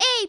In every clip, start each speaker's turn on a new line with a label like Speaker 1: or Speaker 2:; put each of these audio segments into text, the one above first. Speaker 1: Ei,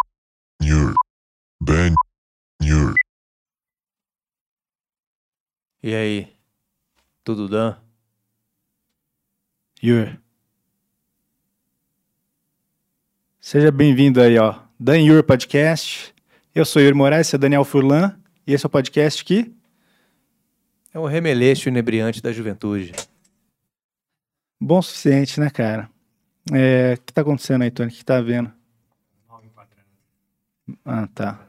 Speaker 2: Yur. Ben Yur.
Speaker 3: E aí? Tudo Dan?
Speaker 4: Yur. Seja bem-vindo aí, ó. Dan Yur Podcast. Eu sou Yuri Moraes, esse é Daniel Furlan. E esse é o podcast que
Speaker 3: É um remeleixo inebriante da juventude.
Speaker 4: bom o suficiente, né, cara? É, O que tá acontecendo aí, Tony? O que tá vendo? Ah, tá.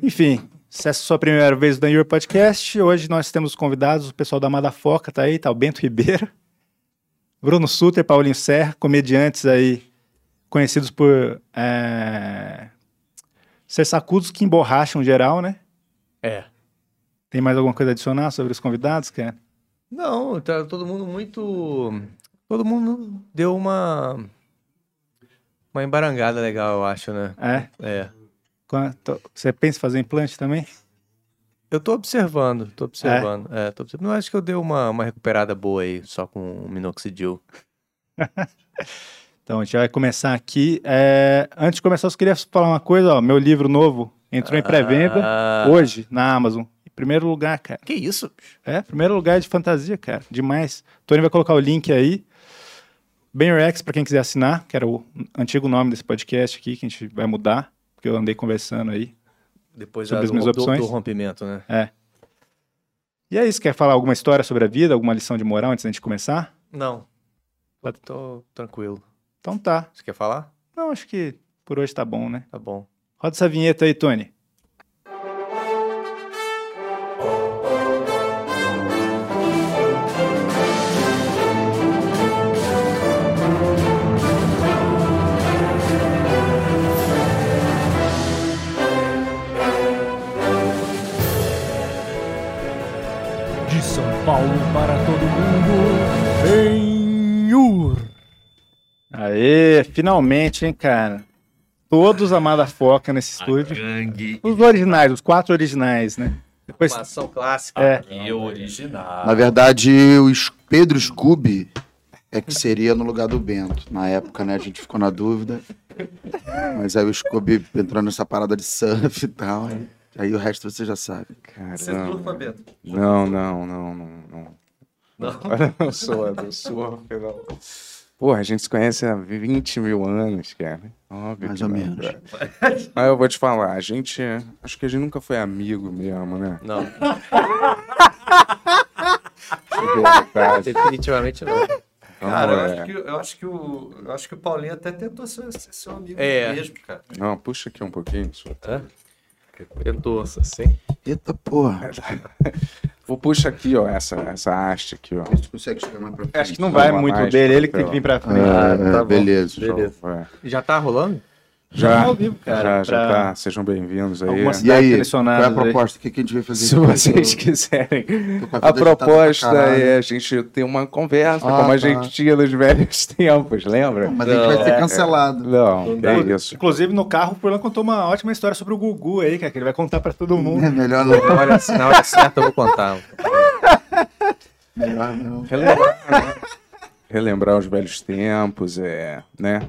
Speaker 4: Enfim, se essa é a sua primeira vez no Dan Yur Podcast, hoje nós temos convidados, o pessoal da Madafoca tá aí, tá o Bento Ribeiro, Bruno Suter, Paulinho Serra, comediantes aí conhecidos por é, ser sacudos que emborracham geral, né?
Speaker 3: É.
Speaker 4: Tem mais alguma coisa a adicionar sobre os convidados, cara?
Speaker 3: Não, tá todo mundo muito. Todo mundo deu uma. Uma embarangada legal, eu acho, né?
Speaker 4: É?
Speaker 3: É.
Speaker 4: Quanto- Você pensa em fazer implante também?
Speaker 3: Eu tô observando, tô observando. É, tô observando. Eu acho que eu dei uma, uma recuperada boa aí, só com o minoxidil.
Speaker 4: Então, a gente vai começar aqui. É, Antes de começar, eu só queria falar uma coisa. Ó, meu livro novo entrou Tá em pré-venda
Speaker 3: Ah,
Speaker 4: hoje na Amazon. Em primeiro lugar, cara.
Speaker 3: Que isso? bicho?
Speaker 4: É, primeiro lugar de fantasia, cara. Demais. Tony vai colocar o link aí. Ben Rex, pra quem quiser assinar, que era o antigo nome desse podcast aqui, que a gente vai mudar, porque eu andei conversando aí.
Speaker 3: Depois
Speaker 4: Sobre
Speaker 3: da-
Speaker 4: as minhas
Speaker 3: do,
Speaker 4: opções?
Speaker 3: do rompimento, né?
Speaker 4: E é isso. Quer falar alguma história sobre a vida, alguma lição de moral antes da gente começar?
Speaker 3: Não.
Speaker 4: Tá-
Speaker 3: Tô tranquilo.
Speaker 4: Então tá.
Speaker 3: Você quer falar?
Speaker 4: Não, acho que por hoje tá bom, né?
Speaker 3: Tá bom.
Speaker 4: Roda essa vinheta aí, Tony.
Speaker 5: De São Paulo para todo mundo, Benhur.
Speaker 4: Aê, finalmente, hein, cara. Todos a Madafoca nesse estúdio.
Speaker 6: Gangue
Speaker 4: Os originais, os quatro originais, né? Depois,
Speaker 3: Ação clássica.
Speaker 4: é,
Speaker 6: e original.
Speaker 7: Na verdade, o S- Pedro Scooby é que seria no lugar do Bento. Na época, né, a gente ficou na dúvida. Mas aí o Scooby entrou nessa parada de surf e tal. Aí, aí o resto você já sabe.
Speaker 6: Caramba.
Speaker 3: Beto.
Speaker 6: Não, não, não, não, não. Agora não sou, eu sou, afinal. Porra, a gente se conhece há 20 mil anos, cara. Óbvio
Speaker 7: Mais
Speaker 6: que
Speaker 7: ou
Speaker 6: não,
Speaker 7: menos.
Speaker 6: cara. Mas eu vou te falar, a gente. Acho que a gente nunca foi amigo mesmo, né?
Speaker 3: Não,
Speaker 6: Deixa eu ver a verdade.
Speaker 3: definitivamente não.
Speaker 6: Não,
Speaker 8: Cara, eu
Speaker 6: é.
Speaker 8: acho, que, eu, acho que o, eu acho que o Paulinho até tentou ser, ser seu amigo
Speaker 3: É.
Speaker 8: mesmo, cara.
Speaker 6: Não, puxa aqui um pouquinho. só.
Speaker 3: Tentou. Assim.
Speaker 7: Eita porra.
Speaker 6: Vou puxar aqui, ó, essa, essa haste aqui, ó.
Speaker 7: A gente consegue chegar mais pra frente.
Speaker 4: acho que não vai
Speaker 6: Vamos lá,
Speaker 4: muito
Speaker 6: mais,
Speaker 4: dele, ele que tem
Speaker 6: tranquilo.
Speaker 4: que vir pra
Speaker 7: Ah,
Speaker 4: frente.
Speaker 7: é,
Speaker 3: tá bom.
Speaker 7: beleza.
Speaker 3: Beleza.
Speaker 6: Vai.
Speaker 3: Já tá rolando?
Speaker 6: É, Já,
Speaker 4: ao vivo, cara,
Speaker 6: já, já
Speaker 4: pra-
Speaker 6: tá. Sejam bem-vindos aí.
Speaker 4: Algumas-
Speaker 7: E aí, qual
Speaker 4: Selecionados
Speaker 7: é a
Speaker 4: aí.
Speaker 7: proposta? O que que a gente vai fazer?
Speaker 6: Se vocês quiserem,
Speaker 7: Tô com a vida
Speaker 6: a
Speaker 7: agitada pra
Speaker 6: proposta
Speaker 7: caralho. né?
Speaker 6: é a gente ter uma conversa,
Speaker 7: Ah,
Speaker 6: como a
Speaker 7: tá.
Speaker 6: gente tinha nos velhos tempos, lembra?
Speaker 7: Mas a gente vai ser cancelado.
Speaker 6: Não, é isso.
Speaker 4: Inclusive, no carro, o Furlan contou uma ótima história sobre o Gugu aí, cara, que ele vai contar pra todo mundo.
Speaker 7: É melhor não.
Speaker 3: Olha, na hora certa eu vou contar.
Speaker 7: Melhor não.
Speaker 6: Relembrar, né? Relembrar os velhos tempos, é, né?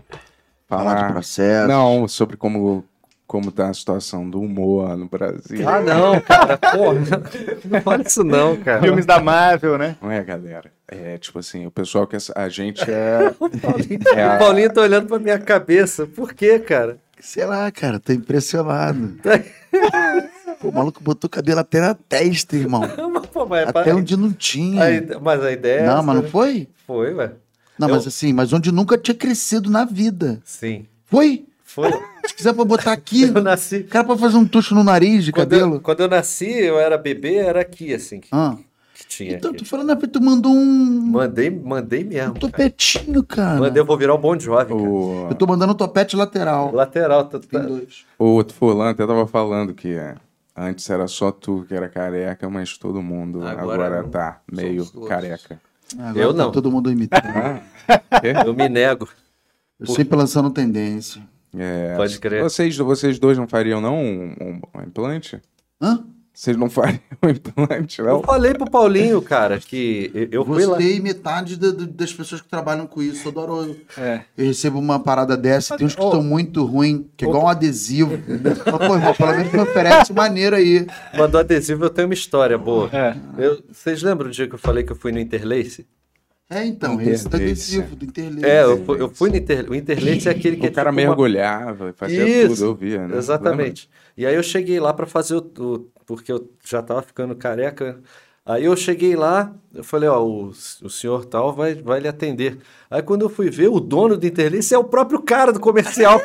Speaker 7: Falar de
Speaker 6: Falar,
Speaker 7: processo.
Speaker 6: não, sobre como, como tá a situação do humor no Brasil.
Speaker 8: Ah, não, cara, porra. Não fala isso não, cara.
Speaker 4: Filmes da Marvel, né?
Speaker 6: Não é, galera? É, tipo assim, o pessoal que a gente é... é
Speaker 8: O
Speaker 6: a-
Speaker 8: Paulinho tá olhando pra minha cabeça. Por quê, cara?
Speaker 7: Sei lá, cara, tô impressionado. Pô, o maluco botou o cabelo até na testa, irmão.
Speaker 8: Mas, pô, mas, é
Speaker 7: Até onde não tinha.
Speaker 8: a, ide- mas a ideia. é
Speaker 7: não,
Speaker 8: essa,
Speaker 7: mas não
Speaker 8: né?
Speaker 7: foi?
Speaker 8: Foi, ué.
Speaker 7: Não,
Speaker 8: Eu-
Speaker 7: mas assim, mas onde nunca tinha crescido na vida.
Speaker 8: Sim.
Speaker 7: Foi?
Speaker 8: Foi.
Speaker 7: Se quiser pra botar aqui,
Speaker 8: Eu nasci.
Speaker 7: cara pra fazer um tucho no nariz de
Speaker 8: Quando
Speaker 7: cabelo.
Speaker 8: eu, quando eu nasci, eu era bebê, era aqui, assim, que,
Speaker 7: Ah,
Speaker 8: que tinha.
Speaker 7: então,
Speaker 8: Aqui.
Speaker 7: tu falando, ah, tu mandou um,
Speaker 8: Mandei, mandei
Speaker 7: um
Speaker 8: mesmo. cara.
Speaker 7: topetinho, cara.
Speaker 8: Mandei, eu vou virar um bom jovem. cara.
Speaker 6: O,
Speaker 7: Eu tô mandando um topete lateral.
Speaker 8: Lateral, tá, tá-
Speaker 7: Tem dois.
Speaker 6: o fulano até tava falando que é, Antes era só tu que era careca, mas todo mundo
Speaker 8: Agora
Speaker 6: agora,
Speaker 8: não.
Speaker 6: tá meio
Speaker 8: Somos todos.
Speaker 6: careca.
Speaker 7: Agora
Speaker 8: Eu
Speaker 7: tá
Speaker 8: não.
Speaker 7: todo mundo imitando.
Speaker 6: Ah,
Speaker 8: Eu me nego.
Speaker 7: Eu sempre lançando tendência.
Speaker 6: é.
Speaker 8: Pode crer.
Speaker 6: Vocês, vocês dois não fariam não um, um- um implante?
Speaker 7: Hã?
Speaker 6: Vocês não fariam um implante, não?
Speaker 8: Eu falei pro Paulinho, cara, que eu- eu fui lá.
Speaker 7: Gostei metade da- do- das pessoas que trabalham com isso. Adoro.
Speaker 4: É.
Speaker 7: Eu recebo uma parada dessa. e Tem uns que
Speaker 4: Ô.
Speaker 7: estão muito ruim, que é igual um adesivo. Mas, pô, irmão, pelo menos me oferece maneiro aí.
Speaker 8: Mandou adesivo, eu tenho uma história boa.
Speaker 4: É.
Speaker 8: Eu- vocês lembram do dia que eu falei que eu fui no Interlace?
Speaker 7: É, então, esse do
Speaker 6: Interlace.
Speaker 7: adesivo, do interlace.
Speaker 8: É, eu fui, eu fui no Interlace. O Interlace é aquele que é
Speaker 6: O cara
Speaker 8: tipo uma-
Speaker 6: mergulhava, fazia
Speaker 8: Isso,
Speaker 6: tudo, eu via, né?
Speaker 8: Exatamente. E aí eu cheguei lá pra fazer o, o- Porque eu já tava ficando careca. Aí eu cheguei lá, eu falei, ó, o, o senhor tal vai, vai lhe atender. Aí quando eu fui ver, o dono do Interlace é o próprio cara do comercial.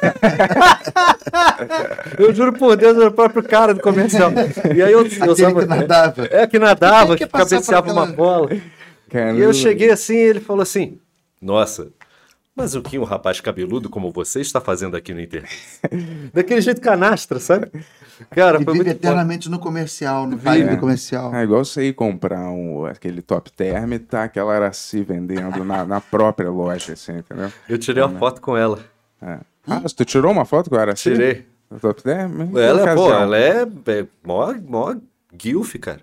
Speaker 8: eu juro por Deus, é o próprio cara do comercial. E aí eu, eu
Speaker 7: Aquele
Speaker 8: usava-
Speaker 7: que nadava.
Speaker 8: É, que nadava,
Speaker 7: Quem
Speaker 8: que,
Speaker 7: quer passar por
Speaker 8: cabeceava uma
Speaker 7: aquela-
Speaker 8: bola.
Speaker 6: Lembra?
Speaker 8: E eu cheguei assim e ele falou assim: Nossa, mas o que um rapaz cabeludo como você está fazendo aqui no Interlace? Daquele jeito canastra, sabe? Cara,
Speaker 7: E
Speaker 8: foi
Speaker 7: vive
Speaker 8: muito foda.
Speaker 7: eternamente no comercial, no país
Speaker 6: É.
Speaker 7: do comercial.
Speaker 6: Ah, igual você ir comprar um, aquele top term e tá aquela Araci vendendo na, na própria loja, assim, entendeu?
Speaker 8: Eu tirei uma foto com ela.
Speaker 6: É. Ah, tu tirou uma foto com a Araci?
Speaker 8: Tirei.
Speaker 6: Do top term? Em que
Speaker 8: Ela é, pô,
Speaker 6: ocasião?
Speaker 8: ela é, é mó, mó guilf, cara.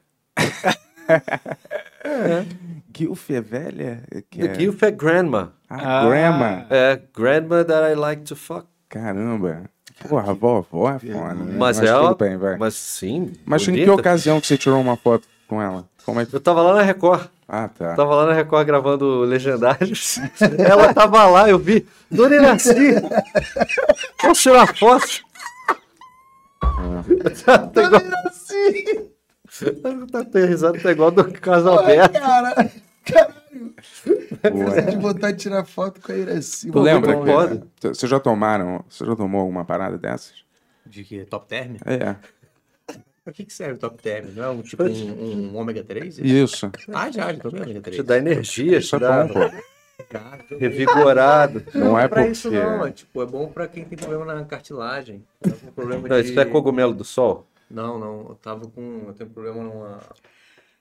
Speaker 6: Guilf é velha? Que
Speaker 8: The
Speaker 6: é...
Speaker 8: Guilf é grandma.
Speaker 6: Ah,
Speaker 4: Ah.
Speaker 6: grandma.
Speaker 8: É, grandma that I like to fuck.
Speaker 6: Caramba. Porra, vovó é foda. né?
Speaker 8: Mas, ela.
Speaker 6: tudo bem, vai. Mas,
Speaker 8: Mas sim.
Speaker 6: em que
Speaker 8: bonita.
Speaker 6: ocasião que você tirou uma foto com ela? Como é que...
Speaker 8: Eu tava lá na Record.
Speaker 6: Ah, tá.
Speaker 8: Tava lá na Record gravando Legendários. Ela tava lá, eu vi. Dona Iraci! Posso tirar foto?
Speaker 7: Ela era assim,
Speaker 8: Tá aterrissado, tá igual do casal Alberto.
Speaker 7: cara. Caralho,
Speaker 6: Boa.
Speaker 7: de vontade de tirar foto com a Iraci.
Speaker 6: Tu lembra?
Speaker 8: bom,
Speaker 6: que-
Speaker 8: né?
Speaker 6: tu- Vocês já tomaram? Você já tomou alguma parada dessas?
Speaker 9: De que? Top Term?
Speaker 6: É.
Speaker 9: O que, que serve Top Term? Não é um tipo um, um ômega 3?
Speaker 6: Isso.
Speaker 9: Ah, já, já tomei ômega 3.
Speaker 8: Te dá energia,
Speaker 6: Isso
Speaker 8: te
Speaker 6: é
Speaker 8: dá
Speaker 6: bom, pô.
Speaker 8: revigorado.
Speaker 6: Não é
Speaker 9: pra
Speaker 6: porque...
Speaker 9: isso não, é, tipo, é bom pra quem tem problema na cartilagem. Eu tava com problema
Speaker 8: Não,
Speaker 9: de...
Speaker 8: isso é cogumelo do sol.
Speaker 9: Não, não, eu tava com... Eu tenho um problema numa...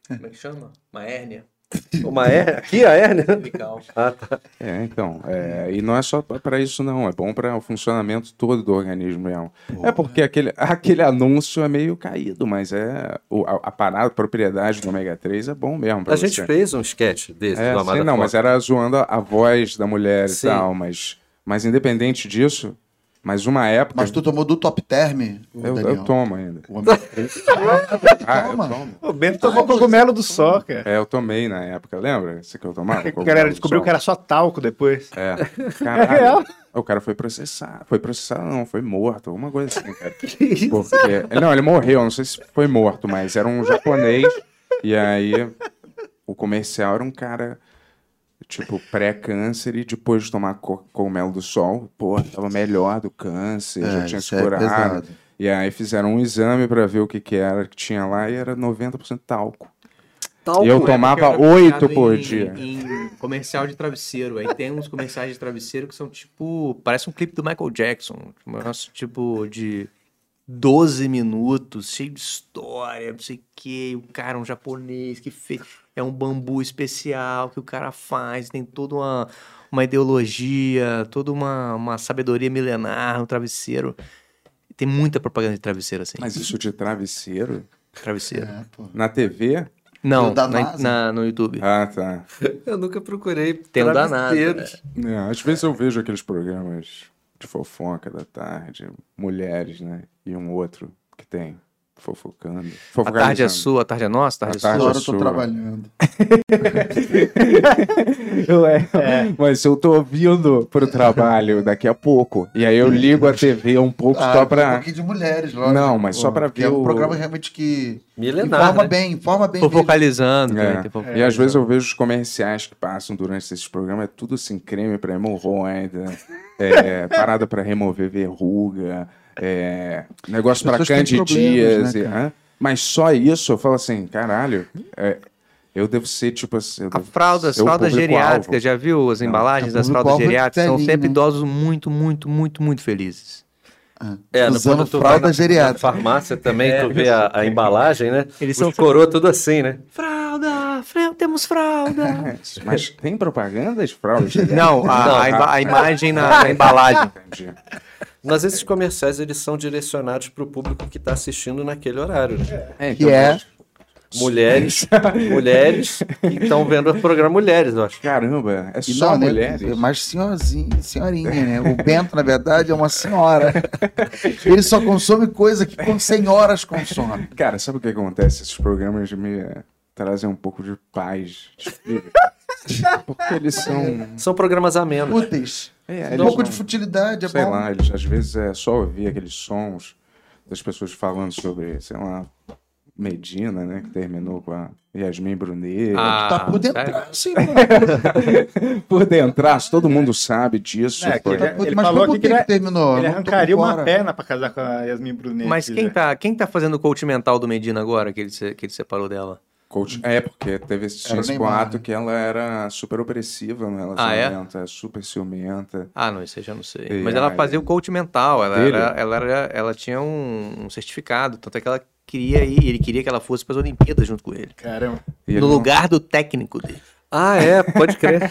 Speaker 9: Como é que chama? Uma hérnia
Speaker 8: Uma hérnia. Aqui é a hérnia?
Speaker 9: cervical.
Speaker 8: Ah, tá.
Speaker 6: É, então. é, e não é só pra pra isso, não. É bom pra o funcionamento todo do organismo mesmo. É porque aquele, aquele anúncio é meio caído, mas é. o- a, a parada, a propriedade do ômega 3 é bom mesmo. Pra
Speaker 8: A gente
Speaker 6: você.
Speaker 8: fez um sketch desse
Speaker 6: É,
Speaker 8: do
Speaker 6: sim,
Speaker 8: Amada
Speaker 6: não,
Speaker 8: Foca.
Speaker 6: mas era zoando a, a voz da mulher
Speaker 8: Sim.
Speaker 6: e tal, mas, mas independente disso, mas uma época.
Speaker 7: Mas tu tomou do top term,
Speaker 6: eu,
Speaker 7: Daniel?
Speaker 6: eu tomo ainda.
Speaker 7: O homem-
Speaker 6: Ah, eu
Speaker 7: Toma.
Speaker 6: tomo.
Speaker 4: O Bento tomou cogumelo do sol, cara.
Speaker 6: É, eu tomei na época, lembra? Você que eu tomava?
Speaker 4: A
Speaker 6: Cogumelo
Speaker 4: galera
Speaker 6: do
Speaker 4: descobriu
Speaker 6: sol.
Speaker 4: que era só talco depois.
Speaker 6: É.
Speaker 4: É real.
Speaker 6: Caralho. o cara foi processado. Foi processado, não, foi morto, alguma coisa assim, cara. que isso? Porque... Não, ele morreu, não sei se foi morto, mas era um japonês. E aí, o comercial era um cara, tipo, pré-câncer e depois de tomar co- cogumelo do sol, pô, tava melhor do câncer,
Speaker 7: É,
Speaker 6: já tinha
Speaker 7: isso
Speaker 6: se
Speaker 7: é
Speaker 6: curado.
Speaker 7: pesado.
Speaker 6: e aí fizeram um exame pra ver o que que era que tinha lá e era 90% talco.
Speaker 8: Talco
Speaker 6: e
Speaker 9: Pô, é
Speaker 6: eu
Speaker 9: porque
Speaker 6: tomava
Speaker 9: eu era
Speaker 6: oito
Speaker 9: viciado
Speaker 6: por
Speaker 9: em-
Speaker 6: dia.
Speaker 9: Em comercial de travesseiro. Aí tem uns comerciais de travesseiro que são tipo. Parece um clipe do Michael Jackson. Nossa, tipo de 12 minutos, cheio de história, não sei o que. O cara é um japonês que fez. É um bambu especial que o cara faz, tem toda uma, uma ideologia, toda uma, uma sabedoria milenar no travesseiro. Tem muita propaganda de travesseiro, assim.
Speaker 6: Mas isso de travesseiro,
Speaker 9: Travesseiro.
Speaker 7: É, pô.
Speaker 6: na TV,
Speaker 9: Não,
Speaker 7: da
Speaker 9: na,
Speaker 7: NASA?
Speaker 9: na- no YouTube.
Speaker 6: Ah, tá.
Speaker 8: Eu nunca procurei.
Speaker 9: Tem um danado,
Speaker 8: travesseiros.
Speaker 6: É, às vezes eu vejo aqueles programas de fofoca da tarde, mulheres, né? E um outro que tem fofocando.
Speaker 9: A tarde é
Speaker 6: fofocalizando.
Speaker 9: sua, a tarde é nossa, a tarde
Speaker 6: A
Speaker 9: é
Speaker 6: tarde
Speaker 9: sua.
Speaker 6: é
Speaker 7: Agora eu tô
Speaker 6: sua.
Speaker 7: trabalhando.
Speaker 6: Ué, é.
Speaker 9: É.
Speaker 6: Mas eu tô vindo pro trabalho daqui a pouco. E aí eu ligo a TV um pouco
Speaker 9: Ah,
Speaker 6: só
Speaker 7: Um
Speaker 9: tá.
Speaker 6: pra.
Speaker 7: pouquinho de mulheres, lógico.
Speaker 6: Não, mas só pra
Speaker 7: Porque
Speaker 6: ver
Speaker 7: É um
Speaker 6: o-
Speaker 7: programa realmente que
Speaker 9: é
Speaker 8: Milenar,
Speaker 7: informa
Speaker 8: né?
Speaker 7: bem, informa bem.
Speaker 9: Tô
Speaker 7: mesmo.
Speaker 9: focalizando.
Speaker 6: É.
Speaker 9: também, tem fofo-
Speaker 6: E às vezes eu vejo os comerciais que passam durante esses programas, é tudo assim, creme pra hemorroida, é, parada pra remover verruga, é, negócio pra
Speaker 7: pessoas têm problemas,
Speaker 6: candidíase.
Speaker 7: né,
Speaker 6: hã? Mas só isso, eu falo assim, caralho, é, eu devo ser tipo assim... eu
Speaker 9: A
Speaker 6: devo
Speaker 9: fralda, as
Speaker 6: ser o
Speaker 9: fraldas
Speaker 6: público-alvo.
Speaker 9: geriátricas, já viu as embalagens
Speaker 7: é o
Speaker 9: das fraldas
Speaker 7: público-alvo é
Speaker 9: geriátricas? São
Speaker 7: velhinho,
Speaker 9: sempre
Speaker 7: né?
Speaker 9: idosos muito, muito, muito, muito felizes.
Speaker 8: É, no-
Speaker 7: usando
Speaker 8: quando tu vai
Speaker 7: fralda
Speaker 8: na- na
Speaker 7: geriátrica.
Speaker 8: farmácia também, tu vê a, a embalagem, né?
Speaker 9: Eles
Speaker 8: É. Eles
Speaker 9: são-
Speaker 8: Os coroa tudo assim, né?
Speaker 9: Fralda! Fralda! Temos fralda!
Speaker 6: É, Mas tem propagandas fraudes?
Speaker 9: né?
Speaker 7: É.
Speaker 9: Não, a,
Speaker 6: tá,
Speaker 9: a imba- a imagem na, na embalagem.
Speaker 6: Entendi.
Speaker 8: Mas esses comerciais, eles são direcionados para o público que está assistindo naquele horário, né?
Speaker 6: É,
Speaker 7: Que é.
Speaker 8: Mulheres, mulheres que estão vendo o programa Mulheres, eu acho.
Speaker 6: Caramba, é
Speaker 7: E
Speaker 6: só
Speaker 7: não, né?
Speaker 6: mulheres.
Speaker 7: Mas senhorzinha, senhorinha, né? O Bento, na verdade, é uma senhora. Ele só consome coisa que com senhoras consomem.
Speaker 6: Cara, sabe o que acontece? Esses programas me eh, trazem um pouco de paz. de espírito. Porque eles são.
Speaker 8: São programas amenos.
Speaker 7: Úteis.
Speaker 6: É,
Speaker 7: Um
Speaker 6: eles
Speaker 7: pouco de
Speaker 6: são-
Speaker 7: futilidade, é
Speaker 6: Sei
Speaker 7: bom.
Speaker 6: lá, eles, às vezes é só ouvir aqueles sons das pessoas falando sobre, sei lá, Medina, né? Que terminou com a Yasmin Brunet.
Speaker 7: Tá por dentro,
Speaker 9: sério?
Speaker 7: sim, mano. tá
Speaker 6: Por dentro, todo mundo sabe disso.
Speaker 4: É, que
Speaker 6: pô.
Speaker 4: ele-
Speaker 7: Tá por-
Speaker 4: ele
Speaker 7: Mas
Speaker 4: falou
Speaker 7: por que
Speaker 4: aqui que ele-
Speaker 7: que
Speaker 4: Ele
Speaker 7: terminou? Eu não tô
Speaker 4: arrancaria
Speaker 7: por
Speaker 4: uma
Speaker 7: fora.
Speaker 4: perna pra casar com a Yasmin Brunet.
Speaker 9: Mas
Speaker 4: aqui,
Speaker 9: quem
Speaker 4: né?
Speaker 9: tá, quem tá fazendo o coach mental do Medina agora, que ele, se- que ele separou dela?
Speaker 6: Coach- É, porque teve esse, tinha
Speaker 7: Era o
Speaker 6: esse
Speaker 7: Neymar,
Speaker 6: boato
Speaker 7: né? Ah,
Speaker 6: que ela era super opressiva no relacionamento, é? super ciumenta.
Speaker 9: Ah, não, isso eu já não sei.
Speaker 6: E
Speaker 9: Mas ela
Speaker 6: aí-
Speaker 9: fazia o coach mental, ela,
Speaker 6: É. Dele?
Speaker 9: era, ela, era- ela tinha um, um certificado, tanto é que ela queria ir, ele queria que ela fosse para as Olimpíadas junto com ele.
Speaker 4: Caramba.
Speaker 6: E ele
Speaker 9: no
Speaker 6: não-
Speaker 9: lugar do técnico dele.
Speaker 8: Ah, é, pode crer.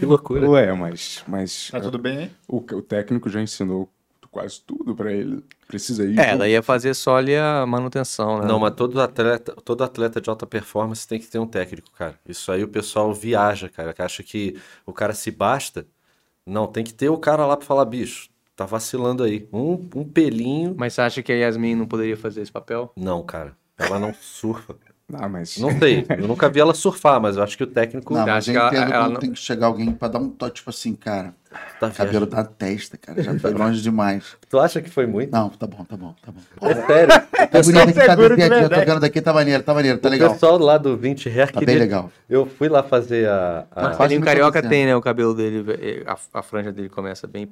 Speaker 8: que loucura.
Speaker 6: Ué, mas, mas
Speaker 4: Tá tudo bem, hein?
Speaker 6: o, o técnico já ensinou quase tudo pra ele. Precisa ir.
Speaker 9: É, ela ia fazer só ali a manutenção, né?
Speaker 8: Não, mas todo atleta, todo atleta de alta performance tem que ter um técnico, cara. Isso aí o pessoal viaja, cara, que acha que o cara se basta. Não, tem que ter o cara lá pra falar, bicho, tá vacilando aí. Um, um pelinho.
Speaker 9: Mas você acha que a Yasmin não poderia fazer esse papel?
Speaker 8: Não, cara. Ela não surfa.
Speaker 6: Ah, mas.
Speaker 8: Não sei. Eu nunca vi ela surfar, mas eu acho que o técnico
Speaker 7: Não, mas
Speaker 9: Acho
Speaker 7: eu
Speaker 9: que ela-
Speaker 7: entendo quando
Speaker 9: ela não-
Speaker 7: tem que chegar alguém pra dar um toque, tipo assim, cara,
Speaker 8: tá
Speaker 7: cabelo
Speaker 8: viajando.
Speaker 7: da testa, cara, já foi longe demais.
Speaker 8: Tu acha que foi muito?
Speaker 7: Não, tá bom, tá bom, tá bom.
Speaker 8: É sério.
Speaker 7: Tá bonito aqui, tá
Speaker 4: seguro de
Speaker 7: daqui, aqui, eu tô
Speaker 4: verdade.
Speaker 7: vendo daqui, tá maneiro, tá maneiro, tá
Speaker 8: O
Speaker 7: legal.
Speaker 8: pessoal lá do 20 Hair
Speaker 7: Tá bem legal. Tá
Speaker 8: Eu fui lá fazer a. a-
Speaker 7: Mas-
Speaker 9: Marcelinho
Speaker 7: Quase me
Speaker 9: Carioca
Speaker 7: convencendo.
Speaker 9: tem, né? O cabelo dele, eh, a, a franja dele começa bem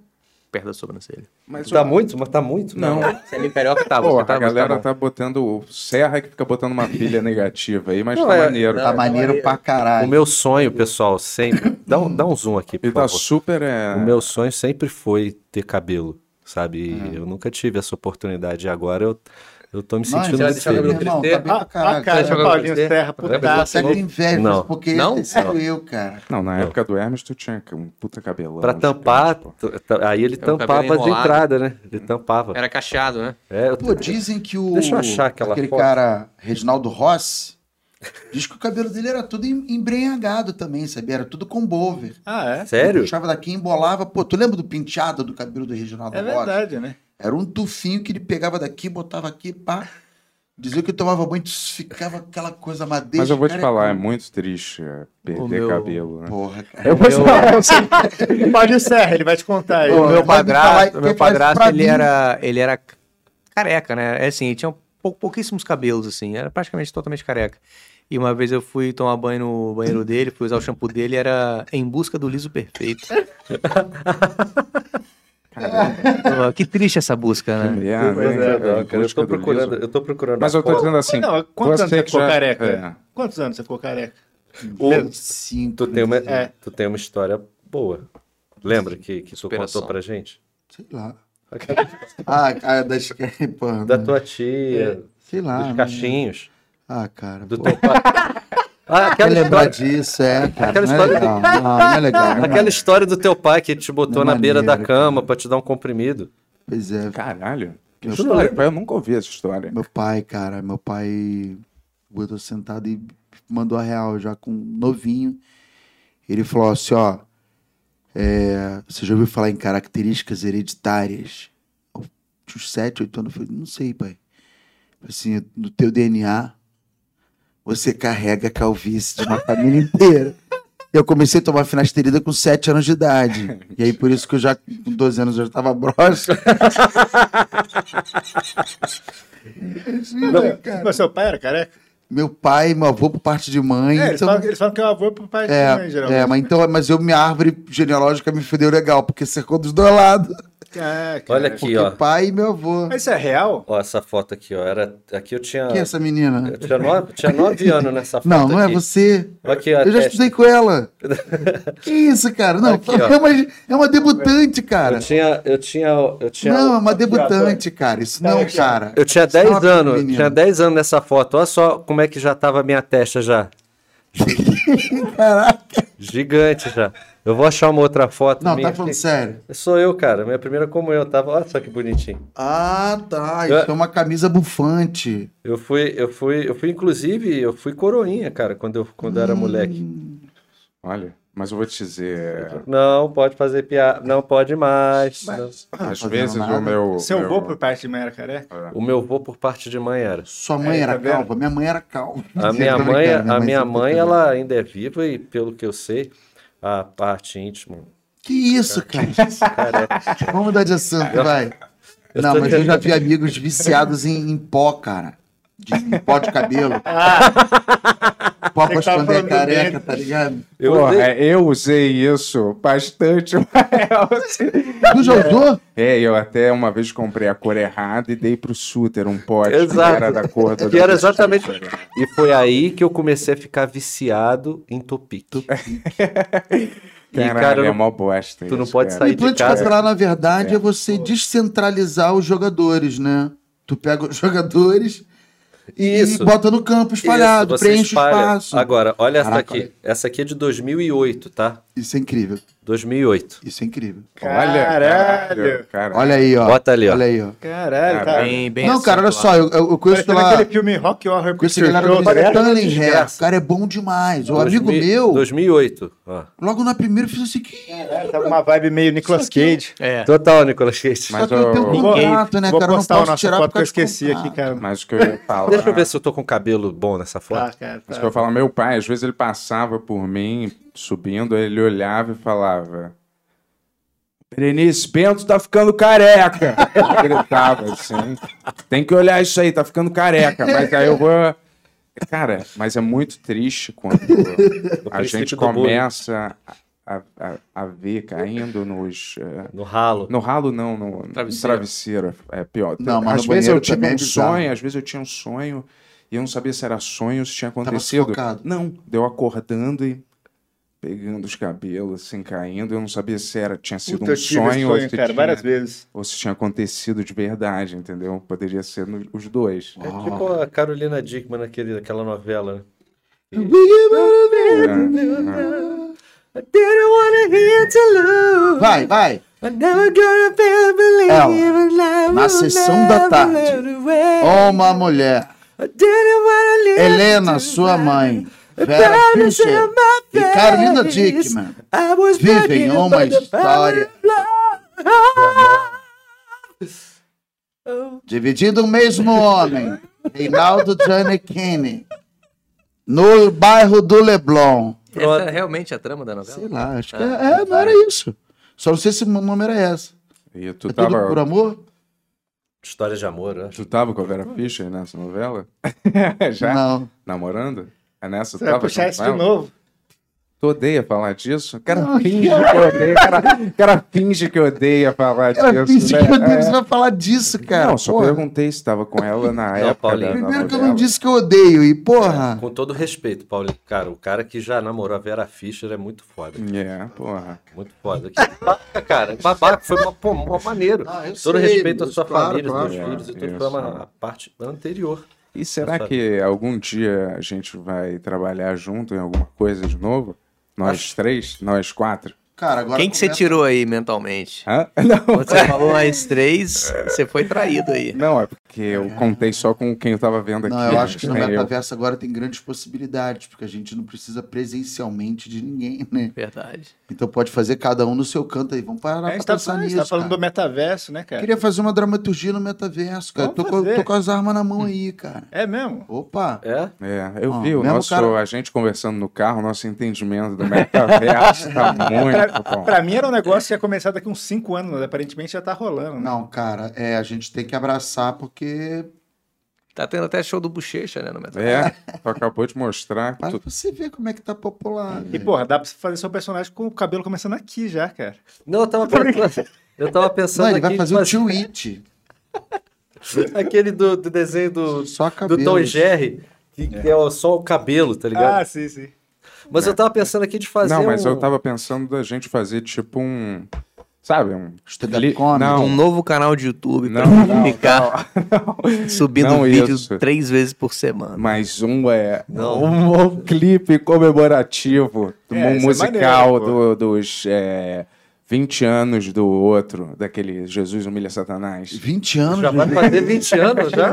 Speaker 9: perto da sobrancelha.
Speaker 6: mas
Speaker 8: Tá
Speaker 6: o-
Speaker 8: muito? Mas tá muito?
Speaker 6: Não.
Speaker 9: Marcelinho Carioca tá,
Speaker 6: Pô,
Speaker 9: você
Speaker 6: a
Speaker 9: tá, você
Speaker 6: galera
Speaker 9: tá bom.
Speaker 6: tá botando. O Serra que fica botando uma pilha negativa aí, mas
Speaker 8: Não,
Speaker 6: tá
Speaker 8: é-
Speaker 6: maneiro.
Speaker 7: Tá maneiro pra
Speaker 8: O
Speaker 7: caralho.
Speaker 8: meu sonho, pessoal, sempre. Dá um, dá um zoom aqui, por
Speaker 6: Ele tá
Speaker 8: favor.
Speaker 6: super. É...
Speaker 8: O meu sonho sempre foi ter cabelo, sabe? E Eu nunca tive essa oportunidade. E agora eu, eu tô me
Speaker 7: Ah. Não,
Speaker 8: sentindo.
Speaker 7: já
Speaker 8: um
Speaker 7: deixa o
Speaker 8: ser.
Speaker 7: cabelo Irmão, tá bem
Speaker 4: A,
Speaker 7: pra caralho.
Speaker 4: a cara de
Speaker 9: Você joga
Speaker 4: Paulinho
Speaker 9: você?
Speaker 4: Serra, putaço.
Speaker 7: Até que inveja,
Speaker 8: Não.
Speaker 7: porque
Speaker 9: Não?
Speaker 7: esse sou eu, cara.
Speaker 6: Não, na época do Hermes tu tinha um puta cabelão.
Speaker 8: Pra tampar,
Speaker 6: gigante, pô.
Speaker 8: t- t- aí ele
Speaker 9: É um cabelo
Speaker 8: tampava de
Speaker 9: enrolado.
Speaker 8: entrada, né? Ele
Speaker 6: Hum.
Speaker 8: tampava.
Speaker 9: Era cacheado, né?
Speaker 8: É, eu-
Speaker 7: Pô, dizem que o.
Speaker 8: Deixa eu achar aquela
Speaker 7: aquele
Speaker 8: foto.
Speaker 7: cara, Reginaldo Rossi, diz que o cabelo dele era tudo em- embrenhagado também, sabia? Era tudo com bover.
Speaker 4: Ah, é?
Speaker 8: Sério?
Speaker 7: Puxava daqui e embolava. Pô, tu lembra do penteado do cabelo do Reginaldo
Speaker 4: É
Speaker 7: Rossi?
Speaker 4: verdade, né?
Speaker 7: Era um tufinho que ele pegava daqui, botava aqui, pá. Dizia que tomava banho, tss, ficava aquela coisa madeira.
Speaker 6: Mas eu vou te falar, é muito triste é, perder
Speaker 9: meu-
Speaker 6: cabelo, né?
Speaker 7: Porra, cara.
Speaker 6: Eu vou te falar,
Speaker 4: Paulinho Serra, ele vai te contar aí.
Speaker 9: O
Speaker 7: Vai
Speaker 9: meu
Speaker 7: me falar que
Speaker 9: padrasto, meu
Speaker 7: faz
Speaker 9: padrasto
Speaker 7: pra
Speaker 9: ele,
Speaker 7: mim.
Speaker 9: era, ele era careca, né? É assim, ele tinha pou- pouquíssimos cabelos, assim, era praticamente totalmente careca. E uma vez eu fui tomar banho no banheiro dele, fui usar o shampoo dele, era em busca do liso perfeito. Pô, que triste essa busca, né?
Speaker 6: É, né?
Speaker 8: Pois é, não, cara,
Speaker 6: Em
Speaker 8: eu tô
Speaker 6: busca do
Speaker 8: procurando,
Speaker 6: liso.
Speaker 8: eu tô procurando.
Speaker 6: Mas
Speaker 8: a
Speaker 6: eu tô
Speaker 8: foto.
Speaker 6: dizendo assim.
Speaker 4: Não, quantos
Speaker 6: você
Speaker 4: anos você
Speaker 6: que
Speaker 4: ficou
Speaker 6: já-
Speaker 4: careca?
Speaker 6: é.
Speaker 4: Quantos anos você ficou careca?
Speaker 7: Sim,
Speaker 8: Tu tem uma,
Speaker 4: É.
Speaker 8: tu tem uma história boa. Lembra que, que tu
Speaker 9: Superação.
Speaker 8: contou pra gente?
Speaker 7: Sei lá. Ah, ah, das. Porra,
Speaker 8: Da tua tia,
Speaker 7: sei lá.
Speaker 8: dos
Speaker 7: né?
Speaker 8: cachinhos,
Speaker 7: Ah, cara.
Speaker 8: do
Speaker 7: pô.
Speaker 8: teu pai. Ah,
Speaker 7: Quer
Speaker 8: aquela
Speaker 7: lembrar
Speaker 8: história,
Speaker 7: disso, é, cara.
Speaker 8: Aquela
Speaker 7: não,
Speaker 8: história
Speaker 7: é legal. Não, não é legal. não é
Speaker 8: aquela história do teu pai que te botou
Speaker 7: É
Speaker 8: na beira da
Speaker 7: maneiro, cara.
Speaker 8: cama pra te dar um comprimido.
Speaker 7: Pois é.
Speaker 6: Caralho. Que
Speaker 7: Meu
Speaker 6: história,
Speaker 8: pai.
Speaker 6: pai, eu nunca ouvi essa história.
Speaker 7: Meu pai, cara, meu pai botou sentado e mandou a real já com um novinho. Ele falou assim, ó, é, você já ouviu falar em características hereditárias? Eu tinha uns 7, 8 anos, eu falei, não sei, pai. Assim, no teu DNA, você carrega a calvície de uma família inteira. Eu comecei a tomar finasterida com 7 anos de idade. E aí, por isso que eu já, com 12 anos, eu já tava broxa.
Speaker 4: Não, mas seu pai era careca?
Speaker 7: Meu pai e meu avô por parte de mãe.
Speaker 4: É, eles,
Speaker 7: então-
Speaker 4: falam, eles falam que o avô é pro pai de
Speaker 7: É,
Speaker 4: mãe, geralmente.
Speaker 7: é, mas então, mas eu, minha árvore genealógica me fudeu legal, porque cercou dos dois lados.
Speaker 4: É, cara.
Speaker 8: Olha aqui,
Speaker 7: Porque
Speaker 8: ó.
Speaker 7: pai e meu avô.
Speaker 4: Mas isso é real?
Speaker 8: Ó, essa foto aqui, ó. Era... Aqui eu tinha.
Speaker 7: Quem é essa menina?
Speaker 8: Eu tinha nove, tinha nove anos nessa foto.
Speaker 7: Não, não é
Speaker 8: aqui.
Speaker 7: você.
Speaker 8: Aqui, ó,
Speaker 7: Eu já
Speaker 8: testa.
Speaker 7: estudei com ela. que isso, cara? Não,
Speaker 8: Aqui, ó.
Speaker 7: é, uma, é uma debutante, cara.
Speaker 8: Eu tinha. Eu tinha. Eu tinha,
Speaker 7: Não, é uma debutante, cara. Isso
Speaker 4: Tá
Speaker 7: não, cara.
Speaker 8: eu tinha
Speaker 7: Isso não
Speaker 8: 10
Speaker 7: é uma coisa de
Speaker 8: anos.
Speaker 7: menino.
Speaker 8: Tinha 10 anos nessa foto. Olha só como é que já tava a minha testa já.
Speaker 7: Caraca.
Speaker 8: Gigante já. Eu vou achar uma outra foto
Speaker 7: Não,
Speaker 8: minha.
Speaker 7: tá falando
Speaker 8: aqui.
Speaker 7: sério.
Speaker 8: Sou eu, cara. Minha primeira comunhão. Tava... Olha só que bonitinho.
Speaker 7: Ah, tá.
Speaker 8: Eu-
Speaker 7: Isso é uma camisa bufante.
Speaker 8: Eu fui, eu fui, eu fui, inclusive, eu fui coroinha, cara, quando eu, quando eu era moleque.
Speaker 7: Hum.
Speaker 6: Olha, mas eu vou te dizer.
Speaker 8: Não pode fazer piada, não pode mais. Não.
Speaker 6: Às
Speaker 7: fazendo
Speaker 6: vezes
Speaker 7: nada.
Speaker 6: o meu.
Speaker 4: Seu
Speaker 6: meu-
Speaker 4: avô, por parte de mãe, era careca?
Speaker 8: O meu avô por parte de mãe era.
Speaker 7: Sua mãe
Speaker 4: É, tá
Speaker 7: era
Speaker 4: vendo?
Speaker 7: calva. Minha mãe era calva.
Speaker 8: A
Speaker 7: Tô
Speaker 8: minha
Speaker 7: brincando,
Speaker 8: mãe, a
Speaker 7: sempre
Speaker 8: minha
Speaker 7: foi
Speaker 8: mãe,
Speaker 7: calva.
Speaker 8: ela ainda é viva e pelo que eu sei, a parte íntima.
Speaker 7: Que isso, cara? Vamos mudar de assunto, vai.
Speaker 8: Eu
Speaker 7: Não,
Speaker 8: tô
Speaker 7: mas eu já
Speaker 8: tentando-
Speaker 7: vi amigos viciados em, em pó, cara. De, em pó de cabelo. Pó pra
Speaker 4: Eu Ah. tava
Speaker 7: esconder a
Speaker 4: falando do
Speaker 7: careca,
Speaker 4: dente.
Speaker 7: tá ligado?
Speaker 8: Eu
Speaker 6: Porra, é,
Speaker 8: usei-
Speaker 6: eu usei isso bastante.
Speaker 7: Tu já usou?
Speaker 6: é, eu até uma vez comprei a cor errada e dei pro Suter um pote
Speaker 8: Exato.
Speaker 6: que era da cor do.
Speaker 8: É que era exatamente. E foi aí que eu comecei a ficar viciado em topique. E,
Speaker 6: Caralho,
Speaker 8: cara, eu
Speaker 6: é
Speaker 8: não-
Speaker 6: mó bosta.
Speaker 8: tu não
Speaker 6: isso,
Speaker 8: pode
Speaker 6: cara.
Speaker 8: sair
Speaker 7: O plano de
Speaker 8: casa.
Speaker 7: capilar, na verdade, é você descentralizar os jogadores, né? Tu pega os jogadores e
Speaker 8: Isso.
Speaker 7: bota no campo espalhado,
Speaker 8: Isso, você
Speaker 7: preenche
Speaker 8: espalha.
Speaker 7: o espaço.
Speaker 8: Agora, olha essa
Speaker 7: Caraca.
Speaker 8: aqui. Essa aqui é de 2008, tá?
Speaker 7: Isso é incrível.
Speaker 8: 2008.
Speaker 7: Isso é incrível.
Speaker 6: Olha,
Speaker 4: Caralho!
Speaker 6: caralho, caralho.
Speaker 7: Olha aí, ó.
Speaker 8: Bota ali, ó.
Speaker 7: Olha aí, ó.
Speaker 4: Caralho,
Speaker 6: Cara,
Speaker 4: cara.
Speaker 9: Bem, bem
Speaker 7: Não, cara, olha só, eu, eu eu conheço
Speaker 4: Parecendo
Speaker 7: lá.
Speaker 4: aquele filme Rock Horror
Speaker 7: Conheço a
Speaker 4: Picture
Speaker 7: galera do
Speaker 4: Show.
Speaker 7: Barry
Speaker 4: Parece-
Speaker 7: Cunningham. O cara é bom demais.
Speaker 8: Um
Speaker 7: O amigo
Speaker 8: 2000
Speaker 7: meu,
Speaker 8: 2008. ó.
Speaker 7: logo na primeira, fez assim: que
Speaker 4: Caralho, é, né? Tava uma vibe meio Nicolas Cage.
Speaker 9: É.
Speaker 8: Total, Nicolas Cage.
Speaker 7: Só
Speaker 6: Mas
Speaker 7: que eu tenho um
Speaker 6: eu-
Speaker 7: contrato, né,
Speaker 4: Vou
Speaker 7: cara? Eu não
Speaker 4: postar o
Speaker 7: posso
Speaker 4: nosso
Speaker 7: tirar
Speaker 4: foto
Speaker 7: por
Speaker 4: que eu
Speaker 7: causa de
Speaker 4: esqueci aqui,
Speaker 7: contrato.
Speaker 4: cara.
Speaker 6: Mas o que eu ia falar.
Speaker 8: Deixa eu ver se eu tô com cabelo bom nessa foto.
Speaker 4: Tá, cara,
Speaker 6: Mas
Speaker 4: tá.
Speaker 6: que eu falo, meu pai, às vezes ele passava por mim, subindo, ele olhava e falava: Berenice Bento tá ficando careca. Eu gritava assim: tem que olhar isso aí, tá ficando careca. Mas aí eu vou. Cara, mas é muito triste quando a gente
Speaker 8: princípio do bullying.
Speaker 6: começa a, a, a ver caindo nos. eh,
Speaker 8: No ralo.
Speaker 6: no ralo não, no no
Speaker 9: Travesseiro.
Speaker 6: travesseiro, é, é pior.
Speaker 7: Não, mas
Speaker 6: às
Speaker 7: no
Speaker 6: vezes
Speaker 7: banheiro
Speaker 6: eu tive
Speaker 7: também é
Speaker 6: um
Speaker 7: bizarro.
Speaker 6: sonho, às vezes eu tinha um sonho e eu não sabia se era sonho ou se tinha acontecido.
Speaker 7: sufocado.
Speaker 6: Não, deu acordando e pegando os cabelos, assim, caindo. Eu não sabia se era, tinha sido
Speaker 4: Puta,
Speaker 6: um
Speaker 4: eu tive
Speaker 6: sonho,
Speaker 4: esse
Speaker 6: ou, se
Speaker 4: sonho, cara,
Speaker 6: tinha,
Speaker 4: várias vezes.
Speaker 6: ou se tinha acontecido de verdade, entendeu? Poderia ser no- os dois.
Speaker 8: É tipo a Carolina Dickman naquele, naquela novela, né?
Speaker 6: É,
Speaker 7: Vai, vai. Ela, É, na sessão da tarde, uma mulher. Helena, sua mãe, Vera Fischer e Carolina Dickman vivem uma história dividindo o mesmo homem, Reinaldo Giannichini, no bairro do Leblon.
Speaker 9: Essa é realmente a trama da novela?
Speaker 7: Sei lá, acho que é, é, não era isso. Só não sei se o nome era essa.
Speaker 6: E tu
Speaker 7: É tudo por
Speaker 6: tava,
Speaker 7: amor?
Speaker 8: História de amor, eu acho.
Speaker 6: tu tava com a Vera Fischer nessa novela? Já?
Speaker 7: Não.
Speaker 6: Namorando? É nessa?
Speaker 4: Você
Speaker 6: Tu
Speaker 4: vai
Speaker 6: tava
Speaker 4: puxar
Speaker 6: junto
Speaker 4: isso
Speaker 6: com
Speaker 4: de
Speaker 6: ela?
Speaker 4: novo.
Speaker 6: Tu odeia falar disso? O cara finge que odeia. O cara, o cara finge que odeia falar
Speaker 7: Cara,
Speaker 6: disso.
Speaker 7: finge
Speaker 6: né?
Speaker 7: que eu odeio,
Speaker 6: É.
Speaker 7: você vai falar disso, cara.
Speaker 6: Não, só
Speaker 7: Porra.
Speaker 6: perguntei se tava com ela na época.
Speaker 8: Paulinho.
Speaker 6: da- da
Speaker 7: Primeiro que eu
Speaker 6: novela.
Speaker 7: não disse que eu odeio, e porra.
Speaker 8: Com todo respeito, Paulinho. Cara, o cara que já namorou a Vera Fischer é muito foda.
Speaker 6: É, porra.
Speaker 8: Muito foda. Que babaca, cara. Babaca. Foi uma, pô, mó maneiro.
Speaker 7: Ah, eu
Speaker 8: todo
Speaker 7: sei,
Speaker 8: respeito à
Speaker 7: mas
Speaker 8: sua
Speaker 7: claro,
Speaker 8: família,
Speaker 7: claro. É,
Speaker 8: aos seus filhos e tudo.
Speaker 6: Isso.
Speaker 8: Foi uma a parte anterior.
Speaker 6: E será que algum dia a gente vai trabalhar junto em alguma coisa de novo? Nós três? Nós quatro?
Speaker 7: Cara, agora.
Speaker 9: Quem que você
Speaker 7: começa-
Speaker 9: tirou aí mentalmente?
Speaker 6: Hã? Não,
Speaker 9: Quando você falou mais três, você foi traído aí.
Speaker 6: não, é porque eu contei só com quem eu tava vendo aqui.
Speaker 7: Não, eu acho que no
Speaker 6: né? Eu-
Speaker 7: metaverso agora tem grandes possibilidades, porque a gente não precisa presencialmente de ninguém, né?
Speaker 9: Verdade.
Speaker 7: Então pode fazer cada um no seu canto aí. Vamos parar
Speaker 4: A
Speaker 7: pra
Speaker 4: gente tá,
Speaker 7: pensar
Speaker 4: a gente
Speaker 7: nisso.
Speaker 4: tá falando
Speaker 7: cara.
Speaker 4: do metaverso, né, cara?
Speaker 7: Queria fazer uma dramaturgia no metaverso, cara. Tô
Speaker 4: Vamos
Speaker 7: com,
Speaker 4: fazer.
Speaker 7: tô com as armas na mão aí, cara.
Speaker 4: É mesmo?
Speaker 7: Opa!
Speaker 8: É?
Speaker 6: É, eu
Speaker 7: Ó,
Speaker 6: vi o
Speaker 7: mesmo
Speaker 6: nosso,
Speaker 7: cara-
Speaker 6: a gente conversando no carro, nosso entendimento do metaverso tá muito bom.
Speaker 4: Pra mim era um negócio que ia começar daqui uns 5 anos, mas aparentemente já tá rolando. Né?
Speaker 7: Não, cara, é, a gente tem que abraçar porque.
Speaker 9: Tá tendo até show do Bochecha, né, no metaverso.
Speaker 6: É, tu acabou de mostrar que
Speaker 7: Para
Speaker 6: tu...
Speaker 7: você ver como é que tá popular.
Speaker 4: E,
Speaker 7: velho.
Speaker 4: porra, dá pra você fazer seu personagem com o cabelo começando aqui já, cara.
Speaker 8: Não, eu tava pensando. Eu tava pensando
Speaker 7: Não,
Speaker 8: aqui
Speaker 7: ele vai
Speaker 8: de
Speaker 7: fazer o tio It.
Speaker 8: aquele do, do desenho do,
Speaker 7: Só
Speaker 8: do Tom e
Speaker 7: cabelos.
Speaker 8: Jerry, que que é o- só o cabelo, tá ligado?
Speaker 4: Ah, sim, sim.
Speaker 8: mas
Speaker 7: é.
Speaker 8: eu tava pensando aqui de fazer
Speaker 6: Não, mas
Speaker 8: um...
Speaker 6: eu tava pensando da gente fazer tipo um. Sabe? Um.
Speaker 7: Stand-up
Speaker 6: Li-
Speaker 7: comedy.
Speaker 6: Não,
Speaker 9: Um novo canal de YouTube pra
Speaker 6: Não, não,
Speaker 9: ficar subindo
Speaker 6: Não
Speaker 9: vídeo
Speaker 6: isso.
Speaker 9: três vezes por semana.
Speaker 6: Mas um é Um, um clipe comemorativo,
Speaker 4: É,
Speaker 6: um
Speaker 4: isso é
Speaker 6: musical
Speaker 4: maneiro,
Speaker 6: do- dos é, 20 anos do outro, daquele Jesus Humilha Satanás.
Speaker 7: 20 anos. né?
Speaker 8: Já
Speaker 7: de
Speaker 8: vai
Speaker 7: vida.
Speaker 8: fazer 20 anos já?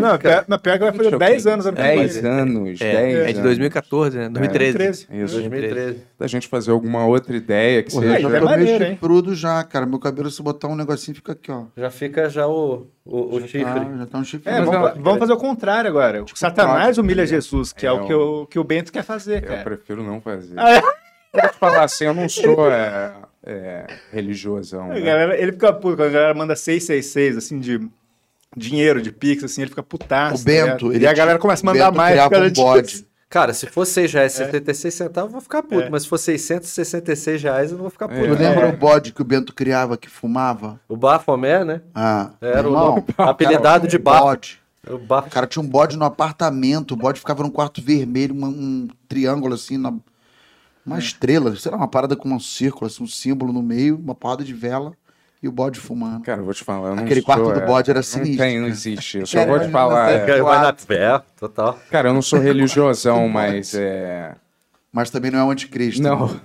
Speaker 4: Não, pior, não, pior que vai fazer 10 anos né? ano que vem.
Speaker 6: 10 anos,
Speaker 9: É,
Speaker 6: 10
Speaker 9: é de 2014, né? 2013.
Speaker 4: 13.
Speaker 6: Isso.
Speaker 8: 2013.
Speaker 6: Da gente fazer alguma outra ideia que
Speaker 7: Porra,
Speaker 6: seja.
Speaker 7: eu
Speaker 4: é
Speaker 7: já tô meio
Speaker 4: maneiro, hein?
Speaker 7: chifrudo já, cara. Meu cabelo, se botar um negocinho, fica aqui, ó.
Speaker 8: Já fica já o, o, o chifre.
Speaker 7: Ah, já tá um chifre.
Speaker 4: É,
Speaker 7: Mas
Speaker 4: vamos, vamos fazer o contrário agora. O Satanás humilha Jesus, que é,
Speaker 6: é
Speaker 4: o que o, que o Bento quer fazer,
Speaker 6: Eu
Speaker 4: cara.
Speaker 6: prefiro não fazer.
Speaker 4: Ah, é?
Speaker 6: Pra te falar assim, eu não sou é, é, religiosão.
Speaker 4: A
Speaker 6: né?
Speaker 4: galera, ele fica puto quando a galera manda 666, assim, de dinheiro, de pix, assim, ele fica putaço.
Speaker 7: O
Speaker 4: tá ligado?
Speaker 7: Bento,
Speaker 4: E
Speaker 7: ele
Speaker 4: a galera começa a mandar
Speaker 7: Bento
Speaker 4: mais. por
Speaker 7: criava
Speaker 4: causa
Speaker 7: um
Speaker 4: disso.
Speaker 7: bode.
Speaker 8: Cara, se for 6 reais e
Speaker 7: É.
Speaker 8: 76 centavos, eu vou ficar puto. Mas se for 666 reais, eu não vou ficar puto.
Speaker 7: Eu lembro
Speaker 4: É.
Speaker 7: o bode que o Bento criava, que fumava.
Speaker 8: O Bafomé, né?
Speaker 7: Ah,
Speaker 8: Era o
Speaker 7: irmão,
Speaker 8: nome- apelidado de Bafo.
Speaker 7: bode.
Speaker 8: O
Speaker 7: O
Speaker 8: Bafo.
Speaker 7: cara tinha um bode no apartamento, o bode ficava num quarto vermelho, uma- um triângulo assim, na-
Speaker 4: É.
Speaker 7: uma estrela, sei lá, uma parada com um círculo, assim, um símbolo no meio, uma porrada de vela e o bode fumando.
Speaker 6: Cara, eu vou te falar. eu não
Speaker 7: Aquele
Speaker 6: sou,
Speaker 7: quarto do
Speaker 6: é,
Speaker 7: bode era
Speaker 6: Não
Speaker 7: sinistro,
Speaker 6: tem, não
Speaker 7: cara.
Speaker 6: existe. Eu só
Speaker 7: Cara,
Speaker 6: vou te
Speaker 7: não
Speaker 6: falar.
Speaker 7: tem,
Speaker 6: é,
Speaker 8: Cara, Vai na pé, total.
Speaker 6: Cara, eu não sou religiosão, mas é.
Speaker 7: Mas também não é o anticristo.
Speaker 6: Não.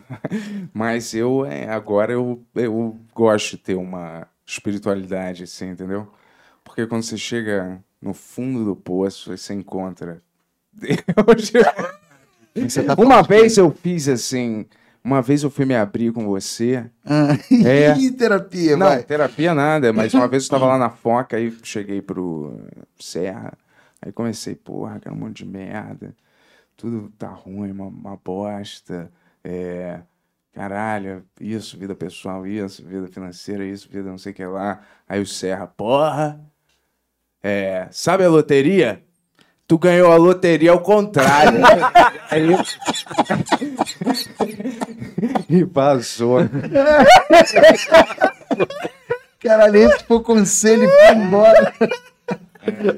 Speaker 6: Mas eu é, agora eu, eu gosto de ter uma espiritualidade, assim, entendeu? Porque quando você chega no fundo do poço, aí você encontra. Deus.
Speaker 7: Você tá
Speaker 6: Uma vez eu fiz assim. Uma vez eu fui me abrir com você.
Speaker 7: Ah,
Speaker 6: É.
Speaker 7: Ih, terapia,
Speaker 6: Não,
Speaker 7: vai.
Speaker 6: terapia nada, mas uma vez eu tava lá na Foca, aí cheguei pro Serra, aí comecei, porra, cara, um monte de merda, tudo tá ruim, uma, uma bosta, é, caralho, isso, vida pessoal, isso, vida financeira, isso, vida não sei o que lá. Aí o Serra, porra, é, sabe a loteria? Tu ganhou a loteria ao contrário. Aí eu- e vazou.
Speaker 7: Caralho, esse foi o conselho e foi embora.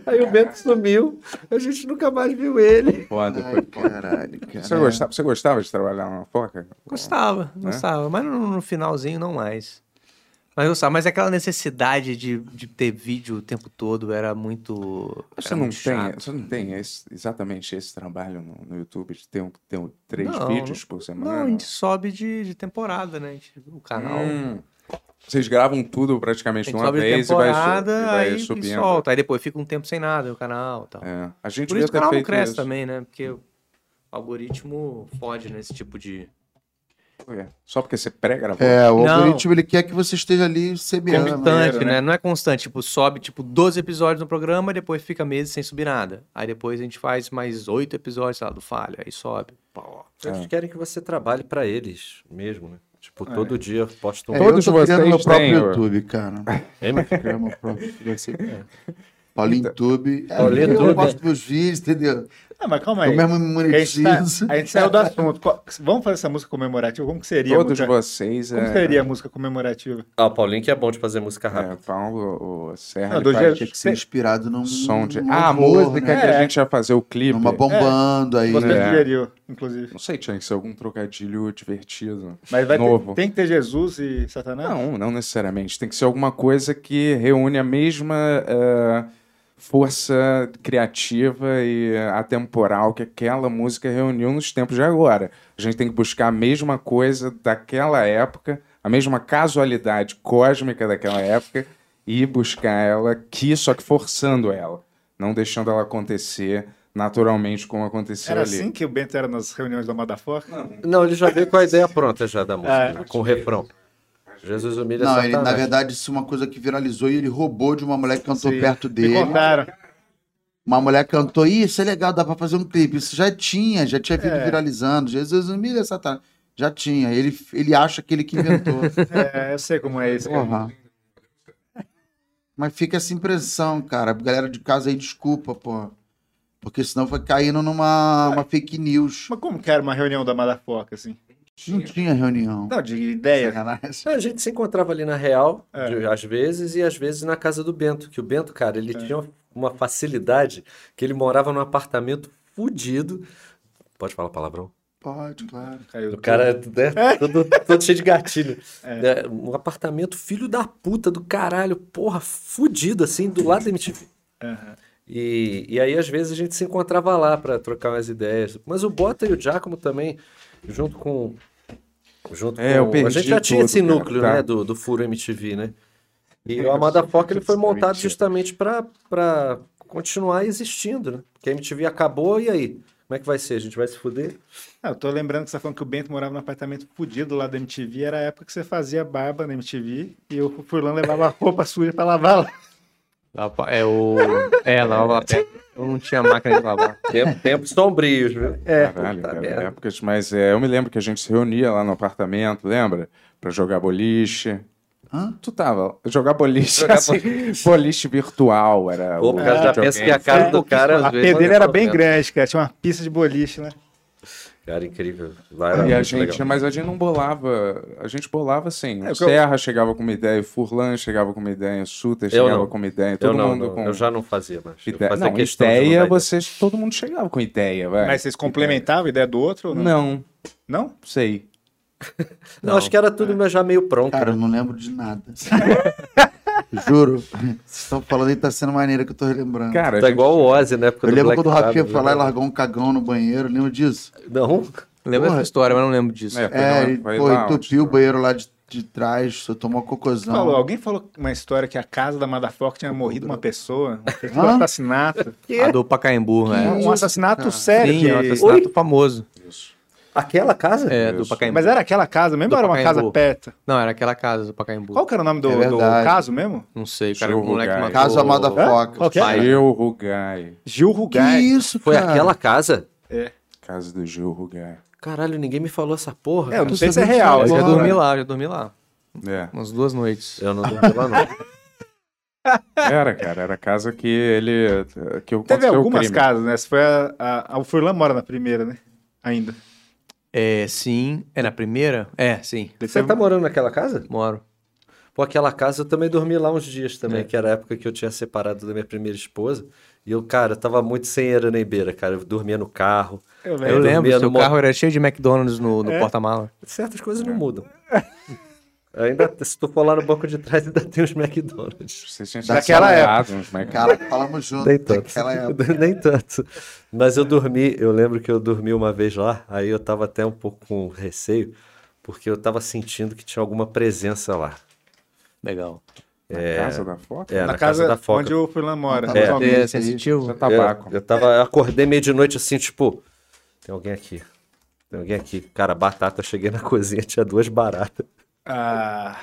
Speaker 8: Aí o Bento sumiu, a gente nunca mais viu ele.
Speaker 6: Foda, foi
Speaker 7: Ai, caralho, cara.
Speaker 6: Você gostava, você gostava de trabalhar na foca?
Speaker 9: Gostava, gostava. Mas no, no finalzinho, não mais. Mas eu gostava. Mas aquela necessidade de, de ter vídeo o tempo todo era muito.
Speaker 6: Você
Speaker 9: era
Speaker 6: não,
Speaker 9: muito
Speaker 6: tem,
Speaker 9: chato.
Speaker 6: você não tem esse- exatamente esse trabalho no, no YouTube de ter, um- ter um- três
Speaker 9: Não,
Speaker 6: vídeos por
Speaker 9: Não,
Speaker 6: semana?
Speaker 9: a gente sobe de, de temporada, né? A gente- o canal.
Speaker 6: Hum. Vocês gravam tudo
Speaker 9: a
Speaker 6: praticamente de
Speaker 9: gente
Speaker 6: uma
Speaker 9: sobe de
Speaker 6: vez e vai, su-
Speaker 9: temporada,
Speaker 6: e vai
Speaker 9: aí e
Speaker 6: subindo.
Speaker 9: solta. Aí depois fica um tempo sem nada o canal e tal.
Speaker 6: É. A gente
Speaker 9: Por
Speaker 6: devia
Speaker 9: isso que o canal
Speaker 6: ter
Speaker 9: não
Speaker 6: feito
Speaker 9: cresce
Speaker 6: isso.
Speaker 9: também, né? Porque o algoritmo fode nesse tipo de.
Speaker 6: Ué, Só porque você pré-gravou.
Speaker 7: É, o
Speaker 9: Não.
Speaker 7: algoritmo ele quer que você esteja ali semeando.
Speaker 9: constante,
Speaker 4: maneiro,
Speaker 9: né?
Speaker 4: né?
Speaker 9: Não é constante. Tipo, sobe, tipo, 12 episódios no programa, depois fica meses sem subir nada. Aí depois a gente faz mais 8 episódios, sei lá, do Falha, aí sobe. Pô.
Speaker 8: Eles
Speaker 7: É.
Speaker 8: querem que você trabalhe pra eles mesmo, né? Tipo, todo dia postam
Speaker 7: É,
Speaker 8: um.
Speaker 6: Todos
Speaker 7: eu tô criando
Speaker 6: vocês
Speaker 7: meu próprio
Speaker 6: têm, ó.
Speaker 7: YouTube, cara.
Speaker 8: É, meu filho?
Speaker 7: criar meu próprio YouTube. assim.
Speaker 9: é.
Speaker 7: Paulinho YouTube. É,
Speaker 8: Paulinho
Speaker 7: eu
Speaker 8: Tube.
Speaker 7: posto meus vídeos, entendeu?
Speaker 4: Ah, mas calma aí.
Speaker 7: Eu É mesmo me
Speaker 4: Que A gente, tá-
Speaker 7: monetizo.
Speaker 4: a gente saiu do assunto. Qual- Vamos fazer essa música comemorativa? Como que seria? a
Speaker 6: Todos
Speaker 4: música,
Speaker 6: vocês.
Speaker 4: Como
Speaker 6: é,
Speaker 4: seria a música comemorativa?
Speaker 8: Ah, o Paulinho que é bom de fazer música
Speaker 6: é,
Speaker 8: rápida.
Speaker 6: Paulo, o Serra,
Speaker 4: Não,
Speaker 6: ele
Speaker 4: do
Speaker 6: faz um
Speaker 4: jeito-
Speaker 7: Tinha que ser inspirado num
Speaker 6: som de...
Speaker 7: num
Speaker 6: Ah, a
Speaker 7: louvor,
Speaker 6: música
Speaker 7: né?
Speaker 6: que a
Speaker 4: É.
Speaker 6: gente ia fazer o clipe.
Speaker 7: Numa bombando aí. né?
Speaker 4: Você
Speaker 6: É.
Speaker 4: sugeriu, inclusive.
Speaker 6: Não sei, tinha que ser algum trocadilho divertido.
Speaker 4: Mas vai ter-
Speaker 6: Novo.
Speaker 4: tem que ter Jesus e Satanás?
Speaker 6: Não, não necessariamente. Tem que ser alguma coisa que reúne a mesma eh, força criativa e atemporal que aquela música reuniu nos tempos de agora. A gente tem que buscar a mesma coisa daquela época, a mesma casualidade cósmica daquela época e buscar ela aqui, só que forçando ela, não deixando ela acontecer naturalmente como aconteceu
Speaker 4: Era
Speaker 6: ali.
Speaker 4: assim que o Bento era nas reuniões da Madafoca?
Speaker 8: Não, ele já veio com a ideia pronta já da música,
Speaker 4: Ah, é.
Speaker 8: né? com o refrão. Jesus humilha
Speaker 7: Não, ele,
Speaker 8: Satanás.
Speaker 7: na verdade, isso é uma coisa que viralizou e ele roubou de uma mulher que cantou
Speaker 4: Sim.
Speaker 7: perto
Speaker 4: Me
Speaker 7: dele.
Speaker 4: contaram.
Speaker 7: Uma mulher cantou, "Ih, isso é legal, dá pra fazer um clipe. Isso já tinha, já tinha vídeo
Speaker 4: É.
Speaker 7: viralizando. Jesus humilha Satanás. Já tinha. Ele, ele acha que ele que inventou.
Speaker 4: É, eu sei como é isso. cara.
Speaker 7: Porra. Mas fica essa impressão, cara. Galera de casa aí, desculpa, pô. Porque senão foi caindo numa uma fake news.
Speaker 4: Mas como que era uma reunião da Madafoca, assim?
Speaker 7: Não tinha reunião.
Speaker 4: Não, de ideia.
Speaker 7: Sacanagem.
Speaker 8: É, A gente se encontrava ali na Real,
Speaker 4: É.
Speaker 8: de- às vezes, e às vezes na casa do Bento, que o Bento, cara, ele tinha uma facilidade que ele morava num apartamento fudido. Pode falar palavrão?
Speaker 7: Pode, claro.
Speaker 4: Ah, Caiu
Speaker 8: O
Speaker 4: tudo.
Speaker 8: cara né, todo, todo cheio de gatilho.
Speaker 4: É.
Speaker 8: É, um apartamento filho da puta do caralho, porra, fudido assim, do lado da MTV.
Speaker 4: Aham.
Speaker 8: E, e aí, às vezes, a gente se encontrava lá pra trocar umas ideias. Mas o Bota e o Giacomo também, junto com. Junto
Speaker 6: É, eu
Speaker 8: com. a
Speaker 6: perdi
Speaker 8: gente já tinha
Speaker 6: tudo,
Speaker 8: esse
Speaker 6: cara,
Speaker 8: núcleo,
Speaker 6: tá.
Speaker 8: né? Do, do furo MTV, né?
Speaker 4: É,
Speaker 8: E
Speaker 6: Eu
Speaker 8: o Amada
Speaker 6: sei,
Speaker 8: Foca ele foi
Speaker 6: justamente.
Speaker 8: montado justamente pra, pra continuar existindo, né? Porque a MTV acabou, e aí? Como é que vai ser? A gente vai se fuder?
Speaker 4: Ah, eu tô lembrando que você tá falando que o Bento morava num apartamento fudido lá da MTV. Era a época que você fazia barba na MTV e o Furlan levava a roupa suja pra lavar lá.
Speaker 3: Lá pa- É o. É, lá, lá- é, eu não tinha máquina de lavar.
Speaker 8: Tempo, tempos sombrios, viu?
Speaker 6: Caralho,
Speaker 8: puta
Speaker 6: cara,
Speaker 8: merda.
Speaker 6: épocas, mas é, eu me lembro que a gente se reunia lá no apartamento, lembra? Pra jogar boliche.
Speaker 7: Hã?
Speaker 6: Tu tava. Jogar boliche.
Speaker 8: Jogar
Speaker 6: assim, boliche virtual era.
Speaker 8: Pô, o cara já pensa é, que a cara do cara. às
Speaker 4: A
Speaker 8: vezes,
Speaker 4: pé dele era
Speaker 8: é
Speaker 4: bem
Speaker 8: problema.
Speaker 4: grande, cara. Tinha uma pista de boliche, né?
Speaker 8: Cara, incrível. Lá era
Speaker 6: E a
Speaker 8: muito
Speaker 6: gente,
Speaker 8: legal.
Speaker 6: mas a gente não bolava. A gente bolava assim.
Speaker 4: É,
Speaker 6: o
Speaker 4: o que eu-
Speaker 6: Serra chegava com uma ideia, o Furlan chegava com uma ideia, o Suter
Speaker 8: Eu
Speaker 6: chegava
Speaker 8: não.
Speaker 6: com uma ideia, todo
Speaker 8: Eu não,
Speaker 6: mundo
Speaker 8: não,
Speaker 6: com.
Speaker 8: eu já não é fazia mais. Eu
Speaker 6: ideia.
Speaker 8: fazia
Speaker 6: Não,
Speaker 8: questão de
Speaker 6: ideia,
Speaker 8: mudar
Speaker 6: vocês. Todo mundo chegava com ideia, vai.
Speaker 8: É.
Speaker 4: Mas vocês complementavam a ideia do outro? ou Não.
Speaker 6: Não,
Speaker 4: Não?
Speaker 6: sei.
Speaker 8: Não, acho que era tudo mas já meio pronto. né? Tá
Speaker 7: Cara, eu não lembro de nada. Juro. Vocês estão falando e tá sendo maneira que eu tô relembrando.
Speaker 6: Cara, a
Speaker 8: tá
Speaker 6: gente-
Speaker 8: igual o Ozzy na época
Speaker 7: eu
Speaker 8: do
Speaker 7: lembro
Speaker 8: Black
Speaker 7: quando o Rafinha
Speaker 8: Sabbath,
Speaker 7: foi lá e
Speaker 8: né?
Speaker 7: largou um cagão no banheiro, lembro disso.
Speaker 8: Não?
Speaker 3: Lembra
Speaker 7: Porra.
Speaker 3: dessa história, mas não lembro disso.
Speaker 6: É, foi
Speaker 7: É,
Speaker 6: na-
Speaker 3: um,
Speaker 7: e,
Speaker 6: foi
Speaker 7: pô,
Speaker 6: lá onde-
Speaker 7: entupiu o
Speaker 3: tipo
Speaker 7: banheiro lá de, de trás, só tomou cocôzão.
Speaker 4: Falou, alguém falou uma história que a casa da Madafoca tinha morrido uma pessoa, uma pessoa, um
Speaker 7: Hã?
Speaker 4: assassinato.
Speaker 3: A É do Pacaembu, né?
Speaker 4: Um assassinato sério.
Speaker 3: Sim,
Speaker 4: que-
Speaker 3: é um assassinato famoso.
Speaker 8: Aquela casa?
Speaker 3: É, do
Speaker 6: Isso.
Speaker 3: Pacaembu.
Speaker 4: Mas era aquela casa mesmo
Speaker 3: Do
Speaker 4: ou era uma
Speaker 3: Pacaembu.
Speaker 4: casa perto?
Speaker 3: Não, era aquela casa do Pacaembu.
Speaker 4: Qual que era o nome do,
Speaker 7: É
Speaker 4: do
Speaker 7: verdade.
Speaker 4: caso mesmo?
Speaker 3: Não sei, o cara, o
Speaker 6: Jogo,
Speaker 3: moleque
Speaker 6: cara.
Speaker 3: matou...
Speaker 7: Caso Amada Foca.
Speaker 4: Qual que é?
Speaker 6: Gil Rugai.
Speaker 4: Gil
Speaker 7: Que
Speaker 4: Rugai.
Speaker 7: isso,
Speaker 8: Foi
Speaker 7: cara?
Speaker 8: aquela casa?
Speaker 6: Casa do Gil Rugai.
Speaker 8: Caralho, ninguém me falou essa porra.
Speaker 4: É, eu
Speaker 8: cara.
Speaker 4: não sei se é
Speaker 7: sabia que
Speaker 6: Ah,
Speaker 4: real.
Speaker 3: Eu já
Speaker 7: Agora.
Speaker 3: dormi lá, eu já dormi lá.
Speaker 6: É.
Speaker 3: Umas duas noites.
Speaker 8: Eu não dormi lá, não.
Speaker 6: Era, cara. Era a casa que ele. Que
Speaker 4: Teve
Speaker 6: aconteceu o
Speaker 4: algumas
Speaker 6: crime.
Speaker 4: casas, né? Essa Foi a, a- a- o Furlan mora na primeira, né? Ainda.
Speaker 3: É, sim. É na primeira? É, sim.
Speaker 8: Você tá morando naquela casa?
Speaker 3: Moro.
Speaker 8: Pô, aquela casa eu também dormi lá uns dias
Speaker 3: É.
Speaker 8: também, que era a época que eu tinha separado da minha primeira esposa. E eu, cara, eu tava muito sem era nem beira, cara. Eu dormia no carro.
Speaker 4: Eu
Speaker 3: Eu,
Speaker 8: dormia
Speaker 3: lembro, seu
Speaker 8: no mo-
Speaker 3: carro É. era cheio de McDonald's no, no
Speaker 4: É.
Speaker 3: porta-mala.
Speaker 8: Certas coisas não mudam. Ainda, se tu for lá no banco de trás, ainda tem os McDonald's.
Speaker 6: Vocês tinham um
Speaker 4: Daquela
Speaker 6: separado uns Mac-
Speaker 7: Cara, falamos junto. é
Speaker 8: Nem tanto.
Speaker 7: Daquela época.
Speaker 8: Nem tanto. Mas eu dormi, eu lembro que eu dormi uma vez lá, aí eu tava até um pouco com receio, porque eu tava sentindo que tinha alguma presença lá.
Speaker 3: Legal.
Speaker 6: na Casa da foto?
Speaker 8: É,
Speaker 4: na,
Speaker 8: na,
Speaker 4: casa,
Speaker 8: da Foca.
Speaker 4: onde o Furlan mora.
Speaker 7: É.
Speaker 3: Você
Speaker 4: atualmente.
Speaker 3: é
Speaker 7: isso aí.
Speaker 3: sensitivo?
Speaker 8: Eu,
Speaker 6: Tabaco.
Speaker 8: eu tava, eu acordei meio de noite assim, tipo, tem alguém aqui. Tem alguém aqui. Cara, batata, cheguei na cozinha, tinha duas baratas.
Speaker 4: Ah,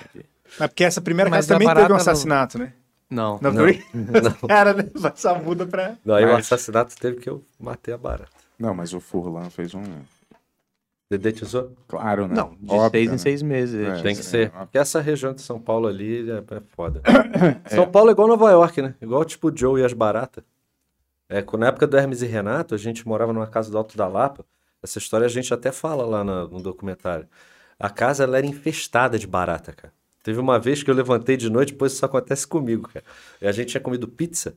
Speaker 4: mas porque essa primeira
Speaker 3: Mas
Speaker 4: casa
Speaker 3: da
Speaker 4: também teve
Speaker 3: barata
Speaker 4: um
Speaker 3: não-
Speaker 4: assassinato, né?
Speaker 3: Não.
Speaker 4: Não, foi? Os caras levam essa muda pra.
Speaker 8: Daí o
Speaker 6: Mas-
Speaker 8: assassinato teve que eu matei a barata.
Speaker 6: Não, mas o Furlan fez um.
Speaker 8: Dedetizou?
Speaker 6: Claro, né?
Speaker 3: Não, de
Speaker 6: Óbvio,
Speaker 3: seis
Speaker 6: né?
Speaker 3: em seis meses.
Speaker 6: É.
Speaker 8: Tem que
Speaker 6: Sim,
Speaker 8: ser.
Speaker 6: óbvio.
Speaker 8: Porque essa região de São Paulo ali é, é foda. São Paulo é igual Nova York, né? Igual tipo o Joe e as baratas. É, quando- na época do Hermes e Renato, a gente morava numa casa do Alto da Lapa. Essa história a gente até fala lá na- no documentário. A casa ela era infestada de barata, cara. Teve uma vez que eu levantei de noite, depois isso acontece comigo, cara. E a gente tinha comido pizza.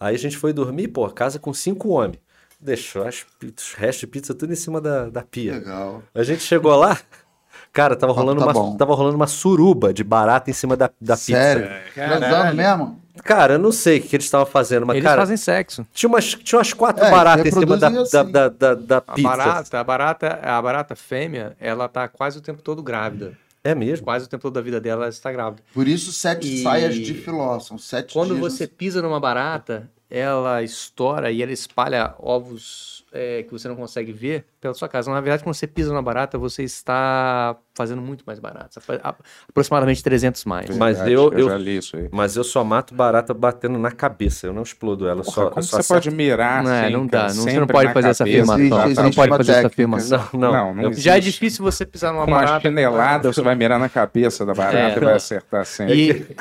Speaker 8: Aí a gente foi dormir, pô, a casa com cinco homens. Deixou as, pi- os restos de pizza tudo em cima da, da pia.
Speaker 7: Legal.
Speaker 8: A gente chegou lá, cara, tava rolando,
Speaker 7: tá
Speaker 8: uma,
Speaker 7: bom.
Speaker 8: tava rolando uma suruba de barata em cima da, da
Speaker 7: Sério?
Speaker 3: É,
Speaker 8: pizza.
Speaker 7: Transando mesmo?
Speaker 8: Cara, eu não sei o que, que eles estavam fazendo, mas,
Speaker 3: Eles
Speaker 8: cara,
Speaker 3: fazem sexo.
Speaker 8: tinha, umas, tinha umas quatro
Speaker 7: É,
Speaker 8: baratas em cima da,
Speaker 7: reproduzem
Speaker 8: da,
Speaker 7: assim.
Speaker 8: da, da, da
Speaker 3: A
Speaker 8: pizza.
Speaker 3: barata, a barata, a barata fêmea, ela tá quase o tempo todo grávida.
Speaker 8: É mesmo?
Speaker 3: Quase o tempo todo da vida dela ela está grávida.
Speaker 7: Por isso, sete
Speaker 3: E-
Speaker 7: saias de filó. São sete
Speaker 3: Quando
Speaker 7: dias.
Speaker 3: você pisa numa barata, ela estoura e ela espalha ovos é, que você não consegue ver pela sua casa. Na verdade, quando você pisa numa barata, você está fazendo muito mais baratas. Apa- a- Aproximadamente 300 mais.
Speaker 8: Mas
Speaker 6: Verdade,
Speaker 8: eu- eu-
Speaker 6: já li isso aí.
Speaker 8: Mas eu só mato barata batendo na cabeça, eu não explodo ela. eu
Speaker 6: Porra,
Speaker 8: só,
Speaker 6: como
Speaker 8: eu só
Speaker 6: você pode mirar
Speaker 3: Não, é,
Speaker 6: assim,
Speaker 3: não
Speaker 6: cara,
Speaker 3: dá. Não, você não
Speaker 6: sempre
Speaker 3: pode
Speaker 6: na
Speaker 3: fazer essa
Speaker 6: cabeça?
Speaker 3: afirmação.
Speaker 7: Existe-
Speaker 3: Você não
Speaker 7: existe
Speaker 3: pode
Speaker 7: uma
Speaker 3: fazer essa
Speaker 7: técnica.
Speaker 3: afirmação.
Speaker 8: acerto- Não,
Speaker 6: Não,
Speaker 8: não.
Speaker 6: não
Speaker 8: eu-
Speaker 6: existe.
Speaker 3: Já é difícil você pisar numa
Speaker 6: Com uma
Speaker 3: barata.
Speaker 6: chinelada, você vai mirar na cabeça da barata
Speaker 3: É.
Speaker 6: e vai acertar sempre.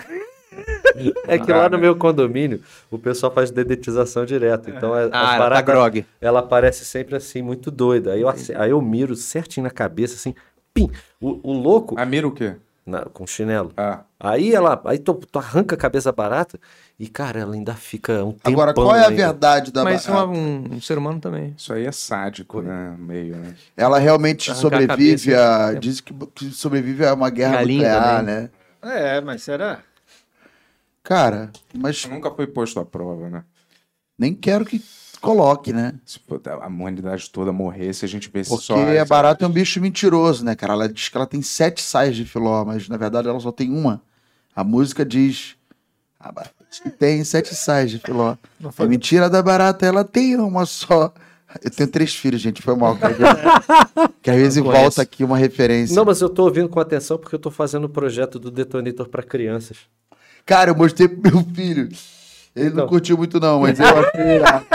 Speaker 3: E,
Speaker 8: É que
Speaker 6: Ah,
Speaker 8: lá no
Speaker 6: né?
Speaker 8: meu condomínio, o pessoal faz dedetização direto. Então, é-
Speaker 3: ah,
Speaker 8: as
Speaker 3: ela tá
Speaker 8: baratas
Speaker 3: grog.
Speaker 8: ela aparece sempre assim, muito doida. Aí eu, ace- aí eu miro certinho na cabeça, assim, pim. O, o louco,
Speaker 6: A mira o quê?
Speaker 8: na- com chinelo.
Speaker 6: Ah,
Speaker 8: Aí ela, aí tu, tu arranca a cabeça barata e, cara, ela ainda fica um tempo.
Speaker 7: Agora, qual é a verdade da
Speaker 3: Mas uma-
Speaker 7: barata?
Speaker 3: um, um ser humano também.
Speaker 6: isso aí é sádico, né? Meio, né?
Speaker 7: Ah, Ela realmente
Speaker 3: Arrancar a
Speaker 7: sobrevive
Speaker 3: cabeça. é
Speaker 7: a. Diz que, que sobrevive a uma guerra
Speaker 3: Galinha
Speaker 7: nuclear,
Speaker 3: também.
Speaker 7: né?
Speaker 4: É, mas será?
Speaker 7: Cara, mas
Speaker 6: Isso nunca foi posto à prova, né?
Speaker 7: nem quero que coloque, né?
Speaker 6: Se pô, a humanidade toda morresse, a gente vê se
Speaker 7: Porque
Speaker 6: só.
Speaker 7: a barata é um bicho mentiroso, né, cara? Ela diz que ela tem sete saias de filó, mas na verdade ela só tem uma. A música diz. A barata diz que tem sete saias de filó. É mentira da barata, ela tem uma só. Eu tenho três filhos, gente, foi mal. cara. que às vezes volta aqui uma referência.
Speaker 8: Não, mas eu tô ouvindo com atenção porque eu tô fazendo o projeto do Detonator pra crianças.
Speaker 7: Cara, eu mostrei pro meu filho. Ele não
Speaker 8: Então.
Speaker 7: curtiu muito, não, mas eu achei irado.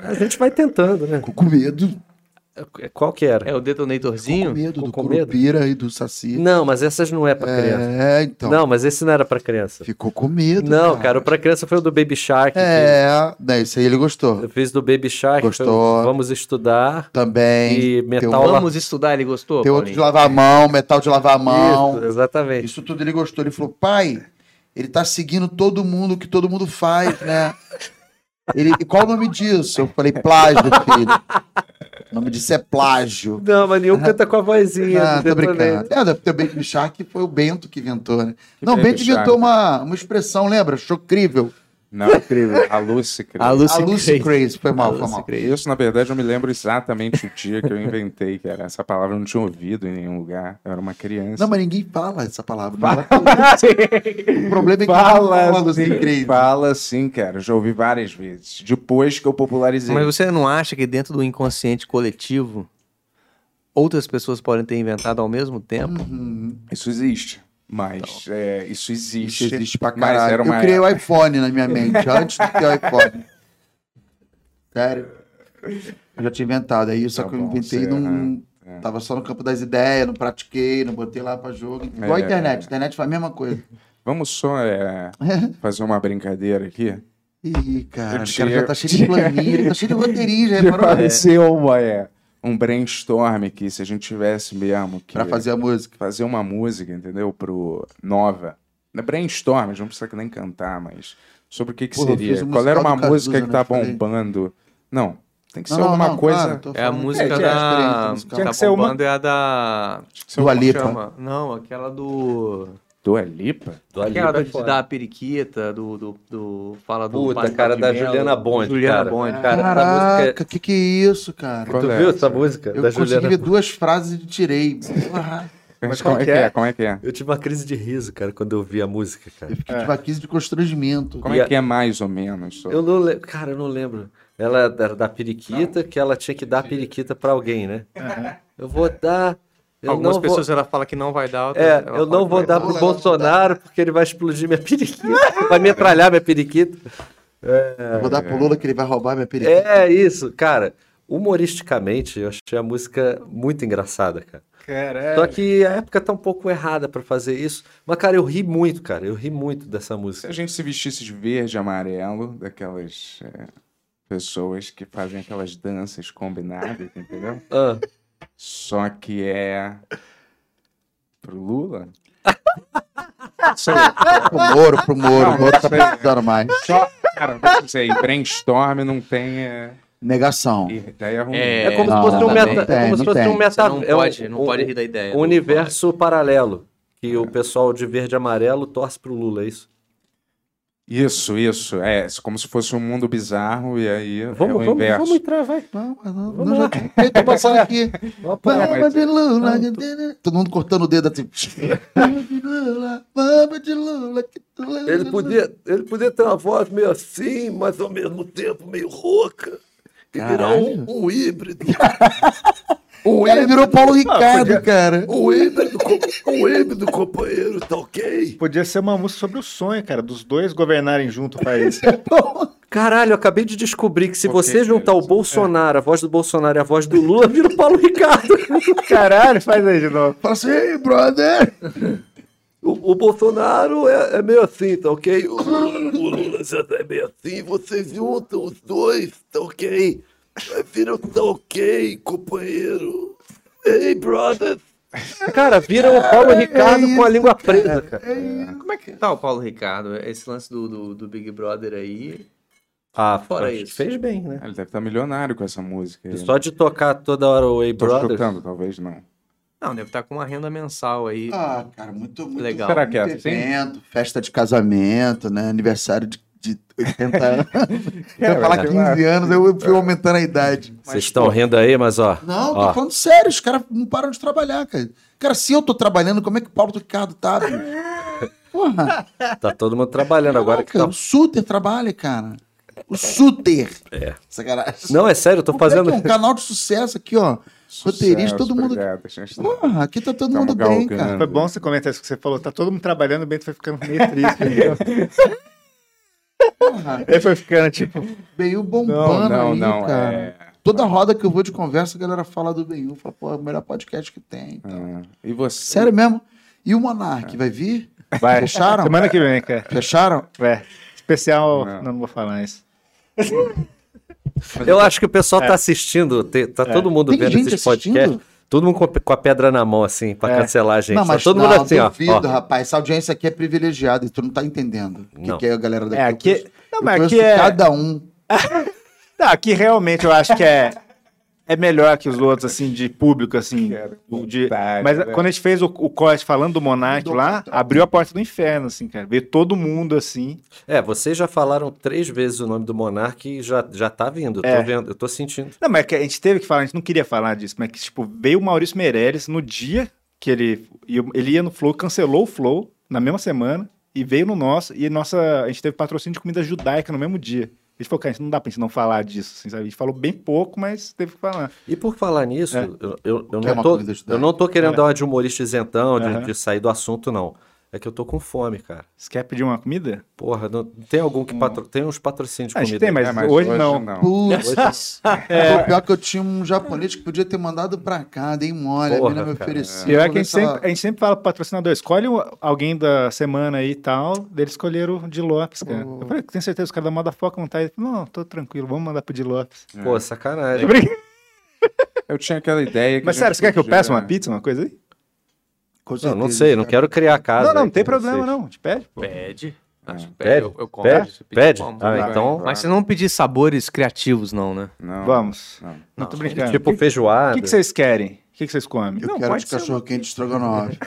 Speaker 8: A gente vai tentando, né?
Speaker 7: Ficou com medo.
Speaker 8: Qual que era?
Speaker 3: É o
Speaker 7: Com
Speaker 3: detonatorzinho?
Speaker 7: medo
Speaker 8: Ficou
Speaker 7: do
Speaker 8: com medo?
Speaker 7: Curupira e do Saci.
Speaker 8: Não, mas essas não é pra criança.
Speaker 7: É, então.
Speaker 8: Não, mas esse não era pra criança.
Speaker 7: Ficou com medo.
Speaker 8: Não, cara, o pra criança foi o do Baby Shark. que
Speaker 7: É, né, isso aí ele gostou.
Speaker 8: Eu fiz do Baby Shark.
Speaker 7: Gostou.
Speaker 8: foi o Vamos estudar.
Speaker 7: Também. um
Speaker 8: E metal
Speaker 7: outro-
Speaker 8: lá.
Speaker 3: Vamos estudar, ele gostou?
Speaker 7: Tem outro de
Speaker 3: Paulinho?
Speaker 7: lavar a mão, metal de lavar a mão.
Speaker 8: Isso, exatamente.
Speaker 7: Isso tudo ele gostou. Ele falou, pai, ele tá seguindo todo mundo, o que todo mundo faz, né? Ele, "E qual o nome disso? Eu falei, plágio, filho. O nome disso é plágio.
Speaker 8: Não, mas nenhum canta com a vozinha.
Speaker 7: Ah,
Speaker 8: do
Speaker 7: tô
Speaker 8: Detonator.
Speaker 7: brincando. É, deve ter o Baby Shark, foi o Bento que inventou, né? não, o
Speaker 6: Baby
Speaker 7: Bento inventou
Speaker 6: Shark?
Speaker 7: uma, uma expressão, lembra? Chocrível.
Speaker 6: Não, incrível. A Lucy,
Speaker 3: A
Speaker 6: cara.
Speaker 3: Lucy,
Speaker 7: a Ah, Lucy
Speaker 3: Crazy.
Speaker 7: Crazy. Foi mal, foi mal.
Speaker 6: Isso, na verdade, eu me lembro exatamente o dia que eu inventei, cara. Essa palavra eu não tinha ouvido em nenhum lugar. Eu era uma criança.
Speaker 7: Não, mas ninguém fala essa palavra. o problema é que ninguém fala Lucy Crazy.
Speaker 6: assim. fala sim, cara. Já ouvi várias vezes. Depois que eu popularizei.
Speaker 3: Mas você não acha que dentro do inconsciente coletivo outras pessoas podem ter inventado ao mesmo tempo?
Speaker 6: Isso existe. Mas é,
Speaker 7: Então. Isso
Speaker 6: isso existe.
Speaker 7: existe pra
Speaker 6: mas
Speaker 7: caralho.
Speaker 6: era uma
Speaker 7: Eu criei o iPhone na minha mente, antes de ter o iPhone. Sério. Eu já tinha inventado, aí só
Speaker 6: Tá
Speaker 7: que eu
Speaker 6: bom,
Speaker 7: inventei
Speaker 6: você-
Speaker 7: e não.
Speaker 6: é, é.
Speaker 7: Tava só no campo das ideias, não pratiquei, não botei lá pra jogo. Igual a
Speaker 6: É.
Speaker 7: internet, a internet foi a mesma coisa.
Speaker 6: Vamos só é, fazer uma brincadeira aqui.
Speaker 7: Ih, cara, o cara
Speaker 6: Eu
Speaker 7: já tá
Speaker 6: tinha-
Speaker 7: cheio de planilha, tá cheio de roteirinho, já
Speaker 6: Que
Speaker 7: reparou?
Speaker 6: parecia uma, é, um brainstorm aqui, se a gente tivesse mesmo que
Speaker 7: Pra fazer a música.
Speaker 6: fazer uma música, entendeu? Pro Nova. Não é Brainstorm, a gente não precisa nem cantar, mas sobre o que, que
Speaker 7: Porra, eu fiz
Speaker 6: seria?
Speaker 7: um
Speaker 6: Qual era
Speaker 7: musical
Speaker 6: uma
Speaker 7: do Cazuza,
Speaker 6: música que
Speaker 7: né,
Speaker 6: tá
Speaker 7: que eu falei.
Speaker 6: bombando? Não, tem que ser
Speaker 7: Não, não,
Speaker 6: alguma
Speaker 7: não,
Speaker 6: coisa.
Speaker 7: claro, tô
Speaker 3: É a
Speaker 7: falando-
Speaker 3: música
Speaker 7: que é a
Speaker 3: da.
Speaker 8: então,
Speaker 7: experiência musical.
Speaker 4: Tinha
Speaker 3: tá
Speaker 4: que ser uma-
Speaker 3: bombando é a da.
Speaker 7: Dua Lipa.
Speaker 3: Chama? Não, aquela do.
Speaker 6: Dua Lipa?
Speaker 8: Do Ali
Speaker 3: Aquela
Speaker 8: pra
Speaker 3: do-
Speaker 8: fora.
Speaker 3: da periquita, do, do, do- Fala do.
Speaker 8: é Puta,
Speaker 3: Padre
Speaker 8: cara, da
Speaker 3: Patimelo.
Speaker 8: Juliana Bond,
Speaker 3: Juliana
Speaker 8: cara.
Speaker 3: Bond.
Speaker 8: Cara, essa música
Speaker 7: Caraca, que que é isso, cara?
Speaker 6: Qual
Speaker 8: Tu
Speaker 6: é?
Speaker 8: viu essa música
Speaker 7: Eu
Speaker 8: da
Speaker 7: consegui
Speaker 8: Juliana?
Speaker 7: ver duas frases e tirei. Porra.
Speaker 6: Mas como é que é? Como é que é?
Speaker 8: Eu tive uma crise de riso, cara, quando eu vi a música, cara.
Speaker 7: Eu fiquei de vaquise de constrangimento.
Speaker 6: Como
Speaker 8: E
Speaker 6: é
Speaker 8: a-
Speaker 6: que é mais ou menos? só?
Speaker 8: Eu não lembro, cara, eu não lembro. Ela era da periquita, que ela tinha que dar a periquita pra alguém, né? Eu vou dar. Eu
Speaker 3: Algumas
Speaker 8: não vou-
Speaker 3: pessoas ela fala que não vai dar. outras
Speaker 8: É,
Speaker 3: ela
Speaker 8: eu
Speaker 3: fala
Speaker 8: não
Speaker 3: que
Speaker 8: vou
Speaker 3: vai
Speaker 8: dar
Speaker 7: Vamos
Speaker 8: pro
Speaker 7: lá,
Speaker 8: Bolsonaro porque ele vai explodir minha periquita. vai metralhar minha periquita.
Speaker 7: Vou dar pro Lula que ele vai roubar minha periquita.
Speaker 8: É isso, cara. Humoristicamente, eu achei a música muito engraçada, cara. Só
Speaker 4: Caralho.
Speaker 8: que a época tá um pouco errada pra fazer isso. Mas, cara, eu ri muito, cara. Eu ri muito dessa
Speaker 6: Se
Speaker 8: música.
Speaker 6: a gente se vestisse de verde e amarelo, daquelas é, pessoas que fazem aquelas danças combinadas, entendeu?
Speaker 8: Ah,
Speaker 6: Só que é. Pro Lula?
Speaker 8: É,
Speaker 7: Pro Moro, pro Moro. O Moro tá precisando mais.
Speaker 6: Só. Cara, não sei, brainstorm não tem. É,
Speaker 7: Negação.
Speaker 6: e daí é ruim.
Speaker 3: É,
Speaker 8: é como
Speaker 7: não,
Speaker 8: se fosse
Speaker 7: não
Speaker 8: um
Speaker 7: tem,
Speaker 8: meta.
Speaker 7: não
Speaker 8: É como se fosse
Speaker 7: tem, não
Speaker 8: um
Speaker 7: tem.
Speaker 8: meta.
Speaker 3: Você não
Speaker 8: é um-
Speaker 3: pode, não
Speaker 8: um-
Speaker 3: pode rir da ideia.
Speaker 8: um universo paralelo. Que o pessoal de verde e amarelo torce pro Lula, é isso?
Speaker 6: Isso, isso. É como se fosse um mundo bizarro e aí é o
Speaker 8: Vamos, vamos,
Speaker 6: inverso.
Speaker 8: vamos entrar, vai.
Speaker 7: Não, mas não, não já tinha feito passando aqui.
Speaker 8: Vamos apoiar.
Speaker 7: Vamos de Lula. né? Todo mundo cortando o dedo assim. Vamos de Lula, vamos de Lula. que é Lula-
Speaker 8: Ele podia, ele podia ter uma voz meio assim, mas ao mesmo tempo meio rouca. Que virar um, um híbrido.
Speaker 7: O cara virou
Speaker 8: Ah,
Speaker 7: Paulo Ricardo, cara.
Speaker 8: Um híbrido, co- um híbrido, companheiro, tá ok?
Speaker 4: Podia ser uma música sobre o sonho, cara, dos dois governarem junto o país.
Speaker 8: Caralho, eu acabei de descobrir que se
Speaker 6: Ok,
Speaker 8: você
Speaker 3: é
Speaker 8: juntar o
Speaker 6: beleza.
Speaker 8: Bolsonaro, a voz do Bolsonaro e a voz do Lula, vira o Paulo Ricardo.
Speaker 4: Caralho, faz aí de novo.
Speaker 7: Fala assim, ei, brother.
Speaker 8: O, o Bolsonaro é, é meio assim, tá ok? O, o Lula já é meio assim, vocês juntam os dois, tá ok? Aí Vira o tá ok, companheiro. Hey, brother! Cara, vira o Paulo
Speaker 7: É
Speaker 8: Ricardo com a língua presa, cara.
Speaker 9: Como é que tá o Paulo Ricardo? Esse lance do, do, do Big Brother aí.
Speaker 8: Ah,
Speaker 9: Fora
Speaker 8: acho que
Speaker 9: isso.
Speaker 8: Fez bem, né?
Speaker 6: Ele deve estar milionário com essa música. aí.
Speaker 8: E Só de tocar toda hora o Hey
Speaker 6: Tô
Speaker 8: Brother.
Speaker 6: chutando, talvez não.
Speaker 9: Não, deve estar com uma renda mensal aí.
Speaker 7: Ah, cara, muito, muito
Speaker 9: Legal.
Speaker 6: Será que é
Speaker 7: muito
Speaker 6: assim?
Speaker 7: evento, festa de casamento, né? Aniversário de, de 80 anos.
Speaker 8: É
Speaker 7: eu ia falar
Speaker 6: verdade.
Speaker 7: 15 anos, eu fui aumentando a idade.
Speaker 8: Vocês estão rindo aí, mas ó.
Speaker 7: Não, tô
Speaker 8: ó,
Speaker 7: falando sério, os caras não param de trabalhar, cara. Cara, se eu tô trabalhando, como é que o Paulo Ricardo tá? bicho? Porra,
Speaker 8: Tá todo mundo trabalhando agora que tá.
Speaker 7: caraca, o Suter trabalha, cara. O Suter.
Speaker 8: É.
Speaker 7: Sacanagem.
Speaker 8: Não, é sério, eu tô
Speaker 7: O moleque
Speaker 8: fazendo.
Speaker 7: É um canal de sucesso aqui, ó. Roteirista, todo mundo.
Speaker 6: Obrigado, gente.
Speaker 7: Porra, aqui tá todo
Speaker 6: Tamo
Speaker 7: mundo bem,
Speaker 6: galgando.
Speaker 7: cara.
Speaker 4: Foi bom você comentar isso que você falou. Tá todo mundo trabalhando, o Bento foi ficando meio triste. entendeu?
Speaker 7: Porra,
Speaker 4: Ele foi ficando tipo.
Speaker 7: Benhu
Speaker 6: Não,
Speaker 7: bombando
Speaker 6: não,
Speaker 7: aí,
Speaker 6: não.
Speaker 7: cara.
Speaker 6: é-
Speaker 7: Toda roda que eu vou de conversa, a galera fala do Benhu. Fala, pô, é o melhor podcast que tem.
Speaker 6: é. E você?
Speaker 7: Sério mesmo? E o
Speaker 8: É.
Speaker 7: Monark, vai vir?
Speaker 4: Vai.
Speaker 7: Fecharam?
Speaker 4: Semana que vem, cara.
Speaker 7: Fecharam?
Speaker 4: É. Especial.
Speaker 6: Não.
Speaker 4: Não, vou falar isso.
Speaker 8: Eu acho que o pessoal
Speaker 4: É.
Speaker 8: tá assistindo, te- tá todo mundo
Speaker 7: Tem
Speaker 8: vendo
Speaker 7: gente
Speaker 8: esses
Speaker 7: assistindo?
Speaker 8: podcasts. Todo mundo com a, com a pedra na mão, assim, pra
Speaker 4: É.
Speaker 8: cancelar a gente.
Speaker 7: não, mas
Speaker 8: tá todo
Speaker 7: não,
Speaker 8: mundo assim, ó,
Speaker 7: duvido,
Speaker 8: ó.
Speaker 7: rapaz. Essa audiência aqui é privilegiada e tu não tá entendendo. O que,
Speaker 8: Não.
Speaker 7: que é a galera daqui?
Speaker 4: É,
Speaker 7: Eu
Speaker 4: aqui.
Speaker 7: conheço-
Speaker 4: Não,
Speaker 7: eu
Speaker 4: mas aqui
Speaker 7: conheço
Speaker 4: é.
Speaker 7: Cada um.
Speaker 4: Não, aqui realmente eu acho que é. É melhor que os outros, assim, de público, assim. o de-
Speaker 6: Verdade, né?
Speaker 4: Mas
Speaker 6: velho.
Speaker 4: quando a gente fez o, o corte falando do Monark lá, abriu a porta do inferno, assim, cara. Veio todo mundo, assim.
Speaker 8: É, vocês já falaram três vezes o nome do Monark e já, já tá vindo. Eu tô
Speaker 4: É.
Speaker 8: vendo, eu tô sentindo.
Speaker 4: Não, mas é que a gente teve que falar, a gente não queria falar disso, mas que, tipo, veio o Maurício Meirelles no dia que ele, ia- ele ia no Flow, cancelou o Flow na mesma semana e veio no nosso, e nossa, a gente teve patrocínio de comida judaica no mesmo dia. A gente falou, cara, a gente não dá pra gente não falar disso, assim, sabe? A gente falou bem pouco, mas teve que falar.
Speaker 8: E por falar nisso,
Speaker 4: É.
Speaker 8: eu, eu, eu
Speaker 7: Quer
Speaker 8: não
Speaker 7: uma
Speaker 8: tô,
Speaker 7: comida judaica?
Speaker 8: eu não tô querendo dar uma de humorista isentão, de,
Speaker 4: Aham.
Speaker 8: de sair do assunto, não. É que eu tô com fome, cara.
Speaker 4: Você quer pedir uma comida?
Speaker 8: Porra, não- tem algum que patro... tem uns patrocínios de
Speaker 4: Ah, a
Speaker 8: comida.
Speaker 4: gente Hum. tem, mas,
Speaker 6: É, mas
Speaker 4: hoje, não.
Speaker 7: Putz. Pô, Pior que eu tinha um japonês que podia ter mandado pra cá, dei mole, a
Speaker 8: Porra,
Speaker 7: menina me
Speaker 8: cara.
Speaker 7: ofereceu.
Speaker 4: Pior é que a
Speaker 7: Vamos
Speaker 4: gente,
Speaker 7: ver se ela-
Speaker 4: sempre, a gente sempre fala pro patrocinador, escolhe um- alguém da semana aí e tal, daí eles escolheram o de Lopes, cara. Eu falei, tem certeza que os caras da moda foca não tá aí? Ele falou, Não, tô tranquilo, vamos mandar pro de Lopes.
Speaker 8: Pô, sacanagem.
Speaker 6: Eu tinha aquela ideia que.
Speaker 4: Mas
Speaker 6: a
Speaker 4: sério,
Speaker 6: gente
Speaker 4: você quer que eu
Speaker 6: podia-
Speaker 4: peça uma pizza, uma coisa aí?
Speaker 7: Com
Speaker 4: É.
Speaker 7: certeza, é.
Speaker 8: Não, não sei, não
Speaker 7: cara.
Speaker 8: quero criar casa.
Speaker 4: não, não,
Speaker 8: aí
Speaker 4: não tem
Speaker 8: com
Speaker 4: problema
Speaker 8: vocês.
Speaker 4: não, te pede. pô.
Speaker 9: Pede. Acho que
Speaker 8: Pede?
Speaker 9: pede. Eu, eu compro.
Speaker 8: Pede?
Speaker 9: Se pedir,
Speaker 8: Pede?
Speaker 9: eu compro.
Speaker 8: Ah,
Speaker 6: Vai,
Speaker 8: então.
Speaker 6: vai.
Speaker 9: Mas você não pedir sabores criativos, não, né?
Speaker 6: Não.
Speaker 4: Vamos.
Speaker 6: Não.
Speaker 4: Não, tô brincando.
Speaker 8: Tipo
Speaker 4: o que,
Speaker 8: feijoada.
Speaker 4: que que vocês querem? O que, que vocês comem?
Speaker 7: Eu
Speaker 4: Não,
Speaker 7: quero
Speaker 4: pode
Speaker 7: de
Speaker 4: ser uma-
Speaker 7: cachorro quente de estrogonofe.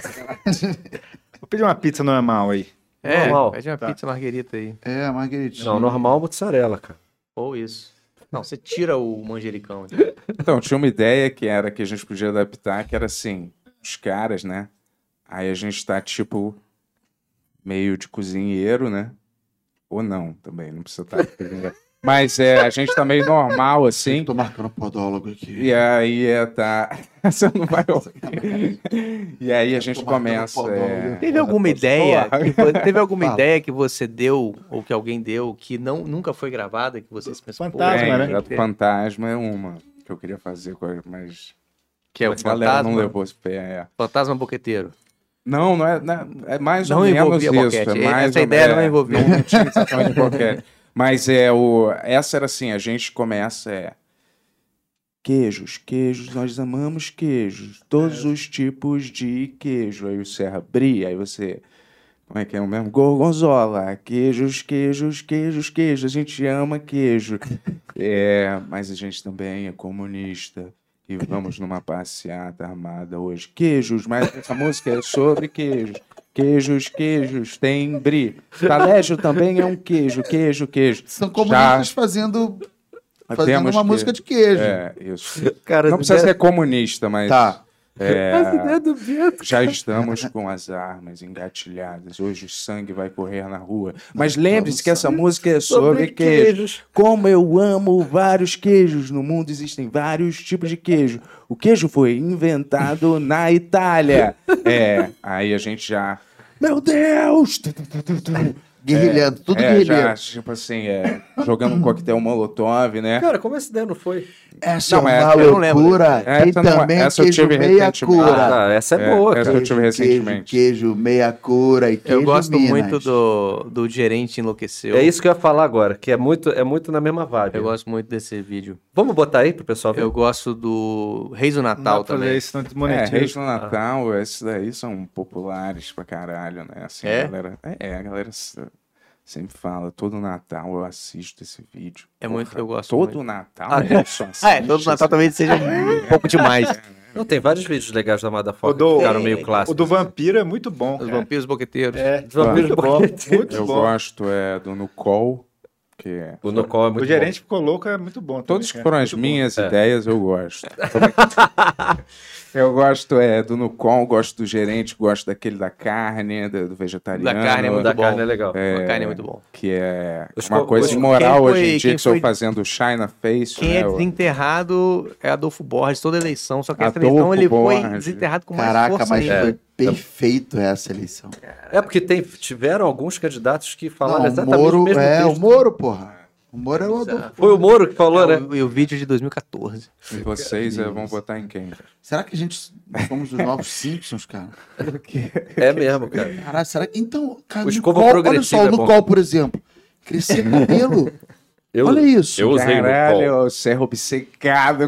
Speaker 4: Vou pedir uma pizza normal aí.
Speaker 9: É,
Speaker 8: Normal.
Speaker 9: pede uma
Speaker 4: Tá.
Speaker 9: pizza marguerita aí.
Speaker 7: É, margueritinha.
Speaker 8: Não, normal mozzarella, cara.
Speaker 9: Ou isso. Não, você tira o manjericão.
Speaker 6: Então, tinha uma ideia que era que a gente podia adaptar, que era assim, os caras, né? Aí a gente tá, tipo, meio de cozinheiro, né? Ou não, também, não precisa estar de cozinheiro. Mas é, a gente tá meio normal, assim.
Speaker 7: Tô marcando podólogo aqui.
Speaker 6: E aí é, tá. Você não vai ouvir. E aí a gente
Speaker 7: Tô marcando
Speaker 6: começa.
Speaker 7: podólogo.
Speaker 6: É...
Speaker 9: Teve alguma ideia?
Speaker 6: Porra.
Speaker 9: que vo- teve alguma
Speaker 7: tá Fala.
Speaker 9: ideia que você deu ou que alguém deu que não, nunca foi gravada que vocês pensam? pô,
Speaker 4: Fantasma,
Speaker 9: tem
Speaker 4: né?
Speaker 9: que
Speaker 6: Tem,
Speaker 9: ter.
Speaker 6: é, Fantasma é uma que eu queria fazer, com a- mas
Speaker 9: Que é
Speaker 6: a
Speaker 9: o
Speaker 6: galera não
Speaker 9: fantasma,
Speaker 6: levou esse pé. É.
Speaker 9: fantasma boqueteiro.
Speaker 6: Não, não é, não é é mais
Speaker 9: Não
Speaker 6: ou menos
Speaker 9: envolvia
Speaker 6: isso.
Speaker 9: boquete.
Speaker 6: É mais
Speaker 9: Essa
Speaker 6: ou-
Speaker 9: ideia não
Speaker 6: é,
Speaker 9: envolvia.
Speaker 6: Não, não tinha exatamente boquete. Mas é o, essa era assim, a gente começa é, queijos, queijos, nós amamos queijos, todos os tipos de queijo. Aí você abria, aí você como é que é o mesmo? Gorgonzola, queijos, queijos, queijos, queijos. A gente ama queijo. É, mas a gente também é comunista. E vamos numa passeata armada hoje. Queijos, mas essa música é sobre queijos. Queijos, queijos, tem brie. Talégio também é um queijo, queijo, queijo.
Speaker 7: São comunistas fazendo,
Speaker 6: Já
Speaker 7: fazendo
Speaker 6: temos
Speaker 7: uma
Speaker 6: que-
Speaker 7: música de queijo.
Speaker 6: É, isso.
Speaker 8: Cara,
Speaker 6: Não precisa ser comunista, mas.
Speaker 7: Tá.
Speaker 6: É,
Speaker 8: do vento.
Speaker 6: já estamos com as armas engatilhadas. Hoje o sangue vai correr na rua. Mas lembre-se que essa música é sobre queijo. Como eu amo vários queijos. No mundo existem vários tipos de queijo. O queijo foi inventado na Itália. É, aí a gente já. Meu Deus!
Speaker 7: Guerrilhando, tudo
Speaker 6: é, já,
Speaker 7: guerrilhando.
Speaker 6: tipo assim, é, jogando um coquetel molotov, né?
Speaker 8: Cara, como essa ideia não foi?
Speaker 7: Essa
Speaker 6: Não,
Speaker 7: é
Speaker 6: essa
Speaker 7: uma
Speaker 6: eu não lembro.
Speaker 7: loucura.
Speaker 6: Essa
Speaker 7: Tem
Speaker 6: eu não- é-
Speaker 7: também
Speaker 6: essa eu
Speaker 7: queijo
Speaker 6: tive
Speaker 7: meia
Speaker 6: recentemente.
Speaker 7: cura.
Speaker 8: Ah, essa é,
Speaker 6: É,
Speaker 8: boa,
Speaker 6: essa
Speaker 8: cara.
Speaker 6: eu tive recentemente.
Speaker 7: Queijo, queijo meia cura e queijo
Speaker 9: Eu gosto
Speaker 7: Minas.
Speaker 9: muito do, do gerente enlouqueceu.
Speaker 8: É isso que eu ia falar agora, que é muito, é muito na mesma vibe.
Speaker 9: Eu gosto muito desse vídeo.
Speaker 8: Vamos botar aí pro pessoal ver?
Speaker 9: Eu gosto do Reis do
Speaker 4: Não dá
Speaker 9: Natal
Speaker 4: pra fazer
Speaker 9: também.
Speaker 4: isso, senão
Speaker 6: É,
Speaker 4: desmonetiza.
Speaker 6: Reis do Natal, esses daí são populares pra caralho, né? Assim,
Speaker 9: É?
Speaker 6: a galera. É, é, a galera se- sempre fala, todo Natal eu assisto esse vídeo.
Speaker 9: É muito- eu gosto
Speaker 6: Todo
Speaker 9: muito.
Speaker 6: Natal eu só assisto.
Speaker 9: Ah, é, todo Natal talvez seja um pouco demais.
Speaker 8: Não, tem vários vídeos legais da
Speaker 4: O
Speaker 8: Madafoca que
Speaker 4: do,
Speaker 8: ficaram meio
Speaker 4: o
Speaker 8: clássicos.
Speaker 4: do vampiro é muito bom.
Speaker 9: Os
Speaker 4: cara.
Speaker 9: vampiros boqueteiros.
Speaker 4: É,
Speaker 8: Vampiro
Speaker 4: muito bom. Muito
Speaker 6: Eu
Speaker 4: bom.
Speaker 6: gosto é, do Nucol, que é.
Speaker 8: O Nocol é muito
Speaker 4: o gerente ficou louco, é muito bom.
Speaker 6: Todas que
Speaker 4: também, cara.
Speaker 6: foram as minhas
Speaker 9: É.
Speaker 6: ideias, eu gosto. eu gosto é, do Nucol, gosto do gerente, gosto daquele da carne, do, do vegetariano.
Speaker 9: carne é
Speaker 8: bom. O
Speaker 9: muito
Speaker 8: da
Speaker 9: bom.
Speaker 8: carne é legal.
Speaker 9: É... A carne é muito bom.
Speaker 6: Que é
Speaker 8: Os
Speaker 6: uma
Speaker 8: co-
Speaker 6: coisa
Speaker 8: os-
Speaker 6: imoral
Speaker 9: quem foi-
Speaker 6: hoje em dia
Speaker 9: quem
Speaker 6: que estou
Speaker 9: foi-
Speaker 6: fazendo China Face.
Speaker 9: Quem
Speaker 6: né?
Speaker 9: é
Speaker 6: eu-
Speaker 9: desenterrado é Adolfo Borges, toda eleição. Só que essa
Speaker 6: Adolfo
Speaker 9: eleição ele foi
Speaker 6: Borges.
Speaker 9: desenterrado com mais
Speaker 7: Caraca,
Speaker 9: força
Speaker 7: mas
Speaker 9: ainda.
Speaker 6: É.
Speaker 7: foi perfeito essa eleição.
Speaker 8: É porque tem, tiveram alguns candidatos que falaram
Speaker 7: Não, o
Speaker 8: exatamente o
Speaker 7: Moro,
Speaker 8: mesmo
Speaker 7: é,
Speaker 8: texto.
Speaker 7: o Moro, porra. O Moro é o Adolfo.
Speaker 8: Foi o Moro que falou,
Speaker 9: É,
Speaker 8: né?
Speaker 9: o, e o vídeo de 2014.
Speaker 6: E vocês eh, vão votar em quem?
Speaker 7: Será que a gente somos os novos Simpsons, cara?
Speaker 8: É mesmo, cara.
Speaker 7: Caralho, será que. Então, cara,
Speaker 8: O
Speaker 7: no
Speaker 8: escova
Speaker 7: col- olha
Speaker 8: progressiva
Speaker 7: só,
Speaker 8: é
Speaker 7: no
Speaker 8: bom.
Speaker 7: col, por exemplo. Crescer cabelo.
Speaker 8: Eu,
Speaker 7: olha isso.
Speaker 8: Eu usei
Speaker 6: Caralho,
Speaker 8: o Nocol.
Speaker 6: eu ser obcecado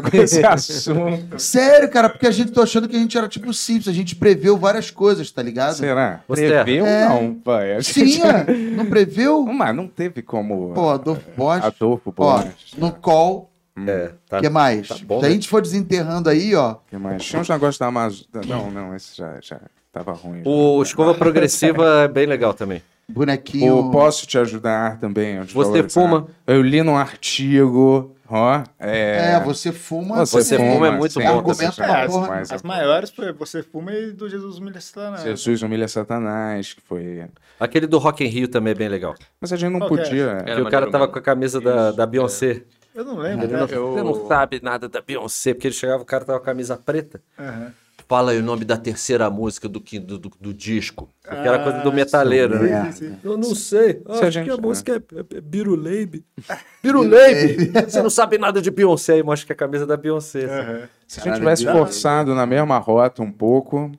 Speaker 6: com esse assunto.
Speaker 7: Sério, cara, porque a gente tá achando que a gente era tipo Simpsons. A gente preveu várias coisas, tá ligado?
Speaker 6: Será?
Speaker 8: Você
Speaker 6: Preveu
Speaker 7: é.
Speaker 6: não, pai? A
Speaker 7: Sim,
Speaker 6: gente-
Speaker 7: é. Não preveu?
Speaker 6: Mas não teve como.
Speaker 7: Pô, Adolfo
Speaker 8: Ah,
Speaker 7: Borges.
Speaker 6: Adolfo
Speaker 7: Ó,
Speaker 6: Borges.
Speaker 7: no call,
Speaker 8: É, né? tá.
Speaker 7: o que mais?
Speaker 8: tá bom,
Speaker 7: Se a gente for desenterrando aí, ó.
Speaker 6: Que mais? Tinha uns negócios da Amazônia. Não, não, esse já, já tava ruim. já.
Speaker 8: O Escova Progressiva é bem legal também.
Speaker 7: Bonequinho.
Speaker 6: O Posso Te Ajudar também. é um
Speaker 8: Você
Speaker 6: desvalorizado.
Speaker 8: fuma?
Speaker 6: Eu li num artigo. Ó, é...
Speaker 7: É, você fuma.
Speaker 8: Você fuma, é muito
Speaker 6: sim,
Speaker 8: bom também.
Speaker 6: você
Speaker 7: Argumenta
Speaker 6: fuma,
Speaker 7: uma
Speaker 4: as,
Speaker 7: porra,
Speaker 6: mas- é
Speaker 4: as maiores foi Você Fuma e do Jesus Humilha Satanás.
Speaker 6: Jesus humilha Satanás, que foi...
Speaker 8: Aquele do Rock in Rio também é bem legal.
Speaker 6: Mas a gente não
Speaker 4: Qual que
Speaker 6: podia...
Speaker 8: que o cara tava com a camisa da, da Beyoncé.
Speaker 4: Eu não lembro, né?
Speaker 8: Você não sabe nada da Beyoncé, porque ele chegava, o cara tava com a camisa preta.
Speaker 4: Aham.
Speaker 8: Fala aí o nome da terceira música do, que- do, do, do disco. Aquela coisa do metaleiro,
Speaker 4: É.
Speaker 8: né?
Speaker 7: merda.
Speaker 8: Eu não sei.
Speaker 6: a acho gente- que a música
Speaker 8: é, Biruleibe. Biruleibe! Você não sabe nada de Beyoncé, e mostra que é a camisa da Beyoncé. sabe?
Speaker 4: Aham.
Speaker 6: Se a gente tivesse
Speaker 7: Caralho,
Speaker 6: forçado na mesma rota um pouco,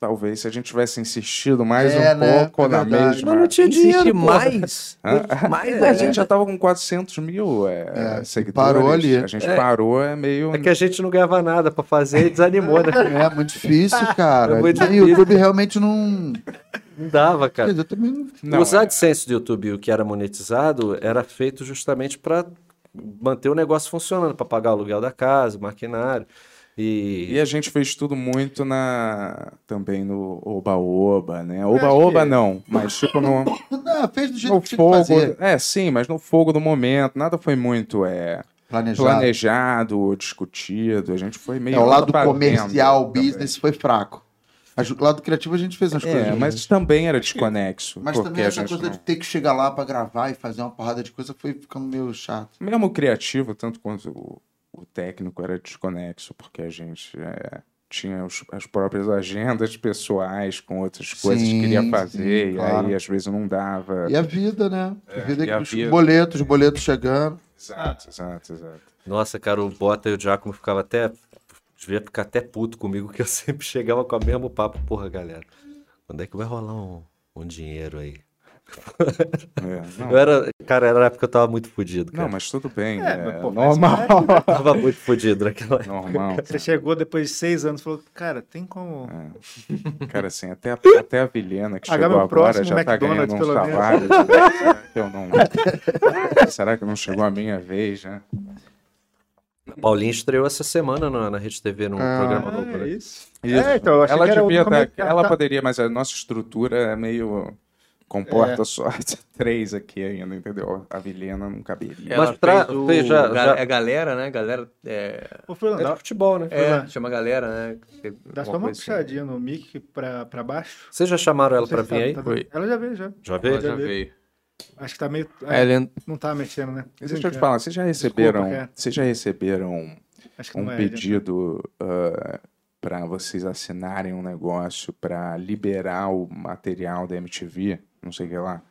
Speaker 6: talvez se a gente tivesse insistido mais
Speaker 7: É,
Speaker 6: um
Speaker 7: né?
Speaker 6: pouco
Speaker 7: É
Speaker 6: na
Speaker 7: verdade.
Speaker 6: mesma.
Speaker 9: tinha dinheiro mais.
Speaker 6: Hã?
Speaker 9: mais
Speaker 6: A
Speaker 9: é.
Speaker 6: gente já tava com 400 mil é,
Speaker 7: É,
Speaker 6: seguidores.
Speaker 7: parou ali.
Speaker 6: A gente parou, é meio.
Speaker 8: É que a gente não ganhava nada pra fazer e desanimou, né?
Speaker 7: É muito difícil, cara.
Speaker 8: É muito
Speaker 7: E o YouTube realmente não.
Speaker 8: Não dava,
Speaker 7: Quer
Speaker 8: cara.
Speaker 7: dizer, eu também não.
Speaker 6: Não,
Speaker 8: Os
Speaker 6: é-
Speaker 8: AdSense do YouTube, o que era monetizado, era feito justamente pra manter o negócio funcionando, pra pagar o aluguel da casa, o maquinário.
Speaker 6: E é-
Speaker 8: E,
Speaker 6: a gente fez tudo muito na também no Oba-Oba, né? Oba-Oba não, mas tipo no,
Speaker 7: Não, fez do jeito
Speaker 6: no
Speaker 7: que tinha que
Speaker 6: fogo.
Speaker 8: né?
Speaker 7: fazer.
Speaker 6: É, sim, mas no fogo do momento. Nada foi muito é,
Speaker 7: Planejado.
Speaker 6: planejado ou discutido. A gente foi meio.
Speaker 7: É, o lado
Speaker 6: pra
Speaker 7: comercial,
Speaker 6: dentro também.
Speaker 7: business, foi fraco. Mas o lado criativo a gente fez umas
Speaker 6: É,
Speaker 7: coisas.
Speaker 6: mas também era desconexo.
Speaker 7: Mas
Speaker 6: porque
Speaker 7: também
Speaker 6: a
Speaker 7: essa
Speaker 6: gente
Speaker 7: coisa
Speaker 6: não-
Speaker 7: de ter que chegar lá pra gravar e fazer uma porrada de coisa foi ficando meio chato.
Speaker 6: Mesmo o criativo, tanto quanto o, o técnico, era desconexo, porque a gente é, tinha os- as próprias agendas pessoais com outras coisas que queria
Speaker 7: sim,
Speaker 6: fazer, e
Speaker 7: claro.
Speaker 6: aí às vezes não dava.
Speaker 7: E a vida, né? a vida
Speaker 6: e
Speaker 7: é
Speaker 6: a
Speaker 7: que os
Speaker 6: vida.
Speaker 7: boletos, os boletos chegando.
Speaker 6: Exato, exato, exato.
Speaker 8: nossa, cara, o Bota e o Giacomo ficava até. Devia ficar até puto comigo, que eu sempre chegava com o mesmo papo. Porra, galera, quando é que vai rolar um, um dinheiro aí?
Speaker 6: É,
Speaker 8: Eu
Speaker 6: não,
Speaker 8: era. Cara, era a época que eu tava muito fudido, cara.
Speaker 6: não, mas tudo bem.
Speaker 4: É,
Speaker 6: É,
Speaker 4: mas, pô, faz
Speaker 6: normal.
Speaker 8: Eu tava muito fudido naquela época.
Speaker 6: Normal.
Speaker 4: Você chegou depois de seis anos e falou, cara, tem como...
Speaker 6: É. Cara, assim, até a, até a Vilhena que
Speaker 4: Pagar
Speaker 6: chegou
Speaker 4: meu
Speaker 6: agora
Speaker 4: próximo
Speaker 6: já tá
Speaker 4: McDonald's,
Speaker 6: ganhando um
Speaker 4: pelo menos.
Speaker 6: salário. Será que eu não- Será que não chegou a minha vez, né?
Speaker 8: Paulinho estreou essa semana na, na Rede TV num programa novo.
Speaker 4: Ah,
Speaker 8: né?
Speaker 4: é isso.
Speaker 6: Isso.
Speaker 4: É, então, eu achei
Speaker 6: ela
Speaker 4: que era
Speaker 6: devia
Speaker 4: o... como é
Speaker 6: tá-
Speaker 4: que-
Speaker 6: ela
Speaker 4: tá-
Speaker 6: poderia, mas a nossa estrutura é meio comporta
Speaker 4: É.
Speaker 6: sorte três aqui ainda, entendeu? A Vilhena não caberia.
Speaker 8: Mas
Speaker 9: Ela
Speaker 8: tra-
Speaker 9: fez o
Speaker 8: fez já-
Speaker 9: ga-
Speaker 8: já-
Speaker 9: É galera, né? Galera. É,
Speaker 4: tá. Ô, Fernando,
Speaker 8: É de
Speaker 4: dá,
Speaker 8: futebol, né?
Speaker 9: é,
Speaker 4: lá.
Speaker 9: chama galera, né? Tem
Speaker 4: dá
Speaker 9: alguma
Speaker 4: só uma
Speaker 9: coisa assim.
Speaker 4: puxadinha no mic pra, pra baixo.
Speaker 8: Vocês já chamaram ela
Speaker 4: Não sei
Speaker 8: pra
Speaker 4: se
Speaker 8: vir
Speaker 4: tá-
Speaker 8: aí?
Speaker 4: tá-
Speaker 9: Foi.
Speaker 4: Ela já veio, já.
Speaker 8: Já veio?
Speaker 9: Ela já
Speaker 4: veio.
Speaker 9: veio.
Speaker 4: Acho que tá meio...
Speaker 9: É, Ellen-
Speaker 4: Não tá mexendo, né?
Speaker 6: Deixa eu te falar, vocês já receberam,
Speaker 4: cara.
Speaker 6: vocês já receberam
Speaker 4: Acho que
Speaker 6: um
Speaker 4: não é. gente.
Speaker 6: pedido para vocês assinarem um negócio para liberar o material da MTV, não sei o que lá.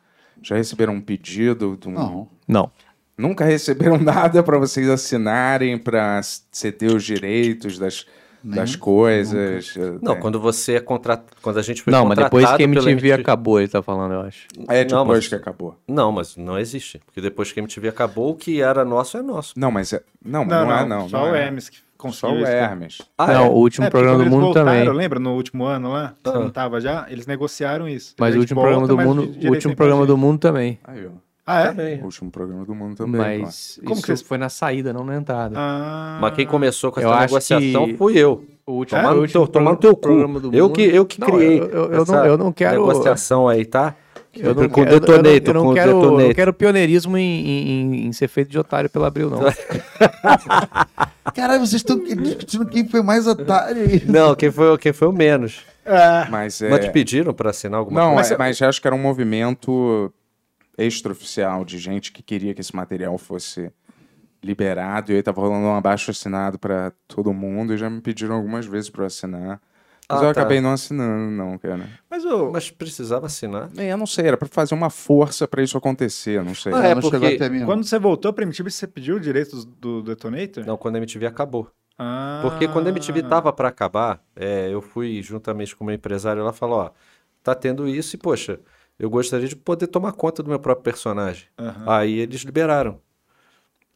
Speaker 6: Já receberam um pedido? de um-
Speaker 7: Não.
Speaker 9: Não.
Speaker 6: Nunca receberam nada para vocês assinarem, para ceder os direitos das,
Speaker 7: Nem-
Speaker 6: das coisas?
Speaker 8: Não,
Speaker 6: É.
Speaker 8: quando você é contratado. Quando a gente foi
Speaker 9: Não, mas depois que a
Speaker 8: contratado pela
Speaker 9: MTV acabou, ele tá falando, eu tipo, acho.
Speaker 6: É depois
Speaker 8: não, mas-
Speaker 6: que acabou.
Speaker 8: Não, mas não existe. Porque depois que a MTV acabou, o que era nosso é nosso.
Speaker 6: Não, mas é- não,
Speaker 4: Não,
Speaker 6: não,
Speaker 4: não,
Speaker 6: é não.
Speaker 4: só
Speaker 6: não
Speaker 4: o
Speaker 6: é.
Speaker 4: Hermes que
Speaker 6: Só
Speaker 4: conseguiu
Speaker 6: o
Speaker 4: isso.
Speaker 6: Hermes.
Speaker 8: Ah,
Speaker 9: não,
Speaker 8: é?
Speaker 9: o último
Speaker 4: É, porque
Speaker 9: programa
Speaker 4: quando
Speaker 9: do
Speaker 4: eles
Speaker 9: mundo
Speaker 4: voltaram, né?
Speaker 9: também. Ah.
Speaker 4: Lembra no último ano lá? Você não tava já? Eles negociaram isso.
Speaker 9: Mas
Speaker 4: A
Speaker 9: o
Speaker 4: gente
Speaker 9: último
Speaker 4: volta,
Speaker 9: programa do
Speaker 4: mas
Speaker 9: mundo,
Speaker 4: direitinho
Speaker 9: o último
Speaker 4: pra
Speaker 9: programa
Speaker 4: gente.
Speaker 9: do mundo também.
Speaker 6: Aí,
Speaker 4: é
Speaker 6: ó.
Speaker 4: assim. Ah, é?
Speaker 8: Também.
Speaker 6: Último programa do mundo também. claro.
Speaker 9: Mas
Speaker 4: Como
Speaker 9: isso
Speaker 4: que vocês-
Speaker 9: foi na saída, não na entrada.
Speaker 4: Ah,
Speaker 8: Mas quem começou com
Speaker 9: Eu
Speaker 8: essa
Speaker 9: acho
Speaker 8: negociação
Speaker 9: que-
Speaker 8: fui eu.
Speaker 9: O último,
Speaker 8: Tomar
Speaker 9: o
Speaker 8: no
Speaker 9: último
Speaker 8: teu, tomar no
Speaker 9: programa-
Speaker 8: teu cu.
Speaker 9: programa do
Speaker 8: eu
Speaker 9: mundo.
Speaker 8: que, eu que
Speaker 9: Não,
Speaker 8: criei.
Speaker 9: eu- eu- eu
Speaker 8: essa
Speaker 9: não- eu não quero-
Speaker 8: Negociação aí, tá?
Speaker 9: Eu não,
Speaker 8: com
Speaker 9: quero- eu-
Speaker 8: detonei,
Speaker 9: eu não- eu
Speaker 8: tô
Speaker 9: não
Speaker 8: com
Speaker 9: quero, eu
Speaker 8: detonei.
Speaker 9: não quero pioneirismo em, em- em- em ser feito de otário pela Abril, não.
Speaker 7: Caralho, vocês estão discutindo quem foi mais otário aí.
Speaker 8: Não, quem foi, quem foi o menos.
Speaker 4: Ah,
Speaker 6: Mas é.
Speaker 8: Mas tipo, te pediram pra assinar alguma
Speaker 6: Não,
Speaker 8: coisa?
Speaker 6: mas, mas acho que era um movimento extraoficial de gente que queria que esse material fosse liberado e aí tava rolando um abaixo assinado para todo mundo e já me pediram algumas vezes para assinar. Mas
Speaker 8: Ah,
Speaker 6: eu
Speaker 8: tá.
Speaker 6: acabei não assinando, não, cara.
Speaker 9: Mas o.
Speaker 8: Mas precisava assinar.
Speaker 6: Bem, eu não sei, era para fazer uma força para isso acontecer, não sei.
Speaker 8: Ah, é
Speaker 7: não
Speaker 8: porque-
Speaker 7: chegou até mim. não.
Speaker 4: Quando você voltou pra MTV, você pediu o direito do, do Detonator?
Speaker 8: Não, quando a MTV acabou.
Speaker 4: É. Ah.
Speaker 8: Porque quando a MTV tava pra acabar, é, eu fui juntamente com o meu empresário lá e falou, ó, tá tendo isso e, poxa, eu gostaria de poder tomar conta do meu próprio personagem.
Speaker 4: Aham.
Speaker 8: Aí eles liberaram.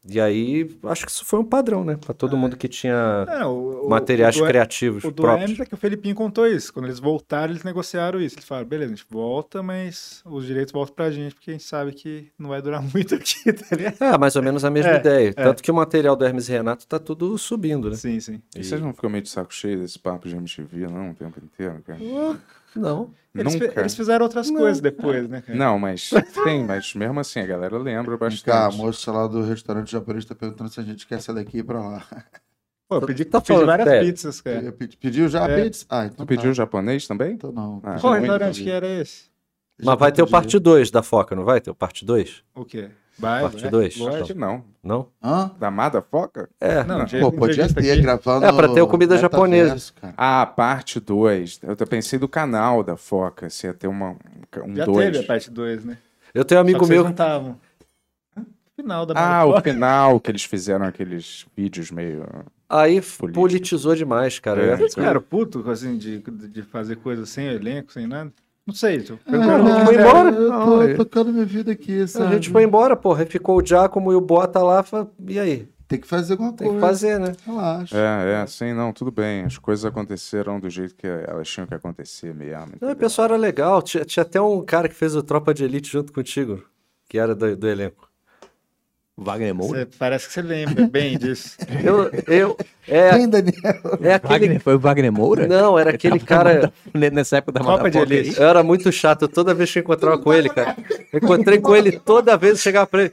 Speaker 8: E aí, acho que isso foi um padrão, né? Pra todo mundo que tinha
Speaker 4: É, o- o-
Speaker 8: materiais
Speaker 4: o do-
Speaker 8: criativos
Speaker 4: O do
Speaker 8: próprios.
Speaker 4: Hermes é que o Felipinho contou isso. Quando eles voltaram, eles negociaram isso. Eles falaram, beleza, a gente volta, mas os direitos voltam pra gente, porque a gente sabe que não vai durar muito aqui, tá ligado?
Speaker 8: É, mais ou menos a mesma
Speaker 4: É,
Speaker 8: ideia. Tanto que o material do Hermes e Renato tá tudo subindo, né?
Speaker 4: Sim, sim.
Speaker 6: E vocês não ficam meio de saco cheio desse papo de MTV, não, o tempo inteiro, cara?
Speaker 8: Uhum. Não.
Speaker 4: Eles, fi-
Speaker 6: Nunca.
Speaker 4: eles fizeram outras coisas depois, né, cara?
Speaker 6: Não, mas tem, mas mesmo assim a galera lembra
Speaker 8: Tá,
Speaker 6: bastante.
Speaker 7: Cá, a Ah, moça lá do restaurante japonês tá perguntando se a gente quer sair daqui pra lá.
Speaker 4: Pô, eu pedi,
Speaker 8: Tá
Speaker 4: pedi
Speaker 8: falando
Speaker 4: várias
Speaker 8: sério?
Speaker 4: pizzas, cara.
Speaker 7: Eu pedi- Pediu já a
Speaker 4: É.
Speaker 7: pizza? Ah,
Speaker 6: Tu
Speaker 7: então tá.
Speaker 6: pediu japonês também?
Speaker 7: Então não.
Speaker 6: Ah.
Speaker 7: Pedi
Speaker 4: Qual
Speaker 7: muito,
Speaker 4: restaurante
Speaker 7: pedi.
Speaker 4: que era esse?
Speaker 7: Já
Speaker 8: Mas vai ter o
Speaker 7: pedi.
Speaker 8: parte 2 da Foca, não vai ter o parte 2?
Speaker 4: O quê? Vai,
Speaker 8: Parte
Speaker 4: vai.
Speaker 8: dois.
Speaker 4: Lógico.
Speaker 6: Acho que não.
Speaker 8: Não?
Speaker 7: Hã?
Speaker 6: Da Mada Foca?
Speaker 8: É.
Speaker 4: Não, tinha
Speaker 7: Pô, podia
Speaker 4: entrevista
Speaker 7: ter
Speaker 4: aqui.
Speaker 7: gravando.
Speaker 8: É, pra ter o comida
Speaker 7: metaverso,
Speaker 8: japonesa.
Speaker 7: cara.
Speaker 6: Ah, parte 2. Eu até pensei do canal da Foca, se ia ter uma, um
Speaker 4: Já
Speaker 6: 2.
Speaker 4: teve a parte 2, né?
Speaker 8: Eu tenho um
Speaker 4: Só que
Speaker 8: amigo
Speaker 4: vocês
Speaker 8: meu.
Speaker 4: não estavam. Final da
Speaker 6: Ah,
Speaker 4: Maratona.
Speaker 6: o final que eles fizeram aqueles vídeos meio.
Speaker 8: Aí
Speaker 6: Político.
Speaker 8: politizou demais, cara.
Speaker 6: É.
Speaker 8: Eu-
Speaker 4: Vocês ficaram puto, assim, de, de fazer coisa sem elenco, sem nada? Não sei. Tipo,
Speaker 7: Ah,
Speaker 4: perguntaram como
Speaker 7: cara,
Speaker 4: que era.
Speaker 8: embora.
Speaker 7: Eu tô tocando minha vida aqui,
Speaker 8: A
Speaker 7: sabe?
Speaker 8: gente foi embora, porra. Aí ficou o Giacomo e o Bota lá. fa- E aí?
Speaker 7: Tem que fazer alguma
Speaker 8: Tem
Speaker 7: coisa.
Speaker 8: que fazer, né?
Speaker 7: Relaxa.
Speaker 6: É, é, sim, não, tudo bem. As coisas aconteceram do jeito que elas tinham que acontecer mesmo.
Speaker 8: Não, o
Speaker 6: entendeu?
Speaker 8: pessoal era legal. Tinha, tinha até um cara que fez o Tropa de Elite junto contigo, que era do, do elenco.
Speaker 9: Wagner Moura?
Speaker 4: Você- parece que você lembra bem disso.
Speaker 8: Eu. eu é,
Speaker 7: Tem, Daniel.
Speaker 8: é aquele.
Speaker 9: Wagner, foi o Wagner Moura?
Speaker 8: Não, era aquele cara.
Speaker 9: Nessa época da
Speaker 4: Copa de
Speaker 9: Madafoca aí?
Speaker 4: Elite.
Speaker 8: Eu era muito chato toda vez que eu encontrava com ele, cara. Eu encontrei com ele toda vez que chegava pra ele.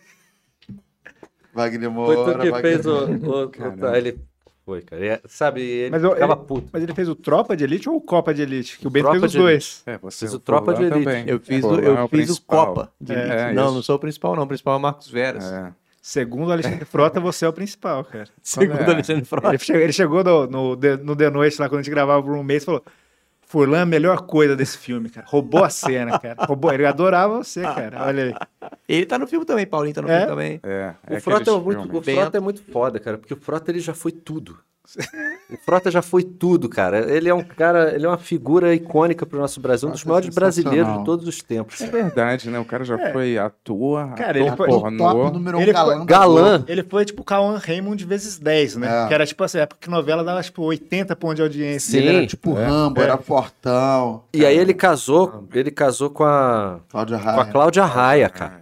Speaker 8: Foi
Speaker 7: Wagner Moura.
Speaker 8: tu que
Speaker 7: Wagner
Speaker 8: fez o.
Speaker 7: Moura.
Speaker 8: o- o-
Speaker 6: Caramba.
Speaker 8: aí ele foi, cara. E é- sabe, ele
Speaker 4: Mas eu-
Speaker 8: ficava
Speaker 4: ele-
Speaker 8: puto.
Speaker 4: Mas ele fez o Tropa de Elite ou o Copa de Elite? Que o Bento
Speaker 8: Tropa
Speaker 4: fez os
Speaker 8: de Elite.
Speaker 4: dois.
Speaker 6: É, você
Speaker 8: Fiz o
Speaker 6: foi
Speaker 8: Tropa
Speaker 6: lá
Speaker 8: de Elite.
Speaker 6: também.
Speaker 9: Eu fiz,
Speaker 6: Pô,
Speaker 9: o,
Speaker 6: lá é
Speaker 9: eu fiz o
Speaker 6: principal.
Speaker 9: Copa. de
Speaker 4: É,
Speaker 9: Elite.
Speaker 6: é
Speaker 9: não,
Speaker 6: isso.
Speaker 9: não sou o principal, não. O principal é o Marcos Veras.
Speaker 6: É.
Speaker 4: Segundo o Alexandre Frota, você é o principal, cara.
Speaker 9: Segundo
Speaker 6: Qual é?
Speaker 9: Alexandre Frota.
Speaker 4: Ele chegou, ele chegou no, no, The, no The Noite, lá quando a gente gravava por um mês, falou: Furlan, é a melhor coisa desse filme, cara. Roubou a cena, cara. Roubou. Ele adorava você, cara. Olha aí.
Speaker 9: Ele tá no filme também, Paulinho tá no
Speaker 4: É?
Speaker 9: filme também.
Speaker 6: É,
Speaker 8: O Frota, é
Speaker 6: aqueles
Speaker 8: muito, o
Speaker 6: filmes.
Speaker 8: Frota é muito foda, cara, porque o Frota ele já foi tudo. O Frota já foi tudo, cara. Ele é um cara, ele é uma figura icônica pro nosso Brasil, um dos
Speaker 7: Frota é
Speaker 8: maiores brasileiros de
Speaker 7: sensacional.
Speaker 8: todos os tempos.
Speaker 6: É verdade, né? O cara já foi ator,
Speaker 4: Cara, ele
Speaker 6: ator
Speaker 4: foi-
Speaker 7: O top
Speaker 6: pornô.
Speaker 7: número um
Speaker 4: Ele foi
Speaker 7: galã. da
Speaker 8: Galã.
Speaker 4: Ele foi tipo Cauan Raymond vezes 10, né?
Speaker 7: É.
Speaker 4: Que era tipo assim, época que novela dava tipo 80 pontos de audiência.
Speaker 8: Sim.
Speaker 7: Ele era tipo Rambo, era fortão.
Speaker 8: E aí ele casou, ele casou com a,
Speaker 7: Cláudia
Speaker 8: com a
Speaker 7: Raia.
Speaker 8: Cláudia Raia, cara.
Speaker 6: É.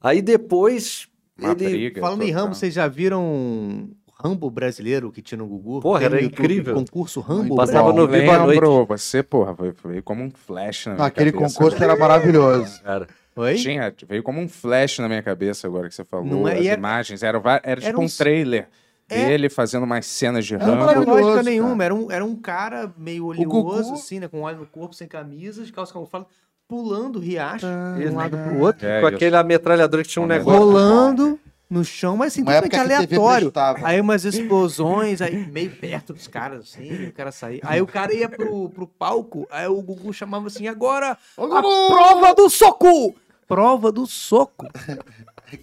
Speaker 8: Aí depois
Speaker 6: Uma
Speaker 8: ele
Speaker 6: briga
Speaker 9: Falando em
Speaker 6: total.
Speaker 9: Rambo, vocês já viram o Rambo brasileiro que tinha no Gugu?
Speaker 8: Porra,
Speaker 9: Tem no
Speaker 8: era
Speaker 9: YouTube,
Speaker 8: incrível.
Speaker 9: Concurso Rambo
Speaker 8: Passava
Speaker 9: brasileiro.
Speaker 8: no Viva a Noite.
Speaker 6: Lembro, você, porra, veio, veio como um flash
Speaker 8: Ah,
Speaker 6: na minha
Speaker 7: Aquele
Speaker 6: cabeça.
Speaker 7: concurso era maravilhoso.
Speaker 8: cara,
Speaker 9: Oi?
Speaker 6: Tinha, veio como um flash na minha cabeça agora que você falou.
Speaker 9: Não é-
Speaker 6: as
Speaker 9: e era-
Speaker 6: imagens, era, va- era tipo
Speaker 9: Era
Speaker 6: um,
Speaker 9: uns-
Speaker 6: trailer
Speaker 9: É.
Speaker 6: dele fazendo umas cenas
Speaker 7: Ah,
Speaker 6: de
Speaker 9: Não
Speaker 6: Rambo.
Speaker 9: tinha
Speaker 7: maravilhoso,
Speaker 9: lógica
Speaker 7: cara.
Speaker 9: nenhuma, era um, era um cara meio
Speaker 7: Gugu-
Speaker 9: oleoso, assim, né? Com óleo no corpo, sem camisa, de calça camuflada, pulando riacho de um lado pro outro,
Speaker 6: É,
Speaker 8: com
Speaker 6: eu-
Speaker 8: aquele metralhadora que tinha um
Speaker 6: Uma
Speaker 8: negócio.
Speaker 9: rolando no chão, mas assim,
Speaker 7: Uma época
Speaker 9: totalmente
Speaker 7: que a TV
Speaker 9: aleatório.
Speaker 7: prestava.
Speaker 9: Aí umas explosões, aí meio perto dos caras, assim, o cara saía. Aí o cara ia pro, pro palco, aí o Gugu chamava assim, agora a prova do soco!
Speaker 3: prova do soco.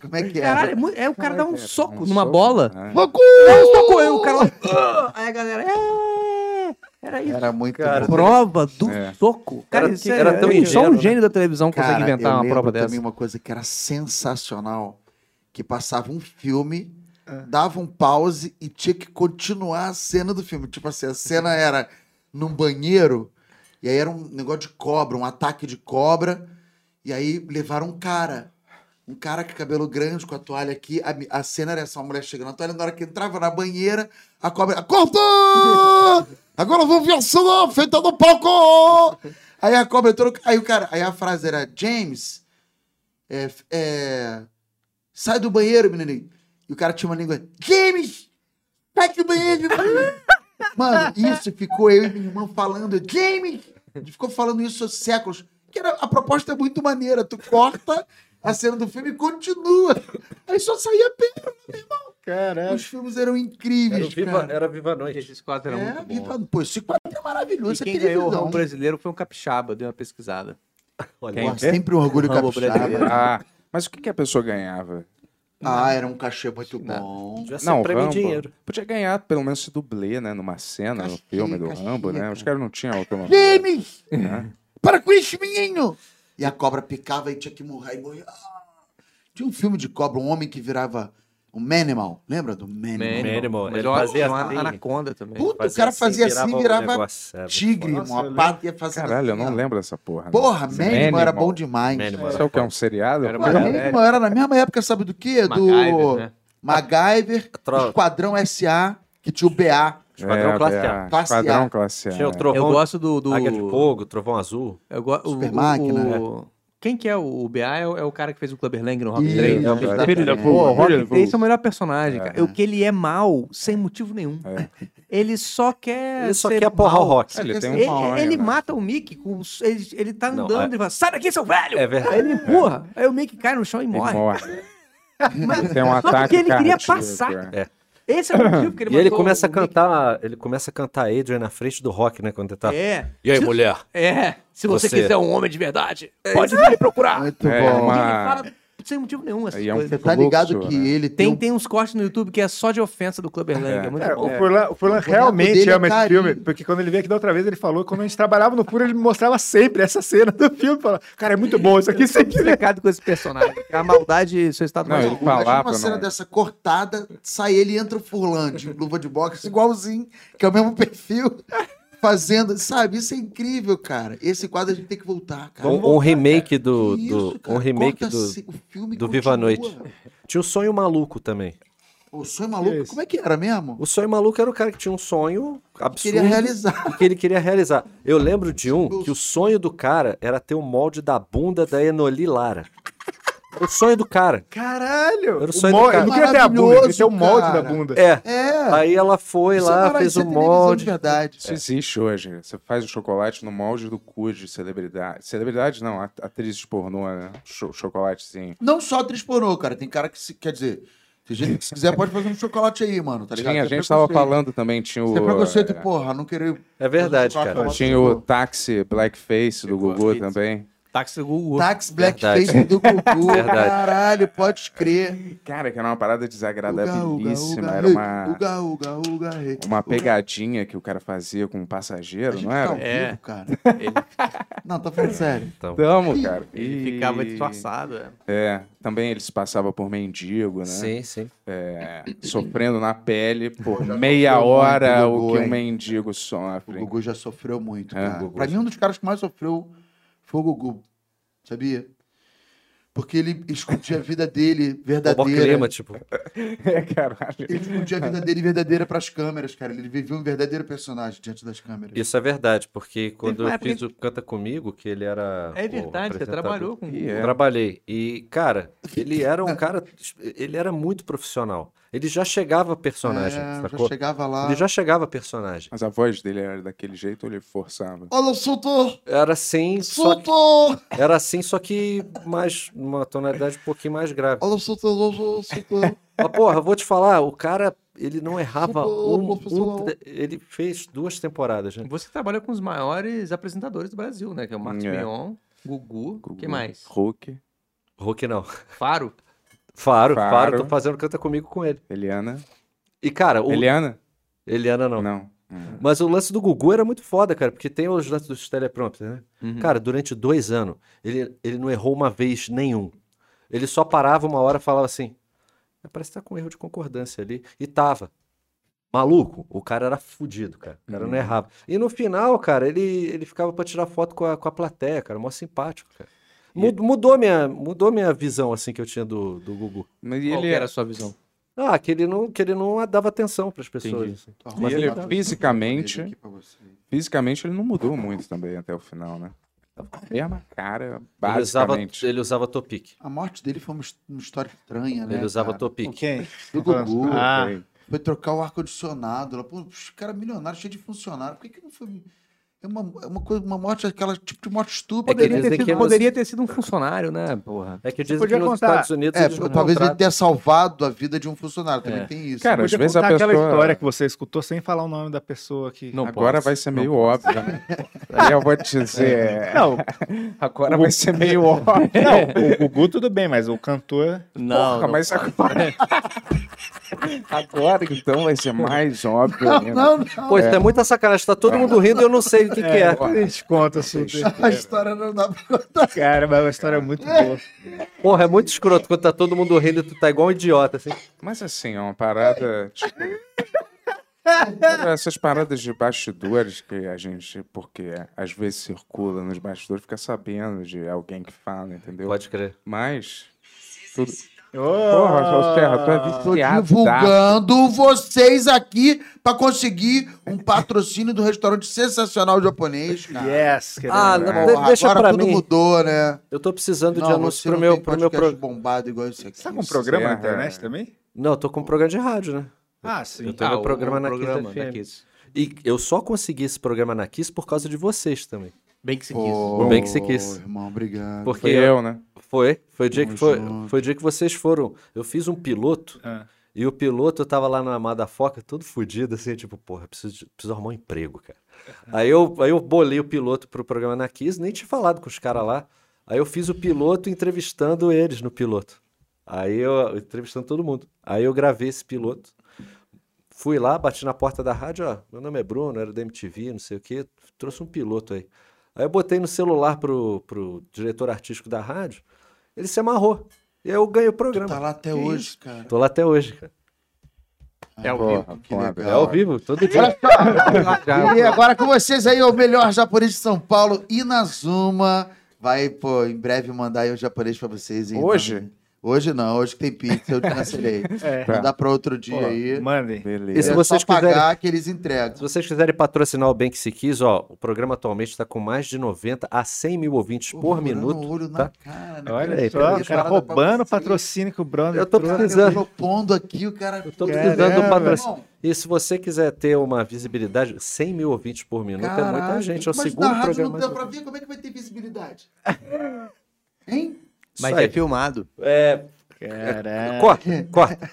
Speaker 7: Como é que é?
Speaker 3: Caralho, é mu- é o cara dá um soco
Speaker 6: Um
Speaker 3: numa
Speaker 6: soco?
Speaker 3: bola.
Speaker 6: Ah.
Speaker 7: Goku!
Speaker 3: Aí o soco, aí o cara lá. "Ah", Aí a galera. "É, Era isso.
Speaker 7: Era muito
Speaker 8: Cara,
Speaker 7: bom.
Speaker 3: Prova do
Speaker 6: É.
Speaker 3: soco. Cara,
Speaker 8: Era-
Speaker 3: isso
Speaker 8: era
Speaker 3: é-
Speaker 8: tão
Speaker 3: é- Só
Speaker 8: ingênuo,
Speaker 3: um
Speaker 8: né?
Speaker 3: gênio da televisão consegue
Speaker 7: Cara, eu
Speaker 3: inventar uma
Speaker 7: lembro
Speaker 3: prova
Speaker 7: também
Speaker 3: dessa.
Speaker 7: uma coisa que era sensacional, que passava um filme, dava um pause e tinha que continuar a cena do filme. Tipo assim, a cena era num banheiro, e aí era um negócio de cobra, um ataque de cobra, e aí levaram um cara. Um cara com cabelo grande, com a toalha aqui. A, mi- a cena era essa, uma mulher chegando na toalha, na hora que entrava na banheira, a cobra... Acorda! Agora eu vou ver a cena feita no palco! Aí a cobra entrou. Aí o cara. Aí a frase era: James, é, f- é, sai do banheiro, menininho. E o cara tinha uma língua: James, sai do banheiro. menino." Mano, isso ficou eu e minha irmã falando: James! A gente ficou falando isso há séculos. Que era, a proposta é muito maneira. Tu corta a cena do filme e continua. Aí só saía pérola, meu irmão.
Speaker 4: Caralho.
Speaker 7: Os filmes
Speaker 8: Era
Speaker 7: eram
Speaker 8: o
Speaker 7: incríveis,
Speaker 8: viva,
Speaker 7: cara.
Speaker 8: era Viva a Noite.
Speaker 9: Esses quatro eram
Speaker 7: É,
Speaker 9: muito bons.
Speaker 7: viva... Pô, esse quadro é maravilhoso.
Speaker 9: E
Speaker 7: isso é
Speaker 9: quem ganhou o
Speaker 7: televisão.
Speaker 9: ramo brasileiro foi um capixaba, dei uma pesquisada.
Speaker 7: Pô,
Speaker 9: Quem?
Speaker 7: sempre um orgulho
Speaker 9: Rambo
Speaker 7: capixaba.
Speaker 9: brasileiro.
Speaker 6: Ah, mas o que, que a pessoa ganhava?
Speaker 7: Ah, era um cachê muito
Speaker 9: Nada.
Speaker 7: bom.
Speaker 8: Já
Speaker 6: Não,
Speaker 8: sempre
Speaker 6: o
Speaker 8: prêmio em
Speaker 6: Rambo.
Speaker 8: dinheiro.
Speaker 6: Podia ganhar pelo menos se dublê, né? Numa cena, no
Speaker 7: Castiga,
Speaker 6: filme do
Speaker 7: castiga,
Speaker 6: Rambo, né?
Speaker 7: cara.
Speaker 6: Os caras não tinham autonomia.
Speaker 7: James!
Speaker 6: né?
Speaker 7: Para com isso, menino! E a cobra picava e tinha que morrer e morrer. Ah! Tinha um filme de cobra, um homem que virava um Manimal. Lembra do Manimal?
Speaker 8: Manimal,
Speaker 9: Mas
Speaker 8: ele
Speaker 9: eu acho que
Speaker 8: fazia
Speaker 9: uma
Speaker 8: assim.
Speaker 9: anaconda também.
Speaker 7: Puta, o cara fazia assim, e virava,
Speaker 8: negócio, é, muito
Speaker 7: tigre,
Speaker 8: foda.
Speaker 7: irmão. A pata ia fazendo
Speaker 6: Caralho, eu
Speaker 7: assim,
Speaker 6: não
Speaker 7: ó.
Speaker 6: lembro dessa porra. né?
Speaker 7: Porra, Manimal era
Speaker 6: Manimal.
Speaker 7: bom demais.
Speaker 8: Manimal
Speaker 6: Sabe o que é um seriado? É,
Speaker 9: Era
Speaker 7: Pô, Manimal era na mesma época, sabe do quê? Do
Speaker 9: MacGyver, né?
Speaker 7: MacGyver,
Speaker 8: Tro-
Speaker 7: Esquadrão SA, que tinha o BA.
Speaker 8: Esquadrão
Speaker 6: É,
Speaker 8: Classe A.
Speaker 6: é,
Speaker 7: Classe A.
Speaker 6: Esquadrão Classe A.
Speaker 8: Tinha o
Speaker 9: Eu
Speaker 8: trovão,
Speaker 9: gosto do. do...
Speaker 8: águia de fogo, trovão azul.
Speaker 9: Eu go... o-
Speaker 7: Super
Speaker 9: o-
Speaker 7: Máquina.
Speaker 9: o- Quem que é o, o BA? É o, é o cara que fez o Clubber Lang no Rock
Speaker 7: Isso,
Speaker 9: 3.
Speaker 8: Três,
Speaker 7: exatamente.
Speaker 6: Filho da
Speaker 9: Pô, o
Speaker 6: Pô,
Speaker 9: é Rock
Speaker 6: olha,
Speaker 9: 3 é o melhor personagem, cara.
Speaker 7: É.
Speaker 9: O que ele é mal sem motivo nenhum.
Speaker 6: É.
Speaker 9: Ele só quer.
Speaker 7: É,
Speaker 8: Ele só
Speaker 9: ser
Speaker 8: quer porrar o
Speaker 9: mal.
Speaker 8: é rock.
Speaker 6: Ele tem um
Speaker 3: é
Speaker 9: Ele,
Speaker 6: sonho,
Speaker 9: ele
Speaker 6: né?
Speaker 9: mata o Mickey, com os- ele, ele tá
Speaker 8: Não,
Speaker 9: andando
Speaker 8: é-
Speaker 9: e fala, sai daqui, seu velho!
Speaker 8: É verdade.
Speaker 9: Aí ele empurra, aí o Mickey cai no chão e
Speaker 6: Ele
Speaker 9: morre.
Speaker 6: morre. Ele tem um
Speaker 9: Só porque
Speaker 6: ataque
Speaker 9: ele queria
Speaker 6: cardíaco,
Speaker 9: passar.
Speaker 6: é.
Speaker 9: Esse é o motivo que ele
Speaker 8: E ele
Speaker 9: matou
Speaker 8: começa a
Speaker 9: o Mickey.
Speaker 8: cantar, ele começa a cantar Adrian na frente do rock, né? Quando ele tá.
Speaker 9: É,
Speaker 8: E aí, mulher?
Speaker 9: é. Se você,
Speaker 8: Você-
Speaker 9: quiser um homem de verdade, pode vir me procurar.
Speaker 7: Muito
Speaker 6: É,
Speaker 7: bom.
Speaker 9: E
Speaker 6: uma-
Speaker 9: ele fala sem motivo nenhum essas
Speaker 6: Aí é um
Speaker 9: coisas.
Speaker 7: Você tá ligado que
Speaker 6: né?
Speaker 7: ele tem,
Speaker 9: Tem,
Speaker 7: um
Speaker 9: tem uns cortes no YouTube que é só de ofensa do Clubber Lang. É, muito
Speaker 4: É,
Speaker 9: bom.
Speaker 4: o Furlan, o Furlan realmente
Speaker 7: dele é
Speaker 4: ama esse
Speaker 7: carinho.
Speaker 4: filme, porque quando ele veio aqui da outra vez, ele falou, quando a gente trabalhava no Fura, ele me mostrava sempre essa cena do filme, falava, cara, é muito bom isso aqui, sempre vem.
Speaker 9: Obcecado com esse personagem. A maldade, seu estado
Speaker 6: Não,
Speaker 9: mais
Speaker 6: ele fala
Speaker 7: Imagina
Speaker 6: pra
Speaker 7: uma cena
Speaker 6: não-
Speaker 7: dessa cortada, sai ele e entra o Furlan de luva de boxe, igualzinho, que é o mesmo perfil, fazendo, sabe? Isso é incrível, cara. Esse quadro a gente tem que voltar, cara.
Speaker 8: Um, um remake do.
Speaker 7: Que
Speaker 8: do
Speaker 7: isso, cara?
Speaker 8: um remake
Speaker 7: Corta
Speaker 8: do.
Speaker 7: se- o filme
Speaker 8: do
Speaker 7: continua.
Speaker 8: Viva a Noite. Tinha o Sonho Maluco também.
Speaker 7: O sonho maluco, como é que era mesmo?
Speaker 8: O Sonho Maluco era o cara que tinha um sonho absurdo.
Speaker 7: Queria realizar.
Speaker 8: e que ele queria realizar. Eu lembro de um que o sonho do cara era ter o molde da bunda da Enoli Lara. O sonho do cara.
Speaker 4: Caralho!
Speaker 8: Era o
Speaker 4: O
Speaker 8: sonho do
Speaker 4: molde,
Speaker 8: cara.
Speaker 4: ele não queria ter a bunda, ele
Speaker 7: Maravilhoso,
Speaker 4: tem o molde
Speaker 7: cara.
Speaker 4: da bunda.
Speaker 8: É.
Speaker 7: É.
Speaker 8: Aí ela foi
Speaker 7: Isso é
Speaker 8: lá,
Speaker 7: maravilhoso,
Speaker 8: fez um É.
Speaker 7: isso é
Speaker 8: o
Speaker 7: televisão
Speaker 8: molde.
Speaker 7: De verdade.
Speaker 6: Isso existe hoje. Você faz o chocolate no molde do cu de celebridade. Celebridade não, at- atrizes pornô, né? Cho- chocolatezinho.
Speaker 7: Não só atriz pornô, cara. Tem cara que se, quer dizer, tem gente que se quiser pode fazer um chocolate aí, mano, tá ligado?
Speaker 6: Tinha, a
Speaker 7: Isso é
Speaker 6: gente tava
Speaker 7: preconceito.
Speaker 6: falando também, tinha o...
Speaker 7: Isso é preconceito,
Speaker 6: é,
Speaker 7: porra, não querer.
Speaker 8: É verdade,
Speaker 7: fazer um
Speaker 8: cara.
Speaker 7: chocolate.
Speaker 6: Tinha o táxi blackface do Gugu também.
Speaker 9: Táxi do Google.
Speaker 7: Tax Blackface do Gugu.
Speaker 8: Verdade.
Speaker 7: Caralho, pode crer.
Speaker 6: Cara, que era uma parada desagradabilíssima. Era
Speaker 7: rei.
Speaker 6: uma,
Speaker 7: Uga, uga, uga, rei.
Speaker 6: uma pegadinha que o cara fazia com um passageiro, não
Speaker 7: Tá um ao
Speaker 6: era?
Speaker 7: vivo,
Speaker 9: É.
Speaker 7: cara. Não, tô falando sério.
Speaker 6: Tamo, cara.
Speaker 9: Ele
Speaker 6: E-
Speaker 9: ficava disfarçado. é.
Speaker 6: É, também eles passavam por mendigo, né?
Speaker 8: Sim, sim.
Speaker 6: É, sofrendo na pele por
Speaker 7: já
Speaker 6: meia
Speaker 7: sofreu
Speaker 6: hora
Speaker 7: muito, Gugu,
Speaker 6: o que um
Speaker 7: hein?
Speaker 6: mendigo
Speaker 7: O
Speaker 6: sofre.
Speaker 7: Gugu já sofreu muito,
Speaker 6: É,
Speaker 7: cara.
Speaker 6: o Gugu
Speaker 7: Pra mim, um dos caras que mais sofreu foi o Gugu. Sabia? Porque ele escondia a vida dele
Speaker 8: O
Speaker 7: verdadeira.
Speaker 8: clima, tipo.
Speaker 6: É, caralho.
Speaker 7: Ele escondia a vida dele verdadeira pras câmeras, cara. Ele vivia um verdadeiro personagem diante das câmeras.
Speaker 8: Isso é verdade, porque quando
Speaker 9: uma
Speaker 8: eu
Speaker 9: época
Speaker 8: fiz o Canta Comigo, que ele era.
Speaker 9: É
Speaker 8: o
Speaker 9: verdade, você
Speaker 8: apresentador.
Speaker 9: trabalhou com o
Speaker 6: E
Speaker 9: Google.
Speaker 6: é.
Speaker 8: Trabalhei. E, cara, ele era um cara. Ele era muito profissional. Ele já chegava personagem,
Speaker 7: É, já
Speaker 8: sacou?
Speaker 7: chegava lá.
Speaker 8: Ele já chegava personagem.
Speaker 6: Mas a voz dele era daquele jeito ou ele forçava?
Speaker 7: Olha, soltou!
Speaker 8: Era assim, só que,
Speaker 7: Soltou!
Speaker 8: era assim, só que mais uma tonalidade um pouquinho mais grave.
Speaker 7: Olha, soltou, soltou, soltou.
Speaker 8: Mas, porra, eu vou te falar, o cara, ele não errava
Speaker 7: Pô,
Speaker 8: um,
Speaker 7: profissional.
Speaker 8: um- Ele fez duas temporadas, né?
Speaker 9: Você trabalha com os maiores apresentadores do Brasil, né? Que é o Marcos
Speaker 6: É.
Speaker 9: Mion, Gugu,
Speaker 6: Gugu,
Speaker 9: quem mais?
Speaker 6: Hulk.
Speaker 8: Hulk não.
Speaker 3: Faro?
Speaker 8: Faro, Faro,
Speaker 6: Faro.
Speaker 8: tô fazendo canta comigo com ele.
Speaker 6: Eliana.
Speaker 8: E, cara, o...
Speaker 6: Eliana?
Speaker 8: Eliana não.
Speaker 6: Não. Hum.
Speaker 8: Mas o lance do Gugu era muito foda, cara, porque tem os lances dos teleprompters, né?
Speaker 3: Uhum.
Speaker 8: Cara, durante dois anos, ele, ele não errou uma vez nenhum. Ele só parava uma hora e falava assim: "É, parece que tá com erro de concordância ali. E tava. Maluco, o cara era fudido, cara. O cara não errava. E no final, cara, ele, ele ficava pra tirar foto com a, com a plateia, cara. Mó simpático, cara. Mud- Mudou minha, mudou minha visão, assim, que eu tinha do, do Gugu.
Speaker 6: Mas
Speaker 3: Qual
Speaker 6: ele é
Speaker 3: que era
Speaker 6: era.
Speaker 3: a sua visão?
Speaker 8: Ah, que ele não, que ele não dava atenção pras pessoas. assim.
Speaker 6: E ele fisicamente-
Speaker 7: Aqui pra você.
Speaker 6: Fisicamente ele não mudou muito também até o final, né? Tava com a mesma cara,
Speaker 8: Ele usava,
Speaker 6: basicamente.
Speaker 8: ele usava topique.
Speaker 7: A morte dele foi uma his- uma história estranha, né?
Speaker 8: Ele usava
Speaker 7: cara?
Speaker 8: topique.
Speaker 4: Quem?
Speaker 7: Do Gugu.
Speaker 4: Ah,
Speaker 7: Foi trocar o ar-condicionado. lá, Pô, os cara milionário, cheio de funcionário. Por que, que não foi. É uma, é uma, coisa, uma morte, aquela tipo de morte estúpida.
Speaker 8: É que
Speaker 7: né?
Speaker 3: Poderia ter,
Speaker 8: dizem
Speaker 3: sido,
Speaker 8: que
Speaker 3: poderia ter sido um funcionário, né, porra?
Speaker 8: É que dizem que
Speaker 4: podia
Speaker 8: nos
Speaker 4: contar.
Speaker 8: Estados Unidos
Speaker 7: É,
Speaker 8: eles não É.
Speaker 7: talvez ele
Speaker 8: contratam.
Speaker 7: tenha salvado a vida de um funcionário. Também tem isso.
Speaker 6: Cara, às
Speaker 4: podia
Speaker 6: vezes a
Speaker 4: contar aquela
Speaker 6: pessoa-
Speaker 4: história que você escutou sem falar o nome da pessoa que...
Speaker 3: Não
Speaker 6: Agora
Speaker 3: posso.
Speaker 6: vai ser meio óbvio, né? Aí eu vou te dizer.
Speaker 4: Não,
Speaker 6: Agora vai ser meio óbvio.
Speaker 4: não, o Gugu tudo bem, mas o cantor...
Speaker 3: Não,
Speaker 6: Porra,
Speaker 3: não
Speaker 6: Ah, mas agora. agora então vai ser mais óbvio. ainda.
Speaker 7: não, não.
Speaker 8: Pô, isso é muita sacanagem. Tá todo mundo rindo e eu não sei o que, que é.
Speaker 4: Depois a gente conta sobre...
Speaker 7: A história não dá pra contar.
Speaker 4: Cara, mas é uma história muito boa.
Speaker 8: Porra, é muito escroto quando tá todo mundo rindo e tu tá igual um idiota, assim.
Speaker 6: Mas assim, é uma parada. Tipo, essas paradas de bastidores que a gente, porque às vezes circula nos bastidores, fica sabendo de alguém que fala, entendeu?
Speaker 8: Pode crer.
Speaker 6: Mas. Tudo... Porra,
Speaker 4: Ô,
Speaker 6: Rafael Serra, tu é
Speaker 7: Tô
Speaker 6: viciado.
Speaker 7: divulgando vocês aqui pra conseguir um patrocínio do restaurante sensacional japonês, cara.
Speaker 4: Yes, querido.
Speaker 8: Ah, não,
Speaker 7: Porra,
Speaker 8: de- deixa
Speaker 7: agora
Speaker 8: pra
Speaker 7: tudo
Speaker 8: mim.
Speaker 7: mudou, né?
Speaker 8: Eu tô precisando de
Speaker 7: Não,
Speaker 8: anúncio
Speaker 7: você
Speaker 8: pro
Speaker 7: não
Speaker 8: meu,
Speaker 7: tem
Speaker 8: pro meu
Speaker 7: podcast
Speaker 8: pro...
Speaker 7: bombado igual esse aqui.
Speaker 4: Você tá com um programa na
Speaker 6: Serra.
Speaker 4: internet também?
Speaker 8: Não, eu tô com um programa de rádio, né?
Speaker 4: Ah, sim.
Speaker 8: Eu tô no programa na
Speaker 3: programa né,
Speaker 8: Kiss
Speaker 3: da
Speaker 8: FM.
Speaker 3: Kiss.
Speaker 8: E eu só consegui esse programa na Kiss por causa de vocês também.
Speaker 3: Bem que se quis.
Speaker 7: Pô,
Speaker 8: bem que você quis.
Speaker 7: irmão, obrigado.
Speaker 8: Porque
Speaker 6: Foi eu, né?
Speaker 8: Foi, foi o dia que
Speaker 7: Ah, Tamo
Speaker 8: foi,
Speaker 7: junto.
Speaker 8: foi o dia que vocês foram. Eu fiz um piloto
Speaker 4: Ah.
Speaker 8: e o piloto eu tava lá na Amada Foca, todo fudido, assim, tipo, porra, preciso, de- preciso arrumar um emprego, cara. Aí eu, aí eu bolei o piloto pro programa na Kiss, nem tinha falado com os caras lá. Aí eu fiz o piloto entrevistando eles no piloto. Aí eu entrevistando todo mundo. Aí eu gravei esse piloto. Fui lá, bati na porta da rádio, ó, meu nome é Bruno, era da MTV, não sei o quê, trouxe um piloto aí. Aí eu botei no celular pro, pro diretor artístico da rádio, ele se amarrou. E aí eu ganhei o programa.
Speaker 7: Tá lá até hoje, cara.
Speaker 8: Tô lá até hoje, cara.
Speaker 3: É ao
Speaker 6: Porra,
Speaker 3: vivo.
Speaker 7: Que
Speaker 6: foda.
Speaker 7: legal.
Speaker 8: É ao vivo, todo dia.
Speaker 7: tá E agora com vocês aí, o melhor japonês de São Paulo, Inazuma. Vai, pô, em breve mandar aí o japonês pra vocês. hein?
Speaker 6: Hoje?
Speaker 7: Hoje não, hoje que tem pizza, eu cancelei.
Speaker 4: Tá
Speaker 7: Mandar pra outro dia aí.
Speaker 4: É. Mandem.
Speaker 6: Beleza.
Speaker 7: É
Speaker 8: Esse- Tá. se vocês
Speaker 7: só pagar
Speaker 8: quiserem-
Speaker 7: que eles entregam.
Speaker 8: Se vocês quiserem patrocinar o Bem Que Se Quis, ó, o programa atualmente está com mais de 90 a 100 mil ouvintes por minuto.
Speaker 7: O olho
Speaker 8: tá?
Speaker 7: na cara, né?
Speaker 4: Olha
Speaker 7: Cara,
Speaker 4: aí,
Speaker 7: isso aí
Speaker 4: só, o
Speaker 7: é
Speaker 4: cara
Speaker 7: parada pra
Speaker 4: roubando o
Speaker 7: você.
Speaker 4: patrocínio que o brother
Speaker 8: Eu tô
Speaker 4: trouxe.
Speaker 7: Cara,
Speaker 8: precisando.
Speaker 7: Eu propondo aqui, o cara.
Speaker 8: Eu tô
Speaker 4: Caramba.
Speaker 8: precisando do patrocínio.
Speaker 7: Irmão,
Speaker 8: E se você quiser ter uma visibilidade, 100 mil ouvintes por minuto é muita
Speaker 7: Caralho,
Speaker 8: gente. É o
Speaker 7: mas
Speaker 8: segundo
Speaker 7: na rádio
Speaker 8: programa
Speaker 7: não
Speaker 8: mais
Speaker 7: deu pra
Speaker 8: ouvido.
Speaker 7: ver como é que vai ter visibilidade. Hein?
Speaker 8: Isso
Speaker 9: Mas
Speaker 8: aí.
Speaker 9: é filmado.
Speaker 8: É,
Speaker 4: Caraca.
Speaker 8: corta, corta,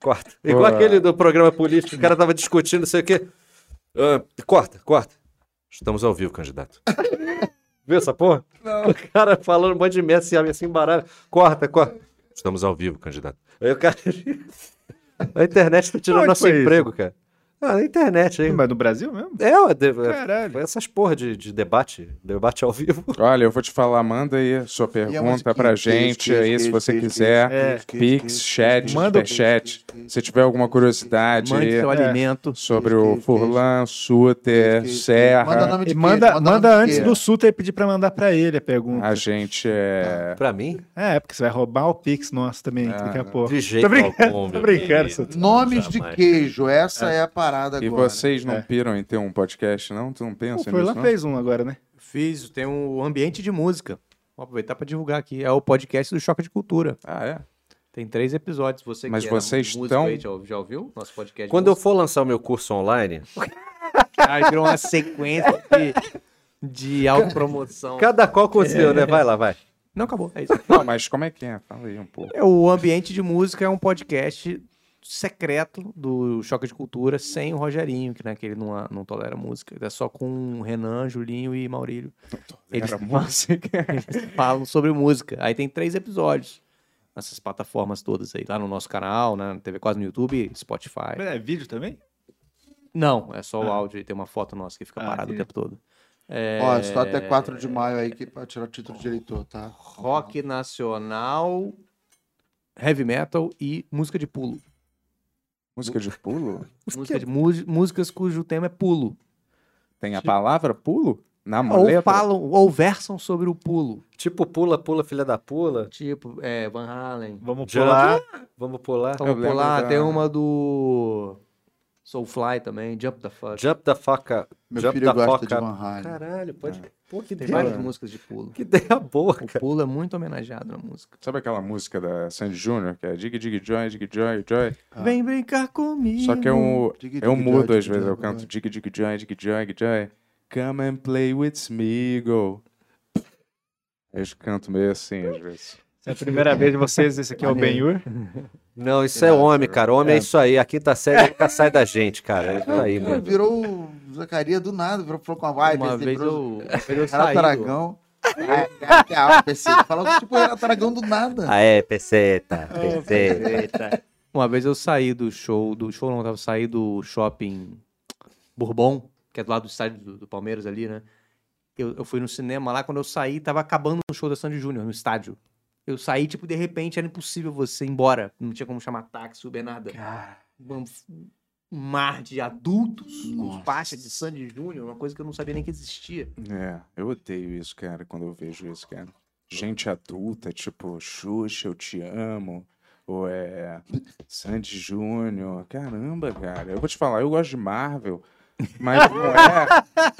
Speaker 8: corta. Igual aquele do programa político, o cara tava discutindo, não sei o quê. Ah, corta, corta. Estamos ao vivo, candidato. Viu essa porra? O cara falando um monte de merda, se abre assim, baralho. Corta, corta. Estamos ao vivo, candidato. Aí o cara... A internet tá tirando
Speaker 4: Onde
Speaker 8: nosso
Speaker 4: foi isso?
Speaker 8: emprego, cara. Ah, na internet aí.
Speaker 4: Mas no Brasil mesmo?
Speaker 8: É, ó, de-
Speaker 4: Caralho.
Speaker 8: foi essas porra de, de debate, debate ao vivo.
Speaker 6: Olha, eu vou te falar, manda aí
Speaker 7: E é
Speaker 6: sua
Speaker 7: a
Speaker 6: pergunta
Speaker 7: musiquinha?
Speaker 6: pra gente
Speaker 7: Queijo,
Speaker 6: aí,
Speaker 7: queijo,
Speaker 6: se você
Speaker 7: queijo,
Speaker 6: quiser.
Speaker 7: queijo, queijo,
Speaker 6: Pix,
Speaker 7: queijo,
Speaker 6: chat,
Speaker 7: queijo,
Speaker 4: Manda o-
Speaker 6: superchat. Se tiver alguma curiosidade
Speaker 3: Mande seu
Speaker 6: aí
Speaker 3: alimento.
Speaker 6: sobre
Speaker 7: Queijo,
Speaker 6: o
Speaker 7: queijo,
Speaker 6: Furlan, Suter,
Speaker 7: queijo. Manda
Speaker 6: Serra,
Speaker 7: nome de
Speaker 4: E
Speaker 7: queijo,
Speaker 4: manda, manda,
Speaker 7: nome de
Speaker 4: antes
Speaker 7: queijo.
Speaker 4: do Suter pedir pra mandar pra ele a pergunta.
Speaker 6: a gente é.
Speaker 8: Pra mim,
Speaker 4: É, porque você vai roubar o Pix nosso também daqui a pouco.
Speaker 8: de jeito
Speaker 4: Tô brincando,
Speaker 8: algum,
Speaker 4: tô
Speaker 8: meu
Speaker 4: brincando,
Speaker 8: querido.
Speaker 4: Suter.
Speaker 7: Nomes de
Speaker 8: Jamais.
Speaker 7: queijo, essa é, a parada
Speaker 6: E
Speaker 7: agora.
Speaker 6: vocês não
Speaker 4: É.
Speaker 6: piram em ter um podcast, não? Tu não
Speaker 4: O
Speaker 6: pensa nisso,
Speaker 4: Furlan
Speaker 6: não?
Speaker 4: fez um agora, né?
Speaker 9: Fiz, tem um ambiente de música. Vou aproveitar pra divulgar aqui. É o podcast do Choque de Cultura.
Speaker 6: Ah, é?
Speaker 9: Tem três episódios. Você
Speaker 6: Mas
Speaker 9: que
Speaker 6: vocês
Speaker 9: era músico
Speaker 6: estão-
Speaker 9: aí, já, ouviu- já ouviu? Nosso podcast.
Speaker 8: Quando eu for lançar o meu curso online,
Speaker 9: eu aí virou uma sequência de, de autopromoção.
Speaker 8: cada qual com o seu, né? Vai lá, vai.
Speaker 9: Não acabou. É isso.
Speaker 6: Não, mas como é que é? Fala aí um pouco.
Speaker 9: É, O Ambiente de Música é um podcast
Speaker 3: secreto do Choque de Cultura sem o Rogerinho, que, né, que ele não, a- não tolera música. É só com o Renan, Julinho e Maurílio. Eles, eles falam sobre música. Aí tem três episódios nessas plataformas todas aí. Lá no nosso canal, né, na TV Quase no YouTube, Spotify.
Speaker 4: É vídeo também?
Speaker 3: Não, é só o áudio e tem uma foto nossa que fica
Speaker 4: Ah,
Speaker 3: parada o
Speaker 4: entendi.
Speaker 3: tempo todo.
Speaker 7: Ó, só até 4 de maio aí que pra tirar o título de eleitor, tá?
Speaker 3: Rock nacional, heavy metal e música de pulo.
Speaker 6: Música de pulo?
Speaker 3: Música de, mu- músicas cujo tema é pulo.
Speaker 6: Tem a palavra pulo? Na
Speaker 3: Ou
Speaker 6: maleta?
Speaker 3: falam, ou versam sobre o pulo.
Speaker 8: Tipo, pula, pula, filha da pula.
Speaker 3: Tipo, é, Van Halen.
Speaker 4: Vamos
Speaker 8: Já-
Speaker 4: pular.
Speaker 8: Vamos pular.
Speaker 3: Vamos
Speaker 6: lembro
Speaker 3: pular,
Speaker 6: da-
Speaker 3: tem uma do Soulfly também, Jump the Fuck.
Speaker 8: Jump da faca.
Speaker 7: Meu
Speaker 8: jump
Speaker 7: filho
Speaker 8: da
Speaker 7: gosta
Speaker 8: faca.
Speaker 7: de Van Halen.
Speaker 8: Caralho, pode. Pô, que
Speaker 3: Ah. Tem
Speaker 8: ideia.
Speaker 3: várias músicas de pulo.
Speaker 8: Que ideia boa,
Speaker 3: O
Speaker 8: cara.
Speaker 3: pulo é muito homenageado na música.
Speaker 6: Sabe aquela música da Sandy Júnior, que é Dig Dig Joy, Dig Joy, Joy?
Speaker 3: Vem brincar comigo.
Speaker 6: Só que é um eu,
Speaker 7: Dig,
Speaker 6: eu
Speaker 7: dig,
Speaker 6: mudo
Speaker 7: joy,
Speaker 6: às
Speaker 7: dig,
Speaker 6: vezes,
Speaker 7: joy,
Speaker 6: eu canto
Speaker 7: joy.
Speaker 6: Dig Dig Joy, Dig Joy, Dig Joy. Come and play with me, go. Aí Eu canto meio assim, às vezes.
Speaker 4: É a primeira vez de vocês, esse aqui é o Ben-Hur.
Speaker 8: Não, isso é homem, cara. Homem é, isso aí. A quinta série nunca tá sai da gente, cara. É isso aí,
Speaker 7: Cara,
Speaker 8: mesmo.
Speaker 7: virou o Zacaria do nada, virou falou com a vibe.
Speaker 3: Uma
Speaker 7: esse
Speaker 3: vez
Speaker 7: virou
Speaker 3: eu, uma vez eu saí
Speaker 7: Renato
Speaker 3: do-
Speaker 7: Aragão. Ah, que alto, esse- Falou que tipo Renato Aragão do nada.
Speaker 8: Ah, é, peseta, peseta.
Speaker 3: Uma vez eu saí do show, do show não, eu tava saí do shopping Bourbon, que é do lado do estádio do, do Palmeiras ali, né? Eu, eu fui no cinema lá, quando eu saí, tava acabando o show da Sandy Júnior no estádio. Eu saí, tipo, de repente era impossível você ir embora. Não tinha como chamar táxi, Uber, nada. Um um mar de adultos com
Speaker 7: Nossa.
Speaker 3: faixa de Sandy Júnior, uma coisa que eu não sabia nem que existia.
Speaker 6: É, eu odeio isso, cara, quando eu vejo isso, cara. Gente adulta, tipo, Xuxa, eu te amo. Ou é Sandy Júnior. Caramba, cara. Eu vou te falar, eu gosto de Marvel. Mas não é,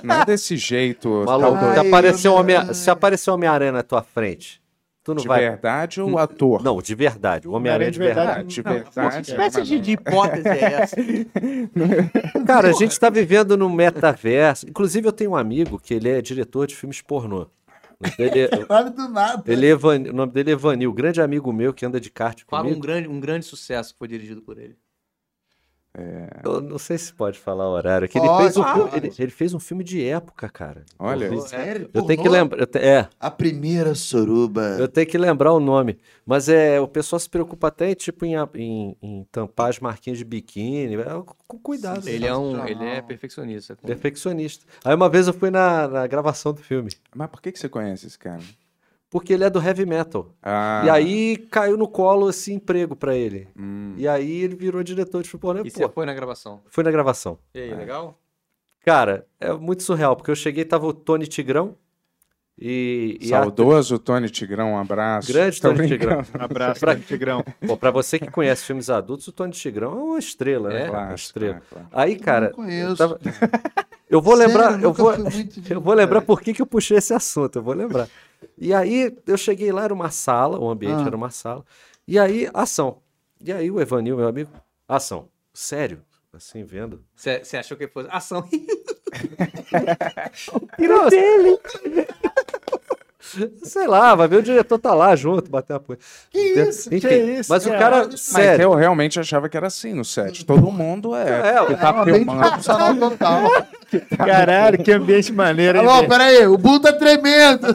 Speaker 6: não é desse jeito.
Speaker 8: Maluco, tá
Speaker 6: tal-
Speaker 7: Ai,
Speaker 8: se aparecer, um
Speaker 7: meu
Speaker 8: homem,
Speaker 7: Deus.
Speaker 8: se aparecer um Homem-Aranha na tua frente, tu não
Speaker 6: de
Speaker 8: vai.
Speaker 6: verdade ou ator?
Speaker 8: Não, de verdade. O
Speaker 3: é
Speaker 8: Homem-Aranha de verdade.
Speaker 6: Ah, de
Speaker 3: Que
Speaker 6: verdade.
Speaker 3: espécie de, de hipótese é essa?
Speaker 8: Cara, a gente tá vivendo num metaverso. Inclusive, eu tenho um amigo que ele é diretor de filmes pornô. Ele,
Speaker 7: Nada do nada.
Speaker 8: ele é Evan- o nome é, dele é Vanil, grande amigo meu que anda de kart
Speaker 3: Fala um
Speaker 8: comigo.
Speaker 3: grande, um grande sucesso que foi dirigido por ele.
Speaker 8: Eu não sei se pode falar o horário. que ele,
Speaker 7: Pode,
Speaker 8: fez um, filme-
Speaker 7: pode.
Speaker 8: ele- ele fez um filme de época, cara.
Speaker 6: Olha,
Speaker 7: Sério?
Speaker 8: Eu tenho que
Speaker 7: Pornô?
Speaker 8: lembrar. eu te- É,
Speaker 7: A primeira soruba.
Speaker 8: Eu tenho que lembrar o nome. Mas é, o pessoal se preocupa até tipo, em, a- em- em tampar as marquinhas de biquíni. é, Com cuidado.
Speaker 3: Ele é, um,
Speaker 7: Sensacional.
Speaker 3: ele é perfeccionista.
Speaker 8: Perfeccionista. Aí uma vez eu fui na, na gravação do filme.
Speaker 6: mas por que, que você conhece esse cara?
Speaker 8: Porque ele é do heavy metal.
Speaker 6: Ah,
Speaker 8: E aí caiu no colo esse emprego pra ele.
Speaker 6: hum,
Speaker 8: E aí ele virou diretor de futebol. Né?
Speaker 3: E você
Speaker 8: Pô,
Speaker 3: foi na gravação.
Speaker 8: fui na gravação.
Speaker 3: E aí, legal?
Speaker 8: Cara, é muito surreal, porque eu cheguei tava o Tony Tigrão. E, e a-
Speaker 6: saudoso Tony Tigrão, um abraço.
Speaker 8: Grande
Speaker 6: Tô
Speaker 8: Tony
Speaker 6: brincando.
Speaker 8: Tigrão.
Speaker 4: Abraço, né,
Speaker 8: Pra-
Speaker 4: Tigrão.
Speaker 8: Pô, pra você que conhece filmes adultos, o Tony Tigrão é uma estrela, né?
Speaker 3: É,
Speaker 8: cara? uma
Speaker 6: Clássico,
Speaker 8: estrela.
Speaker 6: é, claro.
Speaker 8: Aí, cara,
Speaker 7: não conheço.
Speaker 8: eu, tava- eu vou lembrar,
Speaker 7: Sério,
Speaker 8: eu
Speaker 7: nunca
Speaker 8: vou,
Speaker 7: fui muito de- É,
Speaker 8: eu vou lembrar por que, que eu puxei esse assunto, eu vou lembrar. E aí eu cheguei lá, era uma sala, o ambiente
Speaker 7: Ah.
Speaker 8: era uma sala. E aí, ação. E aí o Evanil, meu amigo, ação. Sério? Assim, vendo.
Speaker 3: Você achou que fosse ação?
Speaker 8: Não, Sei lá, vai ver o diretor tá lá junto, bater a punha.
Speaker 7: Que isso?
Speaker 8: Enfim,
Speaker 7: que isso?
Speaker 8: mas o
Speaker 7: Caralho,
Speaker 8: cara,
Speaker 6: Mas um
Speaker 8: sério, Hum.
Speaker 6: eu realmente achava que era assim no set. Todo mundo é.
Speaker 8: É,
Speaker 6: porque
Speaker 7: É um
Speaker 6: tá
Speaker 7: ambiente
Speaker 6: filmando.
Speaker 7: profissional total.
Speaker 4: Caralho, que ambiente maneiro, hein?
Speaker 7: Alô,
Speaker 4: velho?
Speaker 7: peraí, o Bull tá tremendo.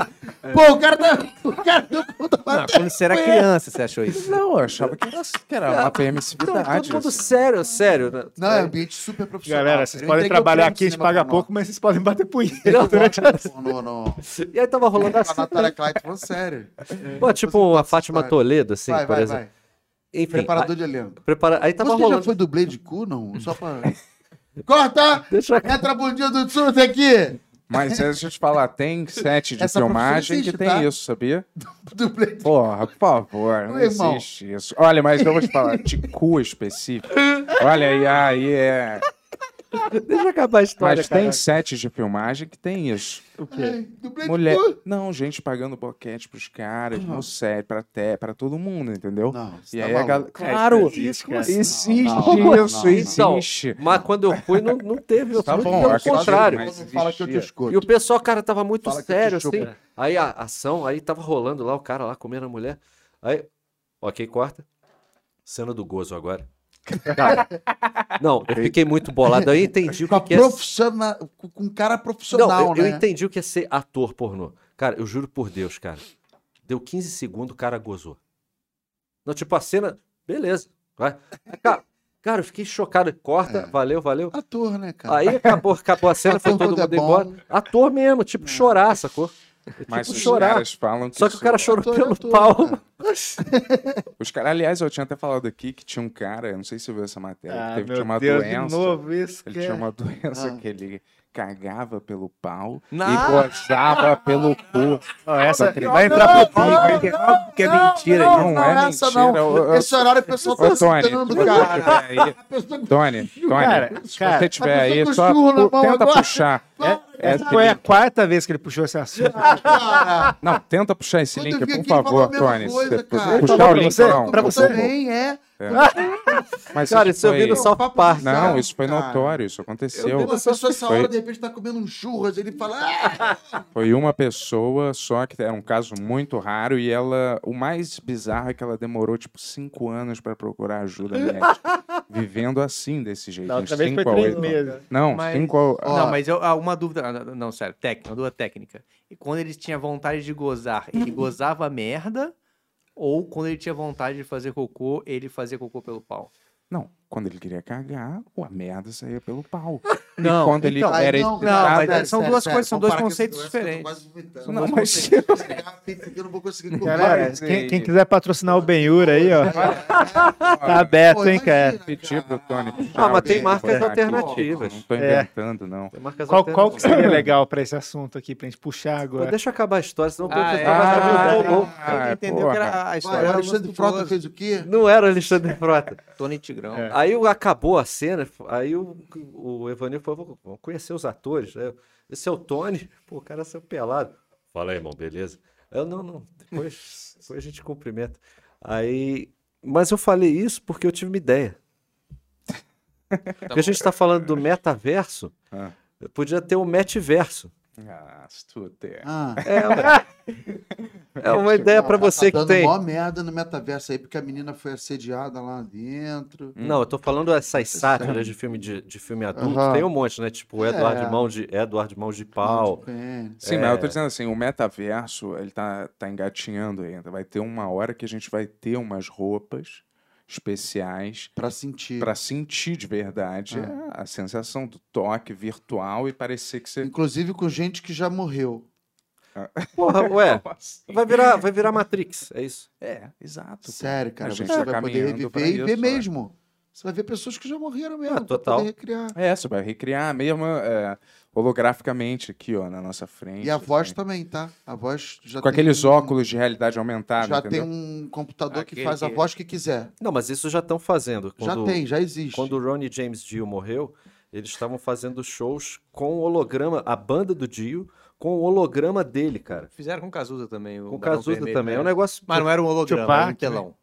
Speaker 7: Pô, o cara tá. O cara do Bull tá batendo.
Speaker 3: Quando você era criança, você achou isso?
Speaker 6: Não, eu achava que era, que era uma permissividade.
Speaker 8: Ah,
Speaker 6: assim.
Speaker 8: todo mundo sério, sério. né?
Speaker 7: Não, é um ambiente super profissional.
Speaker 4: Galera, vocês
Speaker 7: Eu
Speaker 4: podem
Speaker 7: entrei que eu
Speaker 4: trabalhar
Speaker 7: primo
Speaker 4: aqui, a gente
Speaker 7: cinema
Speaker 4: paga
Speaker 7: pornô.
Speaker 4: pouco, mas vocês podem bater punheta
Speaker 8: Não,
Speaker 4: durante a...
Speaker 7: Pornô, não.
Speaker 8: E aí tava rolando
Speaker 7: A
Speaker 8: assim,
Speaker 7: Natália Clyde falou sério. É,
Speaker 8: pô, tipo a Fátima Toledo, assim,
Speaker 7: vai,
Speaker 8: por
Speaker 7: vai,
Speaker 8: exemplo.
Speaker 7: vai.
Speaker 8: Enfim,
Speaker 7: Preparador de elenco.
Speaker 8: aí- prepara... aí tava
Speaker 7: Você já
Speaker 8: rolando.
Speaker 7: foi dublê de cu, não? Só pra. Corta!
Speaker 8: Deixa eu-
Speaker 7: Entra a bundinha do Tsurus aqui!
Speaker 6: Mas é, deixa eu te falar, tem set de
Speaker 7: Essa
Speaker 6: filmagem
Speaker 7: profissão
Speaker 6: que
Speaker 7: existe,
Speaker 6: tem
Speaker 7: tá?
Speaker 6: isso, sabia?
Speaker 7: Dublê de
Speaker 6: Porra, por favor, não
Speaker 7: Meu irmão.
Speaker 6: existe isso. Olha, mas eu vou te falar, de cu específico. Olha aí, aí é.
Speaker 8: Deixa eu acabar a história,
Speaker 6: Mas
Speaker 8: cara.
Speaker 6: tem sets de filmagem que tem isso.
Speaker 7: Ai, Dublê
Speaker 6: Mulher.
Speaker 7: de cu!
Speaker 6: Não, gente pagando boquete pros caras, no set, pra, te, pra todo mundo, entendeu?
Speaker 7: Não, você
Speaker 6: e
Speaker 7: tá
Speaker 6: aí a galera.
Speaker 7: maluco.
Speaker 6: Claro!
Speaker 4: isso
Speaker 8: é
Speaker 4: existe, cara.
Speaker 6: Existe
Speaker 7: Não, não, não,
Speaker 6: isso,
Speaker 7: não.
Speaker 6: existe.
Speaker 8: Mas quando eu fui, não, não teve. Eu
Speaker 6: Tá
Speaker 8: fui,
Speaker 6: bom,
Speaker 8: pelo
Speaker 6: acredito,
Speaker 8: contrário.
Speaker 6: mas-
Speaker 7: Fala que eu te escuto.
Speaker 8: E o pessoal, cara, tava muito
Speaker 7: Fala que eu te
Speaker 8: sério,
Speaker 7: chupo. né?
Speaker 8: assim. Aí a ação, aí tava rolando lá, o cara lá comendo a mulher. Aí, ok, corta. Cena do gozo agora. Não, eu fiquei muito bolado. Aí eu entendi o
Speaker 7: Com, a
Speaker 8: que, que é.
Speaker 7: profissional, com com um cara profissional,
Speaker 8: não, eu,
Speaker 7: né?
Speaker 8: eu entendi o que é ser ator pornô. Cara, eu juro por Deus, cara. Deu 15 segundos, o cara gozou. Não, tipo, a cena. Beleza. Vai. Cara, cara, eu fiquei chocado. Corta,
Speaker 7: É.
Speaker 8: valeu, valeu.
Speaker 7: Ator, né, cara?
Speaker 8: Aí acabou, acabou a cena, foi
Speaker 7: Ator
Speaker 8: todo
Speaker 7: quando é
Speaker 8: mundo
Speaker 7: bom. É.
Speaker 8: embora. Ator mesmo, tipo, chorar, sacou?
Speaker 6: Mas
Speaker 8: tipo,
Speaker 6: os
Speaker 8: chorar.
Speaker 6: caras falam que.
Speaker 8: Só que o
Speaker 6: isso-
Speaker 8: cara chorou
Speaker 7: Ator é
Speaker 8: pelo
Speaker 7: ator,
Speaker 8: pau.
Speaker 7: cara.
Speaker 6: Os caras, aliás, eu tinha até falado aqui que tinha um cara, eu não sei se você viu essa matéria, que
Speaker 4: Ah,
Speaker 6: teve,
Speaker 4: meu
Speaker 6: tinha uma
Speaker 4: Deus,
Speaker 6: doença.
Speaker 4: de novo isso,
Speaker 6: Ele tinha
Speaker 4: cara.
Speaker 6: uma doença
Speaker 7: Ah.
Speaker 6: que ele cagava pelo pau
Speaker 9: Não.
Speaker 6: e gozava pelo cu.
Speaker 4: Ó, essa
Speaker 6: Não,
Speaker 4: vai entrar pro público, hein? Óbvio que é mentira.
Speaker 7: não,
Speaker 4: hein?
Speaker 6: não
Speaker 7: não
Speaker 6: é
Speaker 7: essa
Speaker 6: mentira,
Speaker 7: não.
Speaker 6: eu- eu-
Speaker 7: Esse horário o pessoal tá
Speaker 6: Ô, Tony,
Speaker 7: assustando,
Speaker 6: Tony,
Speaker 7: cara.
Speaker 6: aí- Tony, Tony,
Speaker 4: Cara,
Speaker 6: se
Speaker 4: cara,
Speaker 6: você tiver
Speaker 7: a pessoa
Speaker 6: aí,
Speaker 7: com
Speaker 6: só
Speaker 7: churro na
Speaker 6: pu-
Speaker 7: mão
Speaker 6: tenta
Speaker 7: agora.
Speaker 6: puxar.
Speaker 4: É,
Speaker 6: esse
Speaker 4: foi a
Speaker 6: link.
Speaker 4: quarta vez que ele puxou esse assunto.
Speaker 7: Cara,
Speaker 6: Não, tenta puxar esse
Speaker 7: Quando
Speaker 6: link,
Speaker 7: eu vi
Speaker 6: por
Speaker 7: aqui, ele falou
Speaker 6: favor,
Speaker 7: a mesma
Speaker 6: Tony. se
Speaker 7: coisa,
Speaker 6: você
Speaker 7: cara.
Speaker 4: Ele
Speaker 6: Puxar o
Speaker 4: falou pra
Speaker 6: link,
Speaker 4: você?
Speaker 6: então. não.
Speaker 4: Pra
Speaker 6: por
Speaker 4: você?
Speaker 6: favor.
Speaker 7: também é.
Speaker 6: Mas
Speaker 8: Cara, isso eu vi
Speaker 6: foi-
Speaker 8: no South Park.
Speaker 6: Não,
Speaker 7: Não,
Speaker 6: isso foi
Speaker 7: cara.
Speaker 6: notório, isso aconteceu.
Speaker 7: Uma pessoa essa hora,
Speaker 6: Foi-
Speaker 7: de repente, tá comendo um churras, ele fala... "Ah!"
Speaker 6: Foi uma pessoa só, que era um caso muito raro, e ela. O mais bizarro é que ela demorou, tipo, cinco anos pra procurar ajuda médica. vivendo assim, desse jeito.
Speaker 4: Da
Speaker 6: uns
Speaker 4: outra vez
Speaker 6: cinco
Speaker 4: foi
Speaker 6: a
Speaker 4: três
Speaker 6: oito.
Speaker 4: meses.
Speaker 6: Não,
Speaker 9: Mas-
Speaker 6: cinco ao...
Speaker 7: Ó.
Speaker 9: Não, mas eu, ah, uma dúvida. ah, Não, não, sério, técnica, uma dúvida técnica. E quando ele tinha vontade de gozar, ele gozava merda? Ou quando ele tinha vontade de fazer cocô, ele fazia cocô pelo pau?
Speaker 6: Não, quando ele queria cagar, pô, a merda saía pelo pau.
Speaker 9: Não,
Speaker 6: e quando ele
Speaker 8: então,
Speaker 7: Ai,
Speaker 6: era
Speaker 7: não,
Speaker 6: excitado-
Speaker 7: cara,
Speaker 9: mas
Speaker 7: sério,
Speaker 9: são
Speaker 7: sério,
Speaker 9: duas
Speaker 7: sério,
Speaker 9: coisas, são dois
Speaker 7: comparar com essa
Speaker 9: conceitos
Speaker 7: doença, eu tô
Speaker 9: diferentes.
Speaker 7: quase vomitando.
Speaker 6: Não,
Speaker 7: Dois
Speaker 6: mas-
Speaker 7: conceitos. Eu vou pegar a pizza aqui, eu não vou conseguir comer.
Speaker 4: Galera,
Speaker 6: Vai,
Speaker 4: quem,
Speaker 6: Zé.
Speaker 4: quem quiser patrocinar o Benhur aí, ó, tá aberto,
Speaker 7: Pô,
Speaker 4: hein, cara.
Speaker 7: imagina,
Speaker 6: Pedir pro Tony puxar
Speaker 8: Ah, mas tem
Speaker 6: alguém,
Speaker 8: marcas
Speaker 6: botar aqui,
Speaker 8: alternativas.
Speaker 6: Não tô
Speaker 4: É.
Speaker 6: inventando, não.
Speaker 8: Tem marcas
Speaker 4: Qual, qual que
Speaker 8: alternativas.
Speaker 4: seria legal pra esse assunto aqui, pra gente puxar
Speaker 8: Pô,
Speaker 4: agora?
Speaker 8: deixa eu acabar a história, senão o
Speaker 9: Ah,
Speaker 8: professor
Speaker 9: é.
Speaker 8: vai saber o
Speaker 9: Ah,
Speaker 8: que rolou.
Speaker 6: Ah,
Speaker 9: entendeu
Speaker 6: porra.
Speaker 9: que era a
Speaker 7: Vai,
Speaker 9: história.
Speaker 7: o
Speaker 9: era
Speaker 7: é, Alexandre Frota
Speaker 9: monstruosa.
Speaker 7: fez o quê?
Speaker 8: Não era Alexandre Frota.
Speaker 9: Tony Tigrão.
Speaker 4: É.
Speaker 8: Aí eu- acabou a cena, aí o, o Evanil falou: "Vou- vou conhecer os atores. né? Esse é o Tony. Pô, o cara saiu pelado. Fala aí, irmão, beleza? Eu, não, não. Depois, depois a gente cumprimenta. Aí. Mas eu falei isso porque eu tive uma ideia. Porque a gente está falando do metaverso.
Speaker 6: Ah.
Speaker 8: Podia ter um metiverso.
Speaker 6: Ah, Stuter.
Speaker 7: Ah,
Speaker 8: É, ué. é uma ideia para você
Speaker 7: tá
Speaker 8: que
Speaker 7: dando
Speaker 8: tem.
Speaker 7: mó merda no metaverso aí, porque a menina foi assediada lá dentro.
Speaker 8: Não, eu tô falando essas sátiras de filme, de, de filme adulto,
Speaker 7: Aham.
Speaker 8: tem um monte, né? Tipo, Eduardo
Speaker 7: É.
Speaker 8: Mão de Eduardo Mão de Pau.
Speaker 7: Pênis.
Speaker 6: Sim, mas eu tô dizendo assim, o metaverso, ele tá, tá engatinhando ainda. Vai ter uma hora que a gente vai ter umas roupas especiais
Speaker 7: Pra sentir.
Speaker 6: pra sentir de verdade
Speaker 9: Ah.
Speaker 6: a, a sensação do toque virtual e parecer que você...
Speaker 7: Inclusive com gente que já morreu.
Speaker 8: Porra, ué,
Speaker 6: Nossa.
Speaker 8: vai virar, vai virar Matrix, é isso.
Speaker 6: É, exato.
Speaker 7: Sério, cara.
Speaker 6: A
Speaker 7: Você
Speaker 6: gente tá
Speaker 7: vai poder
Speaker 6: caminhando pra
Speaker 7: reviver e
Speaker 6: isso,
Speaker 7: ver
Speaker 6: né?
Speaker 7: mesmo. Você vai ver pessoas que já morreram mesmo.
Speaker 8: Ah,
Speaker 7: pra
Speaker 8: total.
Speaker 7: poder recriar.
Speaker 6: É, você vai recriar mesmo é, holograficamente aqui, ó, na nossa frente.
Speaker 7: E a voz
Speaker 6: assim.
Speaker 7: também, tá? A voz já
Speaker 6: Com
Speaker 7: tem
Speaker 6: aqueles
Speaker 7: um-
Speaker 6: óculos de realidade aumentada,
Speaker 7: Já
Speaker 6: entendeu?
Speaker 7: tem um computador que
Speaker 9: Aquele
Speaker 7: faz a
Speaker 9: que-
Speaker 7: voz que quiser.
Speaker 8: Não, mas isso já estão fazendo.
Speaker 7: já
Speaker 8: Quando,
Speaker 7: tem, já existe.
Speaker 8: Quando o Ronnie James Dio morreu, eles estavam fazendo shows com o holograma, a banda do Dio, com o holograma dele, cara.
Speaker 9: Fizeram com Cazuza também.
Speaker 8: Com o
Speaker 9: Barão
Speaker 8: Cazuza
Speaker 9: Vermelho,
Speaker 8: também. É
Speaker 9: né?
Speaker 8: um negócio.
Speaker 9: Mas não era um holograma,
Speaker 4: Tupac,
Speaker 9: era um telão.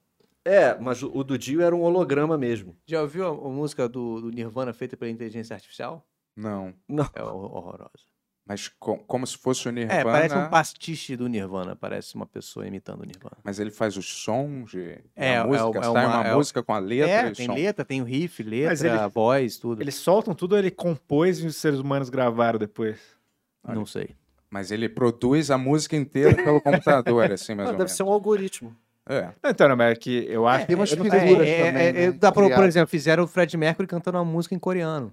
Speaker 8: É, mas o o do Dio era um holograma mesmo.
Speaker 9: Já ouviu a, a música do, do Nirvana feita pela inteligência artificial?
Speaker 6: Não.
Speaker 9: É hor- horrorosa.
Speaker 6: Mas co- como se fosse o Nirvana.
Speaker 9: É, parece um pastiche do Nirvana. Parece uma pessoa imitando o Nirvana.
Speaker 6: Mas ele faz os sons de
Speaker 9: É,
Speaker 6: da
Speaker 9: é
Speaker 6: música,
Speaker 9: uma-
Speaker 6: sai uma,
Speaker 9: é uma-
Speaker 6: música com a letra e
Speaker 9: É,
Speaker 6: o
Speaker 9: tem
Speaker 6: som.
Speaker 9: letra, tem o riff,
Speaker 4: Mas
Speaker 9: letra,
Speaker 4: ele-
Speaker 9: voz, tudo.
Speaker 4: Eles soltam tudo, ou ele compôs e os seres humanos gravaram depois.
Speaker 9: Não sei.
Speaker 6: Mas ele produz a música inteira pelo computador, assim, mais
Speaker 8: Ah,
Speaker 6: ou
Speaker 8: deve
Speaker 6: menos.
Speaker 8: ser um algoritmo.
Speaker 6: É.
Speaker 4: Não, Então, não, mas é que eu acho.
Speaker 7: Tem umas
Speaker 4: eu não-
Speaker 7: figuras
Speaker 4: é, é,
Speaker 7: também, né?
Speaker 9: é, dá pra- por
Speaker 7: Criado.
Speaker 9: exemplo, fizeram o Fred Mercury cantando uma música em coreano.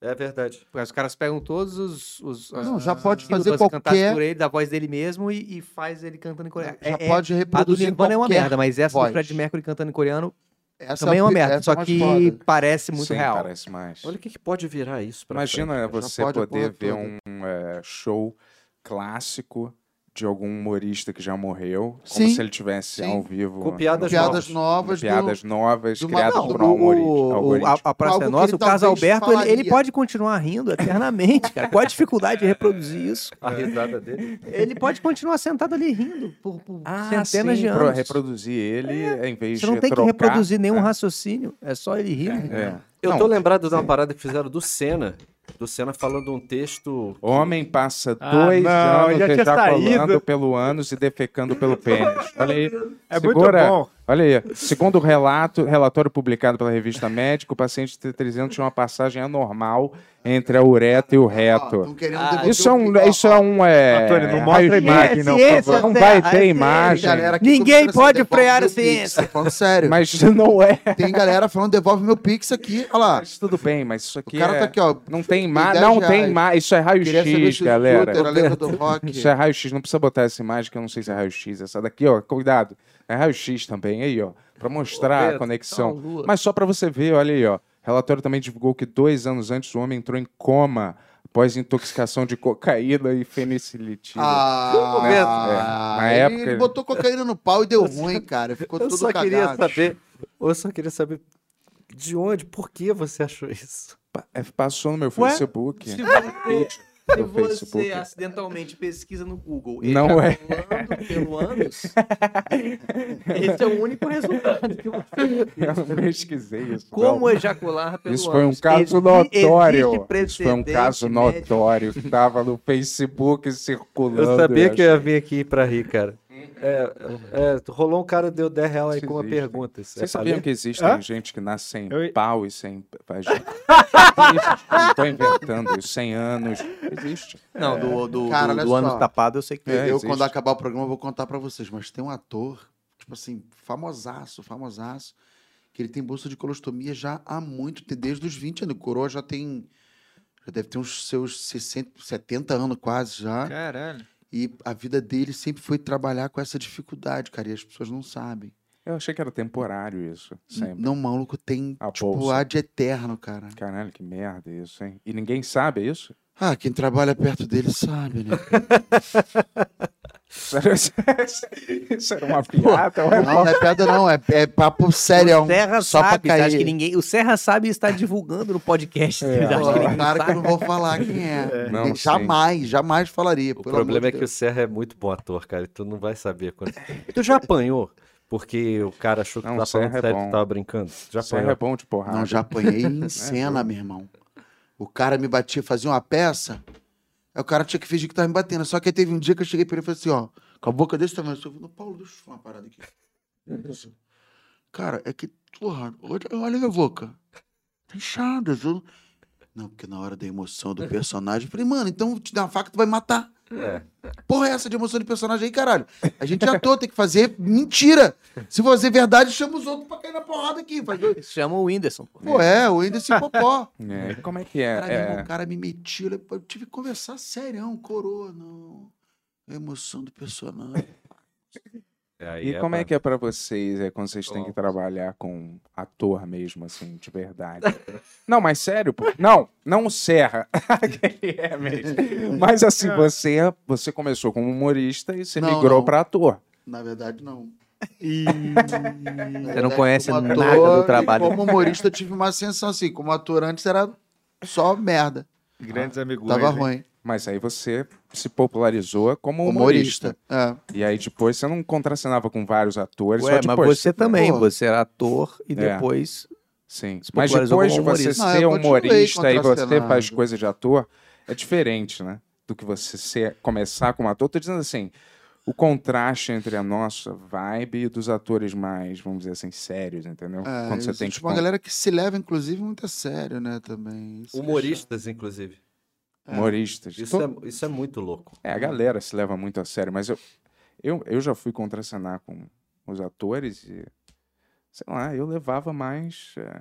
Speaker 8: É verdade.
Speaker 9: Porque Os caras pegam todos os. os as-
Speaker 7: Não, já
Speaker 9: as
Speaker 7: pode fazer
Speaker 9: sílabas cantadas
Speaker 7: qualquer-
Speaker 9: por ele, da voz dele mesmo, e, e faz ele cantando em coreano.
Speaker 7: Já
Speaker 9: É- é-
Speaker 7: pode
Speaker 9: a do
Speaker 7: reproduzir
Speaker 9: Nirvana é uma
Speaker 7: qualquer
Speaker 9: merda, mas essa
Speaker 7: voz.
Speaker 9: do Fred Mercury cantando em coreano
Speaker 7: Essa
Speaker 9: também é uma
Speaker 7: pi-
Speaker 9: merda.
Speaker 7: essa
Speaker 9: Só
Speaker 7: é mais
Speaker 9: que
Speaker 7: foda.
Speaker 9: parece muito
Speaker 6: Sim,
Speaker 9: real.
Speaker 6: parece mais.
Speaker 8: Olha o que, que pode virar isso pra
Speaker 6: Imagina é,
Speaker 8: frente, cara.
Speaker 6: você
Speaker 7: pode a porra
Speaker 6: poder ver
Speaker 7: toda.
Speaker 6: um é, show clássico de algum humorista que já morreu, como
Speaker 7: Sim.
Speaker 6: se ele tivesse
Speaker 7: Sim.
Speaker 6: ao vivo.
Speaker 8: Com piadas novas.
Speaker 7: Piadas novas, do-
Speaker 6: piadas novas
Speaker 7: de uma-
Speaker 6: criadas
Speaker 7: Não,
Speaker 6: por um
Speaker 7: o-
Speaker 6: algoritmo.
Speaker 9: O- o- a,
Speaker 6: algoritmo.
Speaker 9: a praça
Speaker 7: Algo
Speaker 9: é
Speaker 7: que
Speaker 9: nossa,
Speaker 7: ele
Speaker 9: o Carlos
Speaker 7: talvez
Speaker 9: Alberto, ele, ele
Speaker 7: falaria.
Speaker 9: pode continuar rindo eternamente, cara. Qual a dificuldade de reproduzir isso?
Speaker 8: A risada dele.
Speaker 9: Ele pode continuar sentado ali rindo por, por
Speaker 6: Ah,
Speaker 9: centenas
Speaker 6: sim,
Speaker 9: de
Speaker 6: pro-
Speaker 9: anos. É.
Speaker 6: reproduzir ele em vez
Speaker 9: Você
Speaker 6: de
Speaker 9: não tem que
Speaker 6: trocar.
Speaker 9: reproduzir nenhum raciocínio, é só ele rir.
Speaker 6: É.
Speaker 8: Eu
Speaker 6: Não,
Speaker 8: tô lembrado de uma parada que fizeram do Senna. Do Senna falando um texto.
Speaker 6: Homem passa
Speaker 4: Ah,
Speaker 6: dois
Speaker 4: não,
Speaker 6: anos
Speaker 4: já tinha saído.
Speaker 6: ejaculando pelo ânus e defecando pelo pênis. Olha aí.
Speaker 4: É muito
Speaker 6: segura,
Speaker 4: bom.
Speaker 6: Olha aí. Segundo o relato, relatório publicado pela revista Médico, o paciente T300 tinha uma passagem anormal entre a ureta e o reto.
Speaker 7: Estão querendo
Speaker 9: Ah,
Speaker 7: devolver
Speaker 6: Isso é um.
Speaker 7: o-
Speaker 6: Isso é um. É...
Speaker 4: Antônio, não mostra a
Speaker 6: raio-x. é
Speaker 4: imagem, não, por favor.
Speaker 6: Não vai ter
Speaker 7: Tem
Speaker 6: imagem.
Speaker 7: galera que
Speaker 9: Ninguém
Speaker 7: começa
Speaker 9: pode
Speaker 7: devolve
Speaker 9: frear
Speaker 7: meu
Speaker 9: a
Speaker 7: Pix,
Speaker 9: ciência.
Speaker 7: tô Falando sério.
Speaker 6: Mas não é.
Speaker 7: Tem galera falando, devolve meu pix aqui. Olha lá.
Speaker 6: Mas tudo bem, mas isso
Speaker 7: O
Speaker 6: aqui.
Speaker 7: cara
Speaker 6: é-
Speaker 7: tá aqui, ó.
Speaker 6: Não tem
Speaker 7: R$
Speaker 6: imagem.
Speaker 7: 10
Speaker 6: Não
Speaker 7: reais.
Speaker 6: tem imagem. Isso é
Speaker 7: Queria saber
Speaker 6: raio-x,
Speaker 7: se o
Speaker 6: galera.
Speaker 7: Shooter, a lenda do rock.
Speaker 6: Isso é raio-x, não precisa botar essa imagem, que eu não sei se é raio-x. Essa daqui, ó, cuidado. É raio-x também, aí, ó. Pra mostrar
Speaker 7: tá
Speaker 6: a conexão. Mas só pra você ver, olha aí, ó. Relatório também divulgou que dois anos antes o homem entrou em coma após intoxicação de cocaína e fenicilitina.
Speaker 7: um Ah,
Speaker 6: É, na
Speaker 7: ele,
Speaker 6: época-
Speaker 7: ele botou cocaína no pau e deu ruim, cara. Ficou
Speaker 8: Eu
Speaker 7: tudo
Speaker 8: só queria
Speaker 7: cagado.
Speaker 8: saber. Eu só queria saber de onde, por que você achou isso?
Speaker 6: É, Passou no meu
Speaker 9: Ué?
Speaker 6: Facebook.
Speaker 9: Se você, se
Speaker 6: No
Speaker 9: você
Speaker 6: Facebook.
Speaker 9: acidentalmente pesquisa no Google
Speaker 6: Não é.
Speaker 9: ejaculando pelo ânus, esse é o único resultado que você
Speaker 6: Eu pesquisei isso.
Speaker 9: Como
Speaker 6: não.
Speaker 9: ejacular pelo
Speaker 6: Isso foi um
Speaker 9: ânus.
Speaker 6: caso
Speaker 9: Exi-
Speaker 6: notório.
Speaker 9: existe
Speaker 6: Isso foi um caso
Speaker 9: precedente médico.
Speaker 6: notório que estava no Facebook circulando.
Speaker 8: Eu sabia que eu
Speaker 6: acho.
Speaker 8: ia vir aqui pra rir, cara. É, é, rolou um cara, deu 10 reais aí
Speaker 6: Isso
Speaker 8: com uma
Speaker 6: existe.
Speaker 8: pergunta. Isso é
Speaker 6: Vocês sabiam
Speaker 8: paleta?
Speaker 6: que existem
Speaker 4: Hã?
Speaker 6: gente que nasce sem
Speaker 4: Eu-
Speaker 6: pau e sem vagina? Existe. Não estou inventando isso. 100 anos. Existe.
Speaker 9: Não, do,
Speaker 8: é.
Speaker 9: do,
Speaker 7: Cara,
Speaker 9: do,
Speaker 7: olha
Speaker 9: do ânus
Speaker 7: só.
Speaker 9: tapado eu sei que
Speaker 6: É,
Speaker 7: tá eu,
Speaker 6: existe.
Speaker 7: quando acabar o programa, eu vou contar pra vocês. Mas tem um ator, tipo assim, famosaço, famosaço, que ele tem bolsa de colostomia já há muito, tem- desde os 20 anos. O Coroa já tem... Já deve ter uns seus 60, 70 anos quase já.
Speaker 9: Caralho.
Speaker 7: E a vida dele sempre foi trabalhar com essa dificuldade, cara. E as pessoas não sabem.
Speaker 6: Eu achei que era temporário isso. Sempre.
Speaker 7: Não, maluco, tem,
Speaker 6: A
Speaker 7: tipo,
Speaker 6: bolsa.
Speaker 7: há de eterno, cara.
Speaker 6: Caralho, que merda isso, hein? E ninguém sabe isso?
Speaker 7: Ah, quem trabalha perto dele sabe, né?
Speaker 6: Isso era, isso era uma piada? ué?
Speaker 7: Não, não é piada, não. É, é papo sério.
Speaker 9: O Serra
Speaker 7: só pra
Speaker 9: sabe, você
Speaker 7: cair.
Speaker 9: acha que ninguém. O Serra sabe e está divulgando no podcast. Você acha que ninguém
Speaker 7: Claro que eu
Speaker 9: sabe?
Speaker 7: não vou falar quem é.
Speaker 6: Não,
Speaker 7: Ninguém-
Speaker 6: sim.
Speaker 7: jamais, jamais falaria.
Speaker 8: O
Speaker 7: pelo
Speaker 8: problema
Speaker 7: amor
Speaker 8: é
Speaker 7: de
Speaker 8: que o
Speaker 7: Deus.
Speaker 8: Serra é muito bom ator, cara. e Tu não vai saber quando. tu já apanhou? Porque o cara achou que
Speaker 6: Não,
Speaker 8: tu tava
Speaker 6: o Serra
Speaker 8: falando
Speaker 6: é
Speaker 8: sério,
Speaker 6: bom. é
Speaker 8: tu tava brincando. Já
Speaker 6: Isso era
Speaker 8: apanhou.
Speaker 6: bom de porrada.
Speaker 7: Não, já apanhei em cena, meu irmão. O cara me batia, fazia uma peça, aí o cara tinha que fingir que tava me batendo. Só que aí teve um dia que eu cheguei pra ele e falei assim, ó, com a boca desse tamanho, assim, eu falei, Paulo, deixa eu falar uma parada aqui. Isso. Cara, é que, porra, olha, olha minha boca. Tá inchada, viu? Não, porque na hora da emoção do personagem, eu falei, mano, então eu te dar uma faca, tu vai me matar.
Speaker 8: É.
Speaker 7: Porra, é essa de emoção de personagem aí, caralho. A gente já ator, tem que fazer mentira. Se você é verdade, chama os outros pra cair na porrada aqui. Faz dois-
Speaker 9: Isso chama o Whindersson. pô.
Speaker 7: Pô, é, o Whindersson Popó.
Speaker 6: É, e como é que é?
Speaker 7: Cara, meu
Speaker 6: É,
Speaker 7: irmão, o cara me metiu. ele- Eu tive que conversar serião, coroa, não. A emoção do personagem.
Speaker 8: Aí
Speaker 6: E como é
Speaker 8: brabo.
Speaker 6: que é pra vocês, é, quando vocês têm que trabalhar com ator mesmo, assim, de verdade? não, mas sério, pô. Não, não o Serra. Ele é mesmo. Mas assim, você, você começou como humorista e você
Speaker 7: Não,
Speaker 6: migrou
Speaker 7: não.
Speaker 6: pra ator.
Speaker 7: Na verdade, não.
Speaker 4: E...
Speaker 7: Na
Speaker 9: Você não
Speaker 7: verdade,
Speaker 9: conhece
Speaker 7: como
Speaker 9: nada do
Speaker 7: ator e
Speaker 9: trabalho.
Speaker 7: Como humorista, eu tive uma ascensão assim. Como ator antes era só merda.
Speaker 4: Grandes
Speaker 6: Ah,
Speaker 4: amigos.
Speaker 7: Tava ruim.
Speaker 6: Mas aí você se popularizou como humorista.
Speaker 7: Humorista. É.
Speaker 6: E aí depois você não contracenava com vários atores,
Speaker 9: Ué,
Speaker 6: só
Speaker 9: mas
Speaker 6: depois.
Speaker 9: você também,
Speaker 7: Pô.
Speaker 9: você era ator e
Speaker 6: É.
Speaker 9: depois.
Speaker 6: Sim.
Speaker 9: se
Speaker 6: Mas
Speaker 9: popularizou
Speaker 6: depois de
Speaker 9: como
Speaker 6: você
Speaker 9: humorista.
Speaker 7: Não,
Speaker 6: ser
Speaker 7: eu continuei
Speaker 6: humorista e você
Speaker 7: contracenando.
Speaker 6: faz coisa de ator, é diferente, né? Do que você ser, começar como ator. Tô dizendo assim, o contraste entre a nossa vibe e dos atores mais, vamos dizer assim, sérios, entendeu?
Speaker 7: É,
Speaker 6: Quando você tem
Speaker 7: existe
Speaker 6: que...
Speaker 7: uma galera que se leva, inclusive, muito a sério, né? Também. Isso é
Speaker 8: Humoristas, inclusive.
Speaker 6: Humoristas. Então,
Speaker 8: Isso
Speaker 6: To-
Speaker 8: é, isso é muito louco.
Speaker 6: É, a galera se leva muito a sério, mas eu, eu, eu já fui contracenar com os atores e, sei lá, eu levava mais é,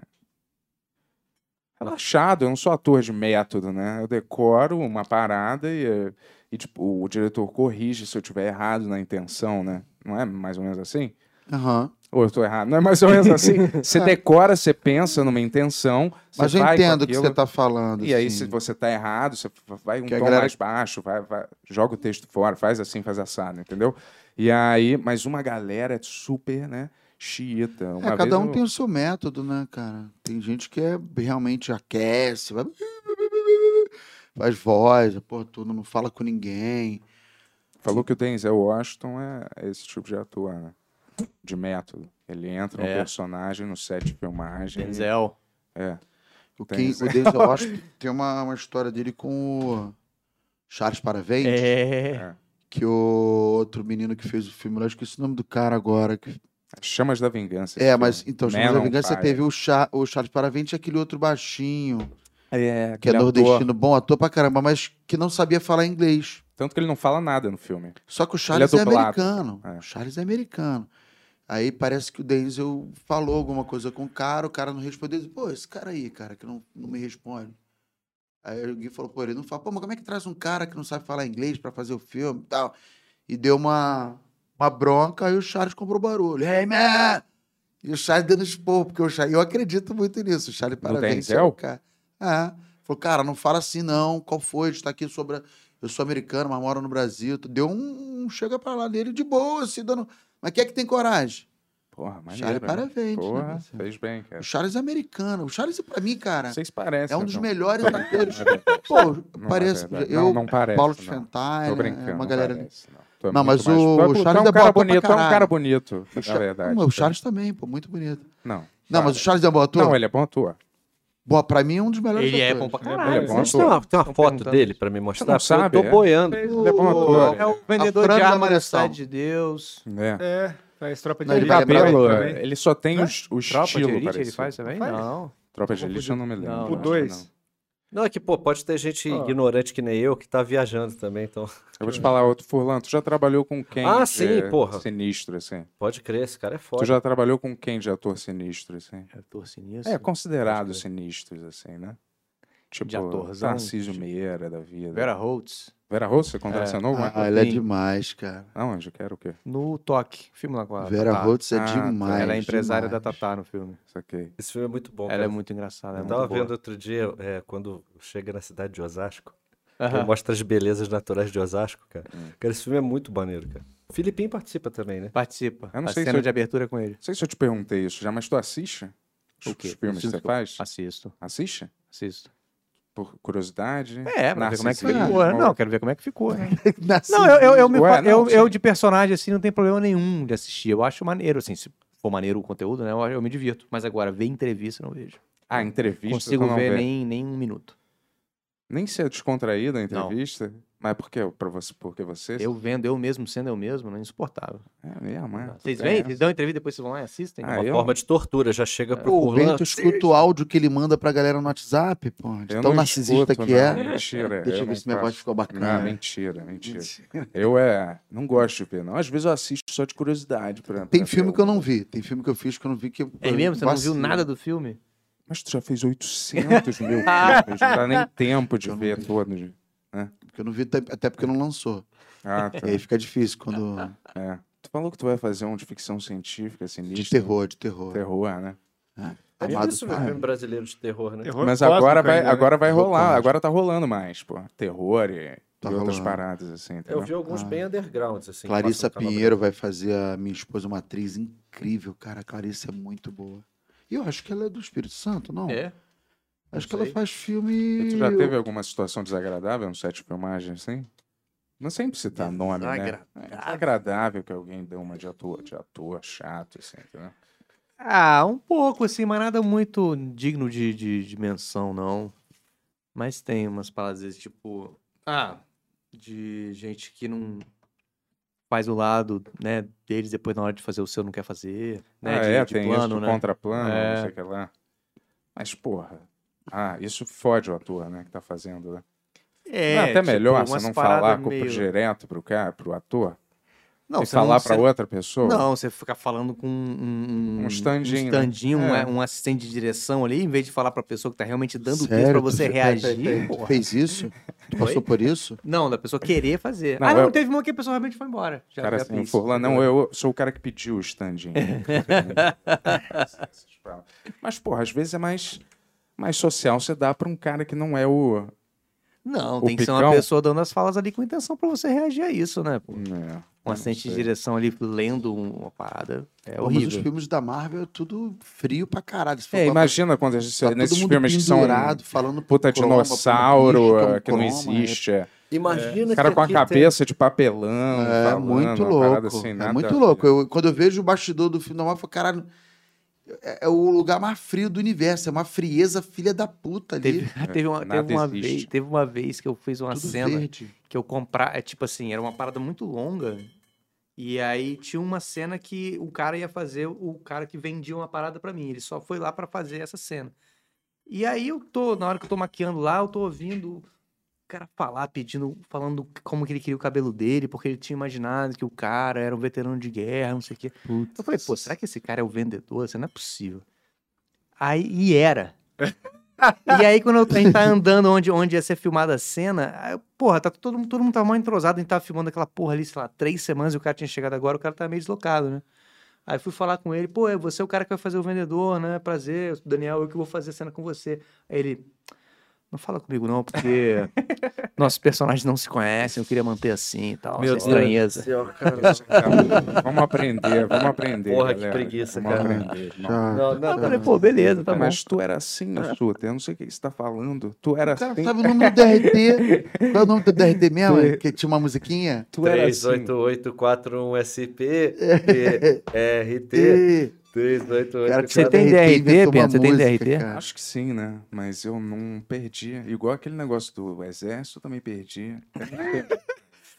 Speaker 6: relaxado. Eu não sou ator de método, né? Eu decoro uma parada e, é, e, tipo, o diretor corrige se eu tiver errado na intenção, né? Não é mais ou menos assim?
Speaker 7: é chato. Aham.
Speaker 6: Ou eu tô errado? Não é mais ou menos assim? Você decora, você pensa numa intenção, você
Speaker 7: Mas eu
Speaker 6: vai com
Speaker 7: entendo o que você
Speaker 6: aquilo.
Speaker 7: tá falando.
Speaker 6: E aí,
Speaker 7: assim.
Speaker 6: se você tá errado, você vai um
Speaker 7: Que a
Speaker 6: tom
Speaker 7: galera-
Speaker 6: mais baixo, vai, vai- joga o texto fora, faz assim, faz assado, entendeu? E aí, mas uma galera é super, né, xiita. Uma
Speaker 7: É, cada
Speaker 6: vez
Speaker 7: um
Speaker 6: eu-
Speaker 7: tem o seu método, né, cara? Tem gente que é, realmente aquece, vai... faz voz, a porra toda, não fala com ninguém. um
Speaker 6: Falou que o Denzel Washington é esse tipo de ator, né? De método. Ele entra no
Speaker 9: É.
Speaker 6: personagem, no set de filmagem.
Speaker 9: Denzel.
Speaker 6: É.
Speaker 7: O,
Speaker 6: Tem
Speaker 7: Ken-
Speaker 6: isso.
Speaker 7: o Denzel Washington tem uma, uma história dele com o Charles Parabéns,
Speaker 9: É.
Speaker 7: que o outro menino que fez o filme, eu acho que esse nome do cara agora, que
Speaker 6: As Chamas da Vingança.
Speaker 7: É, mas então, Chamas da
Speaker 6: Man on
Speaker 7: Vingança
Speaker 6: Fire.
Speaker 7: teve o, Char o Charles Paravente e aquele outro baixinho,
Speaker 6: É,
Speaker 7: que é
Speaker 6: ele ator.
Speaker 7: nordestino, bom ator pra caramba, mas que não sabia falar inglês.
Speaker 6: Tanto que ele não fala nada no filme.
Speaker 7: Só que o Charles é,
Speaker 6: dublado.
Speaker 7: americano.
Speaker 6: É.
Speaker 7: O Charles é americano. Aí parece que o Denzel falou alguma coisa com o cara, o cara não respondeu. disse, Pô, esse cara aí, cara, que não, não me responde. Aí alguém falou, pô, ele não fala. Pô, mas como é que traz um cara que não sabe falar inglês pra fazer o filme e tal? E deu uma, uma bronca, aí o Charles comprou barulho. Hey, man! E o Charles dando esporro, porque o Charles... Eu acredito muito nisso. O Charles, parabéns.
Speaker 6: Denzel?
Speaker 7: é o cara. Ah, falou, cara, não fala assim não. Qual foi? A gente tá aqui sobre... a- eu sou americano, mas moro no Brasil. Deu um, um chega pra lá dele de boa, assim, dando. Mas quem é que tem coragem?
Speaker 6: Porra, maneiro.
Speaker 7: Charles
Speaker 6: né?
Speaker 7: Paravente, né,
Speaker 6: Porra,
Speaker 7: Marcelo?
Speaker 6: fez bem, cara.
Speaker 7: O Charles é americano. O Charles, pra mim, cara,
Speaker 6: Vocês parecem.
Speaker 7: é um dos
Speaker 6: então.
Speaker 7: melhores
Speaker 6: Não é
Speaker 7: atores.
Speaker 6: verdade.
Speaker 7: Pô,
Speaker 6: Não é
Speaker 7: parece.
Speaker 6: verdade.
Speaker 7: eu,
Speaker 6: Não, não parece,
Speaker 7: Paulo
Speaker 6: não.
Speaker 7: Fentai,
Speaker 6: Tô
Speaker 7: né,
Speaker 6: brincando.
Speaker 7: uma galera.
Speaker 6: Não, parece, não. Tu é
Speaker 7: Não,
Speaker 6: muito
Speaker 7: mas
Speaker 6: mais-
Speaker 7: o
Speaker 6: tu é- tu
Speaker 7: Charles
Speaker 6: é
Speaker 7: é
Speaker 6: um cara
Speaker 7: bom pra
Speaker 6: bonito, é um cara
Speaker 7: caralho.
Speaker 6: bonito,
Speaker 7: O,
Speaker 6: na
Speaker 7: Char-
Speaker 6: verdade.
Speaker 7: Não, o Charles também, pô, muito bonito.
Speaker 6: Não.
Speaker 7: Não, mas o Charles é um bom ator?
Speaker 6: Não, ele é bom ator.
Speaker 7: Bom, pra mim é um dos melhores
Speaker 9: Ele é bom
Speaker 7: atores.
Speaker 9: pra
Speaker 6: Ele
Speaker 9: caralho.
Speaker 6: é bom
Speaker 8: Mas tem uma,
Speaker 6: ator.
Speaker 8: tem uma foto
Speaker 9: perguntando.
Speaker 8: dele pra me
Speaker 6: Tu
Speaker 8: mostrar?
Speaker 6: não
Speaker 8: porque
Speaker 6: sabe,
Speaker 8: Eu tô
Speaker 6: é?
Speaker 8: boiando.
Speaker 6: Ele é bom ator.
Speaker 9: É o vendedor
Speaker 7: Fran
Speaker 9: de
Speaker 7: da
Speaker 9: arma da
Speaker 7: Malhação.
Speaker 9: cidade de Deus.
Speaker 6: É.
Speaker 4: É, faz tropa de
Speaker 7: É, Não, ele
Speaker 6: Ele
Speaker 4: elite
Speaker 7: vai lembrar
Speaker 6: cabelo,
Speaker 4: também.
Speaker 6: ele só tem o, o
Speaker 9: Tropa de
Speaker 6: estilo
Speaker 9: elite ele
Speaker 6: parecido.
Speaker 9: faz também?
Speaker 4: Faz?
Speaker 9: Não.
Speaker 6: Tropa de elite eu não me lembro.
Speaker 9: Não,
Speaker 6: acho
Speaker 4: O
Speaker 6: que não.
Speaker 4: 2.
Speaker 8: Não, é que, pô, pode ter gente
Speaker 4: Ah.
Speaker 8: ignorante que nem eu que tá viajando também, então.
Speaker 6: Eu vou te falar outro, Furlan, tu já trabalhou com quem?
Speaker 8: Ah,
Speaker 6: de-
Speaker 8: sim, porra.
Speaker 6: Sinistro, assim.
Speaker 8: Pode crer, esse cara é
Speaker 6: Tu
Speaker 8: foda.
Speaker 6: já trabalhou com quem de ator sinistro, assim?
Speaker 9: Ator sinistro.
Speaker 6: É, considerado
Speaker 9: Pode
Speaker 6: sinistros, assim, né? Tipo,
Speaker 9: atorzão,
Speaker 6: Tarcísio
Speaker 9: tipo-
Speaker 6: Meira da vida.
Speaker 9: Vera Holtz.
Speaker 6: Vera Rosso, você contracionou alguma
Speaker 7: Ah,
Speaker 6: coisa?
Speaker 7: ele é
Speaker 9: Sim.
Speaker 7: demais, cara.
Speaker 6: Aonde? Eu quero o quê?
Speaker 9: No Toque. Filme lá com a
Speaker 7: Vera
Speaker 9: Tatá.
Speaker 7: Holtz é
Speaker 6: Ah, tá.
Speaker 7: demais.
Speaker 9: Ela é empresária
Speaker 7: demais.
Speaker 9: da Tatá no filme.
Speaker 6: Isso aqui.
Speaker 8: Esse filme é muito bom.
Speaker 9: Ela
Speaker 8: cara.
Speaker 9: é muito engraçada. É
Speaker 8: Eu tava
Speaker 9: muito boa.
Speaker 8: vendo outro dia, é, quando chega na cidade de Osasco, que
Speaker 9: Aham.
Speaker 8: mostra as belezas naturais de Osasco, cara.
Speaker 7: Hum.
Speaker 8: Cara, esse filme é muito maneiro, cara. O Filipim participa também, né?
Speaker 9: Participa.
Speaker 6: Eu não
Speaker 9: a
Speaker 6: sei se
Speaker 9: cena
Speaker 6: eu-
Speaker 9: de abertura é com ele.
Speaker 6: Não sei se eu te perguntei isso já, mas tu assiste? Os, os filmes que você faz?
Speaker 9: Assisto,
Speaker 6: Assiste?
Speaker 9: assisto.
Speaker 6: Por curiosidade?
Speaker 9: É, pra ver como é que
Speaker 6: narcisismo?
Speaker 9: ficou. né? Não, quero ver como é que ficou, né?
Speaker 7: Nasci-
Speaker 9: Não, eu, eu, eu, me
Speaker 6: Ué,
Speaker 9: fa-
Speaker 6: não,
Speaker 9: eu, eu
Speaker 6: sim.
Speaker 9: de personagem assim não tem problema nenhum de assistir. Eu acho maneiro, assim, se for maneiro o conteúdo, né? Eu, eu me divirto. Mas agora, ver entrevista, eu não vejo.
Speaker 6: Ah, entrevista?
Speaker 9: Consigo
Speaker 6: tu não
Speaker 9: ver
Speaker 6: vê?
Speaker 9: nem, nem um minuto.
Speaker 6: Nem ser descontraída
Speaker 9: Não.
Speaker 6: a entrevista? Mas por quê? Pra você, porque você...
Speaker 9: Eu vendo, eu mesmo sendo eu mesmo, não é insuportável.
Speaker 6: É, minha mãe. tu
Speaker 9: Vocês
Speaker 6: tem
Speaker 9: vêm,
Speaker 6: essa.
Speaker 9: vocês dão entrevista, depois vocês vão lá e assistem.
Speaker 6: Ah,
Speaker 8: Uma
Speaker 6: eu-
Speaker 8: forma de tortura, já chega pro
Speaker 7: Pô, É. o
Speaker 8: Furlan.
Speaker 7: Bento escuta o áudio que ele manda pra galera no WhatsApp, pô. de
Speaker 6: Eu
Speaker 7: Tão
Speaker 6: não
Speaker 7: narcisista
Speaker 6: escuto,
Speaker 7: que
Speaker 6: não.
Speaker 7: é.
Speaker 6: Mentira.
Speaker 7: Deixa eu
Speaker 6: não
Speaker 7: ver se minha voz
Speaker 6: faço.
Speaker 7: ficou
Speaker 6: Não,
Speaker 7: bacana.
Speaker 6: mentira, mentira. Eu é, não gosto de ver, não. Às vezes eu assisto só de curiosidade. Pra,
Speaker 7: Tem filme que eu não vi. Tem filme que eu fiz que eu não vi que eu.
Speaker 9: É mesmo? Você não viu
Speaker 7: vacilo.
Speaker 9: nada do filme?
Speaker 6: Mas tu já fez 800 mil
Speaker 4: Ah.
Speaker 6: filmes, não dá nem tempo de ver todos.
Speaker 7: Porque eu não vi até até porque não lançou.
Speaker 6: Ah,
Speaker 9: É.
Speaker 6: tá.
Speaker 7: E aí fica É difícil quando.
Speaker 9: Tá,
Speaker 6: É. Tu falou que tu vai fazer um de ficção científica, assim,
Speaker 7: De terror, de terror.
Speaker 6: Terror, né?
Speaker 8: É
Speaker 7: Amado
Speaker 8: difícil ver
Speaker 7: Pai.
Speaker 8: filme brasileiro de terror, né?
Speaker 4: Terror
Speaker 6: Mas
Speaker 4: cósmico
Speaker 6: agora vai,
Speaker 4: ainda, né?
Speaker 6: agora vai
Speaker 7: Terror
Speaker 6: rolar,
Speaker 7: cósmico.
Speaker 6: agora tá rolando mais, pô. Terror e,
Speaker 7: Tá
Speaker 6: e outras
Speaker 7: rolando.
Speaker 6: paradas, assim, entendeu?
Speaker 8: Eu
Speaker 4: um
Speaker 8: vi
Speaker 7: Ah.
Speaker 8: alguns bem undergrounds, assim. que
Speaker 7: Clarissa
Speaker 8: passam no
Speaker 7: Pinheiro vai fazer a minha esposa uma atriz incrível, cara. A Clarissa é muito boa. E eu acho que ela é do Espírito Santo, não?
Speaker 9: É.
Speaker 7: acho que
Speaker 9: não
Speaker 7: ela
Speaker 9: sei.
Speaker 7: faz
Speaker 6: E
Speaker 7: filme.
Speaker 6: tu já teve alguma situação desagradável no set de filmagem, assim? Não sempre citar nome, né? É desagradável que alguém deu uma de ator, de ator chato, assim, entendeu?
Speaker 9: Ah, um pouco, assim, mas nada muito digno de, de, de menção, não. Mas tem umas palavras, às vezes, tipo. Ah, de gente que não faz o lado, né, deles, depois na hora de fazer o seu não quer fazer, né?
Speaker 6: ah,
Speaker 9: de,
Speaker 6: é,
Speaker 9: de
Speaker 6: tem isso,
Speaker 9: plano,
Speaker 6: do
Speaker 9: né?
Speaker 6: contraplano,
Speaker 9: É.
Speaker 6: não sei o que lá. Mas, porra. Ah, isso fode o ator, né, que tá fazendo, né?
Speaker 9: É,
Speaker 6: não, é até
Speaker 9: tipo,
Speaker 6: melhor
Speaker 9: umas
Speaker 6: você não
Speaker 9: paradas
Speaker 6: falar com-
Speaker 9: meio-
Speaker 6: direto pro cara, pro ator,
Speaker 9: Não,
Speaker 6: e
Speaker 9: você não-
Speaker 6: falar
Speaker 9: você
Speaker 6: pra outra pessoa.
Speaker 9: Não, você fica falando com um, um,
Speaker 6: Um standinho, né?
Speaker 9: um, standinho, um-
Speaker 6: É.
Speaker 9: um assistente de direção ali, em vez de falar pra pessoa que tá realmente dando o texto
Speaker 7: Sério? Tá,
Speaker 9: pra
Speaker 7: Tu
Speaker 9: você
Speaker 7: fe-
Speaker 9: reagir.
Speaker 7: Tu
Speaker 9: porra. É
Speaker 7: fez isso? Tu passou por isso?
Speaker 9: Não, da pessoa querer fazer.
Speaker 6: Não,
Speaker 9: ah, não,
Speaker 6: eu-
Speaker 9: teve uma que a pessoa realmente foi embora. Já,
Speaker 6: cara
Speaker 9: já
Speaker 6: assim,
Speaker 9: fiz.
Speaker 6: Furlan, não, eu sou o cara que pediu o standinho. Mas, porra, às vezes é mais, mais social você dá pra um cara que não é o.
Speaker 9: Não,
Speaker 6: O
Speaker 9: tem que ser uma
Speaker 6: picão?
Speaker 9: pessoa dando as falas ali com intenção pra você reagir a isso, né? Pô?
Speaker 6: né,
Speaker 9: Um
Speaker 6: não
Speaker 9: assistente de
Speaker 6: sei.
Speaker 9: direção ali lendo um- uma parada é
Speaker 7: Pô, Mas os
Speaker 9: horrível.
Speaker 7: filmes da Marvel é tudo frio pra caralho. Se for
Speaker 6: É,
Speaker 7: pra-
Speaker 6: imagina quando a
Speaker 7: tá
Speaker 6: gente,
Speaker 7: todo
Speaker 6: nesses
Speaker 7: mundo
Speaker 6: filmes que são
Speaker 7: pendurado, falando
Speaker 6: puta
Speaker 7: croma, falando
Speaker 6: dinossauro,
Speaker 7: bicho,
Speaker 6: que não
Speaker 7: croma, é.
Speaker 6: existe. é.
Speaker 8: Brasil. Imagina
Speaker 6: O cara
Speaker 8: que
Speaker 6: com a
Speaker 8: aqui
Speaker 6: cabeça de papelão.
Speaker 7: É
Speaker 6: falando,
Speaker 7: muito
Speaker 6: uma parada
Speaker 7: louco.
Speaker 6: assim,
Speaker 7: é
Speaker 6: nada a
Speaker 7: muito
Speaker 6: ver.
Speaker 7: louco. Eu- quando eu vejo o bastidor do filme da Marvel, eu falo, caralho, é, é o lugar mais frio do universo. É uma frieza filha da puta
Speaker 9: Teve,
Speaker 7: ali.
Speaker 9: teve uma,
Speaker 6: nada
Speaker 9: teve, uma
Speaker 6: existe.
Speaker 9: vez, teve uma vez que eu fiz uma
Speaker 7: tudo
Speaker 9: cena
Speaker 7: verde.
Speaker 9: que eu comprar. É tipo assim, era uma parada muito longa.
Speaker 3: E aí tinha uma cena que o cara ia fazer, o cara que vendia uma parada pra mim. Ele só foi lá pra fazer essa cena. E aí eu tô, na hora que eu tô maquiando lá, eu tô ouvindo o cara falar, pedindo, falando como que ele queria o cabelo dele, porque ele tinha imaginado que o cara era um veterano de guerra, não sei o quê. Eu falei, pô, será que esse cara é o vendedor? Isso não é possível. Aí, e era. e aí, quando eu- a gente tá andando onde, onde ia ser filmada a cena, aí eu- porra, tá todo, mundo- todo mundo tava mal entrosado, a gente tava filmando aquela porra ali, sei lá, três semanas e o cara tinha chegado agora, o cara tava meio deslocado, né? Aí fui falar com ele, pô, é você é o cara que vai fazer o vendedor, né? Prazer, Daniel, eu que vou fazer a cena com você. Aí ele, não fala comigo não, porque nossos personagens não se conhecem, eu queria manter assim e tal,
Speaker 8: Meu Deus.
Speaker 3: essa estranheza.
Speaker 8: Seu, cara.
Speaker 6: Tá, Vamos aprender, vamos aprender.
Speaker 8: Porra, que
Speaker 6: galera.
Speaker 8: preguiça,
Speaker 6: vamos
Speaker 8: cara.
Speaker 6: Aprender, irmão.
Speaker 7: Já-
Speaker 8: Não, não,
Speaker 3: Aí eu falei, pô, beleza, tá bom.
Speaker 6: Mas tu era assim, Suta. Eu não sei o que você tá falando. Tu era
Speaker 7: O cara
Speaker 6: assim.
Speaker 7: sabe o nome do DRT. Qual é o nome do DRT mesmo? hein? Que tinha uma musiquinha?
Speaker 6: Tu era
Speaker 4: Ah,
Speaker 6: assim.
Speaker 8: 3884-1SP, RT,
Speaker 7: E... Cara,
Speaker 8: 388
Speaker 3: Você
Speaker 7: tinha
Speaker 3: tem DRT,
Speaker 7: inventou
Speaker 3: Bento?
Speaker 7: uma
Speaker 3: Você tem
Speaker 7: música,
Speaker 3: DRT?
Speaker 7: cara.
Speaker 6: Acho que sim, né? Mas eu não perdi. Igual aquele negócio do exército, eu também perdi.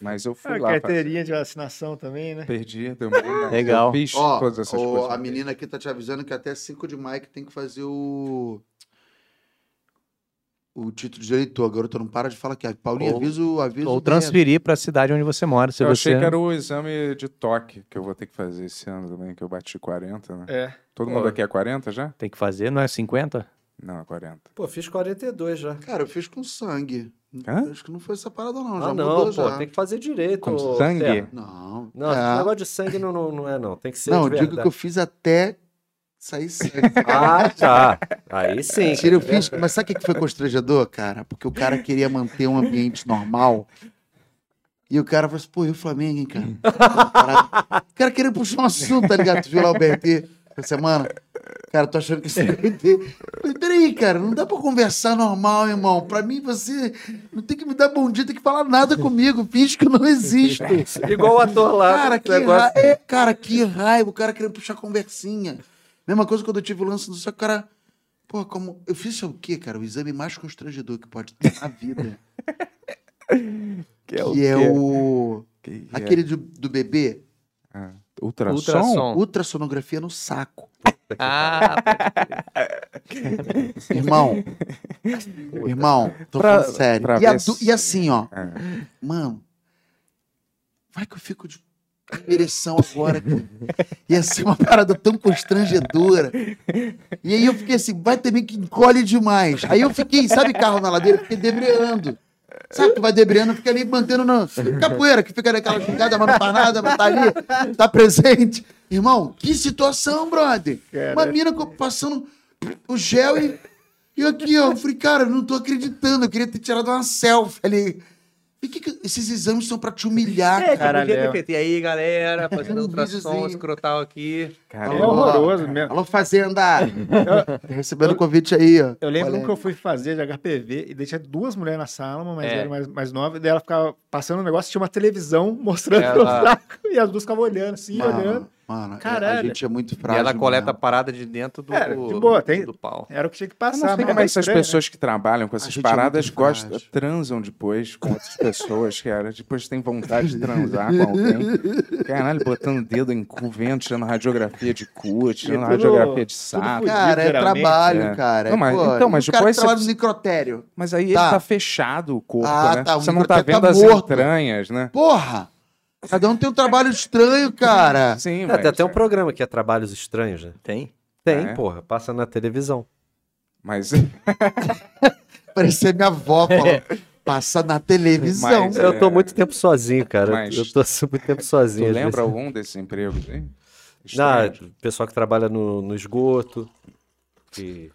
Speaker 6: Mas eu fui
Speaker 4: A
Speaker 6: lá.
Speaker 4: carteirinha de vacinação também, né?
Speaker 6: fazer. Perdi também. mas
Speaker 3: Legal.
Speaker 6: Eu fiz
Speaker 7: Ó,
Speaker 6: todas essas
Speaker 7: ó,
Speaker 6: coisas.
Speaker 7: a menina aqui tá te avisando que até 5 de maio que tem que fazer o. O título de eleitor. Garoto, não para de falar aqui. Paulinho,
Speaker 3: Ou-
Speaker 7: avisa o aviso.
Speaker 3: Ou transferir pra cidade onde você mora, se
Speaker 6: Eu
Speaker 3: você...
Speaker 6: achei que era o exame de toque que eu vou ter que fazer esse ano também, que eu bati 40, né?
Speaker 4: É.
Speaker 6: Todo mundo aqui é 40 já?
Speaker 3: Tem que fazer, não é 50?
Speaker 6: Não, é 40.
Speaker 8: Pô, fiz 42 já.
Speaker 7: Cara, eu fiz com sangue.
Speaker 6: Hã?
Speaker 7: Acho que não foi essa parada, não. Já
Speaker 8: Ah,
Speaker 7: mudou
Speaker 8: não, pô,
Speaker 7: já.
Speaker 8: tem que fazer direito.
Speaker 6: Com
Speaker 8: ô,
Speaker 6: sangue?
Speaker 8: Terra.
Speaker 7: Não.
Speaker 8: Não,
Speaker 7: é.
Speaker 8: esse negócio de sangue não, não, não é, não. Tem que ser
Speaker 7: não eu
Speaker 8: de
Speaker 7: digo que eu
Speaker 8: verdade.
Speaker 7: fiz até sair sangue.
Speaker 8: Ah, tá. Aí sim.
Speaker 7: Mentira, eu
Speaker 8: cara.
Speaker 7: fiz. É, Mas sabe o que que foi constrangedor, cara? Porque o cara queria manter um ambiente normal. E o cara falou assim, pô, e o Flamengo, hein, cara? Parado. O cara queria puxar um assunto, tá ligado? Tu viu lá o BRT essa semana? Cara, tô achando que isso é BRT. Eu falei, Peraí, cara, não dá pra conversar normal, irmão. Pra mim, você não tem que me dar bom dia, tem que falar nada comigo. Finge que eu não existo.
Speaker 8: Igual o ator lá.
Speaker 7: Cara,
Speaker 8: esse
Speaker 7: que, ra... é, cara, que raiva. O cara querendo puxar conversinha. Mesma coisa quando eu tive o lance do só que o cara. Pô, como. Eu fiz isso é o quê, cara? O exame mais constrangedor que pode ter na vida. que
Speaker 6: Que
Speaker 7: é o.
Speaker 6: que é?
Speaker 7: Aquele do, do bebê,
Speaker 6: Ah, ultrassom?
Speaker 7: ultrassonografia no saco.
Speaker 3: Ah,
Speaker 7: Irmão. irmão, tô
Speaker 6: Pra-
Speaker 7: falando sério.
Speaker 6: pra
Speaker 7: E, a
Speaker 6: ver
Speaker 7: du-
Speaker 6: se-
Speaker 7: e assim, ó.
Speaker 6: Ah.
Speaker 7: Mano, vai que eu fico de ereção agora. cara. Ia ser uma parada tão constrangedora. E aí eu fiquei assim, vai também que encolhe demais. Aí eu fiquei, sabe carro na ladeira? Eu Fiquei debreando. Sabe, tu vai debreando, fica ali mantendo na capoeira, que fica naquela jogada, mas não faz nada, mas tá ali, tá presente. Irmão, que situação, brother. Uma mina co- passando o gel e, e eu aqui, ó. Eu falei, cara, eu não tô acreditando, eu queria ter tirado uma selfie ali. E que que esses exames são pra te
Speaker 4: É,
Speaker 7: humilhar, cara?
Speaker 6: É,
Speaker 4: Caralho.
Speaker 3: podia ter feito. E aí, galera, fazendo
Speaker 7: Um
Speaker 3: ultrassom
Speaker 7: videozinho.
Speaker 3: escrotal aqui.
Speaker 6: Cara,
Speaker 4: É horroroso mesmo.
Speaker 7: Alô, Fazenda! Tá recebendo convite aí, ó.
Speaker 4: Eu lembro
Speaker 7: Olha
Speaker 4: um que eu fui fazer de HPV e deixei duas mulheres na sala, uma mais
Speaker 3: É.
Speaker 4: velha mais, mais nova, e daí ela ficava passando um negócio, tinha uma televisão mostrando
Speaker 3: Ela-
Speaker 4: o saco, e as duas ficavam olhando assim, olhando.
Speaker 7: Mano, mano a
Speaker 4: Caralho.
Speaker 7: gente é muito
Speaker 3: e
Speaker 7: frágil.
Speaker 3: ela coleta a
Speaker 7: mesmo.
Speaker 3: parada de dentro do,
Speaker 4: É, de boa, tem-
Speaker 3: do pau.
Speaker 4: Era o que tinha que
Speaker 6: Eu não
Speaker 4: passar.
Speaker 6: sei
Speaker 4: mas
Speaker 6: como
Speaker 4: era
Speaker 6: é que essas
Speaker 4: estranho, né?
Speaker 6: pessoas que trabalham com essas
Speaker 7: gente é
Speaker 6: paradas
Speaker 7: muito
Speaker 6: gostam,
Speaker 7: frágil.
Speaker 6: transam depois com outras pessoas, cara. Depois tem vontade de transar com alguém. Caralho, botando dedo em cu, vendo, tirando radiografia de cu, tirando
Speaker 4: tudo-
Speaker 6: radiografia de
Speaker 4: tudo
Speaker 6: saco.
Speaker 4: fudido.
Speaker 7: Cara, é
Speaker 4: geralmente,
Speaker 7: trabalho,
Speaker 6: é.
Speaker 7: cara.
Speaker 6: Não, mas-
Speaker 7: Pô,
Speaker 6: então, mas
Speaker 7: o cara
Speaker 6: depois
Speaker 7: trabalha
Speaker 6: você-
Speaker 7: no necrotério.
Speaker 6: Mas aí
Speaker 7: Tá.
Speaker 6: ele tá fechado o corpo,
Speaker 7: Ah,
Speaker 6: né?
Speaker 7: tá, o
Speaker 6: Você não tá
Speaker 7: microteto
Speaker 6: vendo
Speaker 7: tá
Speaker 6: as
Speaker 7: morto.
Speaker 6: entranhas, né?
Speaker 7: Porra! Cada um tem um trabalho estranho, cara.
Speaker 6: Sim,
Speaker 8: É,
Speaker 6: mas...
Speaker 8: tem até um programa que é Trabalhos Estranhos, né?
Speaker 3: Tem?
Speaker 8: Tem,
Speaker 6: É.
Speaker 8: porra. Passa na televisão.
Speaker 6: Mas,
Speaker 7: Parecia minha avó
Speaker 6: É.
Speaker 7: falando. Passa na televisão.
Speaker 6: Mas-
Speaker 8: Eu tô muito tempo sozinho, cara.
Speaker 6: Mas-
Speaker 8: Eu tô assim, muito tempo
Speaker 6: tu
Speaker 8: sozinho. às
Speaker 6: lembra
Speaker 8: vezes.
Speaker 6: algum desses empregos, hein?
Speaker 8: Ah,
Speaker 6: Estranho.
Speaker 8: pessoal que trabalha no, no esgoto. que-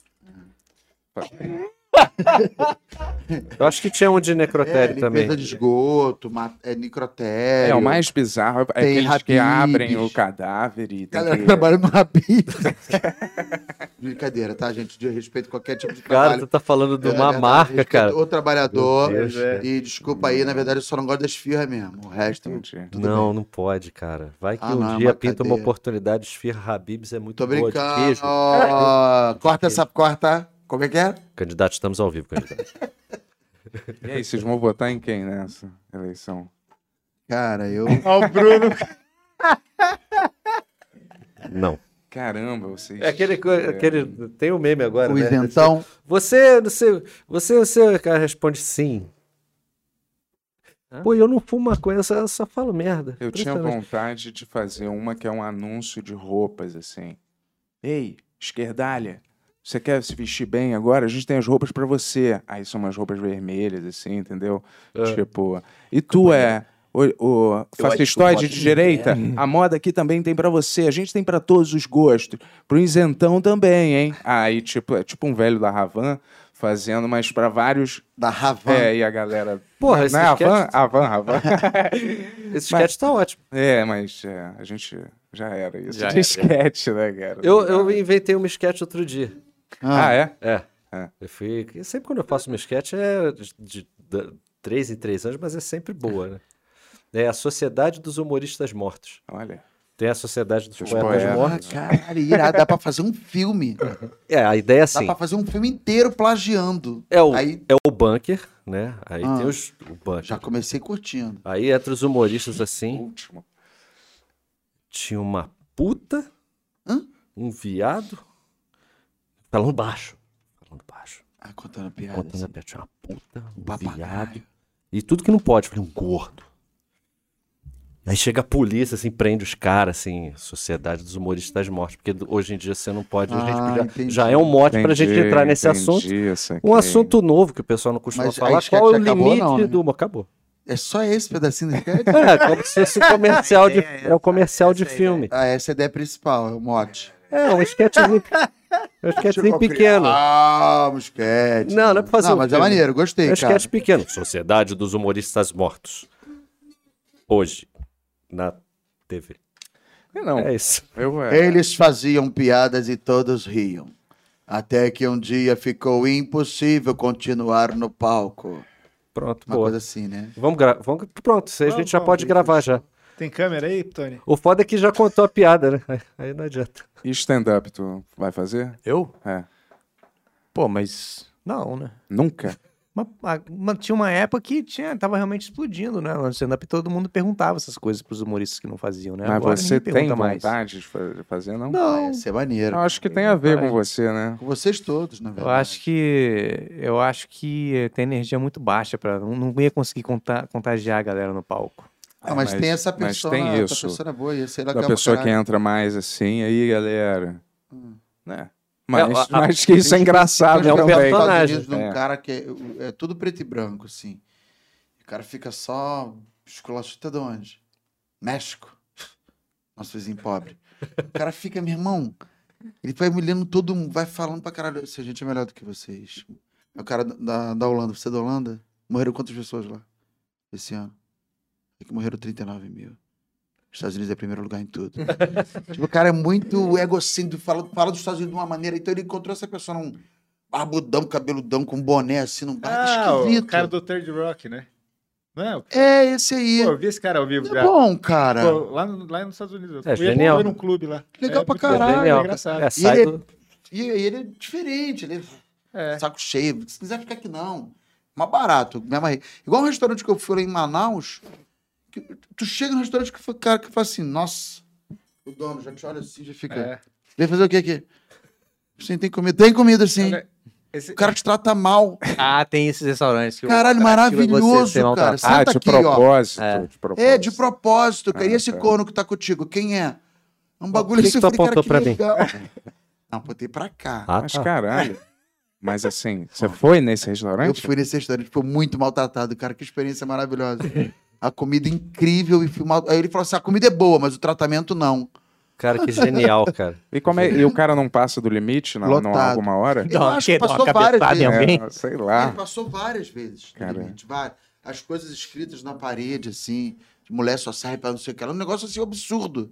Speaker 8: Eu acho que tinha um de
Speaker 7: É,
Speaker 8: necrotério
Speaker 7: limpeza
Speaker 8: também.
Speaker 7: de esgoto, ma- é, necrotério.
Speaker 8: um-
Speaker 6: É, o mais bizarro é
Speaker 7: Tem
Speaker 6: aqueles que
Speaker 7: rabibes.
Speaker 6: abrem o cadáver e tem
Speaker 7: Galera
Speaker 6: que...
Speaker 7: que trabalha no Rabi. Brincadeira, tá, gente? De respeito a qualquer tipo de
Speaker 8: Cara, tu
Speaker 7: trabalho.
Speaker 8: tá falando de
Speaker 7: É,
Speaker 8: uma
Speaker 7: verdade,
Speaker 8: marca,
Speaker 7: respeito
Speaker 8: cara.
Speaker 7: O trabalhador.
Speaker 8: Meu Deus, é. cara.
Speaker 7: E desculpa aí, na verdade eu só não gosto das firras mesmo. O resto.
Speaker 6: Entendi.
Speaker 7: tudo
Speaker 8: Não, não pode, cara. Vai que
Speaker 7: Ah,
Speaker 8: um
Speaker 7: não, é
Speaker 8: dia
Speaker 7: uma
Speaker 8: pinta uma
Speaker 7: cadeia.
Speaker 8: oportunidade. Esfirra Habibs é muito
Speaker 7: Tô
Speaker 8: boa de
Speaker 7: brincando.
Speaker 8: queijo.
Speaker 7: Corta essa. Corta. Como é que é?
Speaker 8: Candidato, estamos ao vivo, candidato.
Speaker 6: E aí, vocês vão votar em quem nessa eleição?
Speaker 7: Cara, eu.
Speaker 4: Ó, o Bruno.
Speaker 10: Não.
Speaker 6: Caramba, vocês.
Speaker 8: É aquele, co- aquele. Tem o meme agora.
Speaker 7: O
Speaker 8: né?
Speaker 7: isentão.
Speaker 8: Você, você, você, você, cara responde sim. Pô, eu não fumo maconha, eu só, eu um só falo merda.
Speaker 6: Eu tinha
Speaker 8: Impressionante.
Speaker 6: vontade de fazer uma que é um anúncio de roupas, assim. Ei, esquerdalha, você quer se vestir bem agora? A gente tem as roupas pra você. Aí são umas roupas vermelhas, assim, entendeu? Tipo, e tu é o, o fascistoide de direita? A moda aqui também tem pra você. A gente tem pra todos os gostos. Pro isentão também, hein? Aí, tipo, é tipo um velho da Ravan fazendo, mas pra vários...
Speaker 7: Da Ravan.
Speaker 6: É, e a galera...
Speaker 8: Porra, esse
Speaker 6: Não é a
Speaker 8: sketch,
Speaker 6: Van? A Van, a Van.
Speaker 8: esse sketch tá ótimo.
Speaker 6: É, mas é, a gente já era
Speaker 9: Já
Speaker 6: isso. Já
Speaker 9: era.
Speaker 6: de sketch, né, cara?
Speaker 8: Eu, eu inventei uma sketch outro dia.
Speaker 7: Ah,
Speaker 6: Ah, é?
Speaker 8: É.
Speaker 6: É.
Speaker 8: Eu fui. Sempre quando eu faço uma sketch é de, de, da- três em três anos, mas é sempre boa, né? É a Sociedade dos Humoristas Mortos.
Speaker 6: Olha.
Speaker 8: Tem a Sociedade dos
Speaker 6: Dos
Speaker 8: Poetas
Speaker 6: Poetas.
Speaker 8: Mortos.
Speaker 7: Ah, caralho, irado. Dá pra fazer um filme.
Speaker 8: É, a ideia é
Speaker 7: Dá
Speaker 8: assim.
Speaker 7: pra fazer um filme inteiro plagiando.
Speaker 8: É o,
Speaker 7: Aí
Speaker 8: é o bunker, né? Aí
Speaker 7: Ah.
Speaker 8: tem os, o bunker.
Speaker 7: já comecei curtindo.
Speaker 8: Aí entra os humoristas assim.
Speaker 6: Último.
Speaker 8: Tinha uma puta,
Speaker 7: Hã?
Speaker 8: um viado, falando baixo. Falando baixo.
Speaker 7: Ah, contando a piada.
Speaker 8: Contando a piada. Tinha uma puta, um
Speaker 7: Papagaio.
Speaker 8: viado. E tudo que não pode. Falei, um gordo. Aí chega a polícia, assim, prende os caras, assim, Sociedade dos Humoristas Mortos. Porque hoje em dia você não pode. a gente
Speaker 7: Ah,
Speaker 8: já- já,
Speaker 7: entendi.
Speaker 8: é um mote pra gente
Speaker 6: Entendi,
Speaker 8: entrar nesse
Speaker 6: entendi,
Speaker 8: assunto.
Speaker 6: isso aqui.
Speaker 8: Um assunto novo que o pessoal não costuma
Speaker 7: Mas a
Speaker 8: falar.
Speaker 7: sketch
Speaker 8: Qual é o
Speaker 7: acabou,
Speaker 8: limite
Speaker 7: não, né?
Speaker 8: do. Acabou.
Speaker 7: É só esse pedacinho da sketch?
Speaker 8: É, como se fosse um comercial de. É o comercial de filme.
Speaker 7: ah, essa é a ideia principal, é o mote.
Speaker 8: É, um sketchzinho. É um sketchzinho pequeno.
Speaker 7: Ah, um sketch.
Speaker 8: Não, não é pra fazer
Speaker 7: Não,
Speaker 8: um
Speaker 7: mas é
Speaker 8: filme.
Speaker 7: maneiro, gostei,
Speaker 8: É um
Speaker 7: cara.
Speaker 8: sketch pequeno. Sociedade dos Humoristas Mortos. Hoje, na TV.
Speaker 6: Não,
Speaker 8: É isso.
Speaker 6: eu... é,
Speaker 7: Eles faziam piadas e todos riam. Até que um dia ficou impossível continuar no palco.
Speaker 8: Pronto,
Speaker 7: Uma
Speaker 8: boa.
Speaker 7: coisa assim, né?
Speaker 8: Vamos gravar. Vamos... Pronto, isso aí a
Speaker 4: Vamos,
Speaker 8: gente já
Speaker 4: vamos,
Speaker 8: pode
Speaker 4: vamos.
Speaker 8: gravar já.
Speaker 4: Tem câmera aí, Tony?
Speaker 8: O foda é que já contou a piada, né? Aí- Aí não adianta.
Speaker 6: E stand-up, tu vai fazer?
Speaker 9: Eu?
Speaker 6: É.
Speaker 9: Pô, mas. Não, né?
Speaker 6: Nunca?
Speaker 9: Uma- a- uma- tinha uma época que tinha, tava realmente explodindo, né? No stand-up todo mundo perguntava essas coisas pros humoristas que não faziam, né?
Speaker 6: Mas
Speaker 9: Agora
Speaker 6: você
Speaker 9: ninguém
Speaker 6: tem
Speaker 9: pergunta mais.
Speaker 6: vontade de fa- de fazer, não?
Speaker 7: Não. Ah, essa é maneiro.
Speaker 6: Eu acho que tem a ver com você, né?
Speaker 7: Com vocês todos, na
Speaker 9: Eu
Speaker 7: verdade.
Speaker 9: acho que. Eu acho que tem energia muito baixa para não, não ia conseguir conta- contagiar a galera no palco.
Speaker 7: Ah, mas,
Speaker 6: Mas-
Speaker 7: tem essa
Speaker 6: mas
Speaker 7: pessoa.
Speaker 6: tem
Speaker 7: essa
Speaker 6: isso.
Speaker 7: pessoa é boa, ia ser legal
Speaker 6: Da
Speaker 7: pra
Speaker 6: pessoa que
Speaker 7: caralho.
Speaker 6: entra mais assim, aí, galera.
Speaker 8: Hum.
Speaker 6: Né?
Speaker 8: É, a-
Speaker 6: Mas,
Speaker 8: a-
Speaker 6: mas que isso é engraçado
Speaker 7: Mas
Speaker 8: é um
Speaker 7: pra-
Speaker 6: também.
Speaker 7: Estados
Speaker 8: personagem.
Speaker 7: Unidos, de um
Speaker 6: É.
Speaker 7: cara que é, é tudo preto e branco, assim. O cara fica só esculachita de onde? México. Nosso vizinho pobre. O cara fica, meu irmão, ele vai humilhando todo mundo, vai falando pra caralho. Se a gente é melhor do que vocês. É o cara da, da Holanda. Você é da Holanda? Morreram quantas pessoas lá esse ano? É que morreram 39 mil. Os Estados Unidos é primeiro lugar em tudo. tipo, o cara é muito egocêntrico, fala, fala dos Estados Unidos de uma maneira. Então ele encontrou essa pessoa num barbudão, cabeludão, com boné assim, num
Speaker 4: Ah,
Speaker 7: bar esquisito.
Speaker 4: o cara do Third Rock, né? Não, é? pô,
Speaker 7: É esse aí.
Speaker 4: eu vi esse cara ao vivo
Speaker 7: é
Speaker 4: já.
Speaker 7: bom, cara.
Speaker 4: Pô, lá, no- lá nos Estados Unidos.
Speaker 8: É
Speaker 4: Eu fui
Speaker 8: genial.
Speaker 4: num clube lá.
Speaker 7: Legal
Speaker 4: É
Speaker 7: pra
Speaker 4: muito
Speaker 8: É
Speaker 7: Caralho,
Speaker 4: bom, é
Speaker 8: genial.
Speaker 4: engraçado.
Speaker 8: É, sai
Speaker 7: ele-
Speaker 8: do...
Speaker 7: E ele é diferente, ele
Speaker 4: É.
Speaker 7: é saco cheio. Se quiser ficar aqui, não. Mais barato. Me amarrei. Igual um restaurante que eu fui lá em Manaus, que tu chega no restaurante que o cara que fala assim, nossa, o dono já te olha assim, já fica.
Speaker 4: É.
Speaker 7: Vem fazer o que aqui? Sim, tem comida. Tem comida, sim.
Speaker 4: Olha, esse-
Speaker 7: O cara te trata mal.
Speaker 9: Ah, tem esses restaurantes que
Speaker 7: Caralho,
Speaker 6: é
Speaker 7: maravilhoso, cara. Senta
Speaker 6: Ah, de
Speaker 7: aqui, ó.
Speaker 6: propósito.
Speaker 9: É.
Speaker 6: De propósito.
Speaker 7: É, de propósito, cara. e
Speaker 6: Ah,
Speaker 7: esse
Speaker 6: tá.
Speaker 7: corno que tá contigo, quem é? É um bagulho
Speaker 8: que que tu
Speaker 7: eu falei,
Speaker 8: apontou pra mim?
Speaker 7: legal. Não, apontei pra cá.
Speaker 8: Ah,
Speaker 6: Mas
Speaker 8: tá.
Speaker 6: caralho. Mas assim, você foi nesse
Speaker 7: Eu
Speaker 6: restaurante?
Speaker 7: fui nesse restaurante, foi muito maltratado, cara. Que experiência maravilhosa. A comida incrível e fui mal... Aí ele falou assim: a comida é boa, mas o tratamento não.
Speaker 8: Cara, que genial, cara.
Speaker 6: E, como é- e o cara não passa do limite na, não,
Speaker 7: Lotado.
Speaker 6: alguma
Speaker 9: Ah,
Speaker 6: hora?
Speaker 7: Eu acho que
Speaker 9: dá tipo, uma
Speaker 7: passou várias
Speaker 9: cabeçada em
Speaker 7: vezes.
Speaker 9: alguém?
Speaker 6: É, sei
Speaker 7: Ele
Speaker 6: lá.
Speaker 7: passou várias vezes. no
Speaker 6: Cara.
Speaker 7: limite, vai- As coisas escritas na parede, assim, de mulher só serve pra não sei o que. Era um negócio assim absurdo.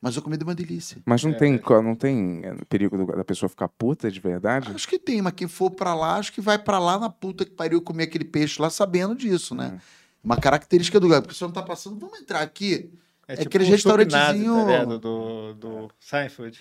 Speaker 7: Mas a comida é uma delícia.
Speaker 6: Mas não, tem, co- não tem é, perigo do- da pessoa ficar puta de verdade?
Speaker 7: Acho que tem, mas quem for pra lá, acho que vai pra lá na puta que pariu comer aquele peixe lá sabendo disso, né?
Speaker 6: É.
Speaker 7: Uma característica do lugar. Porque se não tá passando, vamos
Speaker 4: tipo
Speaker 7: entrar aqui. É aquele
Speaker 4: um o Chuck Nazi,
Speaker 7: restaurantezinho-
Speaker 4: tá ligado? do, do Seinfeld.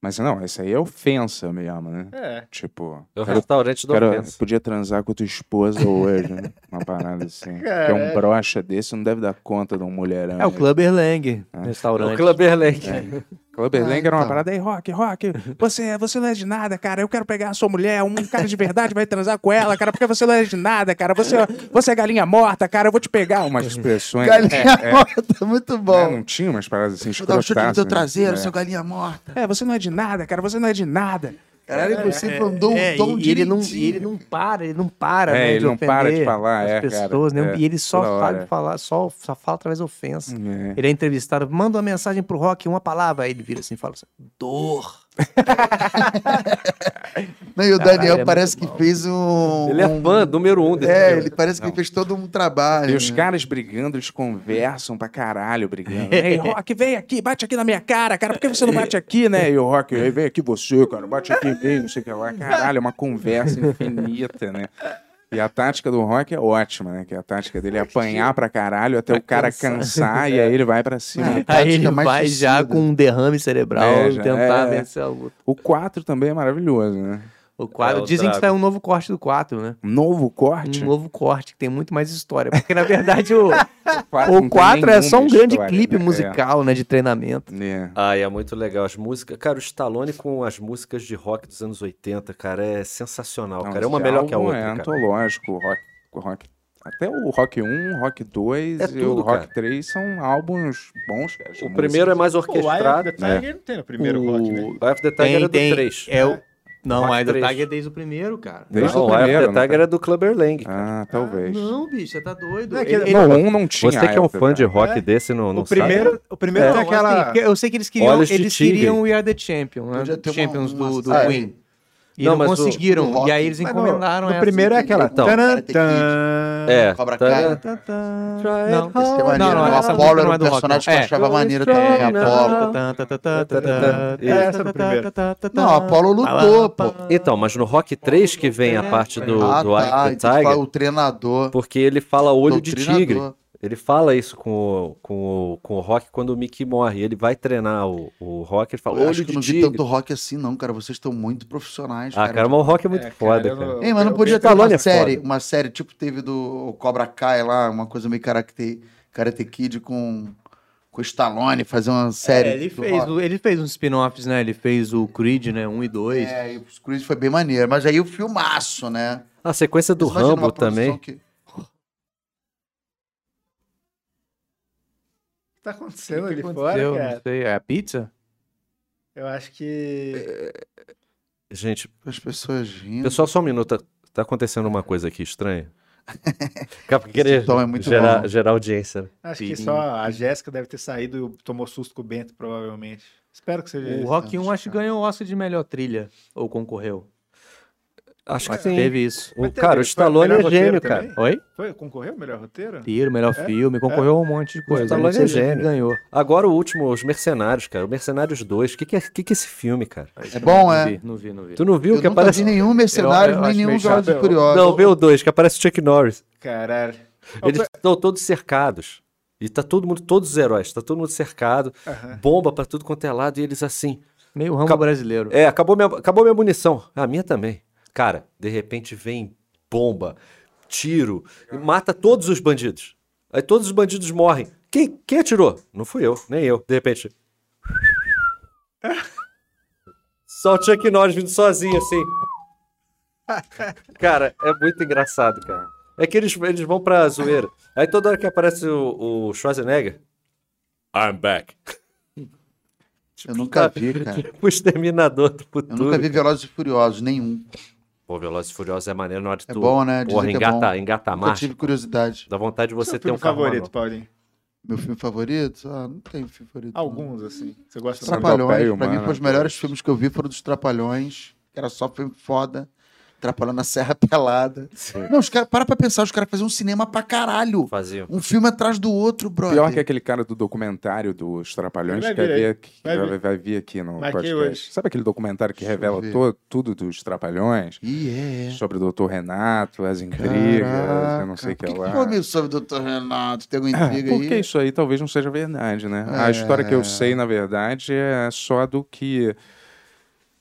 Speaker 6: Mas não, isso aí é ofensa mesmo, né?
Speaker 4: É.
Speaker 6: Tipo,
Speaker 8: É o
Speaker 6: quero-
Speaker 8: restaurante do
Speaker 6: Cara,
Speaker 8: ofensa.
Speaker 6: podia transar com a tua esposa hoje, né? Uma parada assim. Que é um
Speaker 4: Caralho.
Speaker 6: brocha desse, não deve dar conta de um mulherão.
Speaker 3: É o Clubber Lang,
Speaker 6: Ah.
Speaker 3: restaurante.
Speaker 6: É
Speaker 3: É.
Speaker 8: O Clubber Lang.
Speaker 6: Clubber Lang era uma
Speaker 7: então.
Speaker 6: parada aí, Rock, Rock, você, você não é de nada, cara. Eu quero pegar a sua mulher, um cara de verdade vai transar com ela, cara, porque você não é de nada, cara. Você, você é galinha morta, cara, eu vou te pegar. Umas expressões.
Speaker 7: Galinha
Speaker 6: é, é,
Speaker 7: morta, muito
Speaker 6: né?
Speaker 7: bom.
Speaker 6: Não tinha umas paradas assim,
Speaker 7: Vou dar um chute no
Speaker 6: escrotaças.
Speaker 7: teu
Speaker 6: né?
Speaker 7: traseiro,
Speaker 6: É.
Speaker 7: seu galinha morta.
Speaker 6: É, você não é de nada, cara, você não é de nada.
Speaker 7: Caralho, você mandou um
Speaker 3: É,
Speaker 7: tom
Speaker 3: e ele não,
Speaker 7: direitinho.
Speaker 3: e ele não para, ele não para,
Speaker 6: É,
Speaker 3: né,
Speaker 6: ele
Speaker 3: de
Speaker 6: não para de
Speaker 3: ofender
Speaker 6: falar,
Speaker 3: as
Speaker 6: é, cara,
Speaker 3: pessoas, né?
Speaker 6: é,
Speaker 3: e ele só
Speaker 6: toda
Speaker 3: fala
Speaker 6: hora.
Speaker 3: de falar, só, só fala através da ofensa.
Speaker 6: É.
Speaker 3: Ele é entrevistado, manda uma mensagem pro Rock, uma palavra, aí ele vira assim, e fala assim, dor.
Speaker 7: Não, e o
Speaker 3: Caralho,
Speaker 7: Daniel
Speaker 3: é
Speaker 7: parece que
Speaker 3: muito bom.
Speaker 7: fez um.
Speaker 8: Ele é fã número um desse
Speaker 7: É,
Speaker 8: filme.
Speaker 7: ele parece que
Speaker 6: Não.
Speaker 7: fez todo um trabalho.
Speaker 6: E os
Speaker 7: né?
Speaker 6: caras brigando, eles conversam pra caralho brigando. né? Ei, Rock, vem aqui, bate aqui na minha cara, cara, por que você não bate aqui, né? E o Rock, "Ei, vem aqui você, cara, bate aqui, vem, não sei o que lá. Caralho, é uma conversa infinita, né? E a tática do Rock é ótima, né? Que a tática dele é apanhar pra caralho até o cara cansar e aí ele vai pra cima.
Speaker 7: Ah,
Speaker 3: Aí ele
Speaker 7: Tática mais
Speaker 3: vai já
Speaker 7: suicida.
Speaker 3: com um derrame cerebral
Speaker 6: É, já,
Speaker 3: tentar
Speaker 6: é.
Speaker 3: vencer a luta.
Speaker 6: O 4 também é maravilhoso, né?
Speaker 3: O
Speaker 8: É,
Speaker 3: quadro,
Speaker 8: o
Speaker 3: dizem que
Speaker 8: Drago.
Speaker 3: saiu um novo corte do 4, né?
Speaker 6: Novo corte.
Speaker 3: Um novo corte, que tem muito mais história. Porque, na verdade, o,
Speaker 6: quatro não
Speaker 3: o
Speaker 6: tem
Speaker 3: 4 é só um
Speaker 6: nenhuma
Speaker 3: grande
Speaker 6: história,
Speaker 3: clipe
Speaker 6: né?
Speaker 3: musical, né? De treinamento.
Speaker 6: É. É.
Speaker 8: Ah, e é muito legal as músicas. Cara, o Stallone com as músicas de rock dos anos 80, cara, é sensacional,
Speaker 6: Não,
Speaker 8: cara. É uma
Speaker 6: esse
Speaker 8: melhor que a
Speaker 6: álbum
Speaker 8: outra,
Speaker 6: É
Speaker 8: cara.
Speaker 6: antológico, o rock, o rock. Até o Rock 1, Rock 2
Speaker 8: É
Speaker 6: e o
Speaker 8: tudo, cara.
Speaker 6: Rock 3 são álbuns bons, cara.
Speaker 8: O primeiro é mais orquestrado.
Speaker 6: Né?
Speaker 4: não tem no primeiro rock, né?
Speaker 8: O Eye of the Tiger
Speaker 3: Tem,
Speaker 8: é do
Speaker 3: tem.
Speaker 8: 3.
Speaker 3: É o... Não,
Speaker 8: Rock
Speaker 3: ainda
Speaker 8: três.
Speaker 3: Tiger é desde o primeiro, cara.
Speaker 6: Desde
Speaker 8: não,
Speaker 6: o
Speaker 8: Eye
Speaker 6: primeiro. né,
Speaker 8: of the
Speaker 6: não
Speaker 8: Tiger
Speaker 6: tem?
Speaker 8: é do Clubber Lang.
Speaker 6: Ah, talvez.
Speaker 3: Não, bicho, você tá doido.
Speaker 4: Não é que-
Speaker 3: Ele- ele-
Speaker 6: Não, um não tinha.
Speaker 8: Você que é
Speaker 6: Eye
Speaker 8: um
Speaker 6: of the
Speaker 8: fã de
Speaker 6: Tiger.
Speaker 8: rock desse, não, não
Speaker 4: O primeiro, o primeiro tem
Speaker 3: Não,
Speaker 4: aquela.
Speaker 3: assim, eu sei que eles queriam,
Speaker 8: Olhos de
Speaker 3: eles
Speaker 8: tigre.
Speaker 3: queriam We Are The Champion, né?
Speaker 7: Então já tem uma-
Speaker 3: Champions
Speaker 4: um
Speaker 3: do,
Speaker 7: uma-
Speaker 3: do
Speaker 7: Ah, é.
Speaker 3: Queen. E
Speaker 8: Não,
Speaker 3: não,
Speaker 8: mas o-
Speaker 3: conseguiram.
Speaker 7: o rock-
Speaker 3: e aí eles
Speaker 4: Mas no-
Speaker 3: encomendaram
Speaker 4: no primeiro
Speaker 7: assim,
Speaker 4: é aquela.
Speaker 8: Então,
Speaker 4: Taran,
Speaker 7: Karate
Speaker 4: tan.
Speaker 8: sabe? É.
Speaker 7: Cobra
Speaker 8: tá-
Speaker 7: Kai.
Speaker 3: Tá, tá.
Speaker 8: Try
Speaker 3: Não,
Speaker 8: it
Speaker 7: né? Esse que é
Speaker 8: hard.
Speaker 7: maneiro.
Speaker 3: não,
Speaker 7: né?
Speaker 3: essa
Speaker 7: o Apollo
Speaker 3: música
Speaker 7: era
Speaker 3: não é
Speaker 7: um
Speaker 3: do rock,
Speaker 7: personagem que
Speaker 3: não.
Speaker 7: eu
Speaker 3: É.
Speaker 7: achava maneiro também. né?
Speaker 8: Não.
Speaker 7: Apollo.
Speaker 3: Tá, tá, tá, tá, tá, tá.
Speaker 8: É,
Speaker 4: essa é do primeiro.
Speaker 3: Tá, tá, tá, tá.
Speaker 7: Não, Apollo lutou, pô.
Speaker 8: Então, mas no Rock 3 que vem a parte do,
Speaker 7: Ah,
Speaker 8: do Eye
Speaker 7: tá.
Speaker 8: of the
Speaker 7: Então tu fala
Speaker 8: Tiger,
Speaker 7: o treinador.
Speaker 8: porque ele fala olho de
Speaker 7: doutrinador.
Speaker 8: tigre. Ele fala isso com o, com o, com o Rock quando o Mickey morre. Ele vai treinar o, o Rock, ele
Speaker 7: Eu
Speaker 8: fala
Speaker 7: acho
Speaker 8: olho
Speaker 7: que
Speaker 8: de
Speaker 7: não vi
Speaker 8: tigre.
Speaker 7: tanto rock assim, não, cara. Vocês estão muito profissionais,
Speaker 8: Ah, cara, mas o Rock é muito foda, cara.
Speaker 7: Ei, mas não podia ter
Speaker 8: Stallone
Speaker 7: uma
Speaker 8: é
Speaker 7: série,
Speaker 8: foda.
Speaker 7: uma série tipo teve do Cobra Kai lá, uma coisa meio Karate, karate Kid com com Stallone, fazer uma série.
Speaker 3: É, ele,
Speaker 7: do
Speaker 3: fez,
Speaker 7: rock.
Speaker 3: o- ele fez uns spin-offs, né? Ele fez o Creed, né? 1 e 2.
Speaker 7: É, e o Cruise foi bem maneiro, mas aí o filmaço, né?
Speaker 8: Ah, A sequência do
Speaker 7: Mas imagina
Speaker 8: Rambo
Speaker 7: uma produção
Speaker 8: também.
Speaker 7: que-
Speaker 4: O que tá acontecendo
Speaker 3: O que
Speaker 4: ali
Speaker 3: aconteceu?
Speaker 4: fora, cara?
Speaker 3: Não sei. É a pizza?
Speaker 4: Eu acho que.
Speaker 8: Gente,
Speaker 7: As pessoas rindo.
Speaker 8: pessoal, só um minuto. tá- Tá acontecendo uma coisa aqui estranha. Cara, porque
Speaker 7: Esse
Speaker 8: querer
Speaker 7: tom é muito
Speaker 8: gerar,
Speaker 7: bom.
Speaker 8: gerar audiência. né?
Speaker 4: Acho que só a Jéssica deve ter saído e tomou susto com o Bento, provavelmente. Espero que seja
Speaker 3: O
Speaker 4: isso.
Speaker 3: Rock 1 acho que ganhou o Oscar de melhor trilha. Ou concorreu.
Speaker 8: Acho que
Speaker 3: Mas
Speaker 8: sim.
Speaker 3: teve isso.
Speaker 8: O, cara, o Stallone é gênio, cara.
Speaker 3: Oi?
Speaker 4: Foi? Concorreu o melhor roteiro?
Speaker 3: Tiro, melhor
Speaker 4: É?
Speaker 3: filme. Concorreu a um monte de coisa.
Speaker 9: tá
Speaker 8: Stallone
Speaker 3: Não sei
Speaker 8: é
Speaker 3: se ele
Speaker 8: gênio.
Speaker 3: Ganhou.
Speaker 8: Agora o último, Os Mercenários, cara. O Mercenários 2. O que, que, é, que, que é esse filme, cara?
Speaker 7: É bom,
Speaker 3: não
Speaker 7: é.
Speaker 3: Vi, não vi, não vi.
Speaker 8: Tu não viu
Speaker 7: Eu
Speaker 8: que
Speaker 7: nunca
Speaker 8: aparece.
Speaker 7: vi nenhum mercenário,
Speaker 3: Eu- eu
Speaker 7: nem
Speaker 3: acho
Speaker 7: nenhum
Speaker 3: meio
Speaker 7: Jogos
Speaker 4: chato.
Speaker 7: de Curiosos.
Speaker 8: Não, vê o 2, que aparece o Chuck Norris.
Speaker 4: Caralho.
Speaker 8: Eles estão todos cercados. E tá todo mundo, todos os heróis, tá todo mundo cercado,
Speaker 4: Aham.
Speaker 8: bomba pra tudo quanto é lado, e eles assim.
Speaker 3: Meio ramo
Speaker 8: Cap-
Speaker 3: brasileiro.
Speaker 8: É, acabou minha, acabou minha munição. A minha também. Cara, de repente vem bomba, tiro, e mata todos os bandidos. Aí todos os bandidos morrem. Quem, quem atirou? Não fui eu, nem eu. De repente. Só o Chuck Norris vindo sozinho, assim. Cara, é muito engraçado, cara. É que eles, eles vão pra zoeira. Aí toda hora que aparece o, o Schwarzenegger. I'm back. Tá,
Speaker 7: Eu nunca vi, cara.
Speaker 8: O exterminador do futuro.
Speaker 7: Eu nunca vi Velozes e Furiosos, nenhum.
Speaker 8: Pô, Velozes e Furiosos é maneiro na hora de
Speaker 7: É
Speaker 8: tu...
Speaker 7: bom, né? Dizem
Speaker 8: Porra,
Speaker 7: que é
Speaker 8: engata, tá
Speaker 7: bom.
Speaker 8: engata a
Speaker 7: Nunca
Speaker 8: marcha.
Speaker 7: tive curiosidade.
Speaker 8: Dá vontade de você
Speaker 4: Seu
Speaker 8: ter um
Speaker 4: filme
Speaker 8: carro
Speaker 4: favorito,
Speaker 8: manual.
Speaker 4: Paulinho?
Speaker 7: Meu filme favorito? Ah, não tem filme favorito. não.
Speaker 4: Alguns, assim. Você gosta
Speaker 6: Sabe-
Speaker 4: muito?
Speaker 7: Trapalhões.
Speaker 6: Centopeia
Speaker 7: Pra mim,
Speaker 6: humana, né?
Speaker 7: foi os melhores filmes que eu vi foram dos Trapalhões. Que era só filme foda. Trapalhando a Serra Pelada. Não, os caras, para pra pensar, os caras faziam um cinema pra caralho.
Speaker 8: Faziam.
Speaker 7: Um filme atrás do outro, brother.
Speaker 6: Pior que é aquele cara do documentário dos Trapalhões
Speaker 4: Vai
Speaker 6: que vai
Speaker 4: vir aí.
Speaker 6: vir aqui,
Speaker 4: Vai
Speaker 6: vai,
Speaker 4: vir.
Speaker 6: vai vir aqui no
Speaker 4: Marquei
Speaker 6: podcast.
Speaker 4: hoje.
Speaker 6: Sabe aquele documentário que
Speaker 7: Deixa eu
Speaker 6: revela
Speaker 7: ver.
Speaker 6: to- tudo dos Trapalhões?
Speaker 7: Ih, é, é.
Speaker 6: Sobre o Dr. Renato, as intrigas, eu não sei o que, é
Speaker 7: Por que
Speaker 6: lá.
Speaker 7: que foi sobre o Dr. Renato? Tem alguma
Speaker 6: Ah,
Speaker 7: intriga
Speaker 6: porque
Speaker 7: aí?
Speaker 6: isso aí talvez não seja verdade, né? A história é que eu sei, na verdade, é só do que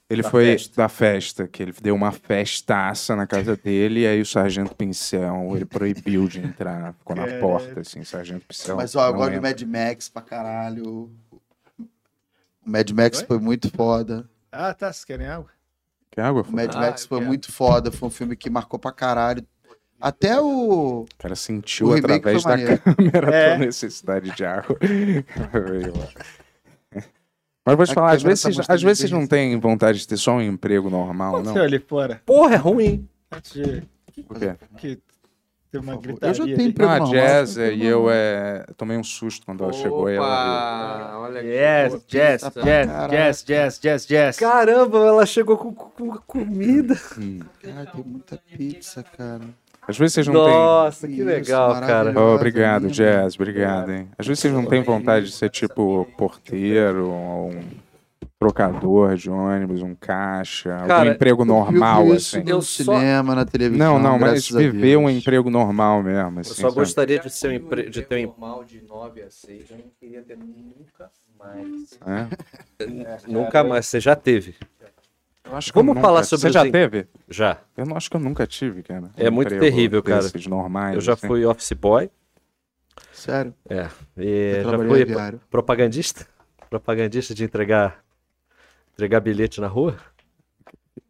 Speaker 6: Ele
Speaker 8: Da
Speaker 6: foi
Speaker 8: festa.
Speaker 6: da festa, que ele deu uma festaça na casa dele, e aí o Sargento Pincel, ele proibiu de entrar, ficou na porta, assim, Sargento Pincel.
Speaker 7: Mas ó, eu
Speaker 6: não
Speaker 7: gosto do
Speaker 6: entra.
Speaker 7: Mad Max pra caralho. O Mad Max foi muito foda.
Speaker 4: Ah, tá. Vocês querem água?
Speaker 6: Quer água?
Speaker 7: O Mad
Speaker 3: Ah,
Speaker 7: Max
Speaker 3: eu
Speaker 7: foi
Speaker 3: quero.
Speaker 7: muito foda. Foi um filme que marcou pra caralho. Até o.
Speaker 6: O cara sentiu
Speaker 7: O remake
Speaker 6: através
Speaker 7: foi
Speaker 6: da
Speaker 7: maneiro.
Speaker 6: câmera
Speaker 4: É.
Speaker 6: a necessidade de água. Mas vou te
Speaker 7: A
Speaker 6: falar, às
Speaker 7: câmera
Speaker 6: vezes,
Speaker 7: tá
Speaker 6: vocês- às
Speaker 7: mostrando
Speaker 6: vezes vocês
Speaker 7: bem
Speaker 6: não
Speaker 7: isso.
Speaker 6: têm vontade de ter só um emprego normal,
Speaker 4: Pode
Speaker 6: não?
Speaker 4: ser ali fora.
Speaker 8: Porra, é ruim.
Speaker 4: Antes de
Speaker 6: Por quê?
Speaker 4: que tem uma
Speaker 7: Por favor.
Speaker 4: gritaria.
Speaker 7: Eu já
Speaker 4: ali.
Speaker 7: tenho
Speaker 6: Não, a
Speaker 7: normal,
Speaker 6: Jazz
Speaker 7: emprego
Speaker 6: e eu é, tomei um susto quando ela chegou. e Ela
Speaker 9: Opa, olha aqui.
Speaker 3: Jazz, jazz,
Speaker 7: tá pra
Speaker 6: É,
Speaker 3: jazz,
Speaker 7: caralho.
Speaker 3: jazz, jazz, jazz, jazz.
Speaker 8: Caramba, ela chegou com, com- com comida.
Speaker 7: Cara, tem muita pizza, cara.
Speaker 6: Às vezes vocês não têm.
Speaker 8: Nossa, que
Speaker 7: Isso,
Speaker 8: legal, cara.
Speaker 7: maravilhoso.
Speaker 6: Oh, obrigado,
Speaker 7: Maravilha.
Speaker 6: Jazz, obrigado, hein? Às vezes vocês não têm vontade de ser tipo porteiro, ou um trocador de ônibus, um caixa,
Speaker 8: Cara,
Speaker 6: algum emprego normal,
Speaker 7: eu vi isso
Speaker 6: assim.
Speaker 8: Eu
Speaker 7: no
Speaker 8: só-
Speaker 7: cinema, na televisão.
Speaker 6: Não, não, mas
Speaker 7: graças a
Speaker 6: viver
Speaker 7: Deus.
Speaker 6: um emprego normal mesmo, assim.
Speaker 8: Eu só
Speaker 6: sabe?
Speaker 8: gostaria de, ser um empre... de ter um em-
Speaker 9: normal de 9 a 6, eu não queria ter nunca mais.
Speaker 6: É.
Speaker 8: Nunca mais, você já teve.
Speaker 6: Eu acho
Speaker 8: Vamos
Speaker 6: nunca-
Speaker 8: falar sobre
Speaker 6: Você
Speaker 8: os
Speaker 6: já
Speaker 8: em-
Speaker 6: teve?
Speaker 8: Já.
Speaker 6: Eu não acho que eu nunca tive, cara. um
Speaker 8: É muito terrível, cara.
Speaker 6: desses normais,
Speaker 8: Eu já
Speaker 6: assim.
Speaker 8: fui office boy.
Speaker 7: Sério,
Speaker 8: É. E
Speaker 7: eu
Speaker 8: já
Speaker 7: trabalhei
Speaker 8: fui
Speaker 7: a diário.
Speaker 8: propagandista. Propagandista de entregar, entregar bilhete na rua.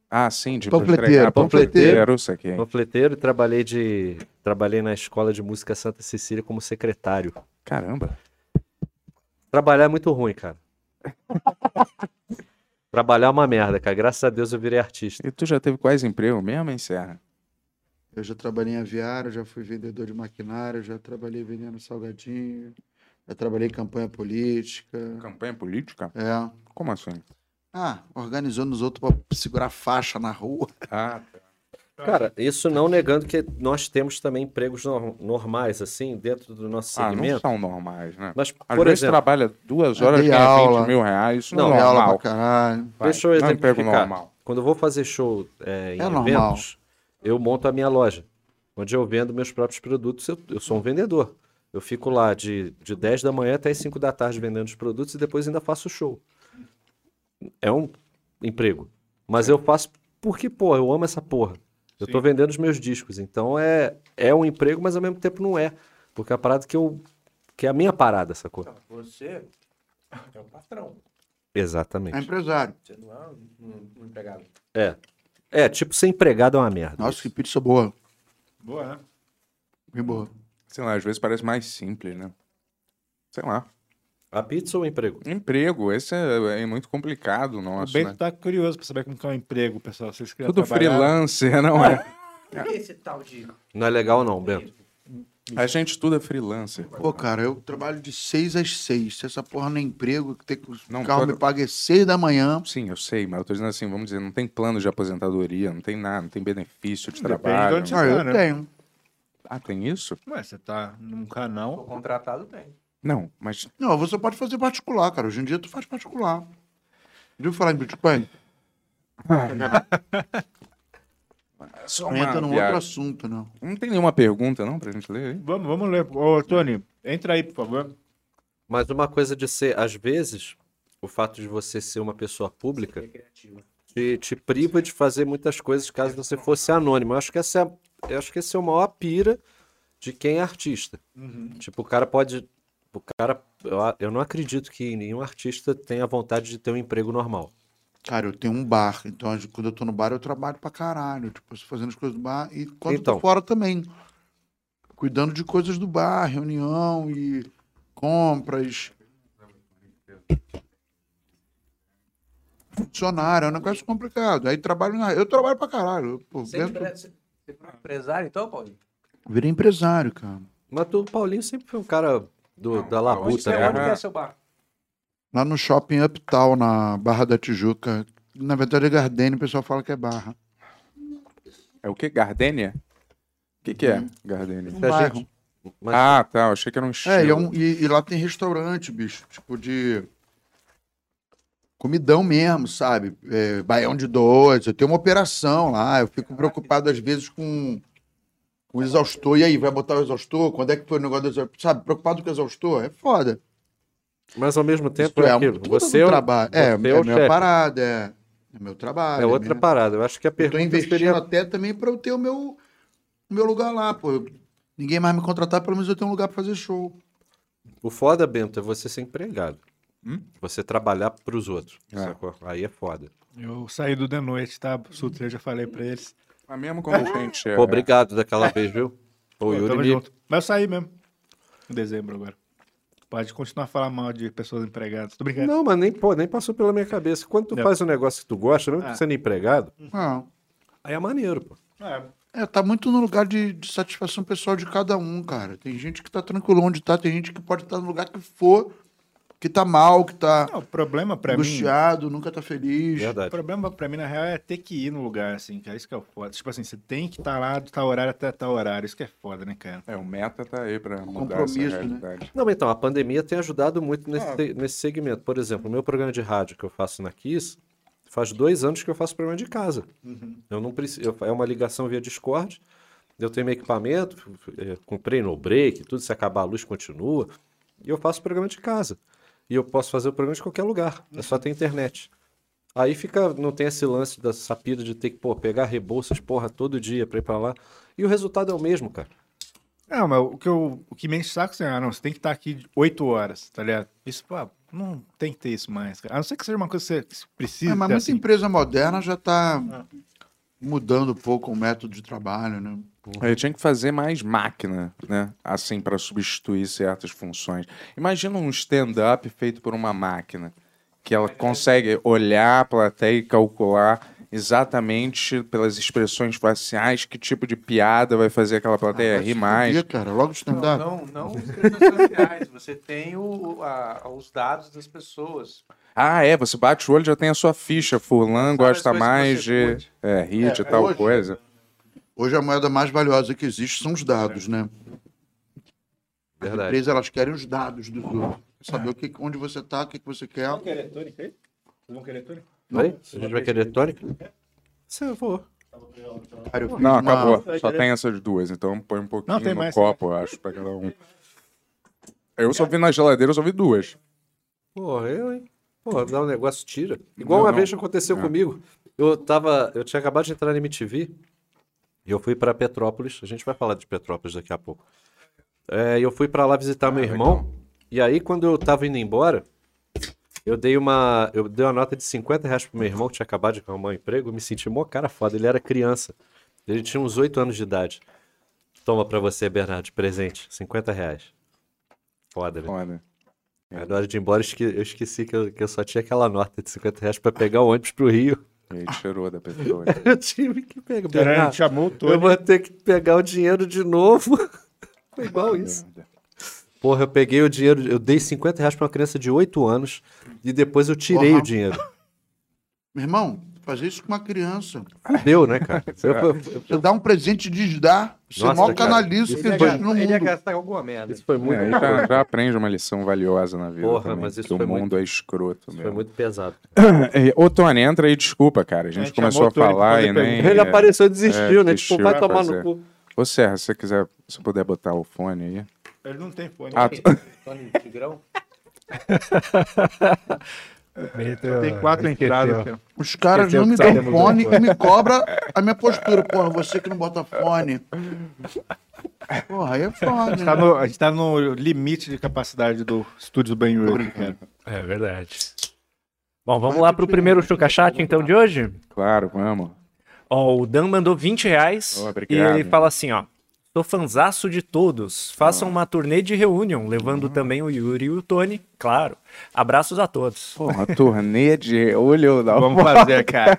Speaker 6: Ah, sim, de
Speaker 7: Panfleteiro,
Speaker 6: entregar
Speaker 7: panfleteiro.
Speaker 6: panfleteiro, isso aqui.
Speaker 8: Panfleteiro e trabalhei de. Trabalhei na escola de música Santa Cecília como secretário.
Speaker 6: Caramba.
Speaker 8: Trabalhar é muito ruim, cara. Trabalhar é uma merda, cara. Graças a Deus eu virei artista.
Speaker 6: E tu já teve quais emprego mesmo, hein, Serra?
Speaker 7: Eu já trabalhei em aviário, já fui vendedor de maquinário, já trabalhei vendendo salgadinho, já trabalhei em campanha política.
Speaker 6: Campanha política?
Speaker 7: É.
Speaker 6: Como assim?
Speaker 7: Ah, organizou nos outros pra segurar faixa na rua.
Speaker 6: Ah,
Speaker 8: Cara, isso não negando que nós temos também empregos nor- normais, assim, dentro do nosso
Speaker 6: ah, não
Speaker 8: segmento.
Speaker 6: são normais, né?
Speaker 8: Mas, por
Speaker 6: Às vezes
Speaker 8: exemplo, Ah,
Speaker 6: trabalha duas horas
Speaker 7: Dei
Speaker 6: ganha
Speaker 7: aula.
Speaker 6: 20 mil reais, isso
Speaker 8: Não,
Speaker 6: não,
Speaker 7: Dei
Speaker 6: é
Speaker 7: aula
Speaker 6: normal.
Speaker 7: pra caralho.
Speaker 6: Vai,
Speaker 8: Deixa eu
Speaker 6: não é emprego
Speaker 8: exemplificar.
Speaker 6: normal.
Speaker 8: Quando eu vou fazer show é, em
Speaker 7: É normal.
Speaker 8: eventos, eu monto a minha loja, onde eu vendo meus próprios produtos. Eu, eu sou um vendedor. Eu fico lá de, de 10 da manhã até as 5 da tarde vendendo os produtos e depois ainda faço show. É um emprego. Mas eu faço porque, pô, eu amo essa porra. Eu tô vendendo os meus discos. Então é, é um emprego, mas ao mesmo tempo não é. Porque é a parada que eu. que é a minha parada, sacou?
Speaker 9: Então, Você é um patrão,
Speaker 7: É
Speaker 8: Exatamente.
Speaker 7: empresário.
Speaker 9: você não é um, um- um empregado.
Speaker 8: É. É, tipo, ser empregado é uma merda.
Speaker 7: Nossa, que pizza boa.
Speaker 4: Boa, né?
Speaker 7: Bem boa.
Speaker 6: Sei lá, às vezes parece mais simples, né? Sei lá.
Speaker 8: A pizza ou o emprego?
Speaker 6: Emprego, esse é, é muito complicado, nosso,
Speaker 4: o Bento
Speaker 6: né?
Speaker 4: tá curioso pra saber como que é o emprego, pessoal. Vocês queriam
Speaker 6: Tudo
Speaker 4: trabalhar?
Speaker 6: freelancer, não é?
Speaker 9: Por que esse tal de.
Speaker 8: Não é legal não, Bento.
Speaker 6: é? A gente estuda freelancer.
Speaker 7: Pô, cara, eu trabalho de seis às seis. Se essa porra não é emprego, que tem que o
Speaker 6: Não,
Speaker 7: carro
Speaker 6: quando-
Speaker 7: me paga às seis da manhã.
Speaker 6: Sim, eu sei, mas eu tô dizendo assim, vamos dizer, não tem plano de aposentadoria, não tem nada, não tem benefício de
Speaker 4: Depende de
Speaker 6: trabalho.
Speaker 4: onde
Speaker 7: Ah, eu
Speaker 4: Tá, né?
Speaker 7: tenho.
Speaker 6: Ah, tem isso?
Speaker 4: Ué, você tá num
Speaker 9: Tô
Speaker 4: canal.
Speaker 9: contratado, tem.
Speaker 6: Não, mas
Speaker 7: Não, você pode fazer particular, cara. Hoje em dia tu faz particular. Viu falar em Bitcoin?
Speaker 6: só
Speaker 7: Não
Speaker 6: uma
Speaker 7: entra num
Speaker 6: piada.
Speaker 7: outro assunto, não.
Speaker 6: Não tem nenhuma pergunta, não, pra gente ler aí?
Speaker 4: Vamos, vamos ler. Ô, Tony, entra aí, por favor.
Speaker 8: Mas uma coisa de ser, às vezes, o fato de você ser uma pessoa pública te, te priva de fazer muitas coisas caso você fosse anônimo. Eu acho que essa é, eu acho que esse é o maior pira de quem é artista.
Speaker 7: Uhum.
Speaker 8: Tipo, o cara pode, o cara, eu, a- eu não acredito que nenhum artista tenha vontade de ter um emprego normal.
Speaker 7: Cara, eu tenho um bar, então às- quando eu tô no bar eu trabalho pra caralho, tipo, eu tô fazendo as coisas do bar e quando eu
Speaker 8: Então.
Speaker 7: tô fora também, cuidando de coisas do bar, reunião e compras. Funcionário, é um negócio complicado. Aí trabalho na... Eu trabalho pra caralho. Eu, pô,
Speaker 9: Você é
Speaker 7: vendo-
Speaker 3: né?
Speaker 9: empre- você- você é um empresário, então, Paulinho?
Speaker 7: Virei empresário, cara.
Speaker 8: Mas tu, Paulinho sempre foi um cara do, da labuta,
Speaker 6: é
Speaker 8: né?
Speaker 9: Onde que é seu bar?
Speaker 7: Lá no shopping Uptown, na Barra da Tijuca. Na verdade é Gardene, o pessoal fala que é Barra.
Speaker 6: É o quê? Gardênia? O que, que é Gardênia?
Speaker 7: Um
Speaker 8: Pra
Speaker 7: bairro.
Speaker 8: gente- Mas-
Speaker 6: Ah, tá, eu achei que era um estilo.
Speaker 7: É, e, é um- e- e lá tem restaurante, bicho, tipo de comidão mesmo, sabe? É, baião de dois, eu tenho uma operação lá, eu fico preocupado às vezes com o exaustor, e aí, vai botar o exaustor? Quando é que foi o negócio do exaustor? Sabe, preocupado com o exaustor? É foda.
Speaker 8: Mas ao mesmo tempo
Speaker 7: Isso
Speaker 8: é
Speaker 7: um
Speaker 8: aquilo.
Speaker 7: puta
Speaker 8: Você
Speaker 7: do
Speaker 8: é o-
Speaker 7: trabalho. É,
Speaker 8: você
Speaker 7: é
Speaker 8: é o
Speaker 7: a minha
Speaker 8: chefe.
Speaker 7: parada, é. É meu trabalho.
Speaker 8: É outra
Speaker 7: minha...
Speaker 8: parada. Eu acho que a
Speaker 7: Eu tô
Speaker 8: pergunta
Speaker 7: investindo
Speaker 8: seria.
Speaker 7: até também para eu ter o meu, o meu lugar lá, pô. Eu- Ninguém mais me contratar, pelo menos eu tenho um lugar para fazer show.
Speaker 8: O foda, Bento, é você ser empregado.
Speaker 4: Hum?
Speaker 8: Você trabalhar pros outros. sacou? Aí é foda.
Speaker 4: Eu saí do de noite, tá? Sutra, eu já falei pra eles.
Speaker 6: Mas mesmo quando a gente.
Speaker 8: Pô, obrigado daquela vez, viu? O
Speaker 4: É. Pô, tamo
Speaker 8: Yuri me...
Speaker 4: junto. Mas eu saí mesmo. Em dezembro agora. Pode continuar a falar mal de pessoas empregadas. Tô brincando.
Speaker 8: Não, mas nem, pô, nem passou pela minha cabeça. Quando tu
Speaker 4: Não.
Speaker 8: faz um negócio que tu gosta, mesmo tu sendo empregado,
Speaker 4: Hum.
Speaker 7: Não.
Speaker 8: aí é maneiro, pô.
Speaker 4: É,
Speaker 7: Ah, É, tá muito no lugar de, de satisfação pessoal de cada um, cara. Tem gente que tá tranquilo onde tá, tem gente que pode estar no lugar que for, que tá mal, que tá
Speaker 4: não, o problema pra mim.
Speaker 7: angustiado, nunca tá feliz.
Speaker 4: O
Speaker 8: Verdade.
Speaker 4: problema pra mim, na real, é ter que ir no lugar, assim, que é isso que é o foda. Tipo assim, você tem que estar lá do tal horário até tal horário. Isso que é foda, né, cara?
Speaker 6: É, o meta tá aí pra mudar essa
Speaker 7: compromisso, né?
Speaker 6: realidade.
Speaker 8: Não, mas então, a pandemia tem ajudado muito nesse, nesse segmento. Por exemplo, o meu programa de rádio que eu faço na Kiss, faz dois anos que eu faço programa de casa. Eu não preciso, eu- é uma ligação via Discord, eu tenho meu equipamento, eh, comprei no break, tudo, se acabar a luz continua, e eu faço programa de casa. E eu posso fazer o programa de qualquer lugar, é só ter internet. Aí fica, não tem esse lance da sapira de ter que, pô, pegar rebolsas, porra, todo dia pra ir pra lá. E o resultado é o mesmo, cara.
Speaker 4: Não, É, mas o que, eu, o que me enche o saco, assim, ah, não, você tem que estar aqui de 8 horas, tá ligado? Isso, pô, não tem que ter isso mais, cara. A não ser que seja uma coisa que você que você precisa.
Speaker 7: É, mas
Speaker 4: ter,
Speaker 7: muita
Speaker 4: assim.
Speaker 7: empresa moderna já tá mudando um pouco o método de trabalho, né?
Speaker 6: Aí tinha que fazer mais máquina, né? Assim, pra substituir certas funções. Imagina um stand-up feito por uma máquina, que ela consegue olhar a plateia e calcular exatamente pelas expressões faciais que tipo de piada vai fazer aquela plateia rir mais.
Speaker 7: Ah, Podia, cara, logo stand-up.
Speaker 9: Não, não os redes sociais. Você tem o, a- os dados das pessoas.
Speaker 6: Ah, é, você bate o olho e já tem a sua ficha. Fulano
Speaker 9: Sabe as
Speaker 6: gosta
Speaker 9: coisas que
Speaker 6: mais
Speaker 9: você
Speaker 6: de
Speaker 9: curte.
Speaker 6: é, rir de
Speaker 7: É,
Speaker 6: tal
Speaker 7: hoje-
Speaker 6: coisa.
Speaker 7: Hoje a moeda mais valiosa que existe são os dados, né? As
Speaker 8: Verdade.
Speaker 7: empresas elas querem os dados dos outros. Saber o que, onde você tá, o que, que você quer.
Speaker 4: querer tônica aí? Vocês vão querer tônica?
Speaker 8: Oi? A gente vai querer tônica? Se eu vou.
Speaker 7: Cara, eu fiz uma-
Speaker 6: Não, acabou. Só tem essas duas, então põe um pouquinho
Speaker 4: Não, tem
Speaker 6: no
Speaker 4: mais,
Speaker 6: copo, eu acho, pra cada um. Eu só vi na geladeira, eu só vi duas.
Speaker 8: Porra, eu, hein? Porra, dá um negócio, tira. Igual
Speaker 6: Não,
Speaker 8: uma
Speaker 6: não.
Speaker 8: vez aconteceu
Speaker 6: É.
Speaker 8: comigo. Eu tava. Eu tinha acabado de entrar na MTV e eu fui pra Petrópolis. A gente vai falar de Petrópolis daqui a pouco. É, eu fui pra lá visitar
Speaker 6: Ah,
Speaker 8: meu irmão.
Speaker 6: então.
Speaker 8: E aí, quando eu tava indo embora, eu dei uma. Eu dei uma nota de 50 reais pro meu irmão, que tinha acabado de arrumar um emprego. Eu me senti mó cara foda. Ele era criança. Ele tinha uns 8 anos de idade. Toma pra você, Bernardo, de presente. 50 reais. Foda, né?
Speaker 6: Olha.
Speaker 8: Aí, Na hora de ir embora, eu esque- eu esqueci que eu, que eu só tinha aquela nota de 50 reais pra pegar o ônibus pro Rio.
Speaker 6: Ele
Speaker 4: Ah.
Speaker 6: tirou da pessoa.
Speaker 8: Eu tive que pegar.
Speaker 4: Caralho, a gente
Speaker 8: Bernardo,
Speaker 4: chamou o
Speaker 8: eu
Speaker 6: né?
Speaker 4: Tony.
Speaker 8: vou ter que pegar o dinheiro de novo. Foi igual isso.
Speaker 6: É.
Speaker 8: Porra, eu peguei o dinheiro, eu dei 50 reais pra uma criança de 8 anos e depois eu tirei
Speaker 7: Porra.
Speaker 8: o dinheiro.
Speaker 7: Meu irmão, fazer isso com uma criança.
Speaker 8: Deu, né, cara? Eu- eu- eu-
Speaker 7: Você dá um presente e desdá, você
Speaker 8: Nossa,
Speaker 7: mal
Speaker 8: cara,
Speaker 7: canaliza o
Speaker 9: Ele
Speaker 7: que
Speaker 9: ia,
Speaker 7: existe
Speaker 9: gastar,
Speaker 7: no
Speaker 9: ele ia
Speaker 7: mundo.
Speaker 9: gastar alguma merda.
Speaker 8: isso foi muito,
Speaker 6: É, aí já, já aprende uma lição valiosa na vida.
Speaker 8: Porra,
Speaker 6: também,
Speaker 8: mas isso
Speaker 6: que o
Speaker 8: foi
Speaker 6: mundo
Speaker 8: muito-
Speaker 6: é escroto
Speaker 8: isso foi
Speaker 6: mesmo.
Speaker 8: muito pesado.
Speaker 6: É, Ô, Tony, entra aí, desculpa, cara. A gente,
Speaker 4: gente chamou
Speaker 6: começou a
Speaker 4: o Tony pra
Speaker 6: falar
Speaker 4: fazer
Speaker 6: e
Speaker 4: pergunta.
Speaker 6: nem.
Speaker 8: Ele apareceu e desistiu,
Speaker 6: é,
Speaker 8: né?
Speaker 6: desistiu,
Speaker 8: Tipo, vai tomar
Speaker 6: fazer.
Speaker 8: no cu.
Speaker 6: Ô, Serra, se você quiser, se puder botar o fone aí.
Speaker 4: Ele não tem fone.
Speaker 6: Ah,
Speaker 9: Tony Tigrão.
Speaker 4: tem quatro entradas. cara.
Speaker 7: Os caras não me dão fone e me cobra a minha postura. Porra, você que não bota fone. Porra, aí é foda.
Speaker 4: Tá
Speaker 7: né?
Speaker 4: no- a gente tá no limite de capacidade do estúdio do Ben Urich, cara.
Speaker 5: É verdade. Bom, vamos lá pro primeiro chucachat então de hoje.
Speaker 6: claro, vamos.
Speaker 5: Ó, o Dan mandou 20 reais
Speaker 6: Ó,
Speaker 5: e
Speaker 6: obrigado.
Speaker 5: ele fala assim, ó. Sou fanzaço de todos. Façam uma turnê de reunião, levando também o Yuri e o Tony, claro. Abraços a todos.
Speaker 6: Porra, turnê de olho da
Speaker 4: Vamos fazer, cara.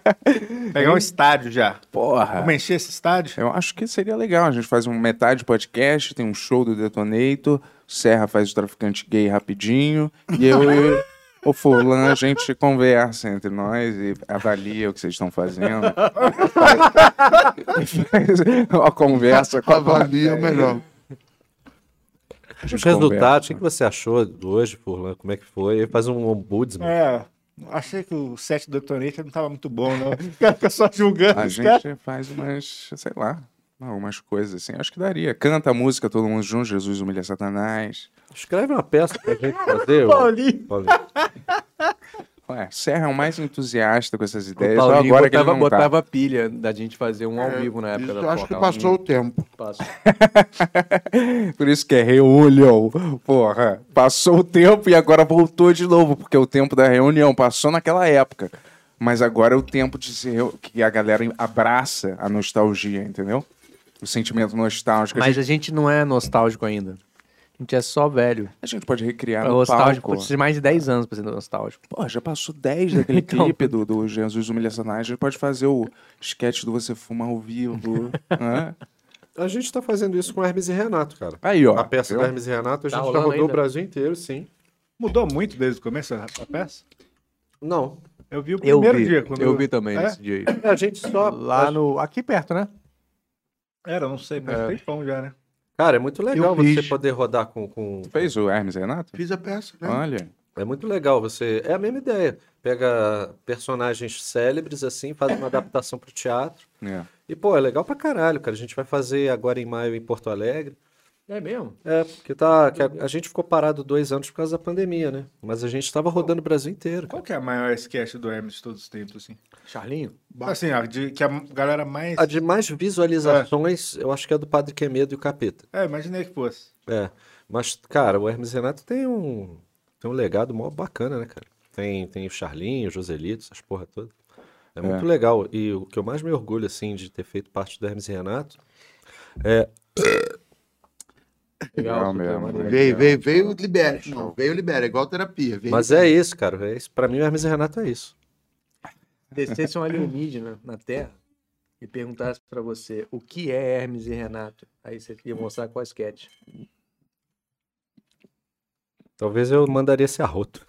Speaker 4: Pegar um estádio já.
Speaker 6: porra.
Speaker 4: Vamos encher esse estádio?
Speaker 6: Eu acho que seria legal. A gente faz um metade podcast, tem um show do Detonator, o Serra faz o traficante gay rapidinho, e eu e o Furlan, a gente conversa entre nós e avalia o que vocês estão fazendo. E faz uma conversa com a
Speaker 7: Avalia melhor.
Speaker 8: Os resultados, o que que você achou do hoje, Furlan? Como é que foi? Ele faz um ombudsman.
Speaker 4: É. Achei que o set do Detonator não tava muito bom, não. O cara fica só julgando.
Speaker 6: A
Speaker 4: os caras.
Speaker 3: é.
Speaker 6: gente faz umas, sei lá, algumas coisas assim. Acho que daria. Canta a música, todo mundo junto, Jesus humilha Satanás.
Speaker 8: Escreve uma peça pra gente fazer, ô, Paulinho.
Speaker 6: Ué, Serra é o mais entusiasta com essas
Speaker 3: O
Speaker 6: ideias. É, Só
Speaker 3: Paulinho
Speaker 6: agora que ele
Speaker 3: botava,
Speaker 6: não tá.
Speaker 3: botava pilha da gente fazer um ao vivo na época
Speaker 7: Isso
Speaker 3: da
Speaker 7: eu acho que
Speaker 3: Foca.
Speaker 7: passou o tempo.
Speaker 3: Passou.
Speaker 6: Por isso que é reunião. Porra, passou o tempo e agora voltou de novo, porque o tempo da reunião passou naquela época. Mas agora é o tempo de se reu- que a galera abraça a nostalgia, entendeu? O sentimento nostálgico. a,
Speaker 3: Mas
Speaker 6: gente,
Speaker 3: a gente não é nostálgico ainda. A gente é só velho.
Speaker 6: a gente pode recriar
Speaker 3: É
Speaker 6: Tá no
Speaker 3: nostálgico.
Speaker 6: palco.
Speaker 3: Pode ser mais de 10 anos pra ser nostálgico.
Speaker 6: Pô, já passou 10 daquele clipe do, do Jesus Humilhacionais. A gente pode fazer o sketch do Você Fuma ao Vivo. né?
Speaker 8: A gente tá fazendo isso com Hermes e Renato, cara.
Speaker 6: Aí, ó.
Speaker 8: A peça
Speaker 6: viu?
Speaker 8: do Hermes e Renato, a gente
Speaker 3: Tá
Speaker 8: já
Speaker 3: rolando
Speaker 8: rodou o
Speaker 3: ainda?
Speaker 8: Brasil inteiro, sim.
Speaker 4: Mudou muito desde o começo a a peça?
Speaker 8: Não.
Speaker 4: Eu vi o
Speaker 3: Eu
Speaker 4: primeiro
Speaker 3: vi.
Speaker 4: dia. Quando
Speaker 3: eu vi também
Speaker 4: É?
Speaker 3: nesse dia aí.
Speaker 8: A gente só.
Speaker 3: Lá no. Aqui perto, né?
Speaker 4: Era, não sei, mas tem pão já, né?
Speaker 8: Cara, é muito legal
Speaker 7: Eu
Speaker 8: você
Speaker 7: fiz.
Speaker 8: poder rodar com. com...
Speaker 6: Fez o Hermes e Renato?
Speaker 7: Fiz a peça, né?
Speaker 6: Olha.
Speaker 8: É muito legal você. É a mesma ideia. Pega personagens célebres, assim, faz uma adaptação pro teatro.
Speaker 6: É.
Speaker 8: E, pô, é legal pra caralho, cara. A gente vai fazer agora em maio em Porto Alegre.
Speaker 3: É mesmo?
Speaker 8: É, porque tá. que a, a gente ficou parado dois anos por causa da pandemia, né? Mas a gente tava rodando o Brasil inteiro.
Speaker 4: Qual que é a maior sketch do Hermes de todos os tempos, assim?
Speaker 3: Charlinho?
Speaker 4: Assim, ó, de- que a galera mais...
Speaker 8: A de mais visualizações, eu acho que é a do Padre Quemedo e o Capeta.
Speaker 4: É, imaginei que fosse.
Speaker 8: É, mas, cara, o Hermes e Renato tem um, tem um legado mó bacana, né, cara? Tem, tem o Charlinho, o Joselito, essas porra toda. É, muito legal. E o que eu mais me orgulho, assim, de ter feito parte do Hermes e Renato,
Speaker 6: Legal mesmo.
Speaker 7: Veio, veio, veio, libera. Não, veio, libera. É igual terapia. Veio,
Speaker 8: mas é isso, cara. É isso. Pra mim, o Hermes e Renato é isso.
Speaker 3: Descesse um alienígena na Terra e perguntasse pra você o que é Hermes e Renato. Aí você ia mostrar qual sketch.
Speaker 8: Talvez eu mandaria esse arroto.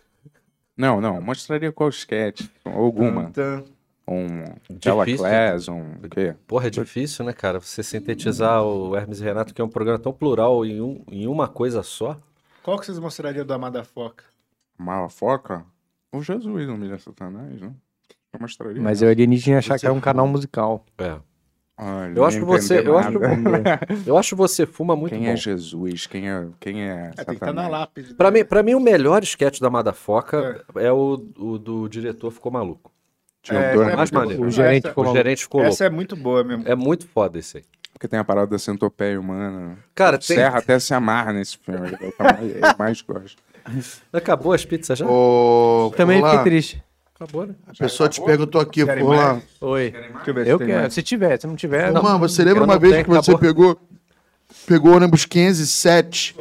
Speaker 6: Não, não. Mostraria qual sketch. Alguma.
Speaker 4: Então,
Speaker 6: Um
Speaker 8: Difícil. né?
Speaker 6: Telaclass, um o quê?
Speaker 8: Porra, é difícil, né, cara? Você sintetizar o Hermes e Renato, que é um programa tão plural em, um, em uma coisa só.
Speaker 4: qual que vocês mostrariam do Amada Foca?
Speaker 6: Malafoca? O Jesus não humilha Satanás, né? Eu mostraria.
Speaker 3: Mas eu alienígena ia achar que era um canal musical.
Speaker 8: É.
Speaker 6: Olha,
Speaker 8: Eu acho que
Speaker 6: não
Speaker 8: você-
Speaker 6: entendeu
Speaker 8: eu acho que-
Speaker 6: nada.
Speaker 8: Eu acho você fuma muito
Speaker 6: Quem
Speaker 8: bom.
Speaker 6: é Jesus? Quem é, quem é,
Speaker 4: É, tem que estar na
Speaker 6: Satanás?
Speaker 4: lápide. né? É,
Speaker 8: Pra mim, pra mim, o melhor sketch da Madafoca é o, o do diretor Ficou Maluco.
Speaker 6: Tinha um
Speaker 4: É,
Speaker 6: dono-
Speaker 4: é
Speaker 8: mais
Speaker 4: muito
Speaker 8: maneiro.
Speaker 4: boa.
Speaker 3: O gerente
Speaker 4: Essa-
Speaker 3: ficou
Speaker 8: o
Speaker 3: maluco.
Speaker 8: gerente ficou louco.
Speaker 4: Essa é muito boa mesmo.
Speaker 8: É muito foda esse aí.
Speaker 6: Porque tem a parada da centopeia humana.
Speaker 8: Cara, tem...
Speaker 6: Serra até se amarra nesse filme. É o que Eu mais- eu mais gosto.
Speaker 8: acabou as pizzas já?
Speaker 7: Ô,
Speaker 3: Também
Speaker 7: Furlan,
Speaker 3: fiquei triste.
Speaker 8: Acabou, né?
Speaker 7: A pessoa te perguntou aqui,
Speaker 4: Querem
Speaker 7: Furlan.
Speaker 3: Oi.
Speaker 4: Deixa eu ver se
Speaker 3: Eu
Speaker 4: tem
Speaker 3: quero.
Speaker 4: mais.
Speaker 3: Se tiver, se É, não tiver.
Speaker 7: Furlan,
Speaker 3: não.
Speaker 7: você lembra
Speaker 3: Eu
Speaker 7: uma
Speaker 3: não
Speaker 7: vez
Speaker 3: tenho,
Speaker 7: que você
Speaker 3: acabou.
Speaker 7: pegou pegou ônibus 107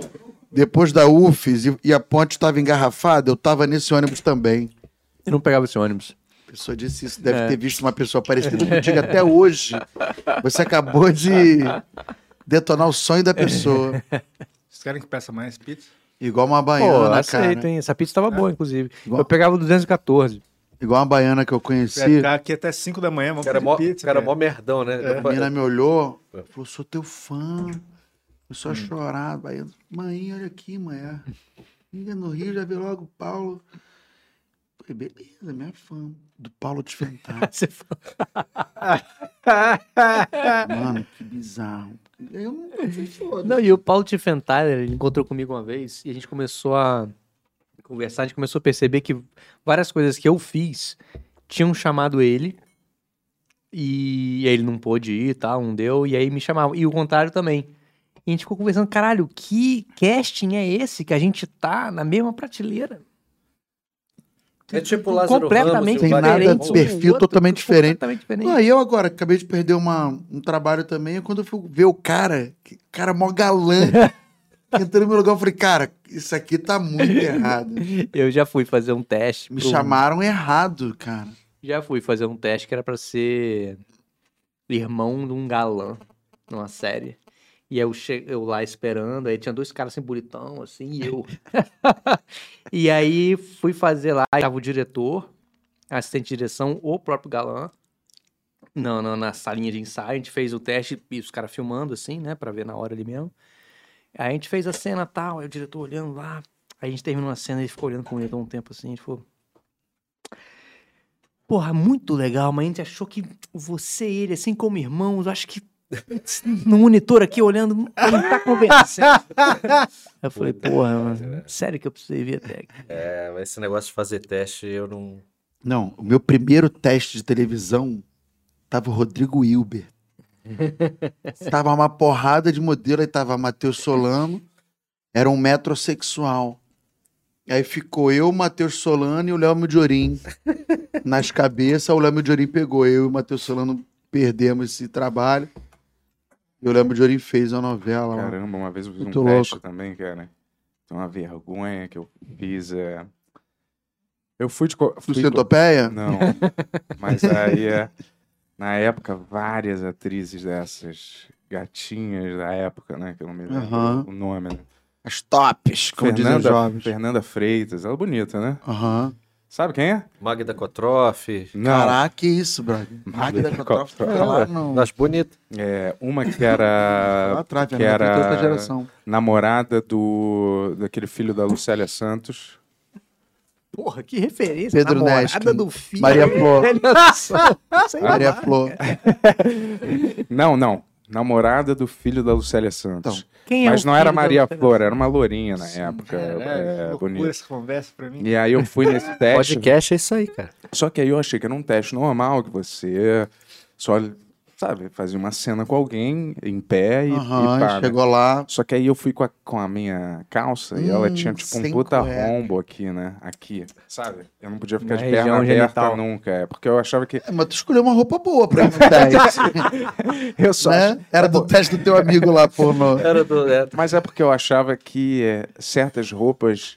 Speaker 7: depois da UFES e, e a ponte estava engarrafada? Eu estava nesse ônibus também.
Speaker 3: Eu não pegava esse ônibus.
Speaker 7: A pessoa disse isso. Deve
Speaker 3: É.
Speaker 7: ter visto uma pessoa parecida contigo até hoje. Você acabou de detonar o sonho da pessoa.
Speaker 4: Vocês querem que peça mais pizza?
Speaker 7: Igual uma
Speaker 3: Pô,
Speaker 7: baiana,
Speaker 3: aceito,
Speaker 7: cara.
Speaker 3: hein? Essa pizza tava boa, inclusive.
Speaker 7: Bom.
Speaker 3: Eu pegava o 214.
Speaker 7: Igual uma baiana que eu
Speaker 4: Vai
Speaker 7: conheci.
Speaker 4: ficar aqui até 5 da manhã, vamos
Speaker 8: Cara, é
Speaker 4: pedir
Speaker 8: mó,
Speaker 4: pizza.
Speaker 8: cara,
Speaker 4: cara.
Speaker 8: mó merdão, né?
Speaker 7: A menina me olhou, falou, sou teu fã. Começou a chorar. Bahia, mãe, olha aqui, mãe. Liga no Rio, já vê logo o Paulo. Falei, beleza, minha fã. Do Paulo de Fantástico.
Speaker 3: Você falou,
Speaker 7: Mano, que bizarro. Eu não sei se foda.
Speaker 3: Não, e o Paulo Tiffenthaler, ele encontrou comigo uma vez e a gente começou a conversar, a gente começou a perceber que várias coisas que eu fiz tinham chamado ele e ele não pôde ir, tá? Um deu, e aí me chamava. E o contrário também. E a gente ficou conversando, caralho, que casting é esse que a gente tá na mesma prateleira?
Speaker 8: É tipo Lázaro Ramos
Speaker 3: completamente
Speaker 8: e o
Speaker 7: Tem
Speaker 8: Wagner
Speaker 7: nada
Speaker 3: diferente.
Speaker 7: de
Speaker 8: Moura.
Speaker 7: perfil
Speaker 3: um do outro,
Speaker 7: totalmente diferente.
Speaker 3: Completamente diferente.
Speaker 7: Não, e eu agora, acabei de perder uma, um trabalho também, e quando eu fui ver o cara, que cara mó galã, entrando no meu lugar, eu falei, cara, isso aqui tá muito errado.
Speaker 3: Eu já fui fazer um teste.
Speaker 7: Me
Speaker 3: pro-
Speaker 7: chamaram errado, cara.
Speaker 3: Já fui fazer um teste que era pra ser irmão de um galã numa série. E eu, che... eu lá esperando, aí tinha dois caras assim bonitão, assim, e eu. e aí fui fazer lá, e tava o diretor, assistente de direção, o próprio galã. Não, não, na salinha de ensaio, a gente fez o teste e os caras filmando, assim, né, pra ver na hora ali mesmo. Aí a gente fez a cena tal, aí o diretor olhando lá. Aí a gente terminou a cena, ele ficou olhando comigo há um tempo assim, a gente falou. Porra, muito legal, mas a gente achou que você e ele, assim como irmãos, acho que no monitor aqui olhando, não tá convencendo. eu falei, porra, mano, sério que eu precisei ver até aqui.
Speaker 8: É, mas esse negócio de fazer teste, eu não.
Speaker 7: Não, o meu primeiro teste de televisão tava o Rodrigo Hilber. tava uma porrada de modelo, aí tava Matheus Solano, era um metrosexual. Aí ficou eu, Matheus Solano e o Léo Midiorim. Nas cabeças, o Léo Midiorim pegou. Eu e o Matheus Solano perdemos esse trabalho. E o Léo Midiorim fez a novela. lá.
Speaker 6: Caramba, uma vez eu fiz
Speaker 7: Muito
Speaker 6: um teste
Speaker 7: louco.
Speaker 6: também, cara. Tem uma vergonha que eu fiz. É... Eu fui de. co-
Speaker 7: Do
Speaker 6: Fui co-
Speaker 7: Centopeia?
Speaker 6: Não. Mas aí, é, na época, várias atrizes dessas gatinhas da época, né? Que eu não me lembro
Speaker 7: Aham.
Speaker 6: o nome, né?
Speaker 7: As tops, como dizem os
Speaker 6: Fernanda,
Speaker 7: jovens.
Speaker 6: Fernanda Freitas, ela é bonita, né?
Speaker 7: Aham.
Speaker 6: Sabe quem é?
Speaker 8: Magda Kotroff.
Speaker 6: Não.
Speaker 7: Caraca, que isso, brother. Magda Kotroff tá lá no...
Speaker 8: Das bonitas.
Speaker 6: É uma que
Speaker 7: Lá
Speaker 6: era
Speaker 7: atrás,
Speaker 6: que
Speaker 7: Fernanda
Speaker 6: era-
Speaker 7: Freitas da geração.
Speaker 6: namorada do daquele filho da Lucélia Santos.
Speaker 9: Porra, que referência.
Speaker 7: Pedro
Speaker 9: namorada
Speaker 7: Neskin.
Speaker 9: do filho.
Speaker 7: Maria Flor.
Speaker 9: Olha só. Sei lá.
Speaker 3: Ah,
Speaker 7: Maria Flor.
Speaker 6: Não, não. Namorada do filho da Lucélia Santos.
Speaker 7: Então,
Speaker 3: Quem é
Speaker 6: Mas
Speaker 3: o
Speaker 6: não era
Speaker 3: filho da
Speaker 6: Maria
Speaker 3: Lucélia?
Speaker 6: Flor, era uma lourinha na época. é,
Speaker 4: assim.
Speaker 6: bonita.
Speaker 4: né? essa conversa pra mim.
Speaker 6: E aí eu fui nesse teste.
Speaker 8: Podcast é isso aí, cara.
Speaker 6: Só que aí eu achei que era um teste normal, que você só, sabe, fazia uma cena com alguém em pé e, e pá,
Speaker 7: Aham,
Speaker 6: né?
Speaker 7: chegou lá.
Speaker 6: Só que aí eu fui com a, com a minha calça e ela
Speaker 7: Hum,
Speaker 6: tinha tipo um
Speaker 7: sem
Speaker 6: puta
Speaker 7: cueca.
Speaker 6: rombo aqui, né? Aqui, sabe? Eu não podia ficar
Speaker 3: Na
Speaker 6: de perna
Speaker 3: região
Speaker 6: aberta
Speaker 3: genital.
Speaker 6: nunca, é, porque eu achava que...
Speaker 7: É, mas tu escolheu uma roupa boa pra ir no teste,
Speaker 6: Eu só Tá ach-
Speaker 7: né? Era do teste do teu amigo lá, pornô.
Speaker 8: Era do. é,
Speaker 6: Mas é porque eu achava que é, certas roupas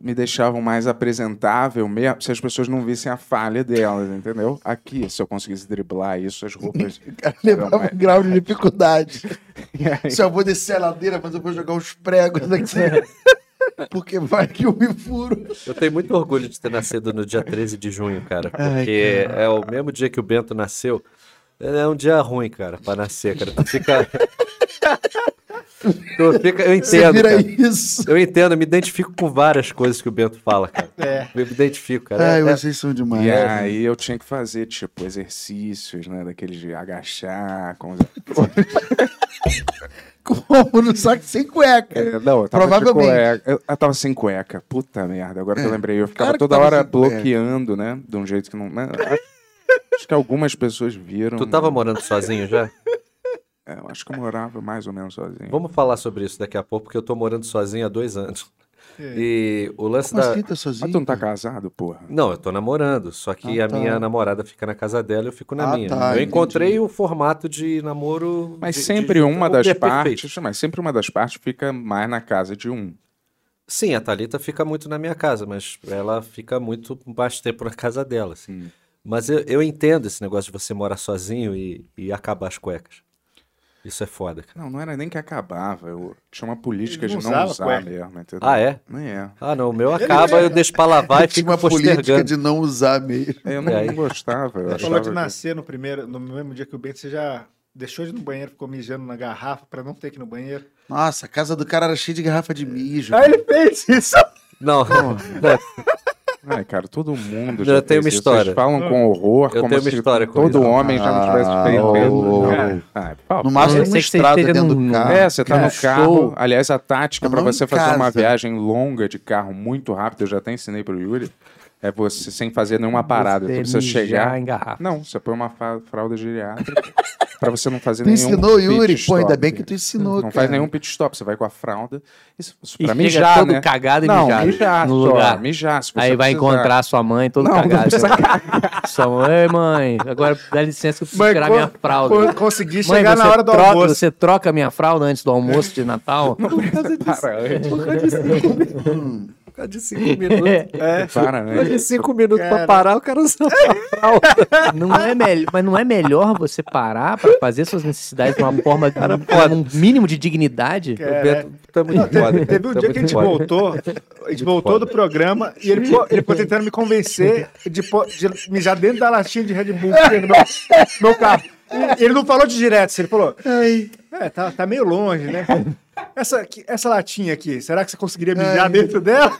Speaker 6: me deixavam mais apresentável mesmo, se as pessoas não vissem a falha delas, entendeu? Aqui, se eu conseguisse driblar isso, as roupas...
Speaker 7: Levava
Speaker 6: mas-
Speaker 7: um grau de dificuldade. Se eu vou descer a ladeira, mas eu vou jogar uns pregos aqui. Porque vai que eu me furo.
Speaker 8: Eu tenho muito orgulho de ter nascido no dia 13 de junho, cara. Porque
Speaker 7: Ai,
Speaker 8: é o mesmo dia que o Bento nasceu. É um dia ruim, cara, pra nascer, cara. Tu fica. tu fica... Eu
Speaker 7: Você
Speaker 8: entendo.
Speaker 7: vira
Speaker 8: cara.
Speaker 7: isso.
Speaker 8: Eu entendo, eu me identifico com várias coisas que o Bento fala, cara. Eu me identifico, cara.
Speaker 7: É. Ai,
Speaker 8: É-
Speaker 7: vocês são demais.
Speaker 6: E aí eu tinha que fazer, tipo, exercícios, né? Daqueles de agachar. Com...
Speaker 7: Como no saco sem cueca.
Speaker 6: É, Não, eu tava
Speaker 7: Provavelmente.
Speaker 6: de cueca. Eu, eu tava sem cueca. Puta merda, agora que eu lembrei. É. Eu é. ficava
Speaker 7: Claro que
Speaker 6: toda
Speaker 7: tava
Speaker 6: hora
Speaker 7: sem cueca.
Speaker 6: bloqueando, né? De um jeito que não. né, Acho que algumas pessoas viram. né?
Speaker 8: Tu tava morando sozinho já?
Speaker 6: É, eu acho que eu morava mais ou menos sozinho.
Speaker 8: Vamos falar sobre isso daqui a pouco, porque eu tô morando sozinho há dois anos. E o lance
Speaker 7: É. Como
Speaker 8: da.
Speaker 7: assim, tá sozinho?
Speaker 6: Mas tu não tá casado, porra?
Speaker 8: Não, eu tô namorando, só que
Speaker 7: Ah,
Speaker 8: a
Speaker 7: tá.
Speaker 8: minha namorada fica na casa dela e eu fico na
Speaker 7: Ah,
Speaker 8: minha.
Speaker 7: tá,
Speaker 8: eu
Speaker 7: entendi.
Speaker 8: encontrei o formato de namoro.
Speaker 6: Mas
Speaker 8: de- de-
Speaker 6: sempre
Speaker 8: de-
Speaker 6: uma
Speaker 8: o
Speaker 6: das
Speaker 8: per- perfeito.
Speaker 6: partes. Mas sempre uma das partes fica mais na casa de um.
Speaker 8: Sim, a Thalita fica muito na minha casa, mas ela fica muito mais tempo na casa dela, assim. Mas eu, eu entendo esse negócio de você morar sozinho e, e acabar as cuecas. Isso é foda, cara.
Speaker 6: Não, não era nem que acabava. Eu tinha uma política
Speaker 4: Ele
Speaker 6: de
Speaker 4: não
Speaker 6: não
Speaker 4: usava
Speaker 6: usar
Speaker 4: cueca.
Speaker 6: mesmo, entendeu?
Speaker 8: Ah, é?
Speaker 6: Nem é.
Speaker 8: Ah, não, o meu
Speaker 4: é
Speaker 8: acaba, eu deixo pra lavar e
Speaker 7: Tinha
Speaker 8: fico
Speaker 7: uma política
Speaker 8: postergando.
Speaker 7: de não usar meio.
Speaker 6: É, Eu não,
Speaker 8: E aí?
Speaker 6: não gostava. Eu
Speaker 4: Você
Speaker 6: achava
Speaker 4: falou de
Speaker 6: que-
Speaker 4: nascer no primeiro, no mesmo dia que o Bento, você já deixou de ir no banheiro, ficou mijando na garrafa pra não ter que ir no banheiro.
Speaker 7: Nossa, a casa do cara era cheia de garrafa de mijo.
Speaker 4: ele fez isso!
Speaker 8: Não, é,
Speaker 6: Ai, cara, todo mundo.
Speaker 8: Eu
Speaker 6: já
Speaker 8: tenho
Speaker 6: fez
Speaker 8: uma
Speaker 6: isso.
Speaker 8: história.
Speaker 6: Vocês falam com horror,
Speaker 8: Eu
Speaker 6: como
Speaker 8: tenho uma
Speaker 6: se
Speaker 8: história com
Speaker 6: todo
Speaker 8: isso.
Speaker 6: homem já não
Speaker 7: Ah,
Speaker 6: tivesse feito
Speaker 7: ô, ô,
Speaker 6: isso. Ah, pá,
Speaker 7: No máximo, uma
Speaker 3: Eu sei que você
Speaker 7: estrada
Speaker 3: esteja
Speaker 7: dentro
Speaker 3: num-
Speaker 7: do carro.
Speaker 6: É, você tá
Speaker 7: Cara,
Speaker 6: no carro.
Speaker 7: show.
Speaker 6: Aliás, a tática para
Speaker 7: Não em
Speaker 6: você fazer uma
Speaker 7: casa.
Speaker 6: viagem longa de carro muito rápido, eu já até ensinei pro Yuri, é você sem fazer nenhuma parada.
Speaker 3: Você
Speaker 6: Você precisa
Speaker 3: mijar
Speaker 6: chegar.
Speaker 3: em garrafa.
Speaker 6: Não, você põe uma fa- fralda geriátrica para você não fazer
Speaker 7: Tu
Speaker 6: nenhum.
Speaker 7: ensinou,
Speaker 6: pit
Speaker 7: Yuri? Pô,
Speaker 6: stop.
Speaker 7: ainda bem que tu ensinou,
Speaker 6: Não
Speaker 7: cara.
Speaker 6: faz nenhum pit stop, você vai com a fralda. Isso, isso
Speaker 3: E
Speaker 6: pra
Speaker 3: chega
Speaker 6: mijar,
Speaker 3: todo
Speaker 6: né?
Speaker 3: cagado e
Speaker 6: não,
Speaker 3: mijado
Speaker 6: mijar
Speaker 3: no
Speaker 6: só,
Speaker 3: lugar.
Speaker 6: Mijar, se
Speaker 3: Aí
Speaker 6: você
Speaker 3: vai
Speaker 6: precisar.
Speaker 3: encontrar sua mãe toda
Speaker 6: Não, não
Speaker 3: cagada.
Speaker 6: precisa
Speaker 3: Sua mãe, "Ei, mãe, agora dá licença que eu preciso tirar minha fralda.
Speaker 4: consegui
Speaker 3: Mãe,
Speaker 4: chegar
Speaker 3: você
Speaker 4: na hora do
Speaker 3: troca,
Speaker 4: almoço.
Speaker 3: Você troca minha fralda antes do almoço de Natal?
Speaker 6: Para antes.
Speaker 8: ficar de
Speaker 4: É.
Speaker 8: cinco minutos.
Speaker 6: É, Para né?
Speaker 8: Ficar
Speaker 6: antes.
Speaker 8: de cinco minutos pra parar, o cara usa a fralda.
Speaker 3: Não é mel- mas não é melhor você parar pra fazer suas necessidades de uma forma com um mínimo de dignidade?
Speaker 8: O
Speaker 4: né?
Speaker 8: Bento tá muito foda.
Speaker 4: É. Teve, teve um
Speaker 8: tá
Speaker 4: dia que a
Speaker 8: muito
Speaker 4: gente
Speaker 8: foda.
Speaker 4: voltou, a gente voltou do programa e ele ficou, ele ficou tentando me convencer de, pô- de mijar dentro da latinha de Red Bull que tinha no meu, no meu carro. E Ele não falou de direto, ele falou, é, tá, tá meio longe, né? Essa, aqui- essa latinha aqui, será que você conseguiria mijar dentro dela?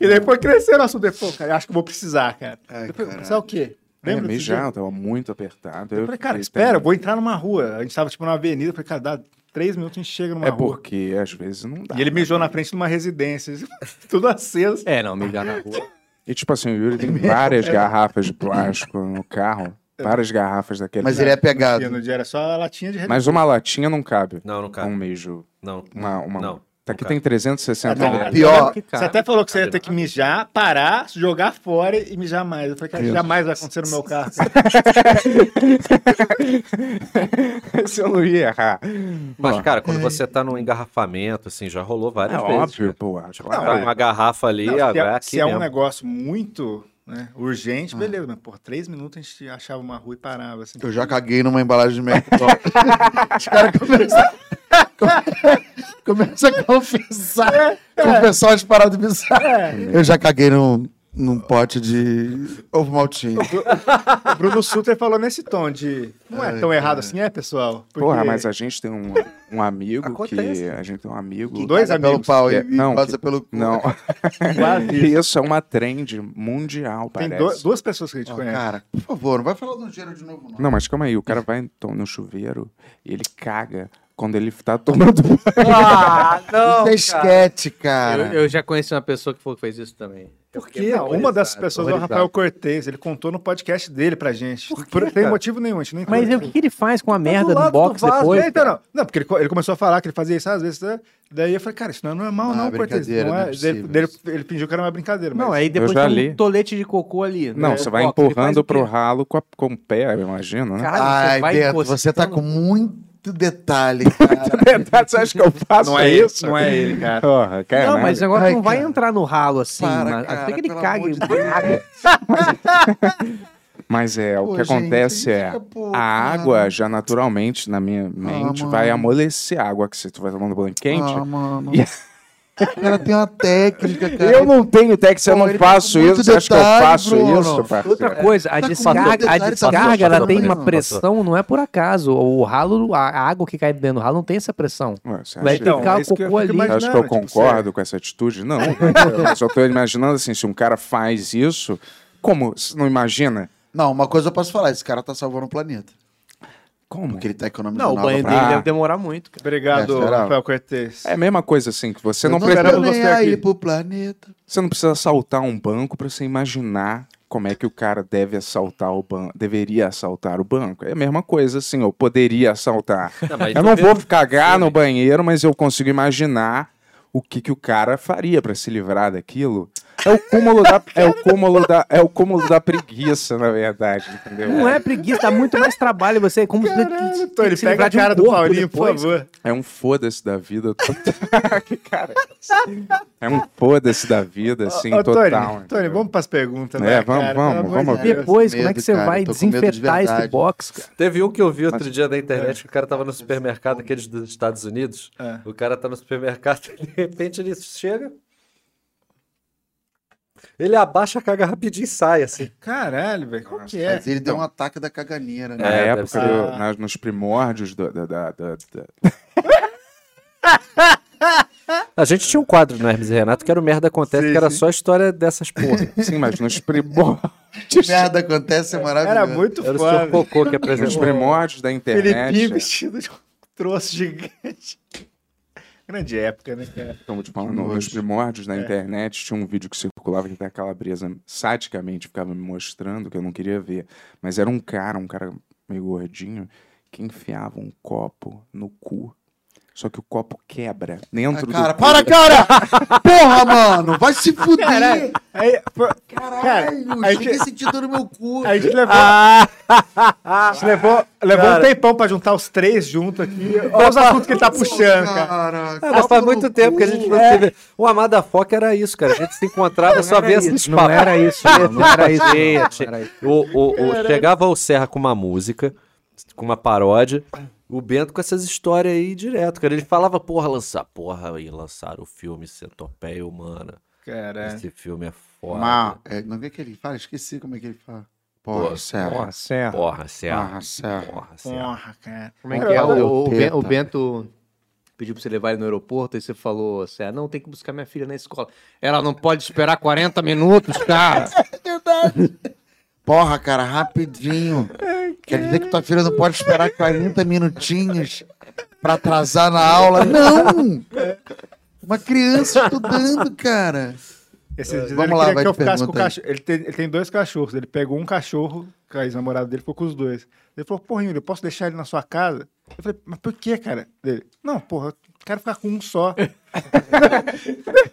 Speaker 4: E depois cresceu o assunto. Ele falou, cara, eu acho que eu vou precisar, cara.
Speaker 7: Ai,
Speaker 4: Depois,
Speaker 7: caralho.
Speaker 4: precisar o quê?
Speaker 6: É,
Speaker 4: Lembra desse
Speaker 6: mijado, tava muito apertado.
Speaker 4: Eu falei, cara, espera, eu vou entrar numa rua. A gente tava, tipo, numa avenida. Eu falei, cara, dá três minutos, a gente chega numa
Speaker 6: É
Speaker 4: rua.
Speaker 6: porque às vezes não dá.
Speaker 4: E ele mijou na frente de uma residência. Tudo aceso.
Speaker 9: É, não, mijar na rua.
Speaker 6: E tipo assim, o Yuri tem várias garrafas de plástico no carro. Várias garrafas daquele.
Speaker 7: Mas é ele é pegado.
Speaker 4: E no dia era só a latinha de
Speaker 6: Mas uma latinha não cabe.
Speaker 8: Não, não cabe.
Speaker 6: Um mijo.
Speaker 8: Não.
Speaker 6: Uma, uma...
Speaker 8: Não.
Speaker 6: Tá aqui
Speaker 8: não
Speaker 6: tem 360
Speaker 4: É, Não,
Speaker 6: reais.
Speaker 7: Pior,
Speaker 4: Você até falou que você ia ter que mijar, parar, jogar fora e mijar mais. Eu falei, cara, jamais vai acontecer no meu carro.
Speaker 6: Se eu não ia errar.
Speaker 8: Mas, cara, quando
Speaker 4: É.
Speaker 8: você tá num engarrafamento, assim, já rolou várias
Speaker 6: É
Speaker 8: vezes.
Speaker 6: óbvio,
Speaker 8: cara.
Speaker 6: pô. acho que
Speaker 8: Tá
Speaker 6: tá
Speaker 8: uma garrafa ali,
Speaker 4: é. Não, se
Speaker 8: agora
Speaker 4: é,
Speaker 8: é aqui
Speaker 4: se é um
Speaker 8: mesmo.
Speaker 4: negócio muito né, urgente, beleza. Mas, por três minutos a gente achava uma rua e parava. Assim.
Speaker 7: eu já caguei numa embalagem de McDonald's. Os caras começam... começam a confessar.
Speaker 6: É,
Speaker 7: Confessar umas paradas bizarras. Eu já caguei num, num pote de ovo maltinho.
Speaker 4: O Bruno Suter falou nesse tom de. Não é tão errado assim, é, pessoal? Porque
Speaker 6: Porra, mas a gente tem um, um amigo que.
Speaker 8: Acontece.
Speaker 6: A gente tem um amigo.
Speaker 4: Dois
Speaker 7: Caga pelo
Speaker 4: amigos.
Speaker 7: pau e,
Speaker 6: É,
Speaker 7: e
Speaker 6: não,
Speaker 7: passa
Speaker 6: que-
Speaker 7: pelo cu.
Speaker 6: Não.
Speaker 4: Quase.
Speaker 6: Isso é uma trend mundial,
Speaker 4: Tem
Speaker 6: parece.
Speaker 4: do- duas pessoas que a gente
Speaker 7: Ó,
Speaker 4: conhece.
Speaker 7: cara, por favor, não vai falar do nojeiro de novo, não.
Speaker 6: Não, mas calma aí, o cara vai então, no chuveiro e ele caga quando ele tá tomando banho.
Speaker 9: Ah, não!
Speaker 7: Isso é esquete, cara.
Speaker 9: Eu, eu já conheci uma pessoa que falou que fez isso também. Eu
Speaker 4: Porque
Speaker 9: fiquei
Speaker 4: uma das
Speaker 9: horrorizado,
Speaker 4: pessoas é o
Speaker 9: horrorizado.
Speaker 4: Rafael Cortez. Ele contou no podcast dele pra gente. Por Não tem
Speaker 8: cara?
Speaker 4: motivo nenhum, a gente não
Speaker 9: Mas
Speaker 4: entende.
Speaker 9: e o que, que ele faz
Speaker 7: Tá
Speaker 9: com a
Speaker 8: do
Speaker 9: merda
Speaker 8: lado
Speaker 9: no
Speaker 8: do
Speaker 9: box
Speaker 8: vaso,
Speaker 9: depois?
Speaker 4: É, então, não. Não, porque ele, co- ele começou a falar que ele fazia isso às vezes. né? Daí eu falei, cara, isso não é normal,
Speaker 7: Ah,
Speaker 4: não, Cortez.
Speaker 7: brincadeira,
Speaker 4: Não
Speaker 7: não é
Speaker 4: é, ele,
Speaker 7: possível
Speaker 4: dele-
Speaker 7: isso.
Speaker 4: ele fingiu que era uma brincadeira.
Speaker 9: Não,
Speaker 4: mas...
Speaker 9: aí depois
Speaker 6: já
Speaker 9: tem
Speaker 6: li.
Speaker 9: um tolete de cocô ali. né?
Speaker 6: Não, você vai
Speaker 9: Box, ele faz
Speaker 6: empurrando
Speaker 9: o quê?
Speaker 6: pro ralo com, a- com o pé, eu imagino, né?
Speaker 9: Caralho,
Speaker 7: Ai,
Speaker 9: você vai
Speaker 7: Beto, você tá
Speaker 9: encostando-
Speaker 7: com muito detalhe, cara.
Speaker 6: Verdade, você acha que eu faço
Speaker 4: Não é isso? Não é ele, cara.
Speaker 6: Porra, cara.
Speaker 9: Não, mas o negócio
Speaker 7: né? Ai,
Speaker 9: não vai
Speaker 7: cara.
Speaker 9: entrar no ralo assim,
Speaker 7: Para,
Speaker 9: mas
Speaker 7: cara,
Speaker 9: até que ele
Speaker 7: pelo
Speaker 9: cague. um
Speaker 7: amor de Deus.
Speaker 6: Mas é, o
Speaker 7: Pô,
Speaker 6: que
Speaker 7: gente,
Speaker 6: acontece
Speaker 7: a gente
Speaker 6: é,
Speaker 7: fica, pô,
Speaker 6: a
Speaker 7: cara.
Speaker 6: água já naturalmente, na minha mente,
Speaker 7: mano.
Speaker 6: vai amolecer a água que você vai tomando banho quente.
Speaker 7: Ah, mano.
Speaker 6: E-
Speaker 7: Cara, tem uma técnica, cara.
Speaker 6: eu não tenho técnica, eu
Speaker 7: Pô,
Speaker 6: não
Speaker 7: ele tá com
Speaker 6: faço
Speaker 7: muito
Speaker 6: isso, você acha que eu
Speaker 7: detalhe,
Speaker 6: faço
Speaker 7: Bruno.
Speaker 6: isso, parceiro?
Speaker 9: Outra coisa, a
Speaker 7: Tá com muito
Speaker 9: descarga, a
Speaker 7: detalhe, tá
Speaker 9: descarga
Speaker 7: passando,
Speaker 9: ela
Speaker 7: tá
Speaker 9: tem
Speaker 7: passando,
Speaker 9: uma
Speaker 7: passou.
Speaker 9: pressão, não é por acaso. O ralo, a água que cai dentro do ralo não tem essa pressão.
Speaker 6: Ué, você
Speaker 9: Vai
Speaker 6: acha
Speaker 9: ter
Speaker 6: que-
Speaker 9: que ficar
Speaker 4: é
Speaker 9: o
Speaker 4: isso que eu
Speaker 9: cocô
Speaker 4: fico
Speaker 9: ali.
Speaker 4: imaginando.
Speaker 6: Acho que eu
Speaker 4: Tipo,
Speaker 6: concordo com essa atitude. Não, mas eu tô imaginando assim, se um cara faz isso, como? Você não imagina?
Speaker 7: Não, uma coisa eu posso falar, esse cara tá salvando o planeta.
Speaker 6: Como?
Speaker 7: Porque ele tá economizando
Speaker 9: Não, o
Speaker 7: água
Speaker 9: banho
Speaker 7: pra-
Speaker 9: dele
Speaker 6: Ah.
Speaker 9: deve demorar muito, cara.
Speaker 4: Obrigado,
Speaker 7: É, será?
Speaker 4: Rafael Cortez.
Speaker 6: É a mesma coisa assim, que você
Speaker 7: Eu
Speaker 6: não,
Speaker 7: não
Speaker 6: precisa,
Speaker 7: tô
Speaker 4: precisamos
Speaker 7: nem
Speaker 4: você aqui.
Speaker 7: aí pro planeta.
Speaker 6: você não precisa assaltar um banco pra você imaginar como é que o cara deve assaltar o banco, deveria assaltar o banco. É a mesma coisa assim, eu poderia assaltar.
Speaker 8: mas
Speaker 6: eu
Speaker 8: tu
Speaker 6: não
Speaker 8: vê-
Speaker 6: vou cagar no banheiro, mas eu consigo imaginar o que, que o cara faria pra se livrar daquilo. É o cúmulo da é o cúmulo da é o cúmulo da preguiça, na verdade, entendeu?
Speaker 9: Não é preguiça, dá muito mais trabalho você. é Como se
Speaker 4: Caralho, Tony,
Speaker 9: tem que se
Speaker 4: pega
Speaker 9: livrar
Speaker 4: a
Speaker 9: de um
Speaker 4: cara do
Speaker 9: corpo
Speaker 4: Paulinho, por
Speaker 9: depois.
Speaker 4: favor.
Speaker 6: É um foda-se da vida. total. que cara é esse? É um foda-se da vida, assim,
Speaker 4: Ô, Tony,
Speaker 6: total.
Speaker 4: Tony, vamos pras perguntas,
Speaker 6: É,
Speaker 4: né,
Speaker 6: vamos,
Speaker 4: cara?
Speaker 6: vamos,
Speaker 4: Pelo amor
Speaker 6: vamos.
Speaker 4: de Deus.
Speaker 9: Depois,
Speaker 7: Medo,
Speaker 9: como é que você
Speaker 7: cara,
Speaker 9: vai
Speaker 7: tô com medo de
Speaker 9: desinfetar esse
Speaker 7: verdade.
Speaker 9: box, cara?
Speaker 8: Teve um que eu vi outro dia na internet, que o cara tava no supermercado, aqueles dos Estados Unidos.
Speaker 4: É.
Speaker 8: O cara tá no supermercado e de repente ele chega. Ele abaixa, caga rapidinho e sai, assim.
Speaker 4: Caralho, velho, como que é?
Speaker 7: Mas ele deu um ataque da caganeira,
Speaker 6: Na
Speaker 7: né?
Speaker 8: É, deve
Speaker 6: época,
Speaker 8: ser.
Speaker 6: eu- nas- nos primórdios do- da, da- da- da-
Speaker 8: A gente tinha um quadro no Hermes e Renato que era o Merda Acontece,
Speaker 4: Sim,
Speaker 8: que era
Speaker 4: sim.
Speaker 8: só a história dessas porra.
Speaker 6: Sim, mas nos primórdios.
Speaker 7: Merda acontece, é maravilhoso.
Speaker 4: Era muito
Speaker 8: Era o
Speaker 4: foda.
Speaker 8: Sr. Cocô que
Speaker 6: Nos
Speaker 8: apresentou.
Speaker 6: primórdios da
Speaker 7: é.
Speaker 4: Felipinho
Speaker 6: internet.
Speaker 4: vestido de um troço gigante. Grande época, né, cara?
Speaker 6: é, Como te falando, nos primórdios da internet tinha um vídeo que circulava que até a calabresa sadicamente ficava me mostrando, que eu não queria ver. Mas era um cara, um cara meio gordinho, que enfiava um copo no cu. Só que o copo quebra
Speaker 7: Ah,
Speaker 6: dentro
Speaker 7: cara,
Speaker 6: do. cu.
Speaker 7: para, cara! Porra, mano! Vai se fuder!
Speaker 4: Caralho, aí, pô,
Speaker 7: Caralho,
Speaker 4: Cara, a
Speaker 7: cheguei
Speaker 4: gente-
Speaker 7: sentido no meu cu.
Speaker 4: a gente levou,
Speaker 7: Ah,
Speaker 4: a gente levou, levou um
Speaker 8: Cara.
Speaker 4: tempão pra juntar os três juntos aqui. Olha os assuntos que ele tá puxando, cara.
Speaker 7: Caraca,
Speaker 8: Cara, faz muito tempo que a gente não se vê. O Amada Foca era isso, cara. A gente se encontrava só via esses
Speaker 9: É. Não era isso, não, não era isso.
Speaker 8: Gente, o, o, o- chegava o Serra com uma música, com uma paródia. O Bento com essas histórias aí direto, cara. Ele falava, porra, lançar, porra, aí lançaram o filme Centopeia Humana.
Speaker 4: Caralho.
Speaker 8: Esse filme é foda.
Speaker 7: Ma... É, não é que ele fala? Esqueci como é que ele fala. Porra,
Speaker 8: Pô,
Speaker 7: Serra.
Speaker 6: Nossa,
Speaker 8: Porra, Serra.
Speaker 7: Porra, Serra.
Speaker 8: Porra, Serra.
Speaker 4: Porra, cara.
Speaker 9: Como é que é?
Speaker 7: Olha,
Speaker 9: O, o, Ben-
Speaker 7: teta.
Speaker 9: o Bento pediu pra você levar ele no aeroporto e você falou assim: ah, não, tem que buscar minha filha na escola. Ela não pode esperar 40 minutos, cara.
Speaker 7: Porra, cara, rapidinho. Quer dizer que tua filha não pode esperar 40 minutinhos pra atrasar na aula? Não! Uma criança estudando, cara.
Speaker 4: Esses dias
Speaker 7: Vamos
Speaker 4: ele
Speaker 7: lá,
Speaker 4: queria
Speaker 7: vai
Speaker 4: que eu
Speaker 7: de
Speaker 4: ficasse com o
Speaker 7: pergunta aí.
Speaker 4: cachorro. Ele tem, ele tem dois cachorros. Ele pegou um cachorro, com a ex-namorada dele ficou com os dois. Ele falou, porra, Yuri, eu posso deixar ele na sua casa? Eu falei, mas por que, cara? Ele, não, porra, eu quero ficar com um só.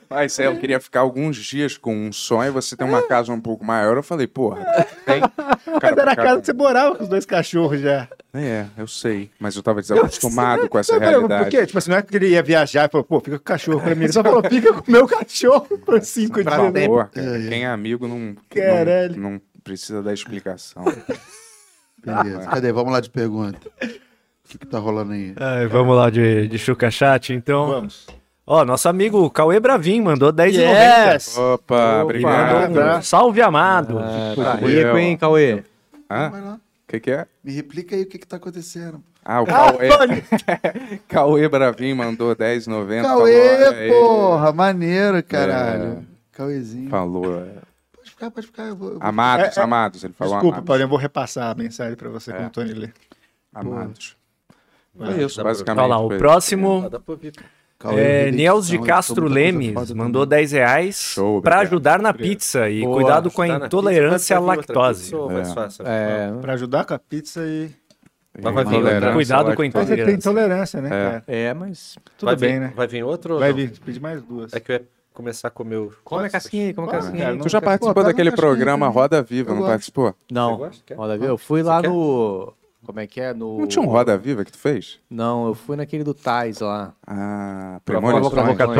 Speaker 6: Mas é, eu queria ficar alguns dias com um só e você tem uma casa um pouco maior. Eu falei, porra, tem.
Speaker 4: mas era a casa
Speaker 6: pra
Speaker 4: que
Speaker 6: cá-
Speaker 4: você morava com os dois cachorros já.
Speaker 6: É, eu sei. Mas eu tava desacostumado com essa
Speaker 4: Eu falei, Por
Speaker 6: realidade.
Speaker 4: quê? Tipo assim, não é que ele ia viajar e falou, pô, fica com o cachorro pra mim. Ele só falou, fica com o meu cachorro por cinco
Speaker 6: Por
Speaker 4: dias. né?
Speaker 6: favor, cara, quem é amigo não,
Speaker 4: Caralho.
Speaker 6: não, não precisa dar explicação.
Speaker 7: Beleza. Cadê? Vamos lá de pergunta. O que, que tá rolando aí?
Speaker 5: Ai, vamos lá de, de Chuca Chat, então.
Speaker 4: Vamos.
Speaker 5: Ó, nosso amigo Cauê Bravin mandou 10
Speaker 4: Yes!
Speaker 6: Opa,
Speaker 4: mandou
Speaker 6: obrigado.
Speaker 4: um-
Speaker 5: Salve, amado.
Speaker 3: Tá
Speaker 6: Valeu.
Speaker 3: rico, hein, Cauê?
Speaker 6: Hã?
Speaker 7: Vai lá.
Speaker 6: O que, que é?
Speaker 7: Me replica aí o que, que tá acontecendo.
Speaker 6: Ah, o Cauê. Cauê Bravin mandou 10,90. falou,
Speaker 7: Cauê,
Speaker 6: "Aê".
Speaker 7: porra, maneiro, caralho.
Speaker 5: É.
Speaker 7: Cauêzinho.
Speaker 6: Falou. é.
Speaker 7: Pode ficar, pode ficar. Eu vou, eu vou-
Speaker 5: Ah,
Speaker 6: Amados, amados. Ele falou
Speaker 4: É,
Speaker 6: É.
Speaker 4: Desculpa,
Speaker 6: amados.
Speaker 4: Paulinho, eu vou repassar a mensagem pra você como o Tony lê.
Speaker 6: Amados.
Speaker 8: É isso,
Speaker 6: Basicamente.
Speaker 5: Olha Tá lá, o
Speaker 6: foi-
Speaker 5: próximo
Speaker 8: Ah, Dá pra ouvir.
Speaker 7: Cauê,
Speaker 5: é,
Speaker 7: vida
Speaker 5: Niels de
Speaker 7: edição, eu sou
Speaker 5: Castro
Speaker 7: muita coisa
Speaker 5: Lemes
Speaker 7: foda
Speaker 5: mandou
Speaker 7: também.
Speaker 5: 10 reais
Speaker 6: Show,
Speaker 5: pra
Speaker 6: obrigado.
Speaker 5: ajudar na pizza e
Speaker 3: Boa,
Speaker 5: cuidado com a
Speaker 3: ajudar na
Speaker 5: intolerância à
Speaker 8: tá Pizza, vai vir outra
Speaker 5: lactose.
Speaker 8: pizza ou mais
Speaker 6: É.
Speaker 8: fácil?
Speaker 3: É,
Speaker 4: Pra ajudar com a pizza e...
Speaker 8: Mas vai vir
Speaker 6: Tolerância,
Speaker 8: outra.
Speaker 5: Cuidado com a
Speaker 4: Mas você tem
Speaker 5: intolerância.
Speaker 4: intolerância, né,
Speaker 6: É.
Speaker 4: cara?
Speaker 3: é, mas.
Speaker 4: Tudo
Speaker 8: vai
Speaker 4: bem,
Speaker 8: vir,
Speaker 4: né?
Speaker 8: Vai vir outro ou
Speaker 4: Vai
Speaker 8: não?
Speaker 4: vir, pedir mais duas.
Speaker 8: É que eu ia começar a comer o...
Speaker 3: Come a casquinha aí, come a
Speaker 4: Fala,
Speaker 3: casquinha.
Speaker 4: cara,
Speaker 3: aí.
Speaker 4: não
Speaker 6: Tu já
Speaker 4: quero-
Speaker 6: participou
Speaker 7: Pô, pega
Speaker 6: daquele
Speaker 7: um cachorro
Speaker 6: programa
Speaker 7: também.
Speaker 6: Roda Viva,
Speaker 7: Eu
Speaker 6: não
Speaker 7: gosto.
Speaker 6: participou?
Speaker 3: Não,
Speaker 8: gosta? Quer? Ah,
Speaker 3: Roda Viva. Eu fui lá
Speaker 8: quer?
Speaker 3: no. Como é que é? No...
Speaker 6: Não tinha um Roda Viva que tu fez?
Speaker 3: Não, eu fui naquele do Tais lá.
Speaker 6: Ah, premonições.
Speaker 3: Provocações.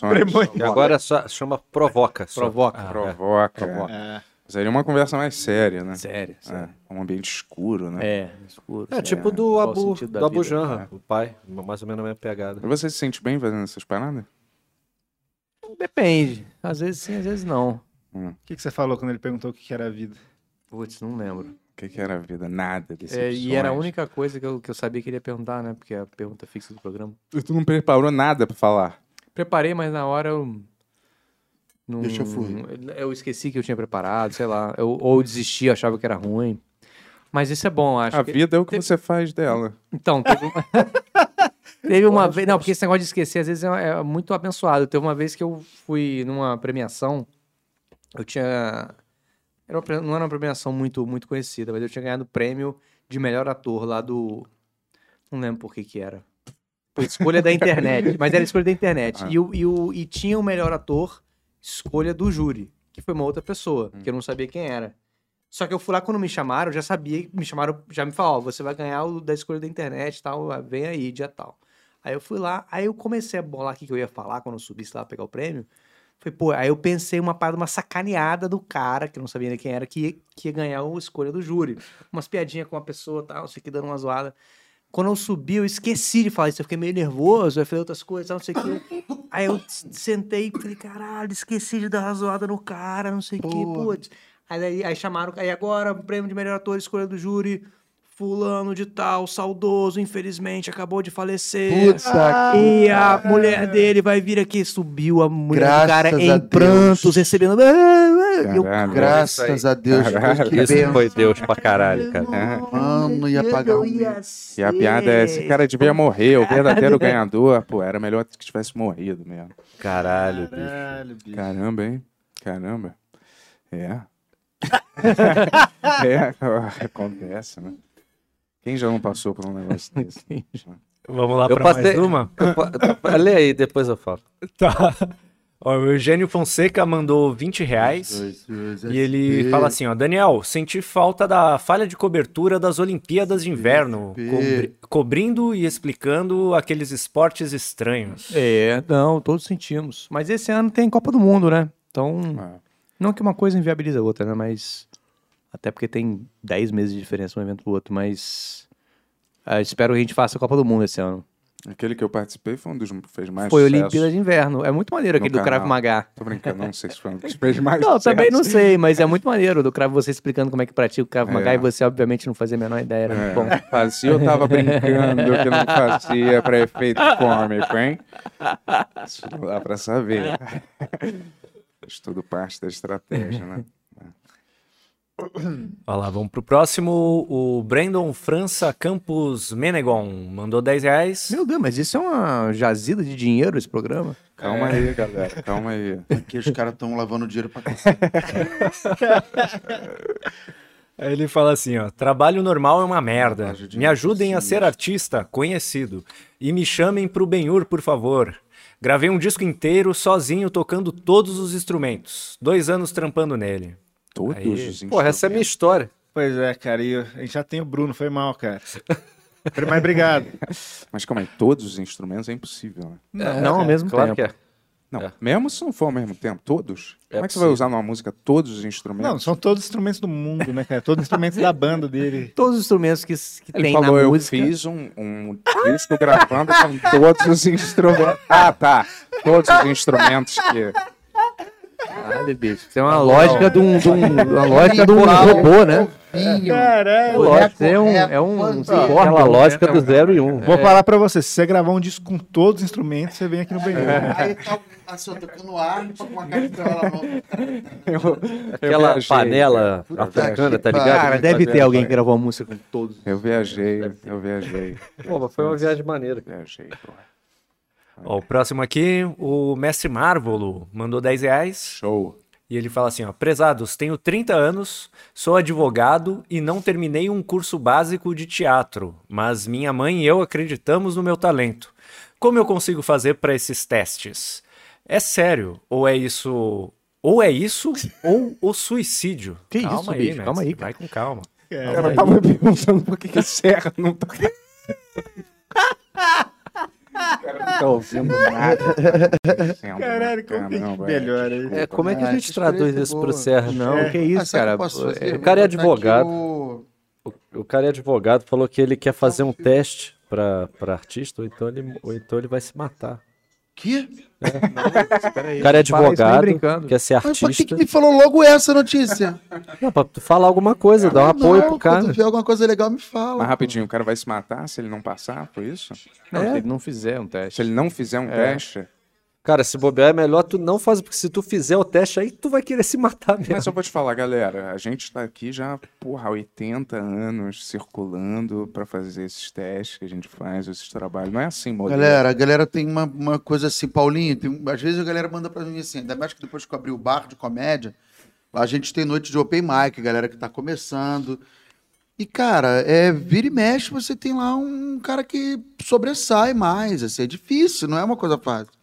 Speaker 6: Provocações.
Speaker 8: E
Speaker 5: é.
Speaker 8: agora só chama Provoca. só. Ah,
Speaker 3: Provoca.
Speaker 6: Ah, Provoca.
Speaker 4: É.
Speaker 6: Seria uma conversa mais séria, né?
Speaker 3: Sério, sério.
Speaker 6: É, um ambiente escuro, né?
Speaker 3: É, escuro.
Speaker 8: É tipo do
Speaker 3: Qual o
Speaker 8: Abu,
Speaker 3: sentido da
Speaker 8: do Abu
Speaker 3: vida? É.
Speaker 8: Janra, o pai. Mais ou menos a mesma pegada.
Speaker 6: Você se sente bem fazendo essas paradas?
Speaker 3: Depende.
Speaker 9: Ah.
Speaker 3: Às vezes sim, às vezes não.
Speaker 4: O que, que você falou quando ele perguntou o que que era a vida?
Speaker 3: Putz, não lembro.
Speaker 6: O que, que era a vida? Nada desse
Speaker 3: É, e era a única coisa que eu, que eu sabia que ele ia perguntar, né? Porque é a pergunta fixa do programa.
Speaker 6: Tu não preparou nada pra falar.
Speaker 3: Preparei, mas na hora eu. Não,
Speaker 7: Deixa eu fluir.
Speaker 3: Eu esqueci que eu tinha preparado, sei lá. Eu, ou eu desisti, achava que era ruim. Mas isso é bom, acho.
Speaker 6: a
Speaker 3: que-
Speaker 6: vida é o que você faz dela.
Speaker 3: Então, teve uma, teve uma vez. Não, porque esse negócio de esquecer às vezes é, é muito abençoado. Teve uma vez que eu fui numa premiação. Eu tinha. era uma pre- não era uma premiação muito, muito conhecida, mas eu tinha ganhado o prêmio de melhor ator lá do. Não lembro por que que era. Foi escolha da internet. Mas era escolha da internet.
Speaker 6: Ah.
Speaker 3: E, o, e, o, e tinha o melhor ator, escolha do júri, que foi uma outra pessoa, que eu não sabia quem era. Só que eu fui lá quando me chamaram, eu já sabia, me chamaram, já me falaram, ó, você vai ganhar o da escolha da internet e tal, ah, vem aí, dia tal. Aí eu fui lá, aí eu comecei a bolar o que que eu ia falar quando eu subisse lá pegar o prêmio. Foi, pô, aí eu pensei uma parada, uma sacaneada do cara, que eu não sabia nem quem era, que, ia- que ia ganhar o escolha do júri. Umas piadinhas com uma pessoa e tal, não sei o que, dando uma zoada. Quando eu subi, eu esqueci de falar isso. Eu fiquei meio nervoso, eu falei outras coisas, não sei o quê. Aí eu s- sentei e falei, caralho, esqueci de dar uma zoada no cara, não sei o quê, putz. Aí, daí- aí chamaram, aí agora, prêmio de melhor ator, escolha do júri, fulano de tal, saudoso, infelizmente, acabou de falecer.
Speaker 5: Ah,
Speaker 7: Puta que
Speaker 3: E a mulher dele vai vir aqui. Subiu a mulher do
Speaker 7: Graças
Speaker 3: cara
Speaker 7: a
Speaker 3: em
Speaker 7: Deus.
Speaker 3: prantos, recebendo. Ah, Eu,
Speaker 8: Uhum. É
Speaker 6: Caralho.
Speaker 7: graças a Deus.
Speaker 6: Caralho.
Speaker 7: que
Speaker 8: Esse
Speaker 7: bem.
Speaker 8: foi Deus pra caralho, cara.
Speaker 7: Mano, ia pagar
Speaker 3: eu
Speaker 7: um
Speaker 3: ia
Speaker 7: mês.
Speaker 6: Ah. E a piada é, esse cara devia morrer, o verdadeiro ganhador. Pô, era melhor que tivesse morrido mesmo.
Speaker 8: Caralho, bicho.
Speaker 6: Caramba, hein? Caramba. É. é, acontece, né? Quem já não passou por um negócio desse?
Speaker 5: Vamos lá
Speaker 8: Eu
Speaker 5: pra mais
Speaker 8: passei-
Speaker 5: uma?
Speaker 8: Pa- Lê aí, depois eu falo.
Speaker 5: Tá. Ó, o Eugênio Fonseca mandou 20 reais. E ele fala assim, ó, Daniel, senti falta da falha de cobertura das Olimpíadas de Inverno, cobri- cobrindo e explicando aqueles esportes estranhos.
Speaker 3: É, não, todos sentimos. Mas esse ano tem Copa do Mundo, né? Então,
Speaker 6: Ah,
Speaker 3: não que uma coisa inviabilize a outra, né? Mas. Até porque tem 10 meses de diferença um evento pro outro, mas. ah, espero que a gente faça a Copa do Mundo esse ano.
Speaker 6: aquele que eu participei foi um dos que fez mais
Speaker 3: Foi
Speaker 6: sucesso.
Speaker 3: Olimpíada de Inverno. É muito maneiro
Speaker 6: No
Speaker 3: aquele do Krav
Speaker 6: canal.
Speaker 3: Maga.
Speaker 6: Tô brincando, não sei se foi um dos que fez mais
Speaker 3: Não,
Speaker 6: sucesso.
Speaker 3: também não sei, mas é muito maneiro do Krav, você explicando como é que pratica o Krav Maga
Speaker 6: É.
Speaker 3: e você, obviamente, não fazia a menor ideia. Era muito bom.
Speaker 6: É, fazia, eu tava brincando que não fazia pra efeito cômico, hein? Isso não dá pra saber. Faz tudo parte da estratégia, né?
Speaker 5: Olha lá, vamos pro próximo. O Brandon França Campos Menegon mandou 10 reais.
Speaker 3: Meu Deus, mas isso é uma jazida de dinheiro esse programa?
Speaker 6: Calma aí, galera. Calma aí.
Speaker 7: Aqui os caras estão lavando dinheiro pra cacete.
Speaker 5: Aí ele fala assim, ó, trabalho normal é uma merda. Me ajudem a ser artista conhecido e me chamem pro Benhur, por favor. Gravei um disco inteiro sozinho tocando todos os instrumentos. Dois anos trampando nele.
Speaker 6: Todos
Speaker 5: Aí.
Speaker 6: os
Speaker 8: Porra, essa é a minha história.
Speaker 4: Pois é, cara, e eu- a gente já tem o Bruno, foi mal, cara. Mas obrigado.
Speaker 6: Mas calma aí, todos os instrumentos é impossível, né?
Speaker 3: Não, ao mesmo
Speaker 8: Claro
Speaker 3: tempo.
Speaker 8: que é.
Speaker 6: Não,
Speaker 8: É.
Speaker 6: mesmo se não for ao mesmo tempo, todos?
Speaker 8: É
Speaker 6: Como é que você vai
Speaker 8: possível.
Speaker 6: usar numa música todos os
Speaker 4: Não,
Speaker 6: instrumentos?
Speaker 4: são todos os instrumentos do mundo, né, cara? Todos os instrumentos da banda dele.
Speaker 3: Todos os instrumentos que, que
Speaker 6: Ele
Speaker 3: tem
Speaker 6: falou,
Speaker 3: na
Speaker 6: eu
Speaker 3: música.
Speaker 6: fiz um, um disco gravando com todos os instrumentos. Ah, tá. Todos os instrumentos que...
Speaker 3: Caralho, bicho. Isso é
Speaker 9: Tá
Speaker 3: uma lógica de um, de um- uma lógica de um robô,
Speaker 7: é
Speaker 3: né?
Speaker 4: Caralho.
Speaker 3: Lógico, é um, é um aquela
Speaker 9: né?
Speaker 3: lógica do zero e um.
Speaker 4: Vou falar pra você, se você gravar um disco com todos os instrumentos, você vem aqui no banheiro.
Speaker 7: Aí tá assim, ó, tocando arpa com uma cara de trabalho na mão.
Speaker 8: Aquela
Speaker 6: viajei,
Speaker 8: panela africana, tá ligado?
Speaker 3: Cara, deve ter alguém que gravou a música com todos.
Speaker 6: Eu viajei, eu viajei,
Speaker 8: Pô, mas foi uma viagem maneira.
Speaker 6: viajei, porra.
Speaker 5: Ó, o próximo aqui, o Mestre Marvolo mandou 10 reais.
Speaker 6: Show.
Speaker 5: E ele fala assim, ó, prezados, tenho 30 anos, sou advogado e não terminei um curso básico de teatro, mas minha mãe e eu acreditamos no meu talento. Como eu consigo fazer para esses testes? É sério, ou é isso, ou é isso ou o suicídio?
Speaker 3: Que
Speaker 5: calma
Speaker 3: isso,
Speaker 5: aí,
Speaker 3: bicho, calma
Speaker 5: mestre,
Speaker 3: aí,
Speaker 5: vai com calma.
Speaker 4: É.
Speaker 6: Cara, eu tava tá me perguntando por que que a Serra não tá... Cara, não tá ouvindo nada.
Speaker 4: Caralho, como que a gente
Speaker 6: Caramba,
Speaker 4: melhora aí?
Speaker 8: É, como é que a
Speaker 7: Ah,
Speaker 8: gente
Speaker 7: essa
Speaker 8: traduz
Speaker 7: experiência é
Speaker 8: isso
Speaker 7: boa.
Speaker 8: pro Serra?
Speaker 3: Não, que
Speaker 7: Ah,
Speaker 3: isso,
Speaker 7: sabe
Speaker 3: cara.
Speaker 7: que eu posso fazer?
Speaker 3: É,
Speaker 7: Eu vou
Speaker 8: cara é
Speaker 7: botar aqui
Speaker 8: advogado.
Speaker 7: o-
Speaker 8: O cara é advogado, falou que ele quer fazer um teste pra, pra artista, ou então, ele, ou então ele vai se matar.
Speaker 7: Que?
Speaker 8: O cara é
Speaker 3: Fala isso nem
Speaker 8: advogado,
Speaker 3: brincando.
Speaker 8: quer ser
Speaker 7: Mas por que, que
Speaker 8: artista.
Speaker 7: me falou logo essa notícia?
Speaker 8: Não, pra tu falar alguma coisa, dar um apoio
Speaker 7: Não,
Speaker 8: pro
Speaker 7: Quando
Speaker 8: cara.
Speaker 7: tiver alguma coisa legal, me fala.
Speaker 6: Mas rapidinho, o cara vai se matar se ele não passar, foi isso?
Speaker 3: Não, se ele não fizer um
Speaker 6: Se
Speaker 3: teste.
Speaker 6: ele não fizer um
Speaker 4: É.
Speaker 6: teste...
Speaker 8: Cara, se bobear é melhor tu não fazer, porque se tu fizer o teste aí, tu vai querer se matar mesmo.
Speaker 6: Mas eu vou te falar, galera, a gente tá aqui já, porra, há 80 anos circulando pra fazer esses testes que a gente faz, esses trabalhos. Não é assim, modelo.
Speaker 7: Galera, a galera tem uma, uma coisa assim, Paulinho, tem- às vezes a galera manda pra mim assim, ainda mais que depois que eu abri o bar de comédia, a gente tem noite de open mic, a galera que tá começando. E, cara, é, vira e mexe, você tem lá um cara que sobressai mais, assim, é difícil, não é uma coisa fácil.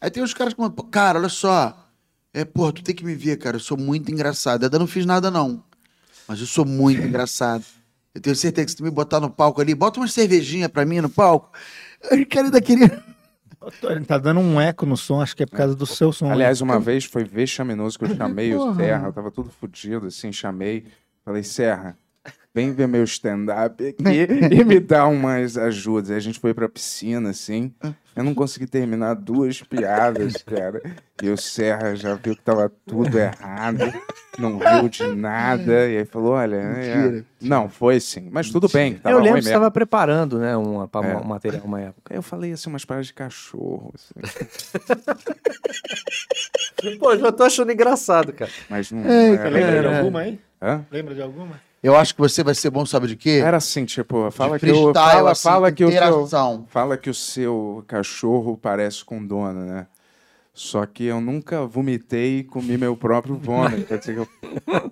Speaker 7: Aí tem uns caras que mandam, "Pô, cara, olha só, é, pô, tu tem que me ver, cara, eu sou muito engraçado. Ainda não fiz nada, não, mas eu sou muito engraçado. Eu tenho certeza que se tu me botar no palco ali, bota uma cervejinha pra mim no palco, eu quero ainda queria.
Speaker 4: Ele tá dando um eco no som, acho que é por causa do seu som.
Speaker 6: Aliás, uma vez foi vexaminoso que eu chamei o Serra, eu tava tudo fudido, assim, chamei, falei, Serra, vem ver meu stand-up aqui e me dá umas ajudas. Aí a gente foi pra piscina, assim, eu não consegui terminar duas piadas, cara. E o Serra já viu que tava tudo errado, não viu de nada, e aí falou, olha, é, não, foi sim, mas tudo bem. Tava
Speaker 3: eu
Speaker 6: ruim
Speaker 3: lembro que você
Speaker 6: mesmo.
Speaker 3: estava preparando, né, uma, pra
Speaker 6: É.
Speaker 3: um material uma época.
Speaker 6: Aí eu falei, assim, umas paradas de cachorro, assim,
Speaker 8: Pô, já tô achando engraçado, cara.
Speaker 6: mas não...
Speaker 4: Você
Speaker 6: era-
Speaker 4: lembra de alguma aí?
Speaker 6: Hã?
Speaker 4: Lembra de alguma?
Speaker 7: Eu acho que você vai ser bom, sabe de quê?
Speaker 6: Era assim, tipo, fala que
Speaker 7: freestyle,
Speaker 6: o fala,
Speaker 7: assim,
Speaker 6: fala que o seu,
Speaker 7: interação.
Speaker 6: fala que o seu cachorro parece com dono, né? Só que eu nunca vomitei e comi meu próprio vômito. Quer dizer que eu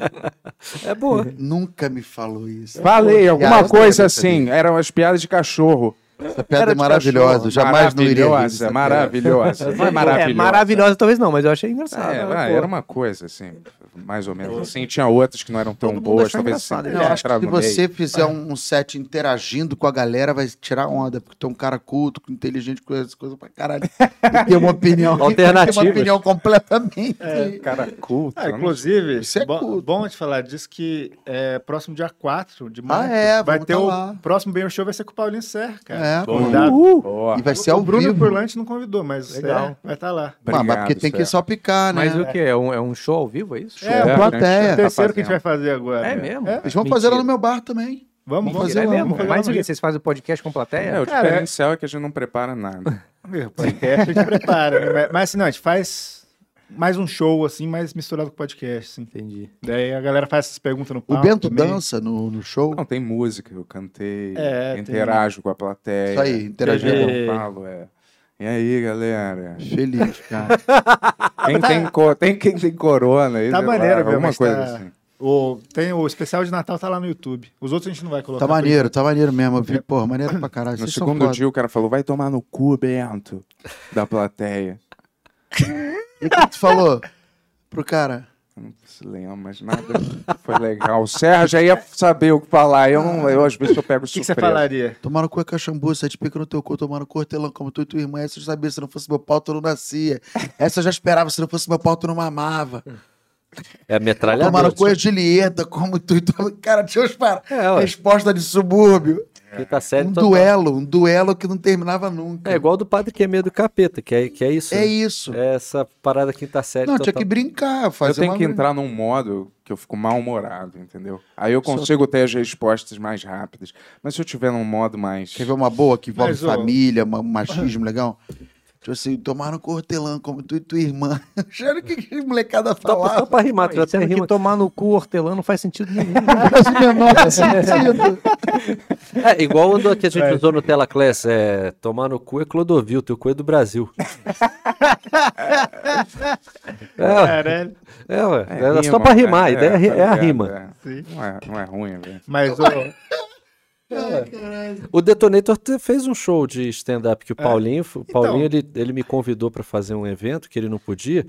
Speaker 8: É boa.
Speaker 7: Nunca me falou isso.
Speaker 6: falei alguma
Speaker 7: Piada, né?
Speaker 6: coisa assim, eram as piadas de cachorro.
Speaker 7: Essa piada
Speaker 6: Era
Speaker 7: é
Speaker 6: de
Speaker 7: maravilhosa.
Speaker 6: cachorro.
Speaker 7: Jamais não iria rir
Speaker 6: tá Maravilhosa,
Speaker 7: dessa piada.
Speaker 6: maravilhosa. Não é maravilhosa.
Speaker 3: É, maravilhosa talvez não, mas eu achei
Speaker 6: É,
Speaker 3: engraçado. né,
Speaker 6: vai,
Speaker 3: pô.
Speaker 6: era uma coisa, assim, mais ou menos assim. Tinha outras que não eram tão
Speaker 3: Todo mundo
Speaker 6: boas,
Speaker 3: achou
Speaker 6: talvez assim.
Speaker 3: engraçado,
Speaker 7: né? Eu acho que
Speaker 6: entrava
Speaker 7: se
Speaker 6: no meio.
Speaker 7: você fizer um, um set interagindo com a galera, vai tirar onda, porque tu é um cara culto, inteligente, com essas coisas pra caralho. E tem uma opinião.
Speaker 8: Alternativas.
Speaker 7: Tem uma opinião completamente.
Speaker 6: É, Cara culto.
Speaker 4: Ah,
Speaker 6: eu não
Speaker 4: inclusive,
Speaker 7: Isso é
Speaker 4: bom,
Speaker 7: culto.
Speaker 4: bom te falar disso que é, próximo dia 4 de março
Speaker 7: Ah, é,
Speaker 4: vai
Speaker 7: vamos
Speaker 4: ter
Speaker 7: tá
Speaker 4: o
Speaker 7: lá.
Speaker 4: próximo Bem Show vai ser com o Paulinho Serra, cara.
Speaker 7: É, pô.
Speaker 4: Convidado. é
Speaker 6: Ó,
Speaker 7: E vai ser ao
Speaker 4: o Bruno
Speaker 7: vivo.
Speaker 4: Furlante não convidou, mas
Speaker 3: Legal.
Speaker 4: é, vai estar lá.
Speaker 7: Ah, mas porque
Speaker 6: obrigado,
Speaker 7: tem que
Speaker 6: Sérgio.
Speaker 7: só picar, né?
Speaker 3: Mas o que? É um, é um show ao vivo, é isso?
Speaker 4: É,
Speaker 6: a
Speaker 4: o
Speaker 6: gente
Speaker 7: plateia.
Speaker 6: tá
Speaker 4: o terceiro que a gente
Speaker 6: fazendo.
Speaker 4: vai fazer agora.
Speaker 3: É
Speaker 4: né?
Speaker 3: mesmo?
Speaker 4: É.
Speaker 7: Eles vão fazer lá no meu bar também.
Speaker 4: Vamos,
Speaker 7: Vamos
Speaker 4: vamos
Speaker 7: fazer
Speaker 3: É
Speaker 7: lá,
Speaker 3: mesmo?
Speaker 7: vamos fazer
Speaker 4: né?
Speaker 3: Mas o que? Vocês fazem podcast com
Speaker 6: É,
Speaker 3: plateia?
Speaker 6: o
Speaker 4: Cara,
Speaker 6: diferencial é que a gente não prepara nada.
Speaker 4: Meu, podcast a gente prepara. né? Mas, mas assim, não, a gente faz mais um show, assim, mais misturado com podcast, assim.
Speaker 3: Entendi.
Speaker 4: Daí a galera faz essas perguntas no
Speaker 7: O
Speaker 4: palco
Speaker 7: Bento
Speaker 4: Ah, também.
Speaker 7: dança no, no show?
Speaker 6: Não, tem música, eu cantei,
Speaker 4: É, tem-
Speaker 6: interajo com a plateia.
Speaker 7: Isso aí, interagindo.
Speaker 6: Eu falo, é. E aí, galera?
Speaker 7: Feliz, cara.
Speaker 6: Quem tem, co- tem quem tem corona aí?
Speaker 4: Ah, Tá
Speaker 6: sei lá,
Speaker 4: maneiro, velho,
Speaker 6: Alguma
Speaker 4: mas
Speaker 6: coisa
Speaker 4: tá-
Speaker 6: assim.
Speaker 4: O, tem, o especial de Natal tá lá no YouTube. Os outros a gente não vai colocar.
Speaker 7: Tá maneiro, tá maneiro mesmo. Eu vi, Porra, maneiro pra caralho.
Speaker 6: No
Speaker 7: Vocês são
Speaker 6: segundo
Speaker 7: foda.
Speaker 6: dia o cara falou, vai tomar no cu, Bento, da plateia.
Speaker 7: E o que tu falou pro cara?
Speaker 6: Eu Não se lembra, mas nada foi legal. O Sérgio aí ia saber o que falar. Eu, não, eu às vezes eu pego
Speaker 4: O que, que
Speaker 6: surpresa.
Speaker 4: você falaria?
Speaker 7: Tomaram cu é cachambu, sete pica no teu cu, tomaram cortelão como tu e tua irmã. Essa eu já sabia, se não fosse meu pau, tu não nascia. Essa eu já esperava, se não fosse meu pau, tu não mamava.
Speaker 8: É a metralhadora.
Speaker 7: Tomaram cu é Julieta, como tu e tua... Cara, tinha uns para...
Speaker 8: É, ué.
Speaker 7: Resposta de subúrbio.
Speaker 8: Quinta série
Speaker 7: um
Speaker 8: total.
Speaker 7: duelo, um duelo que não terminava nunca.
Speaker 8: então É igual do padre que é medo do capeta, que é, que é isso.
Speaker 7: É
Speaker 8: né?
Speaker 7: isso.
Speaker 8: É então essa parada tá quinta série
Speaker 7: não, tinha
Speaker 8: total.
Speaker 7: que brincar,
Speaker 6: Eu
Speaker 7: fazer
Speaker 6: tenho
Speaker 7: uma...
Speaker 6: que entrar num modo que eu fico mal-humorado, entendeu? Aí eu consigo ter as respostas mais rápidas. Mas se eu tiver num modo mais...
Speaker 7: Quer ver uma boa que envolve
Speaker 4: Mas, ô-
Speaker 7: família, ma- machismo legal? Tipo assim, tomaram cortelã como tu e tua irmã. Acharam que que a molecada
Speaker 8: Só
Speaker 3: Então,
Speaker 8: pra, só
Speaker 7: falava.
Speaker 8: pra rimar, tu já até
Speaker 9: Sendo
Speaker 3: é
Speaker 8: rima.
Speaker 9: que tomar no cu hortelã não faz sentido nenhum.
Speaker 7: Faz o menor sentido.
Speaker 8: É, igual o do- que a gente usou no Tela Class, é tomar no cu é Clodovil, teu cu é do Brasil. é,
Speaker 4: Caralho.
Speaker 8: é, ué,
Speaker 6: É,
Speaker 8: era só
Speaker 6: rima,
Speaker 8: pra rimar, a
Speaker 6: é,
Speaker 8: ideia é, ri-
Speaker 6: tá
Speaker 8: é a
Speaker 6: ligado,
Speaker 8: rima.
Speaker 6: é. Não é, não é ruim, velho.
Speaker 4: Mas o,
Speaker 8: O Detonator te- fez um show de stand-up
Speaker 4: É.
Speaker 8: que o Paulinho, o
Speaker 4: Então.
Speaker 8: Paulinho ele, ele me convidou pra fazer um evento que ele não podia,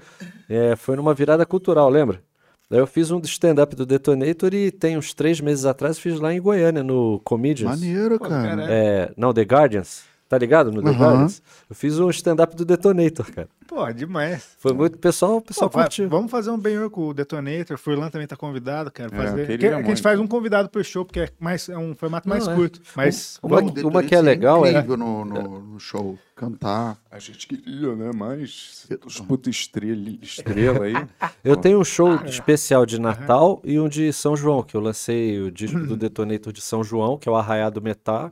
Speaker 8: é, foi numa virada cultural, lembra? Daí eu fiz um stand-up do Detonator e tem uns três meses atrás fiz lá em Goiânia, no Comedians.
Speaker 7: Maneiro, cara.
Speaker 4: caralho.
Speaker 8: É, não, The Guardians. Tá ligado? No The
Speaker 7: Aham.
Speaker 8: Guardians. Eu fiz um stand-up do Detonator, cara.
Speaker 4: pô, demais.
Speaker 8: Foi muito. Pessoal, pessoal
Speaker 4: Pô, vai-
Speaker 8: curtiu.
Speaker 4: vamos fazer um bem com o Detonator. Furlan também tá convidado, cara.
Speaker 6: É,
Speaker 4: Fazer.
Speaker 6: eu queria
Speaker 4: que, que a gente
Speaker 6: muito.
Speaker 4: faz um convidado por show, porque é, mais, é um formato mais
Speaker 8: Não, é.
Speaker 4: curto. Mas
Speaker 8: Uma,
Speaker 7: Pô, o
Speaker 8: uma que é
Speaker 7: Detonantes
Speaker 8: legal é.
Speaker 7: incrível no, no, no show. Cantar.
Speaker 6: A gente queria, né? Mas os puta estrela, estrela aí.
Speaker 8: Eu tenho um
Speaker 4: Ah,
Speaker 8: show especial de Natal e um de São João, que eu lancei o disco do Detonator de São João, que é o Arraiado Metal,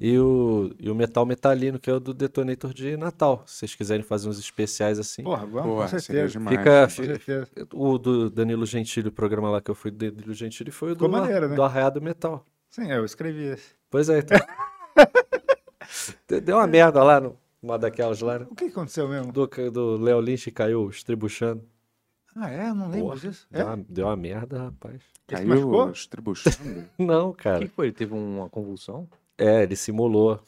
Speaker 8: e o, e o Metal Metalino, que é o do Detonator de Natal. Se vocês quiserem fazer uns especiais assim.
Speaker 4: Porra, vamos,
Speaker 6: Pô,
Speaker 4: com
Speaker 6: seria
Speaker 4: certeza.
Speaker 6: demais.
Speaker 8: Fica,
Speaker 4: Com certeza.
Speaker 8: o do Danilo Gentili, o programa lá que eu fui do Danilo Gentili, foi o do,
Speaker 4: Ficou maneiro, né?
Speaker 8: do Arraiado Metal.
Speaker 4: Sim, eu escrevi esse.
Speaker 8: Pois é, então. Deu- Deu uma merda lá, no- uma daquelas lá, né?
Speaker 4: O que aconteceu mesmo?
Speaker 8: do, do Léo Lynch caiu estribuchando.
Speaker 4: Ah, é? Eu Não lembro
Speaker 8: Porra,
Speaker 4: disso. É?
Speaker 8: Deu, uma, deu uma merda, rapaz.
Speaker 4: Ele se
Speaker 6: Caiu
Speaker 4: machucou?
Speaker 6: estribuchando.
Speaker 8: Não,
Speaker 9: O
Speaker 8: cara.
Speaker 9: que foi? Ele teve uma convulsão?
Speaker 8: É, ele simulou.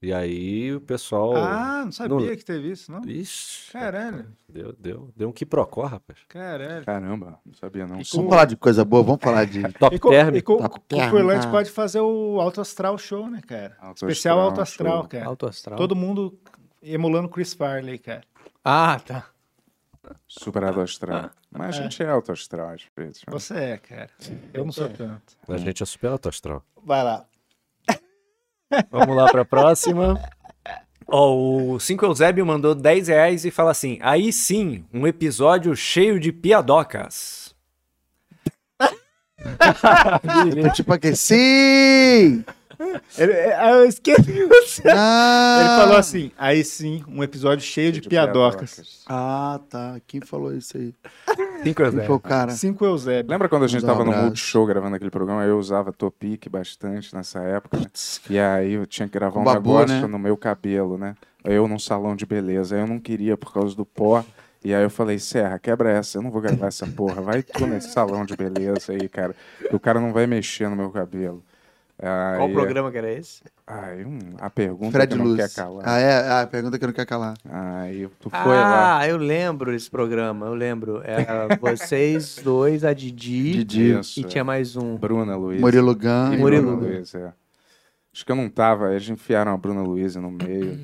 Speaker 8: E aí o pessoal.
Speaker 4: Ah, não sabia
Speaker 8: Não-
Speaker 4: que teve isso, não?
Speaker 8: Ixi.
Speaker 4: Caralho,
Speaker 8: Deu, deu, deu um quiprocó, rapaz.
Speaker 4: caralho.
Speaker 6: Caramba, não sabia não.
Speaker 7: Vamos falar de coisa boa, vamos falar de...
Speaker 8: Top
Speaker 4: E com,
Speaker 8: term.
Speaker 4: e com,
Speaker 7: Tá
Speaker 4: com o
Speaker 7: perna.
Speaker 4: Furlan, a gente pode fazer o Alto Astral Show, né, cara?
Speaker 6: Alto
Speaker 4: Especial
Speaker 6: Astral
Speaker 4: Alto Astral,
Speaker 6: Show.
Speaker 4: cara.
Speaker 9: Alto astral.
Speaker 4: Todo mundo emulando Chris Farley, cara.
Speaker 9: Ah, tá.
Speaker 6: Superado astral. Mas a gente é alto astral às vezes. né?
Speaker 4: Você é, cara. Eu não sou tanto.
Speaker 8: A gente é super alto astral.
Speaker 4: Vai lá.
Speaker 5: Vamos lá pra próxima. Ó, o 5 Eusébio mandou 10 reais e fala assim: aí sim, um episódio cheio de piadocas.
Speaker 7: Tipo aqui, sim!
Speaker 4: Ele, é, eu esqueci. Ele
Speaker 7: Ah!
Speaker 4: falou assim, aí sim, um episódio cheio de, piadocas.
Speaker 7: Ah, tá. Quem falou isso aí?
Speaker 5: 5
Speaker 3: é
Speaker 7: Quem foi o
Speaker 5: Eusébio.
Speaker 7: cara?
Speaker 4: Cinco Eusébio.
Speaker 6: Lembra quando a gente
Speaker 7: Mandar um
Speaker 6: tava no
Speaker 7: abraço.
Speaker 6: Multishow gravando aquele programa? Eu usava Topic bastante nessa época. né? E aí eu tinha que gravar um
Speaker 7: Babu,
Speaker 6: negócio
Speaker 7: né?
Speaker 6: no meu cabelo, né? Eu num salão de beleza. Eu não queria por causa do pó. E aí eu falei, Serra, quebra essa, eu não vou gravar essa porra. Vai tu nesse salão de beleza aí, cara. que O cara não vai mexer no meu cabelo. Aí,
Speaker 9: Qual programa que era esse?
Speaker 6: Aí, hum, a pergunta
Speaker 7: Fred
Speaker 6: que não
Speaker 7: Luz.
Speaker 6: quer calar.
Speaker 7: Ah, é? Ah, pergunta que eu não quer calar.
Speaker 6: Aí tu foi lá.
Speaker 9: ah, eu lembro esse programa, eu lembro. É, Era
Speaker 3: um-
Speaker 9: vocês dois, a Didi,
Speaker 7: Didi.
Speaker 6: Isso,
Speaker 9: e
Speaker 6: é.
Speaker 9: tinha mais um.
Speaker 6: Bruna Luiz.
Speaker 7: Murilo Gan.
Speaker 6: E
Speaker 9: Murilo.
Speaker 7: né?
Speaker 6: Bruna Luiz, é. Acho que eu não tava, aí eles enfiaram a Bruna Luiz no meio.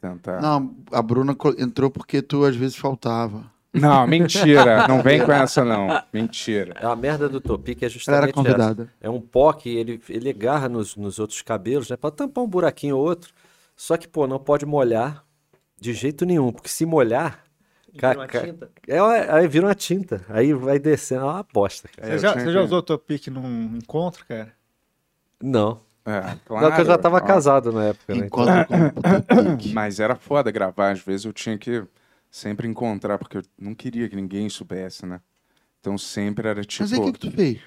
Speaker 6: pra Tentar. Não.
Speaker 7: Não, a Bruna co- entrou porque tu às vezes faltava.
Speaker 6: mentira. Não vem com essa, não. Mentira.
Speaker 8: A merda do Topic é
Speaker 7: Ela era
Speaker 8: justamente essa.
Speaker 7: convidada.
Speaker 8: É um pó que ele, ele agarra nos, nos outros cabelos, né? Pra tampar um buraquinho ou outro. Só que, pô, não pode molhar de jeito nenhum, porque se molhar. ca- ca- É, aí vira uma tinta. Aí vai descendo, é uma aposta, cara.
Speaker 4: Você
Speaker 6: eu
Speaker 4: já,
Speaker 6: tinha
Speaker 4: você já
Speaker 6: que-
Speaker 4: usou o Topic num encontro, cara?
Speaker 8: Não.
Speaker 6: É,
Speaker 8: Não, que eu já tava
Speaker 6: claro. Ah,
Speaker 8: casado na época, né?
Speaker 7: Enquanto com o Topic.
Speaker 6: Mas era foda gravar, às vezes eu tinha que sempre encontrar, porque eu não queria que ninguém soubesse, né? Então sempre era tipo.
Speaker 7: Mas aí o que, que tu fez?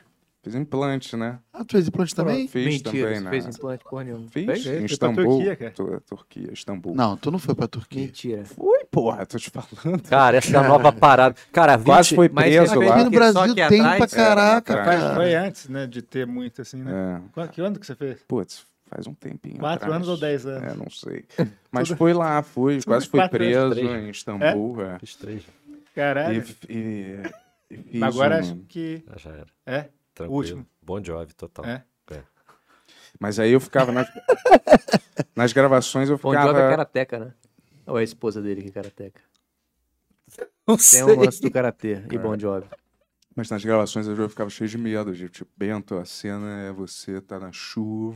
Speaker 6: Fiz implante, né?
Speaker 7: Ah, tu fez implante também?
Speaker 6: Fiz
Speaker 3: Mentira,
Speaker 6: também,
Speaker 3: você
Speaker 6: né?
Speaker 3: fez implante porra nenhuma.
Speaker 6: Fiz
Speaker 3: Fez?
Speaker 6: em
Speaker 4: pra
Speaker 6: Istambul.
Speaker 4: Turquia, cara.
Speaker 6: Tu- Turquia, Istambul.
Speaker 7: Não, tu não foi pra Turquia.
Speaker 3: Mentira.
Speaker 6: Foi, porra, tô te falando. é
Speaker 5: Cara, essa é a nova parada. Cara, 20...
Speaker 6: Quase foi
Speaker 3: mas
Speaker 6: preso
Speaker 3: ele-
Speaker 7: Aqui
Speaker 6: lá.
Speaker 7: no
Speaker 3: Só
Speaker 7: Brasil
Speaker 3: que
Speaker 7: tem
Speaker 3: atrás-
Speaker 7: pra caraca,
Speaker 6: É,
Speaker 4: Foi,
Speaker 7: cara.
Speaker 4: foi antes, né, de ter muito assim, né?
Speaker 6: É.
Speaker 4: Qual- Que ano que você fez?
Speaker 6: Putz, faz um tempinho.
Speaker 4: Quatro
Speaker 6: atrás.
Speaker 4: anos ou dez anos?
Speaker 6: É, não sei. Mas fui lá, fui, quase fui
Speaker 4: quatro
Speaker 6: preso
Speaker 4: anos,
Speaker 6: em Istambul. é.
Speaker 8: Fiz três.
Speaker 4: Caralho.
Speaker 6: E, e, e fiz
Speaker 4: Mas agora
Speaker 7: né?
Speaker 6: um-
Speaker 4: acho que
Speaker 10: Ah, já era.
Speaker 4: é.
Speaker 10: Tranquilo.
Speaker 4: Último.
Speaker 10: Bom Jovi, total.
Speaker 4: É.
Speaker 6: Mas aí eu ficava nas, nas gravações, eu
Speaker 3: Bom Jovi é
Speaker 6: ficava.
Speaker 3: karateca, né? Ou é a esposa dele que é karateca?
Speaker 5: Não
Speaker 3: Tem
Speaker 5: sei.
Speaker 3: um lance do karatê e
Speaker 6: É.
Speaker 3: Bon Jovi.
Speaker 6: Mas nas gravações eu ficava cheio de medo. de, Tipo, Bento, a cena é você tá na chuva.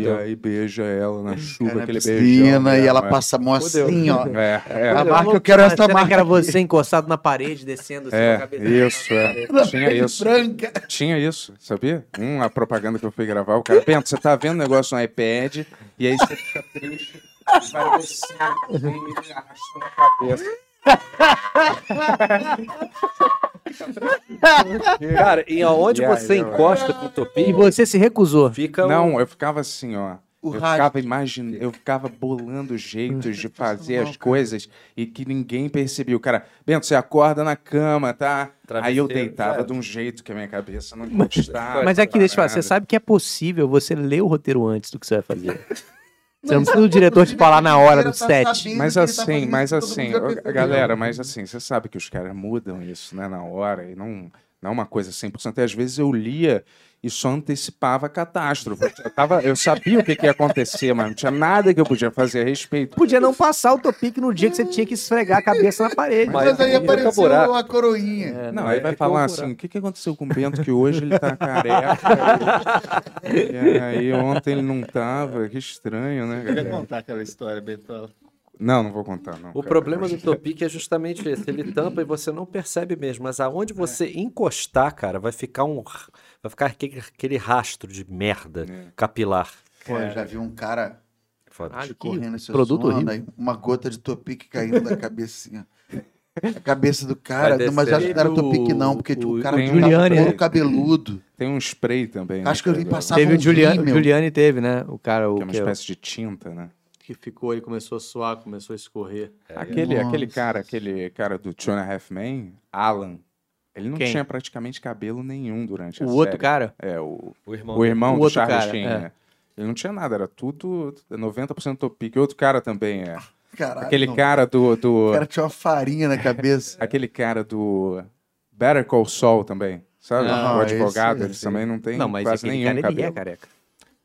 Speaker 6: e aí beija ela na
Speaker 7: Cara,
Speaker 6: chuva,
Speaker 7: na
Speaker 6: aquele
Speaker 7: piscina
Speaker 6: beijão.
Speaker 7: e
Speaker 6: né,
Speaker 7: ela
Speaker 6: mas-
Speaker 7: passa a mão assim, ó.
Speaker 6: É, é.
Speaker 7: A marca, eu quero essa
Speaker 9: Será que
Speaker 7: marca.
Speaker 9: era você encostado na parede, descendo assim, com a
Speaker 6: É,
Speaker 9: cabeça.
Speaker 6: isso, é. Tinha isso.
Speaker 7: Branca.
Speaker 6: Tinha isso, sabia? Hum, a propaganda que eu fui gravar, o cara, Bento, você tá vendo o negócio no iPad, e aí você fica triste, e vai descendo, e arrastando a cabeça.
Speaker 8: Cara, e aonde
Speaker 6: Yeah,
Speaker 8: você
Speaker 6: yeah,
Speaker 8: encosta com o
Speaker 9: E
Speaker 8: topinho,
Speaker 9: você se recusou.
Speaker 8: fica um...
Speaker 6: Não, eu ficava assim, ó.
Speaker 7: O
Speaker 6: eu
Speaker 7: rádio.
Speaker 6: ficava imaginando, eu ficava bolando jeitos de
Speaker 9: Tá
Speaker 6: fazer as coisas e que ninguém percebia. O cara, Bento, você acorda na cama, tá? Aí eu
Speaker 8: Travesseiro,
Speaker 6: deitava
Speaker 8: cara.
Speaker 6: de um jeito que a minha cabeça não gostava.
Speaker 9: é. Mas é que deixa eu falar,
Speaker 6: nada.
Speaker 9: você sabe que é possível você ler o roteiro antes do que você vai fazer. Você não precisa do diretor te falar na hora do set.
Speaker 6: Mas assim, mas assim, ô, galera, mas assim, você sabe que os caras mudam isso, né, na hora, e não, não é uma coisa 100%. E às vezes eu lia e só antecipava a catástrofe. Eu, tava, eu sabia o que, que ia acontecer, mas não tinha nada que eu podia fazer a respeito.
Speaker 9: Podia não passar o topic no dia que você tinha que esfregar a cabeça na parede.
Speaker 8: Mas
Speaker 7: Mas aí
Speaker 8: fica
Speaker 7: apareceu
Speaker 8: buraco.
Speaker 7: a coroinha.
Speaker 3: É,
Speaker 6: Não, aí
Speaker 3: é
Speaker 6: vai
Speaker 3: que
Speaker 6: falar
Speaker 3: loucura.
Speaker 6: assim, o que, que aconteceu com o Bento que hoje ele tá careca? e aí ontem ele não tava, que estranho, né,
Speaker 7: É.
Speaker 4: Eu ia
Speaker 6: galera?
Speaker 4: contar aquela história, Betola.
Speaker 6: Não, não vou contar, não.
Speaker 8: O
Speaker 6: cara.
Speaker 8: problema do Topic é justamente esse. Ele tampa e você não percebe mesmo. Mas aonde
Speaker 6: É.
Speaker 8: você encostar, cara, vai ficar um. Vai ficar aquele, aquele rastro de merda
Speaker 6: É,
Speaker 8: capilar.
Speaker 7: Pô, eu já vi um cara
Speaker 8: Foda.
Speaker 9: Ah,
Speaker 7: te
Speaker 9: que
Speaker 7: correndo assim,
Speaker 9: produto
Speaker 7: sono,
Speaker 9: horrível.
Speaker 7: aí uma gota de topic caindo da cabecinha. A cabeça do cara,
Speaker 8: Vai
Speaker 7: não, mas acho que não era
Speaker 3: descendo.
Speaker 7: topique não, porque
Speaker 3: O-
Speaker 7: tipo, o
Speaker 3: o
Speaker 7: cara tinha
Speaker 9: Giuliani,
Speaker 7: um
Speaker 6: né?
Speaker 7: couro cabeludo.
Speaker 6: Tem um spray também. né,
Speaker 7: Acho que eu vi
Speaker 6: cara?
Speaker 7: passar
Speaker 3: Teve o
Speaker 7: um
Speaker 3: Giuliani,
Speaker 7: rímel.
Speaker 9: Giuliani teve, né? O cara, o
Speaker 6: Que é uma
Speaker 9: que,
Speaker 6: espécie de tinta, né?
Speaker 3: Que ficou, ele começou a suar, começou a escorrer.
Speaker 6: Aquele,
Speaker 7: Nossa.
Speaker 6: aquele cara, aquele cara do Two and a Half Men, Alan, ele não
Speaker 9: Quem?
Speaker 6: tinha praticamente cabelo nenhum durante a
Speaker 9: o outro
Speaker 6: série.
Speaker 9: cara.
Speaker 6: É, o,
Speaker 8: O irmão.
Speaker 6: o irmão
Speaker 9: O
Speaker 6: do
Speaker 9: outro
Speaker 6: Charlie
Speaker 9: cara,
Speaker 6: Sheen,
Speaker 9: é.
Speaker 6: né? Ele não tinha nada, era tudo é, 90% topique. Outro cara também, é.
Speaker 7: Ah, Caralho,
Speaker 6: Aquele
Speaker 7: não.
Speaker 6: cara do... do
Speaker 7: O cara é. tinha uma farinha na cabeça.
Speaker 6: Aquele cara do Better Call Saul também. Sabe?
Speaker 7: Ah,
Speaker 6: o advogado,
Speaker 7: esse-
Speaker 6: ele também não tem
Speaker 9: Não, mas
Speaker 6: quase
Speaker 9: aquele
Speaker 6: nenhum
Speaker 9: cara, ele
Speaker 6: cabelo.
Speaker 9: é careca.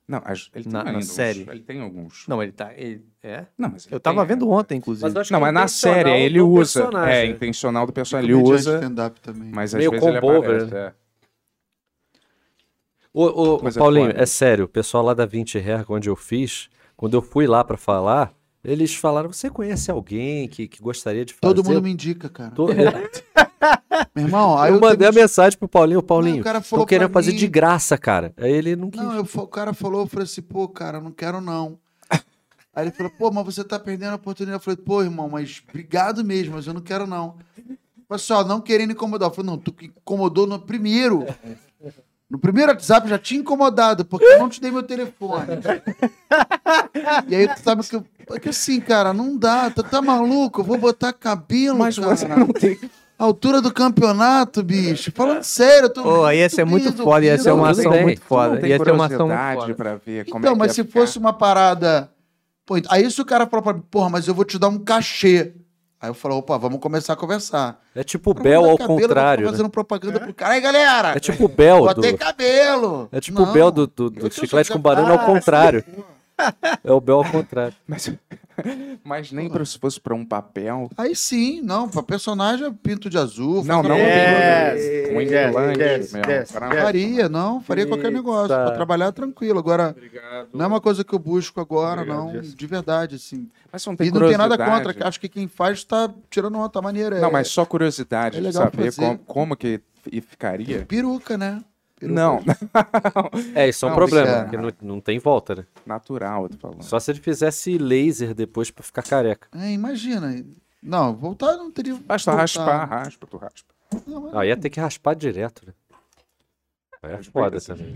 Speaker 6: Não, as- ele tem
Speaker 9: Na- na
Speaker 6: ainda uns-
Speaker 9: série.
Speaker 6: Ele tem alguns.
Speaker 9: Não, ele tá... ele- é?
Speaker 6: Não, mas ele
Speaker 9: Eu tava
Speaker 6: tem-
Speaker 9: vendo ontem, inclusive.
Speaker 8: Mas eu acho
Speaker 6: Não,
Speaker 8: que
Speaker 6: mas
Speaker 8: é
Speaker 6: na
Speaker 8: intencional
Speaker 6: série ele
Speaker 8: do
Speaker 6: usa. É,
Speaker 8: personagem.
Speaker 6: intencional do personagem. Ele
Speaker 7: Comediante de
Speaker 6: usa.
Speaker 7: stand-up também.
Speaker 6: Mas às
Speaker 8: Meio
Speaker 6: vezes ele
Speaker 8: combover,
Speaker 6: aparece.
Speaker 7: né?
Speaker 6: é.
Speaker 8: Ô, ô, ô,
Speaker 6: Mas é
Speaker 8: Paulinho,
Speaker 6: foda.
Speaker 8: é sério, o pessoal lá da 20 Hair, onde eu fiz, quando eu fui lá pra falar, eles falaram: você conhece alguém que, que gostaria de fazer?
Speaker 7: Todo mundo me indica, cara.
Speaker 8: Tô-
Speaker 7: Meu irmão, aí
Speaker 8: eu,
Speaker 7: eu
Speaker 8: mandei a
Speaker 7: tenho-
Speaker 8: mensagem pro Paulinho, Paulinho,
Speaker 7: o cara
Speaker 8: tô
Speaker 7: falou
Speaker 8: querendo
Speaker 7: pra
Speaker 8: fazer
Speaker 7: mim-
Speaker 8: de graça, cara. Aí ele não quis.
Speaker 7: Não, eu fa- o cara falou, eu falei assim, pô, cara, não quero não. Aí ele falou, pô, mas você tá perdendo a oportunidade. Eu falei, pô, irmão, mas obrigado mesmo, mas eu não quero não. Pessoal, não querendo incomodar. Eu falei, não, tu que incomodou no primeiro. No primeiro WhatsApp eu já tinha incomodado, porque eu não te dei meu telefone. e aí tu sabe que eu. Porque assim, cara, não dá. Tu tá maluco? Eu vou botar cabelo,
Speaker 6: Mas
Speaker 7: cara.
Speaker 6: você não tem.
Speaker 7: Altura do campeonato, bicho. Falando sério, eu tô.
Speaker 9: Pô, aí ia ser muito
Speaker 7: liso,
Speaker 9: foda, ia
Speaker 7: liso,
Speaker 9: ser uma
Speaker 8: tudo
Speaker 9: ação
Speaker 8: bem.
Speaker 9: muito
Speaker 6: Não
Speaker 9: foda.
Speaker 6: tem
Speaker 9: Ia ser uma ação muito
Speaker 6: curiosidade
Speaker 9: foda.
Speaker 6: pra ver como é
Speaker 7: Então,
Speaker 6: que
Speaker 7: mas
Speaker 6: ia
Speaker 7: se
Speaker 6: ficar.
Speaker 7: fosse uma parada. Pô, ent- aí se o cara fala pra mim, porra, mas eu vou te dar um cachê. Aí eu falo, opa, vamos começar a conversar.
Speaker 8: É tipo o
Speaker 7: Pra
Speaker 8: Bel
Speaker 7: mudar
Speaker 8: ao
Speaker 7: cabelo,
Speaker 8: contrário.
Speaker 7: Eu tô
Speaker 8: né?
Speaker 7: fazendo propaganda pro cara. Aí, galera!
Speaker 8: É tipo o Bel do.
Speaker 7: botei cabelo!
Speaker 8: É tipo
Speaker 7: Não.
Speaker 8: o Bel do, do- do
Speaker 7: Eu tô
Speaker 8: chiclete
Speaker 7: só-
Speaker 8: com banana ao
Speaker 7: Ah,
Speaker 8: contrário. É o Bel ao contrário.
Speaker 6: Mas, mas nem pra, se fosse pra um papel.
Speaker 7: Aí sim, não, pra personagem eu pinto de azul.
Speaker 6: Não,
Speaker 7: faço
Speaker 6: não.
Speaker 4: Yes,
Speaker 6: Um
Speaker 4: yes,
Speaker 6: implante
Speaker 4: yes,
Speaker 6: mesmo,
Speaker 4: yes,
Speaker 6: pra-
Speaker 4: yes.
Speaker 7: Faria, não, faria qualquer negócio. Pra trabalhar tranquilo. Agora, não é uma coisa que eu busco agora,
Speaker 4: Obrigado,
Speaker 7: não.
Speaker 4: Jess.
Speaker 7: De verdade, assim.
Speaker 6: Mas não tem
Speaker 7: E não tem nada
Speaker 6: curiosidade.
Speaker 7: contra. Acho que quem faz tá tirando uma outra maneira.
Speaker 6: Não,
Speaker 7: É
Speaker 6: mas só curiosidade
Speaker 7: É
Speaker 6: de
Speaker 7: legal
Speaker 6: saber
Speaker 7: fazer.
Speaker 6: como, como que e ficaria.
Speaker 7: Peruca, né? Peruca.
Speaker 6: Não,
Speaker 8: É, isso é um
Speaker 6: Não,
Speaker 8: problema,
Speaker 7: cara.
Speaker 8: porque não, não tem volta, né?
Speaker 6: natural, eu tô falando.
Speaker 8: Só se ele fizesse laser depois pra ficar careca.
Speaker 7: É, imagina. Não, voltar não teria.
Speaker 6: Basta
Speaker 7: voltar.
Speaker 6: raspar, raspa, tu raspa.
Speaker 7: Não, mas-
Speaker 10: Ah, ia ter que raspar direto, né? Aí É foda também.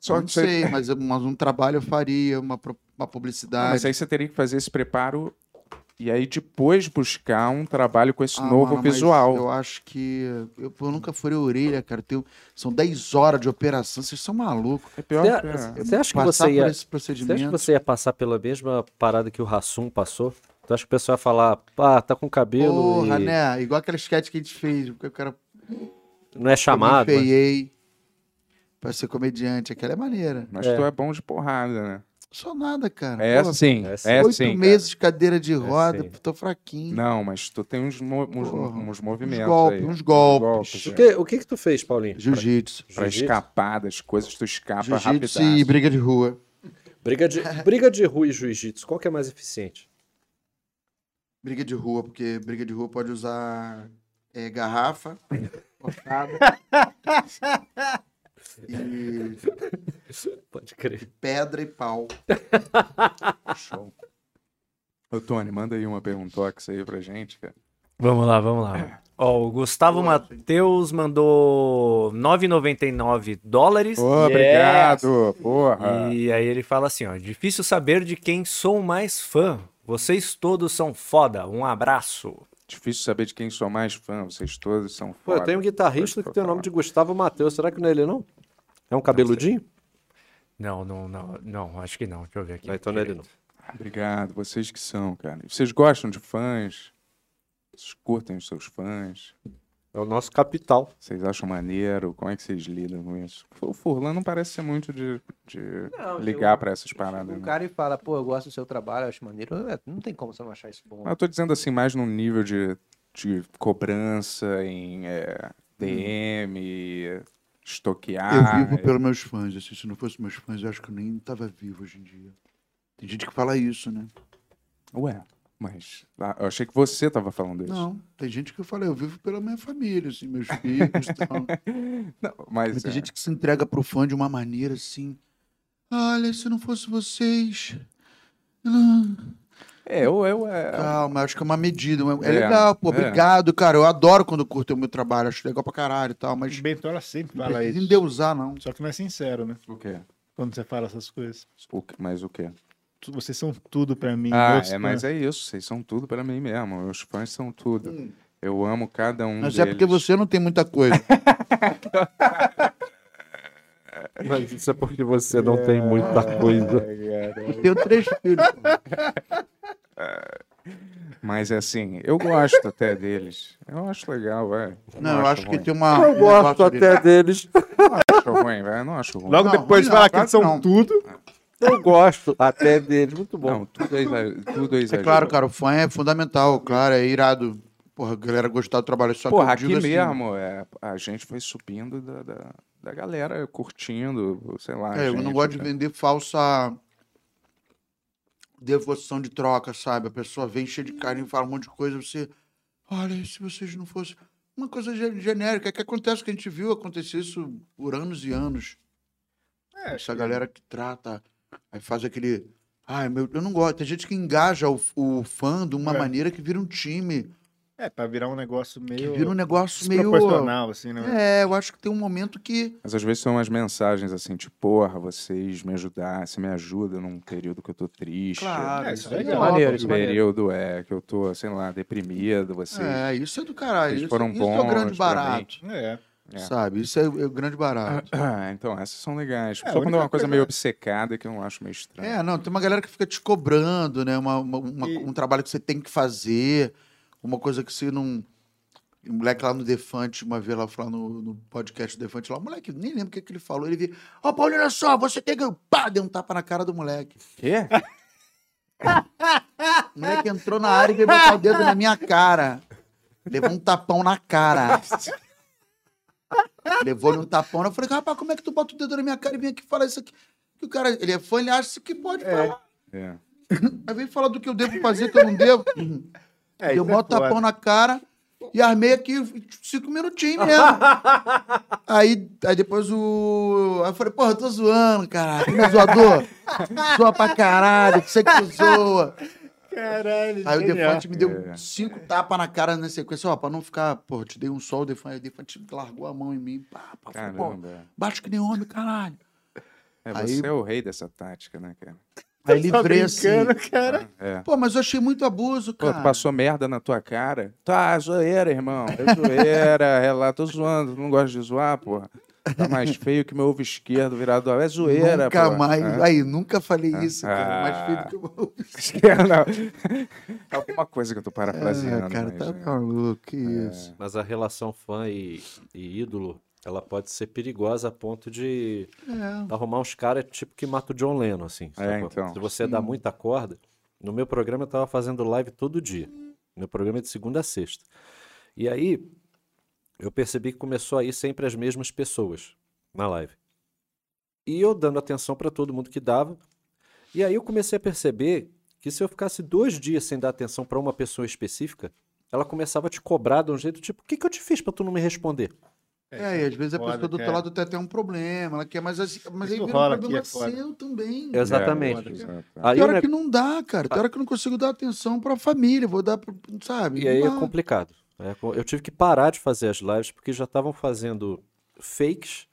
Speaker 6: Só
Speaker 7: não
Speaker 6: que você-
Speaker 7: sei, mas, eu- mas um trabalho eu faria, uma, pro- uma publicidade.
Speaker 6: Mas é aí você teria que fazer esse preparo e aí depois buscar um trabalho com esse
Speaker 7: Ah,
Speaker 6: novo
Speaker 7: mano, mas
Speaker 6: visual.
Speaker 7: Eu acho que. Eu, eu nunca furei a orelha, cara. Tenho- são 10 horas de operação, vocês são malucos.
Speaker 6: É pior
Speaker 10: Você-
Speaker 6: que é.
Speaker 10: Você acha que
Speaker 7: Passar
Speaker 10: você ia... Você
Speaker 7: por esse
Speaker 10: acha que
Speaker 7: procedimento.
Speaker 10: você ia passar pela mesma parada que o Rassum passou? Tu acha que o pessoal ia falar, pá, tá com cabelo
Speaker 7: Porra,
Speaker 10: e
Speaker 7: né? Igual aquela sketch que a gente fez, porque o cara
Speaker 10: não é chamado?
Speaker 7: eu me
Speaker 10: mas-
Speaker 7: feiei pra ser comediante. Aquela é maneira.
Speaker 6: Mas tu é bom de porrada, né?
Speaker 7: Só nada, cara.
Speaker 6: É
Speaker 7: Pô,
Speaker 6: sim,
Speaker 10: é sim.
Speaker 6: é
Speaker 7: Oito
Speaker 6: sim.
Speaker 7: meses de cadeira de roda,
Speaker 10: sim.
Speaker 7: tô fraquinho.
Speaker 6: assim. Não, mas tu tem uns, mo- uns,
Speaker 7: Porra.
Speaker 6: uns
Speaker 7: uns
Speaker 6: movimentos
Speaker 7: golpes,
Speaker 6: aí.
Speaker 7: uns golpes.
Speaker 6: é.
Speaker 5: O que, o que que tu fez, Paulinho?
Speaker 7: Jiu-jitsu.
Speaker 6: Pra
Speaker 5: Jiu-jitsu?
Speaker 6: escapar das coisas, tu escapa
Speaker 7: Jiu-jitsu e
Speaker 6: rapidamente.
Speaker 7: briga de rua.
Speaker 5: Briga de, briga de rua e jiu-jitsu, qual que é mais eficiente?
Speaker 7: Briga de rua, porque briga de rua pode usar é, garrafa, cortada. e
Speaker 5: Pode crer.
Speaker 7: pedra e pau.
Speaker 6: Ô, Tony, manda aí uma perguntox aí é pra gente, cara.
Speaker 5: Vamos lá, vamos lá. Ó, o Gustavo Matheus mandou 9,99 dólares.
Speaker 7: é.
Speaker 6: Ô, Obrigado, porra.
Speaker 5: E aí ele fala assim, ó, difícil saber de quem sou mais fã. Vocês todos são foda. Um abraço.
Speaker 6: Difícil saber de quem sou mais fã, vocês todos são
Speaker 5: Pô,
Speaker 6: foda.
Speaker 5: eu tenho um guitarrista que tem o nome de Gustavo Matheus. Será que não é ele, não? É um cabeludinho? Não, não, não, não, acho que não. Deixa eu ver aqui. então não é ele, não.
Speaker 6: Obrigado, vocês que são, cara. Vocês gostam de fãs? Vocês curtem os seus fãs?
Speaker 5: É o nosso capital.
Speaker 6: Vocês acham maneiro? Como é que vocês lidam com isso? O Furlan não parece ser muito de, de
Speaker 9: Não,
Speaker 6: ligar
Speaker 9: eu-
Speaker 6: pra essas paradas,
Speaker 9: Um
Speaker 6: né?
Speaker 9: cara e fala, pô, eu gosto do seu trabalho, eu acho maneiro. É, Não tem como você não achar isso bom.
Speaker 6: Mas eu tô dizendo assim, mais num nível de, de cobrança em é, DM, estoquear.
Speaker 7: eu vivo pelos meus fãs. Assim, se não fosse meus fãs, eu acho que eu nem tava vivo hoje em dia. Tem gente que fala isso, né?
Speaker 6: Ué, mas ah, eu achei que você tava falando isso.
Speaker 7: Não, tem gente que eu falo, eu vivo pela minha família, assim, meus filhos e tal.
Speaker 6: Não, mas
Speaker 7: Mas tem
Speaker 6: é.
Speaker 7: gente que se entrega pro fã de uma maneira assim. Olha, se não fosse vocês. não."
Speaker 6: É, eu, eu é.
Speaker 7: Calma, acho que é uma medida. É, é
Speaker 6: É,
Speaker 7: legal, pô.
Speaker 6: é.
Speaker 7: Obrigado, cara. Eu adoro quando curtem o meu trabalho. Acho legal pra caralho e tal. Mas
Speaker 4: O Bentola sempre
Speaker 7: não
Speaker 4: fala
Speaker 7: precisa
Speaker 4: isso.
Speaker 7: endeusar, não.
Speaker 6: Um
Speaker 4: Só que não é sincero, né?
Speaker 6: O quê?
Speaker 4: Quando você fala essas coisas.
Speaker 6: O que- Mas o quê?
Speaker 4: Tu- Vocês são tudo pra mim.
Speaker 6: Ah,
Speaker 4: meus
Speaker 6: é,
Speaker 4: fãs.
Speaker 6: mas é isso. Vocês são tudo pra mim mesmo. Meus fãs são tudo. Eu amo cada um
Speaker 7: Hum. Mas é
Speaker 6: deles.
Speaker 7: porque você não tem muita coisa.
Speaker 5: Mas isso é porque você não tem muita coisa.
Speaker 7: Eu tenho três filhos. pô.
Speaker 6: Mas assim, eu gosto até deles. Eu acho legal, velho.
Speaker 7: Não, eu acho que
Speaker 6: ruim.
Speaker 7: tem uma.
Speaker 5: Eu
Speaker 7: um
Speaker 5: gosto
Speaker 7: negócio
Speaker 5: até
Speaker 7: dele.
Speaker 5: deles.
Speaker 6: Não acho ruim, velho. Não acho ruim.
Speaker 4: Logo
Speaker 7: Não,
Speaker 4: depois
Speaker 7: não,
Speaker 4: fala que
Speaker 7: claro
Speaker 4: eles são
Speaker 7: que não.
Speaker 4: tudo.
Speaker 5: Eu gosto até deles. Muito bom.
Speaker 6: Não, tudo é exa- tudo é
Speaker 7: É
Speaker 6: exagero.
Speaker 7: claro, cara, o fã é fundamental, claro, é irado. Porra, a galera gostar do trabalho. Só
Speaker 6: Porra,
Speaker 7: que
Speaker 6: aqui
Speaker 7: eu digo assim,
Speaker 6: mesmo, é, a gente foi subindo da, da, da galera curtindo, sei lá.
Speaker 7: É, eu não
Speaker 6: gente,
Speaker 7: gosto de
Speaker 6: né?
Speaker 7: vender falsa devoção de troca, sabe? A pessoa vem cheia de carinho, fala um monte de coisa, você. Olha, e se vocês não fossem. Uma coisa ge- genérica, é que acontece que a gente viu acontecer isso por anos e anos.
Speaker 6: É,
Speaker 7: é, Essa galera que trata, aí faz aquele. Ai, meu, eu não gosto. Tem gente que engaja o, o fã de uma
Speaker 4: É.
Speaker 7: maneira que vira um time,
Speaker 4: É, pra virar um negócio
Speaker 7: que
Speaker 4: meio.
Speaker 7: vira um negócio meio.
Speaker 4: desproporcional, assim, né?
Speaker 7: É, eu acho que tem um momento que.
Speaker 6: Mas às vezes são umas mensagens assim, tipo, porra, vocês me ajudaram, você me ajuda num período que eu tô triste.
Speaker 7: Claro,
Speaker 4: É,
Speaker 7: isso
Speaker 4: isso
Speaker 7: é
Speaker 4: aí é
Speaker 7: legal.
Speaker 9: maneiro,
Speaker 6: Esse
Speaker 9: isso é maneiro.
Speaker 6: período é que eu tô, sei lá, deprimido, vocês.
Speaker 7: É, isso é do caralho.
Speaker 6: Eles
Speaker 7: Isso,
Speaker 6: foram
Speaker 7: isso é o grande
Speaker 6: bons pra mim.
Speaker 7: barato.
Speaker 4: É.
Speaker 6: É.
Speaker 7: Sabe? Isso é, o- é o grande barato.
Speaker 6: Ah, então, essas são legais.
Speaker 4: É, a
Speaker 6: Só quando é uma
Speaker 4: única
Speaker 6: coisa
Speaker 4: coisa-
Speaker 6: meio obcecada que eu acho meio estranho.
Speaker 7: É, não, tem uma galera que fica te cobrando, né? Uma, uma- uma-
Speaker 4: E-
Speaker 7: Um trabalho que você tem que fazer, uma coisa que você não. O moleque lá no Defante, uma vez lá, lá no, no podcast do Defante, lá, o moleque, nem lembro o que, que ele falou. Ele viu, ó, Paulinho, olha só, você tem que. Pá, deu um tapa na cara do moleque.
Speaker 6: Quê?
Speaker 7: O moleque é entrou na área e veio botar o dedo na minha cara. Levou um tapão na cara. Levou-lhe um tapão. Eu falei, rapaz, como é que tu bota o dedo na minha cara e vem aqui falar isso aqui? Que o cara, ele é fã, ele acha que pode falar.
Speaker 6: É.
Speaker 7: Aí vem falar do que eu devo fazer, que eu não devo.
Speaker 4: É,
Speaker 7: Deu
Speaker 4: isso é
Speaker 7: mó
Speaker 4: foda.
Speaker 7: tapão na cara e armei aqui cinco minutinhos mesmo. aí, aí depois o. Aí eu falei, porra, eu tô zoando, caralho. Não é zoador? zoa pra caralho, que você que zoa.
Speaker 4: Caralho,
Speaker 7: Aí o
Speaker 4: genial.
Speaker 7: Defante me deu
Speaker 6: É.
Speaker 7: cinco tapas na cara na sequência. Ó, pra não ficar, pô, eu te dei um sol, o Defante, o Defante largou a mão em mim. Pá, pá, falei, pô,
Speaker 6: Caramba.
Speaker 7: baixo que nem homem, caralho.
Speaker 6: É,
Speaker 7: Aí-
Speaker 6: você é o rei dessa tática, né, cara?
Speaker 7: Aí livrei assim.
Speaker 4: brincando, cara.
Speaker 6: É.
Speaker 7: Pô, mas eu achei muito abuso,
Speaker 6: tá Pô,
Speaker 7: cara.
Speaker 6: tu passou merda na tua cara. Tá, zoeira, irmão. É zoeira, é lá, tô zoando. Não gosto de zoar, porra. Tá mais feio que meu ovo esquerdo virado. ao- É zoeira,
Speaker 7: Nunca
Speaker 6: porra.
Speaker 7: mais.
Speaker 6: É.
Speaker 7: Aí, nunca falei isso, cara.
Speaker 6: Ah.
Speaker 7: Mais feio do que eu.
Speaker 6: É, Não. É Alguma coisa que eu tô parafraseando.
Speaker 7: Ah, cara,
Speaker 6: mas,
Speaker 7: tá
Speaker 6: né?
Speaker 7: maluco, que isso.
Speaker 8: Mas a relação fã e, e ídolo, ela pode ser perigosa a ponto de arrumar uns caras tipo que mata o John Lennon, assim. sacou?
Speaker 6: então.
Speaker 8: Se você dá muita corda. No meu programa eu tava fazendo live todo dia. Meu programa é de segunda a sexta. E aí eu percebi que começou a ir sempre as mesmas pessoas na live. E eu dando atenção para todo mundo que dava. E aí eu comecei a perceber que se eu ficasse dois dias sem dar atenção para uma pessoa específica, ela começava a te cobrar de um jeito tipo, o que, que eu te fiz para tu não me responder?
Speaker 7: É, e às vezes a
Speaker 4: foda,
Speaker 7: pessoa do outro
Speaker 4: cara.
Speaker 7: lado tem até um problema, ela quer, mas, assim, mas aí
Speaker 4: Isso
Speaker 7: vira um
Speaker 4: rola
Speaker 7: problema
Speaker 4: aqui, é foda.
Speaker 7: seu também.
Speaker 8: Exatamente.
Speaker 6: Exato.
Speaker 8: Aí né? Ah.
Speaker 7: Tem
Speaker 8: o
Speaker 7: hora
Speaker 8: ne-
Speaker 7: que não dá, cara. Tem hora que eu não consigo dar atenção pra família. Vou dar, pro, sabe?
Speaker 8: E aí é
Speaker 7: Não dá.
Speaker 8: complicado. É, co- Eu tive que parar de fazer as lives porque já estavam fazendo fakes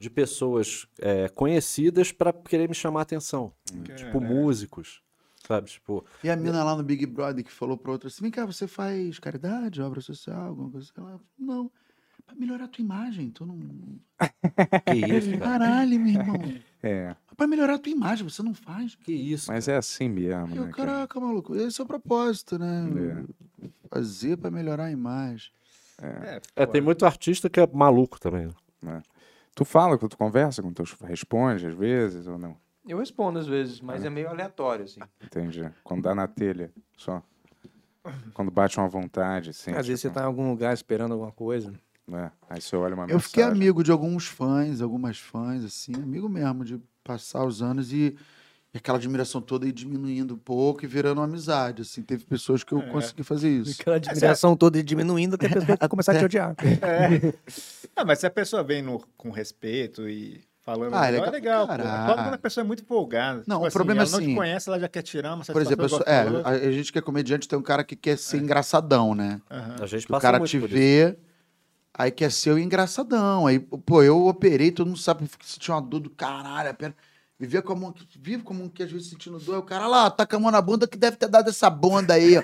Speaker 8: de pessoas é, conhecidas para querer me chamar a atenção.
Speaker 4: É,
Speaker 8: Tipo
Speaker 4: né?
Speaker 8: músicos, sabe? Tipo,
Speaker 7: E a mina lá no Big Brother que falou pra outra assim: vem cá, você faz caridade, obra social, alguma coisa assim? Ela, não. Pra melhorar a tua imagem, tu não.
Speaker 8: que isso, cara?
Speaker 7: Caralho, meu irmão.
Speaker 6: É,
Speaker 7: Pra melhorar a tua imagem, você não faz.
Speaker 8: Que isso?
Speaker 6: mas é assim mesmo,
Speaker 7: E eu,
Speaker 6: né, cara? É.
Speaker 7: caraca, maluco, esse é o propósito, né? Fazer pra melhorar a imagem.
Speaker 8: É, tem muito artista que é maluco também. né?
Speaker 6: Tu fala, tu conversa com teus... Responde às vezes ou não?
Speaker 9: Eu respondo às vezes, mas é meio aleatório, assim.
Speaker 6: Entendi. Quando dá na telha, só. Quando bate uma vontade, assim.
Speaker 9: Às vezes você tá em algum lugar esperando alguma coisa.
Speaker 6: né? Aí você olha uma
Speaker 7: Eu fiquei
Speaker 6: mensagem.
Speaker 7: amigo de alguns fãs, algumas fãs, assim, amigo mesmo, de passar os anos e, e aquela admiração toda ir diminuindo um pouco e virando uma amizade, assim. Teve pessoas que eu
Speaker 6: É.
Speaker 7: consegui fazer isso.
Speaker 9: Aquela
Speaker 3: é
Speaker 9: admiração toda diminuindo até a pessoa começar a te odiar.
Speaker 4: Ah, mas se a pessoa vem no- com respeito e falando,
Speaker 7: Ah, é
Speaker 4: ah, legal,
Speaker 7: legal
Speaker 4: é legal. pô.
Speaker 7: caralho.
Speaker 4: Fala quando a pessoa é muito folgada.
Speaker 7: Não, o problema é
Speaker 4: ela não
Speaker 7: assim,
Speaker 4: te conhece, ela já quer tirar uma
Speaker 7: Por
Speaker 4: satisfação.
Speaker 7: exemplo, eu sou-
Speaker 4: igual
Speaker 7: é,
Speaker 4: você falou.
Speaker 7: a, a gente que é comediante tem um cara que quer ser engraçadão, né?
Speaker 4: Aham.
Speaker 8: A gente
Speaker 7: Que
Speaker 8: É.
Speaker 7: o
Speaker 8: passa
Speaker 7: cara
Speaker 8: muito
Speaker 7: te
Speaker 8: por
Speaker 7: vê, aí quer ser o engraçadão. Aí, pô, eu operei, todo mundo sabe que senti uma dor do caralho, a perna. Vivia com a mão aqui, vive com a mão aqui, às vezes um sentindo dor. Aí O cara lá, tá com a mão na bunda que deve ter dado essa bunda aí, ó.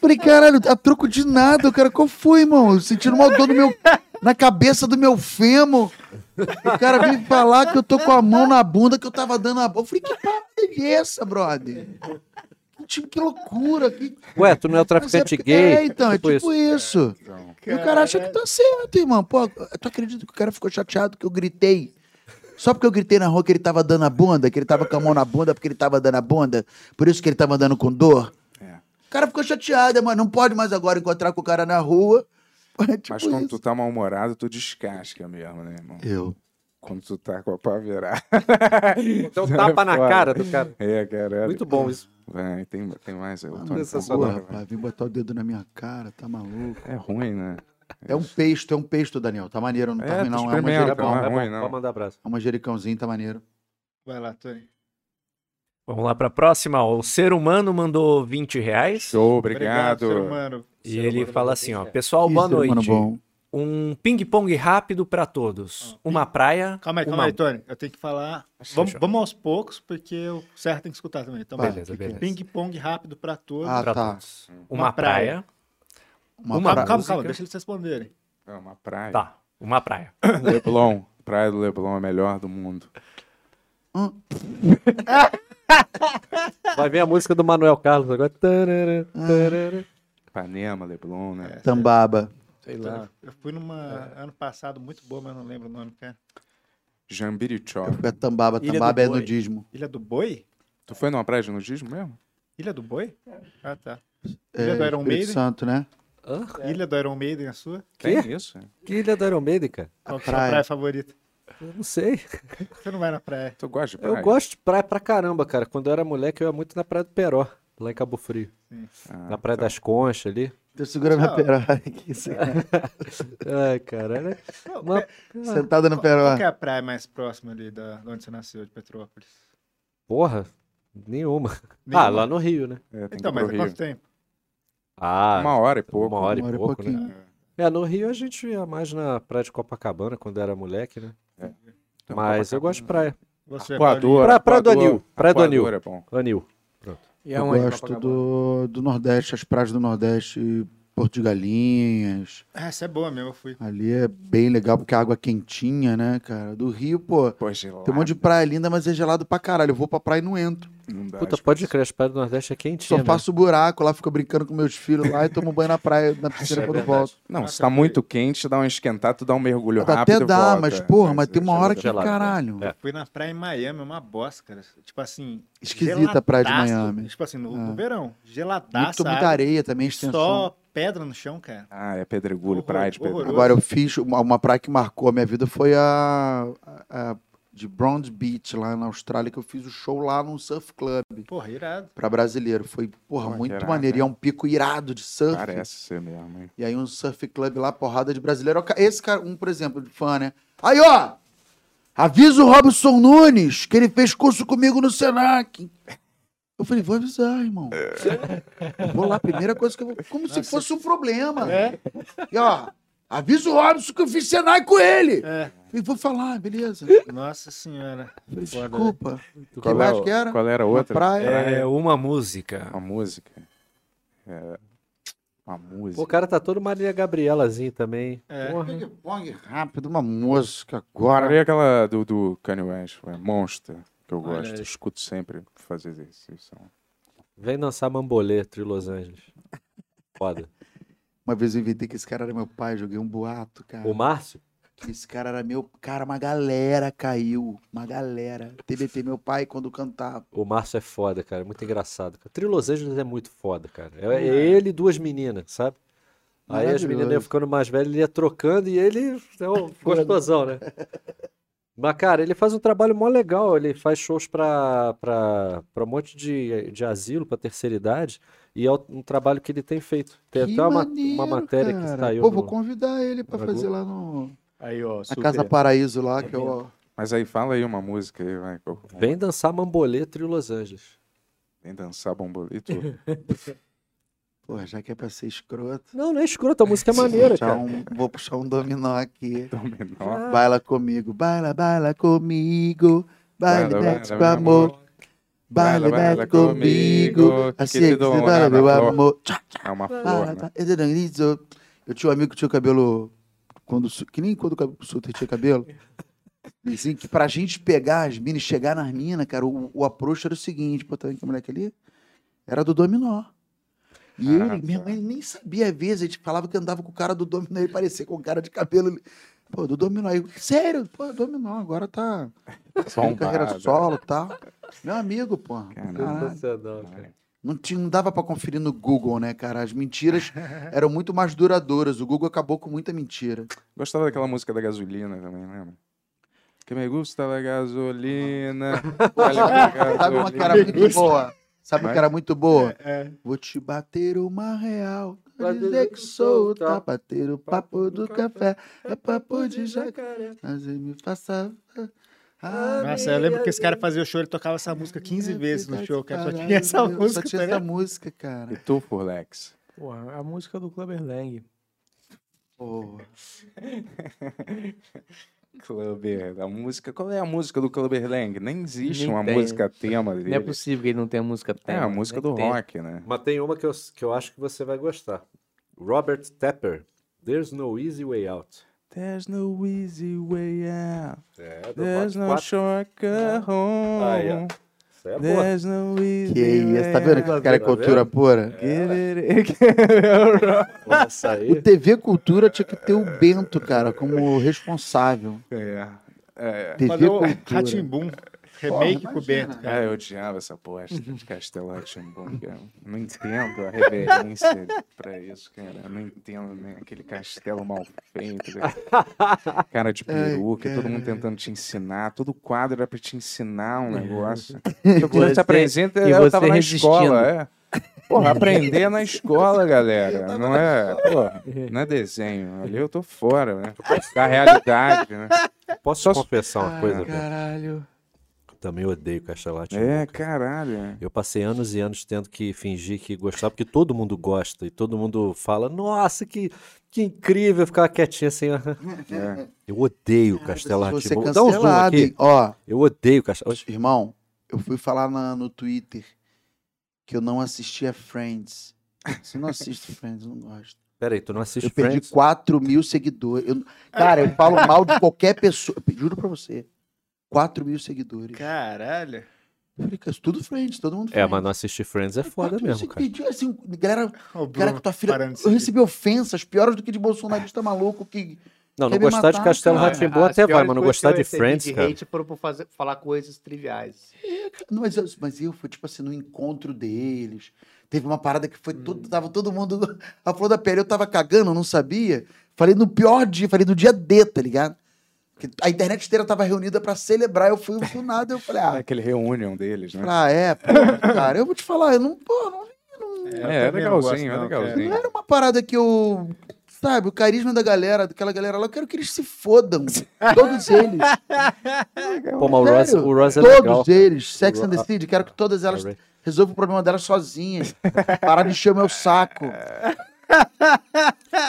Speaker 7: Falei, caralho, a troco de nada, o cara, qual foi, irmão? Eu Sentindo uma dor no meu, na cabeça do meu fêmur. O cara veio falar que eu tô com a mão na bunda, que eu tava dando a bola. Eu Falei, que parada é essa, brother? Tipo, que loucura, que
Speaker 8: isso. Ué, tu não é o
Speaker 7: mas é
Speaker 8: traficante
Speaker 7: porque-
Speaker 8: gay?
Speaker 7: É, então,
Speaker 8: Tipo
Speaker 7: é tipo isso. E o cara acha que tá certo, irmão. Pô, tu acredita que o cara ficou chateado que eu gritei? Só porque eu gritei na rua que ele tava dando a bunda, que ele tava com a mão na bunda porque ele tava dando a bunda, por isso que ele tava andando com dor? O cara ficou chateado, mas não pode mais agora encontrar com o cara na rua. É tipo
Speaker 6: Mas quando
Speaker 7: isso.
Speaker 6: tu tá mal-humorado, tu descasca mesmo, né, irmão?
Speaker 7: Eu.
Speaker 6: Quando tu tá com a pá virada.
Speaker 8: um
Speaker 3: Então tapa na
Speaker 6: Foda.
Speaker 3: cara do cara.
Speaker 6: É, caralho.
Speaker 3: Muito bom isso.
Speaker 6: Vai, tem, tem mais. Eu tô
Speaker 7: Porra, rapaz, vim botar o dedo na minha cara, tá maluco.
Speaker 6: É ruim, né?
Speaker 7: É um peixe, é um peixe, Daniel. Tá maneiro, não tá
Speaker 6: É,
Speaker 7: ruim,
Speaker 6: tu
Speaker 7: não. É um
Speaker 6: experimenta,
Speaker 7: manjericão. É
Speaker 6: não é
Speaker 8: Pode
Speaker 6: ruim, não.
Speaker 8: mandar abraço.
Speaker 7: um manjericãozinho, tá maneiro.
Speaker 4: Vai lá, Tony.
Speaker 3: Vamos lá para a próxima. ó. O ser humano mandou 20 reais.
Speaker 6: Show, obrigado.
Speaker 4: ser humano.
Speaker 3: E ele fala assim, ó. Pessoal,
Speaker 7: Ih,
Speaker 3: boa
Speaker 7: ser humano
Speaker 3: noite.
Speaker 7: é bom.
Speaker 3: Um ping-pong rápido para todos. Uma praia.
Speaker 4: Calma aí, calma
Speaker 3: uma...
Speaker 4: aí, Tony. Eu tenho que falar.
Speaker 3: Fechou.
Speaker 4: Vamos, vamos aos poucos, porque o certo tem que escutar também. Então,
Speaker 7: Vai.
Speaker 4: beleza.
Speaker 3: Beleza, beleza.
Speaker 4: Ping-pong rápido pra todos.
Speaker 7: Ah,
Speaker 3: Pra
Speaker 7: tá.
Speaker 3: todos. Uma,
Speaker 4: Uma praia.
Speaker 3: praia.
Speaker 4: calma,
Speaker 3: uma
Speaker 7: pra-
Speaker 4: calma,
Speaker 3: música.
Speaker 4: calma, deixa eles responderem.
Speaker 6: É uma praia.
Speaker 3: Tá, uma praia.
Speaker 6: Leblon. Praia do Leblon é a melhor do mundo.
Speaker 8: Vai vir a música do Manuel Carlos agora. Tarara, tarara.
Speaker 6: Ipanema, Leblon,
Speaker 7: É,
Speaker 8: É.
Speaker 6: né?
Speaker 7: Tambaba.
Speaker 9: Sei lá.
Speaker 4: Eu fui
Speaker 7: É.
Speaker 4: numa ano passado muito boa, mas eu não lembro o nome, cara.
Speaker 6: Jambirichó.
Speaker 7: É tambaba.
Speaker 9: Ilha do
Speaker 7: Tambaba é
Speaker 9: Boi.
Speaker 7: nudismo.
Speaker 4: Ilha do Boi?
Speaker 6: Tu foi numa praia de nudismo mesmo?
Speaker 4: Ilha do Boi? Ah, tá.
Speaker 7: É,
Speaker 4: Ilha do Iron
Speaker 7: Espírito
Speaker 4: Maiden?
Speaker 7: Santo, né?
Speaker 11: É.
Speaker 4: Ilha do Iron Maiden, a sua?
Speaker 8: Quê?
Speaker 6: Tem isso?
Speaker 8: Que ilha da Iron Maiden, cara?
Speaker 4: Qual que é a
Speaker 7: praia.
Speaker 4: praia favorita?
Speaker 8: Eu não sei.
Speaker 4: Você não vai na praia.
Speaker 6: Tu gosta de praia?
Speaker 8: Eu gosto de praia pra caramba, cara. Quando eu era moleque, eu ia muito na Praia do Peró, lá em Cabo Frio.
Speaker 6: Ah,
Speaker 8: na Praia das Conchas ali.
Speaker 7: Eu seguro minha peroca aqui, assim, né?
Speaker 8: Ai, cara. né? Era uma...
Speaker 7: sentada na
Speaker 4: Qual que é
Speaker 7: peroca.
Speaker 4: a praia mais próxima ali da, de onde você nasceu, de Petrópolis?
Speaker 8: Porra. Nenhuma.
Speaker 4: Nenhuma.
Speaker 8: Ah, lá no Rio, né?
Speaker 6: É, tem
Speaker 4: Então,
Speaker 6: que ir
Speaker 4: mas
Speaker 6: pro
Speaker 4: há
Speaker 6: Rio.
Speaker 4: quanto tempo?
Speaker 8: Ah,
Speaker 6: Uma hora e pouco.
Speaker 8: uma hora e
Speaker 7: uma hora e
Speaker 8: pouco, né?
Speaker 7: um pouquinho.
Speaker 8: É, no Rio a gente ia mais na praia de Copacabana quando era moleque, né?
Speaker 6: Então,
Speaker 8: Mas eu gosto de praia.
Speaker 7: Ah,
Speaker 4: Você
Speaker 6: Aquador,
Speaker 8: Pra- pra do
Speaker 6: aquador,
Speaker 8: Anil, pra do Anil.
Speaker 6: aquador é bom.
Speaker 8: Anil.
Speaker 3: E é
Speaker 7: Eu
Speaker 3: aonde?
Speaker 7: gosto
Speaker 3: Copacabana?
Speaker 7: do, do Nordeste, as praias do Nordeste, Porto de Galinhas.
Speaker 4: Ah, essa é boa mesmo, eu fui.
Speaker 7: Ali é bem legal porque a água é quentinha, né, cara? Do Rio, pô,
Speaker 6: Pô, gelado.
Speaker 7: tem um monte de praia linda, mas é gelado pra caralho. Eu vou pra praia e não entro.
Speaker 6: Não dá,
Speaker 8: Puta,
Speaker 6: acho que
Speaker 8: pode crer, as praias do Nordeste é
Speaker 7: Só
Speaker 8: quentinha. né?
Speaker 7: faço buraco lá, fico brincando com meus filhos lá e tomo banho na praia, na piscina
Speaker 6: é
Speaker 7: quando
Speaker 6: verdade.
Speaker 7: volto.
Speaker 6: Não,
Speaker 4: Caraca,
Speaker 6: se tá
Speaker 4: foi-
Speaker 6: muito quente, dá um esquentado, tu dá um mergulho rápido.
Speaker 7: Até
Speaker 6: e
Speaker 7: Ah, dá,
Speaker 6: volta. é.
Speaker 7: mas porra, mas tem uma hora que
Speaker 8: gelado, né?
Speaker 7: caralho.
Speaker 8: É.
Speaker 4: Fui na praia em Miami, é uma bosta, cara. Tipo assim.
Speaker 7: Esquisita a praia de
Speaker 4: geladaço,
Speaker 7: Miami.
Speaker 4: Tipo assim, no,
Speaker 7: Ah.
Speaker 4: no verão. Geladaça.
Speaker 7: Muito,
Speaker 4: a
Speaker 7: muita
Speaker 4: água,
Speaker 7: areia também, extensão.
Speaker 4: Só pedra no chão, cara.
Speaker 6: Ah, é pedregulho,
Speaker 4: Horror-
Speaker 6: praia de
Speaker 4: horroroso.
Speaker 6: pedregulho.
Speaker 7: Agora eu fiz uma, uma praia que marcou a minha vida foi a, a- a de Bronze Beach lá na Austrália que eu fiz o show lá num surf club
Speaker 4: Porra, irado.
Speaker 7: pra brasileiro. Foi porra
Speaker 6: Pô, que
Speaker 7: muito
Speaker 6: irado,
Speaker 7: maneiro, e é
Speaker 6: né?
Speaker 7: um pico irado de surf.
Speaker 6: Parece ser mesmo, hein?
Speaker 7: E aí um surf club lá porrada de brasileiro. Esse cara, um por exemplo, de fã, né? Aí ó, avisa o Robson Nunes que ele fez curso comigo no Senac. Eu falei, vou avisar, irmão.
Speaker 6: É.
Speaker 7: é Eu vou lá, primeira coisa que eu vou. Como se fosse um problema.
Speaker 4: É.
Speaker 7: E ó, avisa o Robson que eu fiz Senai com ele.
Speaker 4: É.
Speaker 7: E vou falar, beleza.
Speaker 4: Nossa senhora.
Speaker 7: Desculpa. O que
Speaker 6: Qual, é
Speaker 7: mais
Speaker 6: o-
Speaker 7: que era?
Speaker 6: qual era a
Speaker 7: Uma
Speaker 6: outra?
Speaker 7: praia.
Speaker 8: É uma música.
Speaker 6: Uma música. É, Uma música.
Speaker 8: Pô, o cara tá todo Maria Gabrielazinho também.
Speaker 4: É.
Speaker 8: Porra.
Speaker 7: Ping-pong rápido, uma música agora.
Speaker 6: Parei aquela do, do Kanye West, ué, Monster, que eu
Speaker 8: Olha
Speaker 6: gosto.
Speaker 8: aí.
Speaker 6: Escuto sempre pra fazer exercício.
Speaker 8: Vem dançar Mambolê, de Los Angeles. Foda.
Speaker 7: Uma vez eu inventei que esse cara era meu pai, joguei um boato, cara.
Speaker 8: O Márcio?
Speaker 7: Esse cara era meu. Cara, uma galera caiu. Uma galera. TBT, meu pai, quando cantava.
Speaker 8: O Márcio é foda, cara. é Muito engraçado. Cara. Trio Los Angeles é muito foda, cara. É é ele e duas meninas, sabe? Aí as meninas iam
Speaker 7: Maravilhoso.
Speaker 8: ficando mais velhas, ele ia trocando e ele é um gostosão, né? Mas, cara, ele faz um trabalho mó legal. Ele faz shows pra, pra, pra um monte de, de asilo, pra terceira idade. E é um trabalho que ele tem feito. Tem
Speaker 7: Que
Speaker 8: até uma,
Speaker 7: maneiro,
Speaker 8: uma matéria que
Speaker 7: cara.
Speaker 8: saiu.
Speaker 7: Pô, vou
Speaker 8: no-
Speaker 7: convidar ele pra
Speaker 8: na
Speaker 7: fazer lá no.
Speaker 11: Aí, ó,
Speaker 7: Na
Speaker 11: super.
Speaker 7: Casa Paraíso lá, que eu.
Speaker 6: Mas aí, fala aí uma música aí, vai. pô.
Speaker 8: Vem dançar Mambolê, Trio Los Angeles.
Speaker 6: Vem dançar bombolito.
Speaker 7: Pô, já que é pra ser escroto.
Speaker 8: Não, não é escroto, a música é
Speaker 7: vou
Speaker 8: maneira,
Speaker 7: puxar
Speaker 8: cara.
Speaker 7: um- vou puxar um dominó aqui.
Speaker 6: Dó menor.
Speaker 7: Baila comigo, baila, baila comigo. Baile
Speaker 6: Baila,
Speaker 7: mete
Speaker 6: baila,
Speaker 7: com amor. Baile
Speaker 6: baila, baila
Speaker 7: mete comigo.
Speaker 6: comigo, que
Speaker 7: Assim
Speaker 6: te
Speaker 7: que
Speaker 6: dou
Speaker 7: você
Speaker 6: uma
Speaker 7: baila,
Speaker 6: na
Speaker 7: meu
Speaker 6: flor.
Speaker 7: amor. Tchá,
Speaker 6: É uma flor,
Speaker 7: baila,
Speaker 6: né?
Speaker 7: tá. Eu tinha um amigo que tinha o cabelo. Quando, su- que nem quando o cab- o Suter tinha cabelo. Assim, que pra gente pegar as minas e chegar nas minas, cara, o, o approach era o seguinte, pô, tá vendo que moleque ali? Era do dominó. E
Speaker 6: Ah,
Speaker 7: ele, minha
Speaker 6: tá.
Speaker 7: mãe nem sabia, às vezes, a gente falava que andava com o cara do dominó, ele parecia com o cara de cabelo. Pô, do dominó. Aí, sério, pô, dominó, agora tá.
Speaker 6: Bombado.
Speaker 7: Carreira solo e tal. Meu amigo, pô.
Speaker 6: Caralho.
Speaker 7: Caralho.
Speaker 8: Sensacional, é cara.
Speaker 7: Não, tinha, não dava pra conferir no Google, né, cara? As mentiras eram muito mais duradouras. O Google acabou com muita mentira.
Speaker 6: Gostava daquela música da gasolina também, lembra? Que me gusta da gasolina.
Speaker 7: Sabe uma que era muito boa? Sabe uma que era muito boa?
Speaker 4: É.
Speaker 7: Vou te bater uma real. pra
Speaker 8: Pra
Speaker 7: Dizer
Speaker 8: dizer
Speaker 7: que
Speaker 8: que
Speaker 7: sou
Speaker 8: sou, tá?
Speaker 7: tá bater o papo do café. É papo de jacaré. Mas ele me faça. Ah,
Speaker 4: Nossa, eu lembro que esse cara fazia o show, ele tocava essa música 15 vezes no show, cara. Só tinha essa
Speaker 7: Caralho,
Speaker 4: música,
Speaker 7: Só tinha
Speaker 4: tá
Speaker 7: essa
Speaker 4: ligado?
Speaker 7: música, cara.
Speaker 6: E tu, Furlex?
Speaker 3: é, Pô, a música do Clubber Lang.
Speaker 7: Pô.
Speaker 6: Clubber, a música. Qual é a música do Clubber Lang? Nem existe
Speaker 3: Nem
Speaker 6: uma
Speaker 3: tem.
Speaker 6: música tema dele.
Speaker 3: Não é possível que ele não tenha música
Speaker 6: É,
Speaker 3: tema,
Speaker 6: a música
Speaker 3: né?
Speaker 6: do
Speaker 3: Tem.
Speaker 6: rock, né?
Speaker 8: Mas tem uma que eu, que eu acho que você vai gostar. Robert Tepper, There's No Easy Way Out.
Speaker 6: There's no easy way out.
Speaker 8: É, do
Speaker 6: There's no
Speaker 8: quatro- Ah,
Speaker 6: shortcut
Speaker 8: Aí, ó.
Speaker 6: home.
Speaker 8: Isso aí é boa.
Speaker 6: There's no easy
Speaker 7: Que isso, tá vendo que
Speaker 6: way
Speaker 7: esse cara é
Speaker 8: Tá vendo? É,
Speaker 7: cultura pura?
Speaker 6: out.
Speaker 8: Pô, Essa
Speaker 7: O
Speaker 8: aí.
Speaker 7: TV Cultura tinha que ter o Bento, cara, como responsável.
Speaker 6: É. É,
Speaker 7: TV
Speaker 4: Fazer o
Speaker 7: Cultura.
Speaker 4: Ratimbum. Remake com o Bento, cara.
Speaker 6: Ah, eu odiava essa aposta de Castelo Rá-Tim-Bum, cara. Não entendo a reverência pra isso, cara. Eu não entendo né? aquele castelo mal feito. cara. Cara de
Speaker 7: Ai,
Speaker 6: peruca, todo mundo
Speaker 7: cara.
Speaker 6: tentando te ensinar. Todo quadro era pra te ensinar um negócio.
Speaker 3: É. você-
Speaker 6: Quando te apresenta,
Speaker 3: e
Speaker 6: eu
Speaker 3: você
Speaker 6: tava na
Speaker 3: resistindo.
Speaker 6: escola, é. Porra, aprender é na escola, galera. Não é, pô, não é desenho. Ali eu tô fora, né? Da realidade, né?
Speaker 8: Posso Ah,
Speaker 6: Só-
Speaker 8: confessar uma coisa? Bento?
Speaker 7: Caralho.
Speaker 8: também odeio caixa latina.
Speaker 6: É,
Speaker 8: cara.
Speaker 6: caralho.
Speaker 8: Eu passei anos e anos tendo que fingir que gostava, porque todo mundo gosta e todo mundo fala, nossa, que, que incrível, eu ficava quietinho assim. aham.
Speaker 6: É.
Speaker 8: Eu odeio Castelo
Speaker 7: Você ser
Speaker 8: Artimbo. Dá um zoom
Speaker 7: cancelado,
Speaker 8: aqui.
Speaker 7: hein? Ó,
Speaker 8: Eu odeio Castelo
Speaker 7: irmão, eu fui falar na- no Twitter que eu não assistia Friends. Você não assiste Friends, eu não gosto.
Speaker 8: Peraí, tu não assiste
Speaker 7: Eu perdi
Speaker 8: Friends?
Speaker 7: 4 mil seguidores. Eu- cara, eu falo mal de qualquer pessoa. Eu Juro pra você. 4 mil seguidores.
Speaker 4: Caralho.
Speaker 7: Eu falei, "Cara, isso tudo Friends, todo mundo
Speaker 8: É,
Speaker 7: Friends.
Speaker 8: mas não assistir Friends é foda
Speaker 7: 4 mil
Speaker 8: mesmo, cara.
Speaker 7: seguidores, assim, galera,
Speaker 4: Ô,
Speaker 7: cara
Speaker 4: Bruno,
Speaker 7: que tua filha...
Speaker 4: parando de
Speaker 7: Eu
Speaker 4: seguir.
Speaker 7: recebi ofensas piores do que de bolsonarista maluco que...
Speaker 8: Não, não
Speaker 7: Quer me
Speaker 8: gostar de
Speaker 7: matar,
Speaker 8: Castelo
Speaker 7: cara?
Speaker 8: Rá-Tim-Bum É até vai, mas não gostar de Friends, cara.
Speaker 3: hate foram por fazer- falar coisas triviais.
Speaker 7: Não, mas, eu, mas eu fui, tipo assim, no encontro deles. Teve uma parada que foi todo, tava todo mundo a flor da pele. Eu tava cagando, eu não sabia. Falei no pior dia, falei no dia D, tá ligado? Que a internet inteira tava reunida pra celebrar. Eu fui do nada, eu falei,
Speaker 6: É
Speaker 7: ah,
Speaker 6: aquele reunião deles, né?
Speaker 7: pra é, pô, cara, eu vou te falar, eu não, pô, não,
Speaker 4: É,
Speaker 6: É, é
Speaker 4: também não gosto,
Speaker 6: legalzinho, é
Speaker 4: não, cara.
Speaker 7: não
Speaker 6: legalzinho.
Speaker 7: era uma parada que eu. Sabe, o carisma da galera, daquela galera lá, eu quero que eles se fodam. Todos eles.
Speaker 8: Pô, mas o Ross,
Speaker 7: Sério?
Speaker 8: o Ross é
Speaker 7: todos
Speaker 8: legal. cara.
Speaker 7: eles. Sex
Speaker 8: Ro-
Speaker 7: and the City, quero que todas elas
Speaker 8: Alright.
Speaker 7: resolvam o problema delas sozinhas. Parar de encher o meu saco.
Speaker 4: É,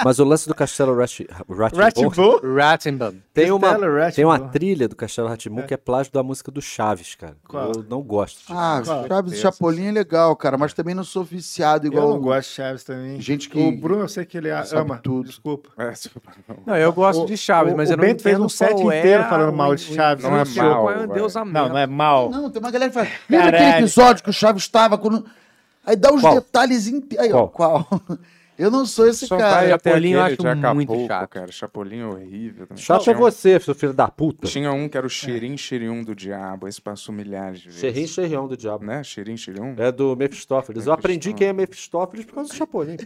Speaker 8: Mas o lance do Castelo Ratchimbo
Speaker 4: Ratbull?
Speaker 3: Rattenbum.
Speaker 8: tem uma,
Speaker 4: Castelo Rá-Tim-Bum.
Speaker 8: tem uma trilha do Castelo Ratchimbo que é plágio da música do Chaves, cara.
Speaker 4: Qual?
Speaker 8: Eu não gosto. disso.
Speaker 7: Ah,
Speaker 4: Claro.
Speaker 7: Chaves e Chapolin é legal, cara, mas também não sou viciado
Speaker 4: Eu
Speaker 7: igual.
Speaker 4: não gosto de Chaves também.
Speaker 7: Gente que-
Speaker 4: O Bruno, eu sei que ele a-
Speaker 7: sabe
Speaker 4: ama.
Speaker 7: tudo.
Speaker 4: Desculpa.
Speaker 6: É, desculpa, não.
Speaker 3: Não, eu gosto
Speaker 4: O-
Speaker 3: de Chaves,
Speaker 4: o-
Speaker 3: mas
Speaker 4: o
Speaker 3: eu não
Speaker 4: Bento fez
Speaker 3: entendo
Speaker 4: um set
Speaker 3: qual é
Speaker 4: inteiro falando
Speaker 3: o-
Speaker 4: mal de
Speaker 3: o-
Speaker 4: Chaves.
Speaker 6: Não é
Speaker 4: Não,
Speaker 6: mal,
Speaker 3: Qual é o
Speaker 6: vai.
Speaker 3: Deus amado.
Speaker 4: não, é mal.
Speaker 7: Não, tem uma galera que fala. Lembra aquele
Speaker 4: Caralho.
Speaker 7: episódio que o Chaves estava quando. Aí dá os
Speaker 8: Qual?
Speaker 7: detalhes inteiros. Aí, ó, qual? Eu não sou esse
Speaker 6: Só
Speaker 7: cara.
Speaker 6: vai até
Speaker 3: Chapolin eu
Speaker 6: aquele de
Speaker 3: acho muito
Speaker 6: Acapulco,
Speaker 3: chato.
Speaker 6: cara. Chapolin é horrível.
Speaker 7: Ah,
Speaker 6: também.
Speaker 8: Chato é
Speaker 6: Tinha um-
Speaker 8: você, seu filho da puta.
Speaker 6: Tinha um que
Speaker 3: É.
Speaker 6: era o Xirim Xirim do Diabo. Esse passou milhares de vezes.
Speaker 8: Xerrim, xerrião do diabo.
Speaker 6: Né? Xirim Xirim.
Speaker 8: É do Mephistófeles. Eu aprendi
Speaker 6: Mephistófeles.
Speaker 8: quem é Mephistófeles por causa do Chapolin.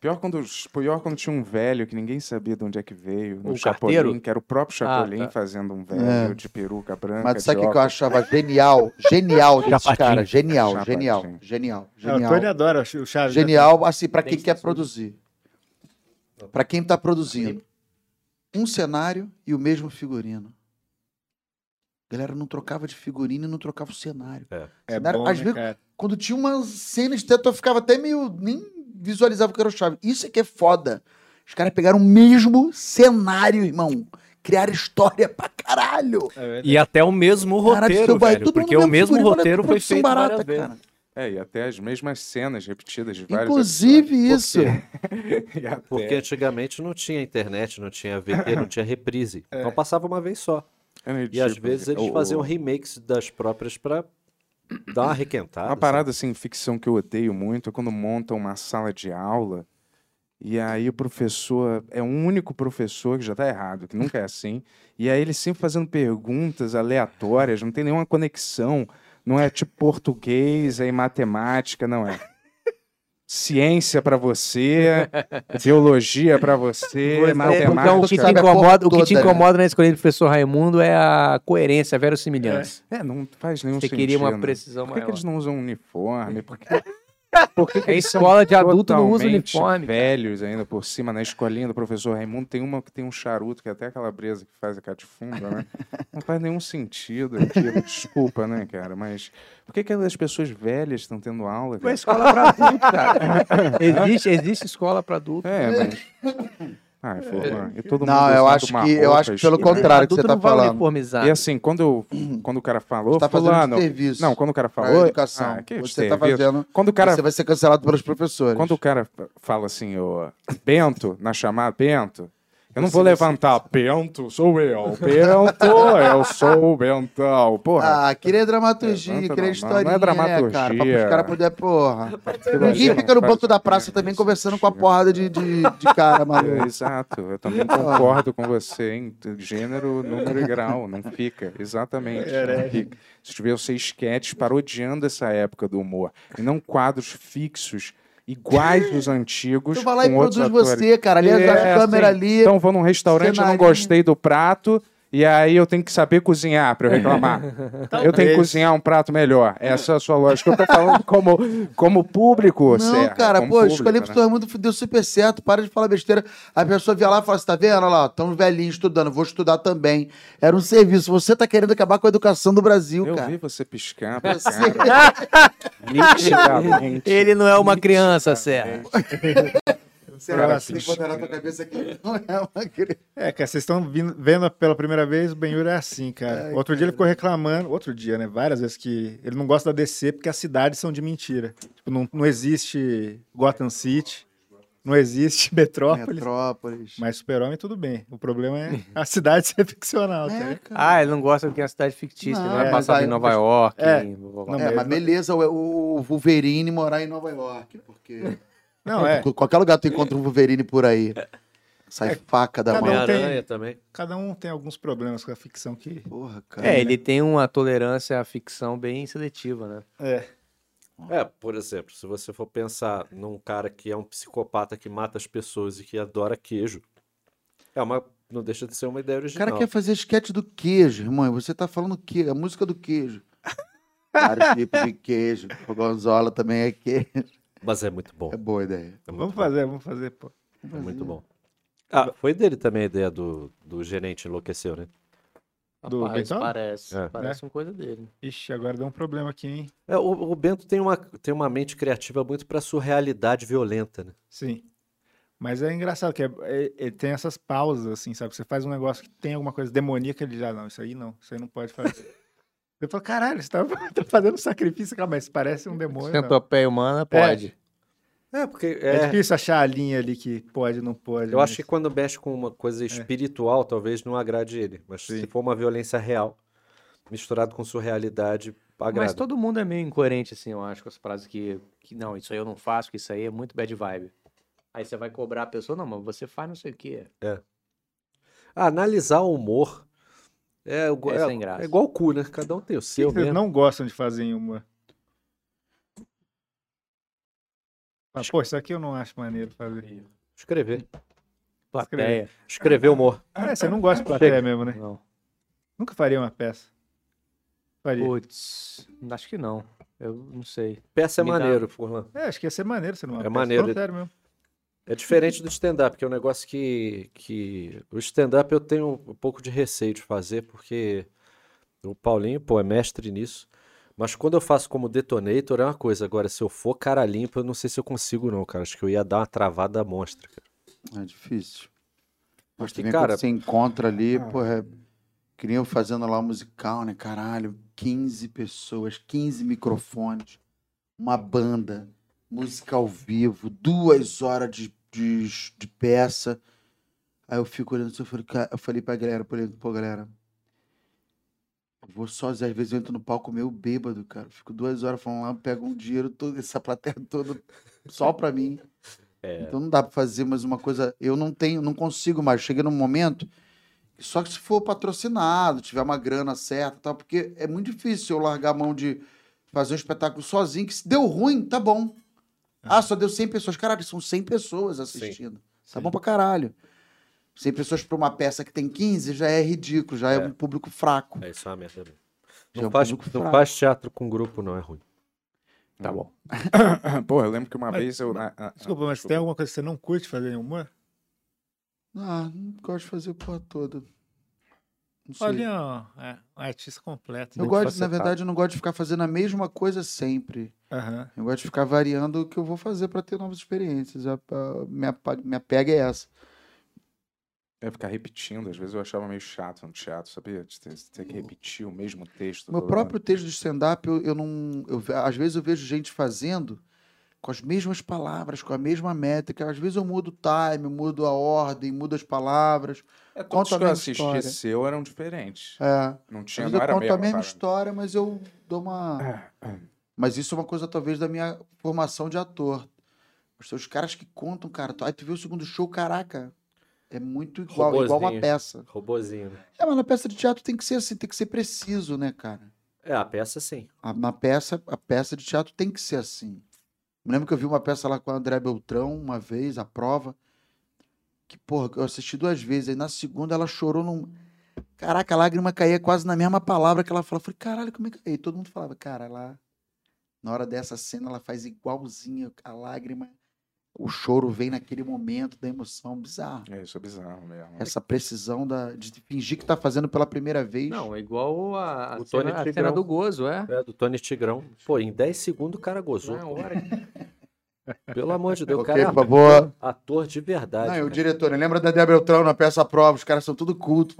Speaker 6: Pior quando, pior quando tinha um velho que ninguém sabia de onde é que veio. Um
Speaker 3: O
Speaker 6: Chapolin,
Speaker 3: carteiro?
Speaker 6: que era o próprio Chapolin
Speaker 3: Ah, tá.
Speaker 6: fazendo um velho de peruca branca.
Speaker 7: Mas sabe o que
Speaker 6: de
Speaker 7: que eu
Speaker 6: óculos.
Speaker 7: achava genial? Genial desse
Speaker 8: Chapatinho.
Speaker 7: cara. Genial,
Speaker 6: Chapatinho.
Speaker 7: genial, genial,
Speaker 4: Não, É, O Tony
Speaker 7: genial.
Speaker 4: adora o Ch- o Chaves. né?
Speaker 7: Genial, assim, pra quem quer produzir. Pra quem tá produzindo. Um cenário e o mesmo figurino. A galera não trocava de figurino e não trocava o cenário.
Speaker 4: É
Speaker 7: Cenário-
Speaker 4: bom,
Speaker 7: às
Speaker 4: né,
Speaker 7: vezes-
Speaker 4: cara?
Speaker 7: Quando tinha uma cena de teto, eu ficava até meio. nem visualizava o que era o Chaves. Isso é que é foda. Os caras pegaram o mesmo cenário, irmão. Criaram história pra caralho.
Speaker 4: É verdade.
Speaker 12: E até o mesmo roteiro,
Speaker 7: seu pai,
Speaker 12: velho,
Speaker 7: tudo no
Speaker 12: porque o mesmo
Speaker 7: figurino, olha,
Speaker 12: roteiro foi
Speaker 7: produção
Speaker 12: feito
Speaker 7: barata,
Speaker 12: várias vezes.
Speaker 7: cara.
Speaker 6: É, e até as mesmas cenas repetidas de vários
Speaker 7: Inclusive
Speaker 6: né?
Speaker 7: isso.
Speaker 6: episódios. E até-
Speaker 8: Porque antigamente não tinha internet, não tinha VT, não tinha reprise. Então passava uma vez só.
Speaker 6: É
Speaker 8: E às
Speaker 6: ridículo.
Speaker 8: vezes eles
Speaker 6: O-
Speaker 8: faziam remakes das próprias pra dar uma requentada.
Speaker 6: Uma parada assim, ficção que eu odeio muito é quando montam uma sala de aula e aí o professor é o único professor que já tá errado, que nunca é assim. E aí ele sempre fazendo perguntas aleatórias, não tem nenhuma conexão. Não é tipo português, aí matemática, não é. Ciência pra você, biologia pra você, matemática.
Speaker 3: Então, o que, te
Speaker 7: sabe a porra
Speaker 3: incomoda, o que te
Speaker 7: toda, né?
Speaker 3: incomoda na escolha do professor Raimundo é a coerência, a verossimilhança.
Speaker 6: É, não faz nenhum
Speaker 3: Você
Speaker 6: sentido. né?
Speaker 3: queria uma precisão
Speaker 6: Por que, que
Speaker 3: maior.
Speaker 6: eles não usam uniforme? Por que, por que que
Speaker 3: A
Speaker 6: eles são
Speaker 3: É escola de adulto não usa
Speaker 6: totalmente
Speaker 3: uniforme.
Speaker 6: velhos ainda por cima, na escolinha do professor Raimundo, tem uma que tem um charuto, que é até a calabresa que faz a catifunda, né? Não faz nenhum sentido aquilo. Desculpa, né, cara? Mas por que, que as pessoas velhas estão tendo aula? cara?
Speaker 3: escola pra adulto, cara. existe, existe escola pra adulto.
Speaker 6: É, mas... Ah, Ai,
Speaker 3: É.
Speaker 6: porra. E todo
Speaker 7: Não,
Speaker 6: mundo
Speaker 7: eu
Speaker 6: usando
Speaker 7: acho
Speaker 6: uma
Speaker 7: que- eu
Speaker 6: roupa
Speaker 7: acho que pelo
Speaker 6: esquisita.
Speaker 7: contrário. Claro que
Speaker 3: adulto
Speaker 7: você tá
Speaker 3: não vai
Speaker 7: falando.
Speaker 3: uniformizar.
Speaker 6: E assim, quando, eu- quando o cara falou,
Speaker 7: Você tá fazendo
Speaker 6: fulano...
Speaker 7: um serviço.
Speaker 6: Não, quando o cara
Speaker 7: pra
Speaker 6: falou...
Speaker 7: educação.
Speaker 6: Ah, que
Speaker 7: você tá
Speaker 6: serviço.
Speaker 7: fazendo.
Speaker 6: Quando o cara
Speaker 7: Você vai ser cancelado pelos professores.
Speaker 6: Quando o cara fala assim, ô, Bento, na chamada, Bento, eu não vou levantar, Bento, sou eu, Bento, eu sou o Bentão, porra.
Speaker 7: Ah, queria dramaturgia,
Speaker 6: Levanta,
Speaker 7: queria
Speaker 6: É, não, não
Speaker 7: historinha,
Speaker 6: é
Speaker 7: né, cara? Pra os
Speaker 6: dramaturgia.
Speaker 7: caras poderem, porra.
Speaker 6: Aquilo ali
Speaker 7: Ninguém
Speaker 6: não
Speaker 7: fica no
Speaker 6: faz
Speaker 7: banco da praça
Speaker 6: sentido,
Speaker 7: também
Speaker 6: não
Speaker 7: conversando
Speaker 6: faz
Speaker 7: com a porrada
Speaker 6: sentido.
Speaker 7: de, de, de cara,
Speaker 6: É,
Speaker 7: maluco.
Speaker 6: Exato, eu também concordo com você, hein? Gênero, número e grau, não fica, exatamente. Não fica. Se tiver ser esquetes parodiando essa época do humor, e não quadros fixos, iguais dos antigos.
Speaker 7: Tu vai lá e
Speaker 6: com outros
Speaker 7: produz
Speaker 6: atores.
Speaker 7: você, cara. Ali
Speaker 6: É,
Speaker 7: a câmera
Speaker 6: assim,
Speaker 7: ali.
Speaker 6: Então vou num restaurante, eu não
Speaker 7: cenarinho.
Speaker 6: gostei do prato. E aí eu tenho que saber cozinhar pra eu reclamar. eu tenho que cozinhar um prato melhor. Essa é a sua lógica. Eu tô falando como, como público,
Speaker 7: Não,
Speaker 6: Serra,
Speaker 7: cara,
Speaker 6: como
Speaker 7: pô, eu
Speaker 6: público,
Speaker 7: escolhi
Speaker 6: né?
Speaker 7: pro todo mundo, deu super certo, para de falar besteira. A pessoa via lá e fala assim, tá vendo? Olha lá, estamos velhinhos estudando, vou estudar também. Era um serviço, você tá querendo acabar com a educação do Brasil,
Speaker 6: Eu
Speaker 7: cara.
Speaker 6: vi você piscar,
Speaker 7: Você-
Speaker 6: cara. Nitidamente.
Speaker 13: Ele não é uma criança, Serra.
Speaker 7: Você
Speaker 6: Cara,
Speaker 7: vai assim,
Speaker 6: pisca.
Speaker 7: botar na tua cabeça que não é uma criança.
Speaker 4: É, cara, vocês estão vindo- vendo pela primeira vez, o Benhur é assim, cara. outro dia ele ficou reclamando, outro dia, né? Várias vezes que ele não gosta da DC porque as cidades são de mentira. Tipo, não, não existe Gotham City, não existe Metrópolis,
Speaker 7: Metrópolis.
Speaker 4: mas Super-Homem tudo bem. O problema é a cidade ser ficcional, tá?
Speaker 7: É,
Speaker 4: ligado?
Speaker 7: cara.
Speaker 3: Ah, ele não gosta porque é uma cidade fictícia. ele
Speaker 7: Não,
Speaker 3: vai
Speaker 4: é,
Speaker 3: passar
Speaker 7: vai-
Speaker 3: em Nova York.
Speaker 4: É.
Speaker 3: em- blá, blá, blá.
Speaker 4: Não,
Speaker 7: é, mas beleza o, o Wolverine morar em Nova York, porque...
Speaker 4: Não, é.
Speaker 7: Qu- Qualquer lugar tu encontra um Wolverine por aí. Sai faca da
Speaker 4: Cada
Speaker 7: mão.
Speaker 4: um, tem,
Speaker 8: Homem-Aranha também.
Speaker 4: cada um tem alguns problemas com a ficção que.
Speaker 7: Porra, cara.
Speaker 3: É, ele tem uma tolerância à ficção bem seletiva, né?
Speaker 8: É, por exemplo, se você for pensar num cara que é um psicopata que mata as pessoas e que adora queijo, é uma. Não deixa de ser uma ideia
Speaker 7: O cara é-
Speaker 8: original.
Speaker 7: quer fazer sketch do queijo, irmão. e Você tá falando que a música do queijo. Vários tipos de queijo. O Gonzola também é queijo.
Speaker 8: Mas é muito bom.
Speaker 7: É boa ideia.
Speaker 8: É muito
Speaker 4: Vamos
Speaker 8: bom.
Speaker 4: fazer, vamos fazer, pô.
Speaker 8: É muito bom. Ah, foi dele também a ideia do, do gerente enlouqueceu, né?
Speaker 4: Do
Speaker 3: Rapaz,
Speaker 4: Beethoven?
Speaker 3: parece.
Speaker 8: É.
Speaker 3: Parece uma coisa dele.
Speaker 4: Ixi, agora deu um problema aqui, hein?
Speaker 8: É, o, o Bento tem uma, tem uma mente criativa muito pra surrealidade violenta, né?
Speaker 4: Sim. Mas é engraçado que é- é- ele tem essas pausas, assim, sabe? Você faz um negócio que tem alguma coisa demoníaca, ele já, não, isso aí não, isso aí não pode fazer. Eu falo, caralho, você tá, tá fazendo um sacrifício, cara, mas parece um demônio. não."
Speaker 3: Centopeia humana, pode.
Speaker 8: É, porque
Speaker 4: É.
Speaker 8: é,
Speaker 4: difícil achar a linha ali que pode não pode.
Speaker 8: eu
Speaker 4: mas- É.
Speaker 8: acho que quando mexe com uma coisa espiritual, talvez não agrade ele. Mas se
Speaker 4: Sim.
Speaker 8: for uma violência real, misturado com surrealidade, agrada.
Speaker 3: Mas todo mundo é meio incoerente, assim, eu acho, com as frases que, que não, isso aí eu não faço, que isso aí é muito bad vibe. Aí você vai cobrar a pessoa, não, mas você faz não sei o quê.
Speaker 8: Ah, Analisar o humor é, igu-
Speaker 3: É
Speaker 8: é,
Speaker 3: sem graça.
Speaker 8: é igual o cu, né? Cada um tem o
Speaker 4: O que
Speaker 8: seu
Speaker 4: que vocês
Speaker 8: mesmo.
Speaker 4: não gostam de fazer em uma. Mas, Ah, pô, isso aqui eu não acho maneiro fazer.
Speaker 8: Escrever.
Speaker 3: Plateia.
Speaker 8: Escrever humor.
Speaker 4: É, você não gosta de plateia mesmo, né?
Speaker 3: Não.
Speaker 4: Nunca faria uma peça. Faria.
Speaker 3: Putz, acho que não. Eu não sei.
Speaker 8: Peça é
Speaker 3: Me dá- um
Speaker 8: maneiro, Furlan.
Speaker 4: É, acho que ia ser maneiro você não
Speaker 8: É
Speaker 4: uma peça.
Speaker 8: maneiro.
Speaker 4: Falando sério mesmo.
Speaker 8: É diferente do stand-up, que é um negócio que, que... O stand-up eu tenho um pouco de receio de fazer, porque o Paulinho, pô, é mestre nisso. Mas quando eu faço como detonator é uma coisa. Agora, se eu for cara limpa, eu não sei se eu consigo não, cara. Acho que eu ia dar uma travada monstra, cara.
Speaker 7: É difícil. Mas
Speaker 8: Porque,
Speaker 7: também
Speaker 8: cara- ah.
Speaker 7: quando você encontra ali, porra, é... que nem eu fazendo lá o musical, né? Caralho, 15 pessoas, 15 microfones, uma banda, música ao vivo, duas horas de, de, de peça. Aí eu fico olhando assim, eu falei, ca- eu falei pra galera, por exemplo, pô, galera, eu vou sozinho, às vezes eu entro no palco meio bêbado, cara. Fico duas horas falando lá, pego um dinheiro, todo, essa plateia toda só pra mim. Então não dá pra fazer mais uma coisa. Eu não tenho, não consigo mais. Cheguei num momento que só que se for patrocinado, tiver uma grana certa, e tal, porque é muito difícil eu largar a mão de fazer um espetáculo sozinho, que se deu ruim, tá bom. Ah, só deu 100 pessoas. Caralho, são 100 pessoas assistindo. Tá bom pra caralho. 100 pessoas pra uma peça que tem 15 já é ridículo, já é, um público fraco.
Speaker 8: É isso, é uma merda. mesmo.
Speaker 7: Já é
Speaker 8: Não
Speaker 7: um
Speaker 8: faz,
Speaker 7: público
Speaker 8: não
Speaker 7: fraco.
Speaker 8: faz teatro com grupo, não, é ruim.
Speaker 3: Tá bom.
Speaker 7: é um
Speaker 6: Porra, eu lembro que uma
Speaker 4: Mas-
Speaker 6: vez eu. ah, na- na-
Speaker 4: Ah, Desculpa, mas tem um alguma coisa que você não curte fazer em humor?
Speaker 7: Ah, não gosto de fazer o porra toda. Não sei.
Speaker 4: Olha, ó, é, um artista completo.
Speaker 7: Eu
Speaker 4: né?
Speaker 7: gosto, na verdade, eu não gosto de ficar fazendo a mesma coisa sempre.
Speaker 4: Aham.
Speaker 7: Eu gosto de ficar variando o que eu vou fazer para ter novas experiências. A, a- minha, pa- minha pega é essa.
Speaker 6: É ficar repetindo, às vezes eu achava meio chato no teatro, sabia? De ter, de ter que repetir o mesmo texto.
Speaker 7: Meu
Speaker 6: toda
Speaker 7: próprio texto de stand-up, eu, eu não. Eu, ve- às vezes eu vejo gente fazendo com as mesmas palavras, com a mesma métrica. Às vezes eu mudo o time, mudo a ordem, mudo as palavras.
Speaker 6: hora. É, todos
Speaker 7: conta a
Speaker 6: que eu
Speaker 7: mesma
Speaker 6: assisti
Speaker 7: história.
Speaker 6: seu eram diferentes.
Speaker 7: É.
Speaker 6: Não
Speaker 7: Às
Speaker 6: tinha,
Speaker 7: vezes
Speaker 6: não
Speaker 7: eu
Speaker 6: era
Speaker 7: conto a
Speaker 6: mesmo.
Speaker 7: mesma história, mas eu dou
Speaker 6: É.
Speaker 7: uma.
Speaker 6: Ah,
Speaker 7: Mas isso é uma coisa, talvez, da minha formação de ator. Os seus caras que contam, cara. tu- Aí tu vê o segundo show, caraca. É muito igual, igual uma
Speaker 8: Robozinho.
Speaker 7: peça.
Speaker 8: Robozinho, né?
Speaker 7: É, mas na peça de teatro tem que ser assim, tem que ser preciso, né, cara?
Speaker 8: É, a peça sim.
Speaker 7: A- na peça, a peça de teatro tem que ser assim. Me lembro que eu vi uma peça lá com o André Beltrão uma vez, a prova, que, porra, eu assisti duas vezes, aí na segunda ela chorou num. Caraca, a lágrima caía quase na mesma palavra que ela falou. Eu falei, caralho, como é que. E todo mundo falava, cara, lá. Na hora dessa cena, ela faz igualzinho a lágrima. O choro vem naquele momento da emoção. Bizarro.
Speaker 6: É, isso é bizarro mesmo.
Speaker 7: Essa precisão da, de fingir que tá fazendo pela primeira vez.
Speaker 3: Não, é igual a, a
Speaker 8: O Tony
Speaker 3: cena, a cena
Speaker 8: Tigrão.
Speaker 3: do gozo, é.
Speaker 8: É, do Tony Tigrão. Pô, em 10 segundos o cara gozou.
Speaker 3: Na hora.
Speaker 8: Pelo amor de Deus, o
Speaker 7: Ok,
Speaker 8: cara é
Speaker 7: por favor.
Speaker 8: ator de verdade.
Speaker 7: Não, e o
Speaker 8: cara.
Speaker 7: diretor, né? lembra da Débora Beltrão na peça à prova? Os caras são tudo culto.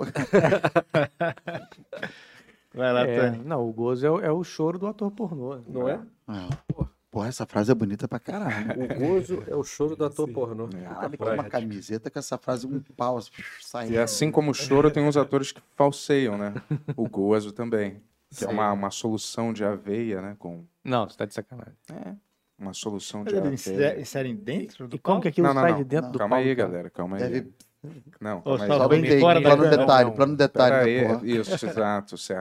Speaker 4: Vai lá,
Speaker 3: É,
Speaker 4: Tony.
Speaker 3: não, o gozo é, o- é o choro do ator pornô.
Speaker 8: Não é?
Speaker 7: Porra, essa frase é bonita pra caralho. é tipo
Speaker 8: O gozo é o choro do ator pornô.
Speaker 7: Caralho, com uma camiseta com essa frase, um pau assim, sai.
Speaker 6: E assim como o choro, tem uns atores que falseiam, né? O gozo também. Que é uma, uma solução de aveia, né? Com
Speaker 3: Não, você tá de sacanagem.
Speaker 6: uma solução de
Speaker 4: Ele
Speaker 6: aveia.
Speaker 4: insere- inserem dentro do
Speaker 3: E como que aquilo
Speaker 6: Não, não,
Speaker 3: sai
Speaker 6: não.
Speaker 3: de dentro
Speaker 7: Não,
Speaker 3: do
Speaker 6: Calma
Speaker 3: pau?
Speaker 6: aí,
Speaker 3: cara?
Speaker 6: galera. Calma aí.
Speaker 7: Deve-
Speaker 6: Não,
Speaker 4: Ô,
Speaker 6: calma aí.
Speaker 4: só um
Speaker 7: Só
Speaker 4: vem
Speaker 7: bem,
Speaker 4: fora da
Speaker 7: plano
Speaker 4: câmera.
Speaker 7: detalhe,
Speaker 6: Não,
Speaker 7: plano
Speaker 6: Pera
Speaker 7: detalhe
Speaker 6: aí,
Speaker 7: da porra.
Speaker 6: isso, exato. Você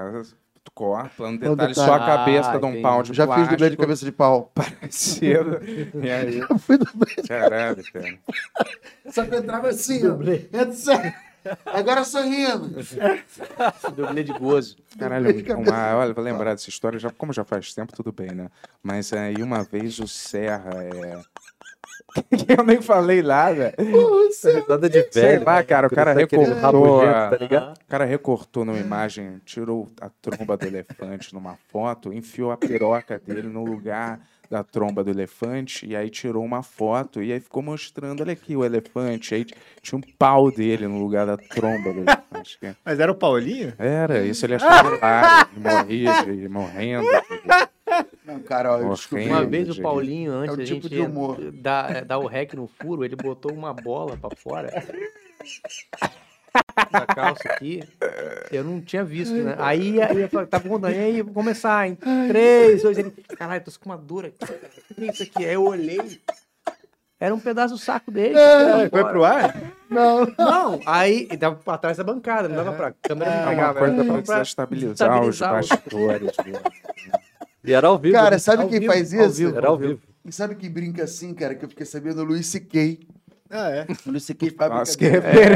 Speaker 6: tu corta, no
Speaker 7: Plano
Speaker 6: detalhe,
Speaker 7: detalhe.
Speaker 6: só a cabeça
Speaker 3: Ah,
Speaker 6: de um
Speaker 3: entendi.
Speaker 6: pau de
Speaker 7: Já fiz dublê de
Speaker 6: plástico,
Speaker 7: cabeça de pau.
Speaker 6: cedo. E aí,
Speaker 7: Eu fui dublê.
Speaker 6: caralho, cara.
Speaker 7: Só que eu entrava assim, ó. É sério. Agora sorrindo.
Speaker 3: Dublê de gozo. é
Speaker 6: Caralho, uma, olha, vou lembrar dessa história, já, como já faz tempo, tudo bem, né? Mas aí uma vez o Serra é. Eu nem falei nada.
Speaker 8: Nada de
Speaker 6: Sei
Speaker 8: velho.
Speaker 6: lá, cara, o cara
Speaker 8: Tá aquele
Speaker 6: recortou.
Speaker 8: rabugento,
Speaker 6: a-
Speaker 8: tá ligado?
Speaker 6: O cara recortou numa imagem, tirou a tromba do elefante numa foto, enfiou a piroca dele no lugar da tromba do elefante, e aí tirou uma foto, e aí ficou mostrando, olha aqui o elefante, aí tinha um pau dele no lugar da tromba do elefante. cara.
Speaker 4: é? Mas era o Paulinho?
Speaker 6: Era, isso ele achava hilário, ele morria, de- morrendo.
Speaker 7: Não, cara, ó, eu
Speaker 6: Nossa,
Speaker 7: descobri.
Speaker 6: quem
Speaker 3: Uma
Speaker 6: Entendi.
Speaker 3: vez o Paulinho, antes
Speaker 7: É o
Speaker 3: da
Speaker 7: tipo
Speaker 3: gente
Speaker 7: de humor.
Speaker 3: Dar, dar o rec no furo, ele botou uma bola pra fora da calça aqui. Eu não tinha visto, né? Aí, aí eu falei, tá contando, e aí, vou começar em três, dois, ele, caralho, tô com uma dor aqui, cara. o que é isso aqui? Aí eu olhei, era um pedaço do saco dele.
Speaker 4: Ah, Foi pro ar?
Speaker 3: Não, aí, ele tava pra trás da bancada, não dava pra câmera, não
Speaker 6: É uma
Speaker 3: pegava.
Speaker 6: coisa
Speaker 3: era
Speaker 6: pra
Speaker 3: só pra-
Speaker 6: desestabilizar os
Speaker 3: estabilizar os-
Speaker 6: bastidores.
Speaker 8: E era ao vivo.
Speaker 7: Cara,
Speaker 8: né?
Speaker 7: sabe
Speaker 8: Ao
Speaker 7: quem
Speaker 8: vivo,
Speaker 7: faz
Speaker 8: ao
Speaker 7: isso?
Speaker 8: vivo, Era ao vivo.
Speaker 7: E sabe quem brinca assim, cara? Que eu fiquei sabendo o Luiz C.K.
Speaker 4: Ah, é.
Speaker 7: O Luiz C.K. faz
Speaker 6: Nossa, que
Speaker 7: brincadeira.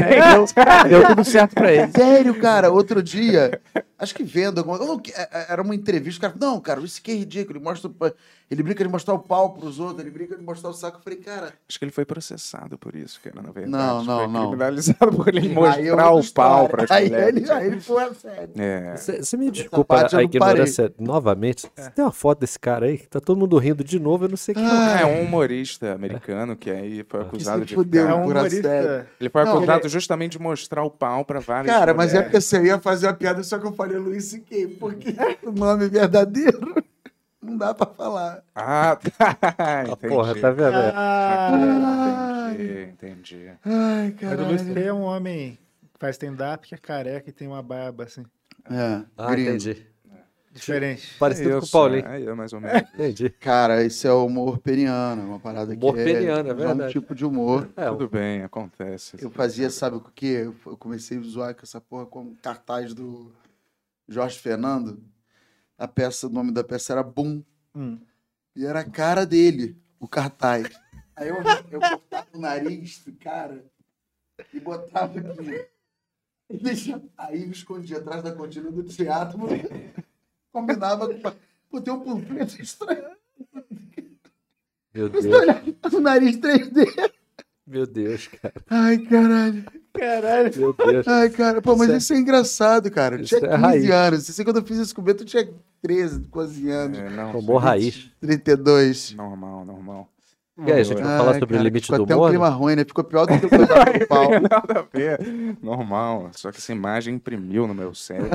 Speaker 3: É. Deu tudo certo pra ele.
Speaker 7: Sério, cara, outro dia, acho que vendo alguma ou que- é- é- era uma entrevista, o cara falou, não, cara, isso aqui é ridículo, ele mostra, o pa- ele brinca de mostrar o pau pros outros, ele brinca de mostrar o saco, eu falei, cara,
Speaker 6: Acho que ele foi processado por isso, cara, na verdade.
Speaker 7: Não, não,
Speaker 6: foi
Speaker 7: não.
Speaker 6: criminalizado por ele
Speaker 7: aí é
Speaker 6: mostrar
Speaker 7: outra
Speaker 6: o pau
Speaker 7: história.
Speaker 6: para as
Speaker 7: aí
Speaker 6: mulheres.
Speaker 7: ele, aí ele foi a sério.
Speaker 6: É.
Speaker 8: Você você me desculpa
Speaker 7: parte eu
Speaker 8: a
Speaker 7: não É.
Speaker 8: ignorância novamente. Você tem uma foto desse cara aí que tá todo mundo rindo de novo, eu não sei o que.
Speaker 7: Ah,
Speaker 6: É um humorista americano que aí
Speaker 8: Ah,
Speaker 6: foi acusado de.
Speaker 7: fudeu.
Speaker 6: ficar-
Speaker 7: É um humorista.
Speaker 6: Ele foi
Speaker 7: Não, é-
Speaker 6: acusado justamente de mostrar o pau para várias
Speaker 7: Cara, mas é
Speaker 6: mulheres.
Speaker 7: porque assim, eu ia fazer uma piada, só que eu falei Luiz C.K., porque o nome é verdadeiro não dá pra falar.
Speaker 6: Ah, tá.
Speaker 8: Ah,
Speaker 6: Entendi.
Speaker 8: porra, tá vendo?
Speaker 6: Ah, entendi, entendi.
Speaker 7: Ai,
Speaker 4: Mas o Luiz
Speaker 7: cara.
Speaker 4: C.K. é um homem que faz stand-up, que é careca e tem uma barba, assim.
Speaker 7: É,
Speaker 8: Ah,
Speaker 7: gringo.
Speaker 8: entendi.
Speaker 4: Diferente.
Speaker 8: Parecido com o
Speaker 6: Isso,
Speaker 8: Paulinho.
Speaker 6: Aí é mais ou menos.
Speaker 8: Entendi.
Speaker 7: Cara, isso é humor periano, uma parada
Speaker 8: Humor
Speaker 7: que é,
Speaker 8: periano, é
Speaker 7: um
Speaker 8: verdade.
Speaker 7: tipo de humor.
Speaker 8: É,
Speaker 6: Tudo bem, acontece.
Speaker 7: Eu fazia, sabe o que? Eu eu comecei a zoar com essa porra com cartaz do Jorge Fernando. A peça, o nome da peça era Boom.
Speaker 4: Hum.
Speaker 7: E era a cara dele, o cartaz. Aí eu, eu cortava o nariz do cara e botava aqui. E deixava, aí me escondia atrás da cortina do teatro. Combinava com. Pô, tem um panfleto estranho.
Speaker 8: meu
Speaker 7: Você
Speaker 8: Deus.
Speaker 7: olhava o nariz 3D.
Speaker 8: Meu Deus, cara.
Speaker 7: Ai, caralho.
Speaker 8: Meu Deus.
Speaker 7: Ai, cara, pô, mas
Speaker 8: Isso é-
Speaker 7: isso é engraçado, cara. Eu
Speaker 8: isso
Speaker 7: tinha
Speaker 8: é
Speaker 7: 15
Speaker 8: raiz.
Speaker 7: anos. Eu sei quando eu fiz isso com o Beto, eu tinha 13, 12 anos.
Speaker 6: É, não,
Speaker 8: Tomou raiz.
Speaker 7: 32.
Speaker 6: Normal, normal.
Speaker 8: E
Speaker 7: Hum.
Speaker 8: aí, a gente vai falar
Speaker 7: Ai,
Speaker 8: sobre
Speaker 7: cara,
Speaker 8: o limite
Speaker 7: ficou
Speaker 8: do
Speaker 7: até
Speaker 8: humor?
Speaker 7: um clima ruim, né? Ficou pior do que o coitado do pau.
Speaker 6: Nada a ver. Normal. Só que essa imagem imprimiu no meu cérebro.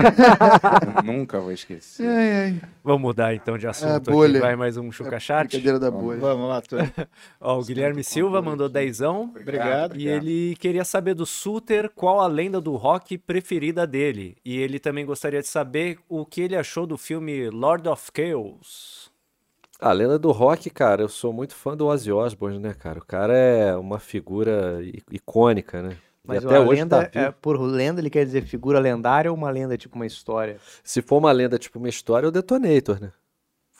Speaker 6: Eu nunca vou esquecer.
Speaker 7: Ai, ai.
Speaker 14: Vamos mudar então de assunto aqui.
Speaker 7: bolha.
Speaker 14: Vai mais um chucachate.
Speaker 7: Brincadeira da bolha.
Speaker 4: Vamos lá, Tony.
Speaker 14: Ó, o Guilherme Silva mandou dezão.
Speaker 4: Obrigado.
Speaker 14: E ele queria saber do Suter qual a lenda do rock preferida dele. E ele também gostaria de saber o que ele achou do filme Lord of Chaos.
Speaker 8: A lenda do rock, cara, eu sou muito fã do Ozzy Osbourne, né, cara? O cara é uma figura i- icônica, né?
Speaker 3: Mas
Speaker 8: e até
Speaker 3: a
Speaker 8: hoje
Speaker 3: lenda,
Speaker 8: tá vivo.
Speaker 3: é, por lenda, ele quer dizer figura lendária ou uma lenda, tipo uma história?
Speaker 8: Se for uma lenda tipo uma história, é o Detonator, né?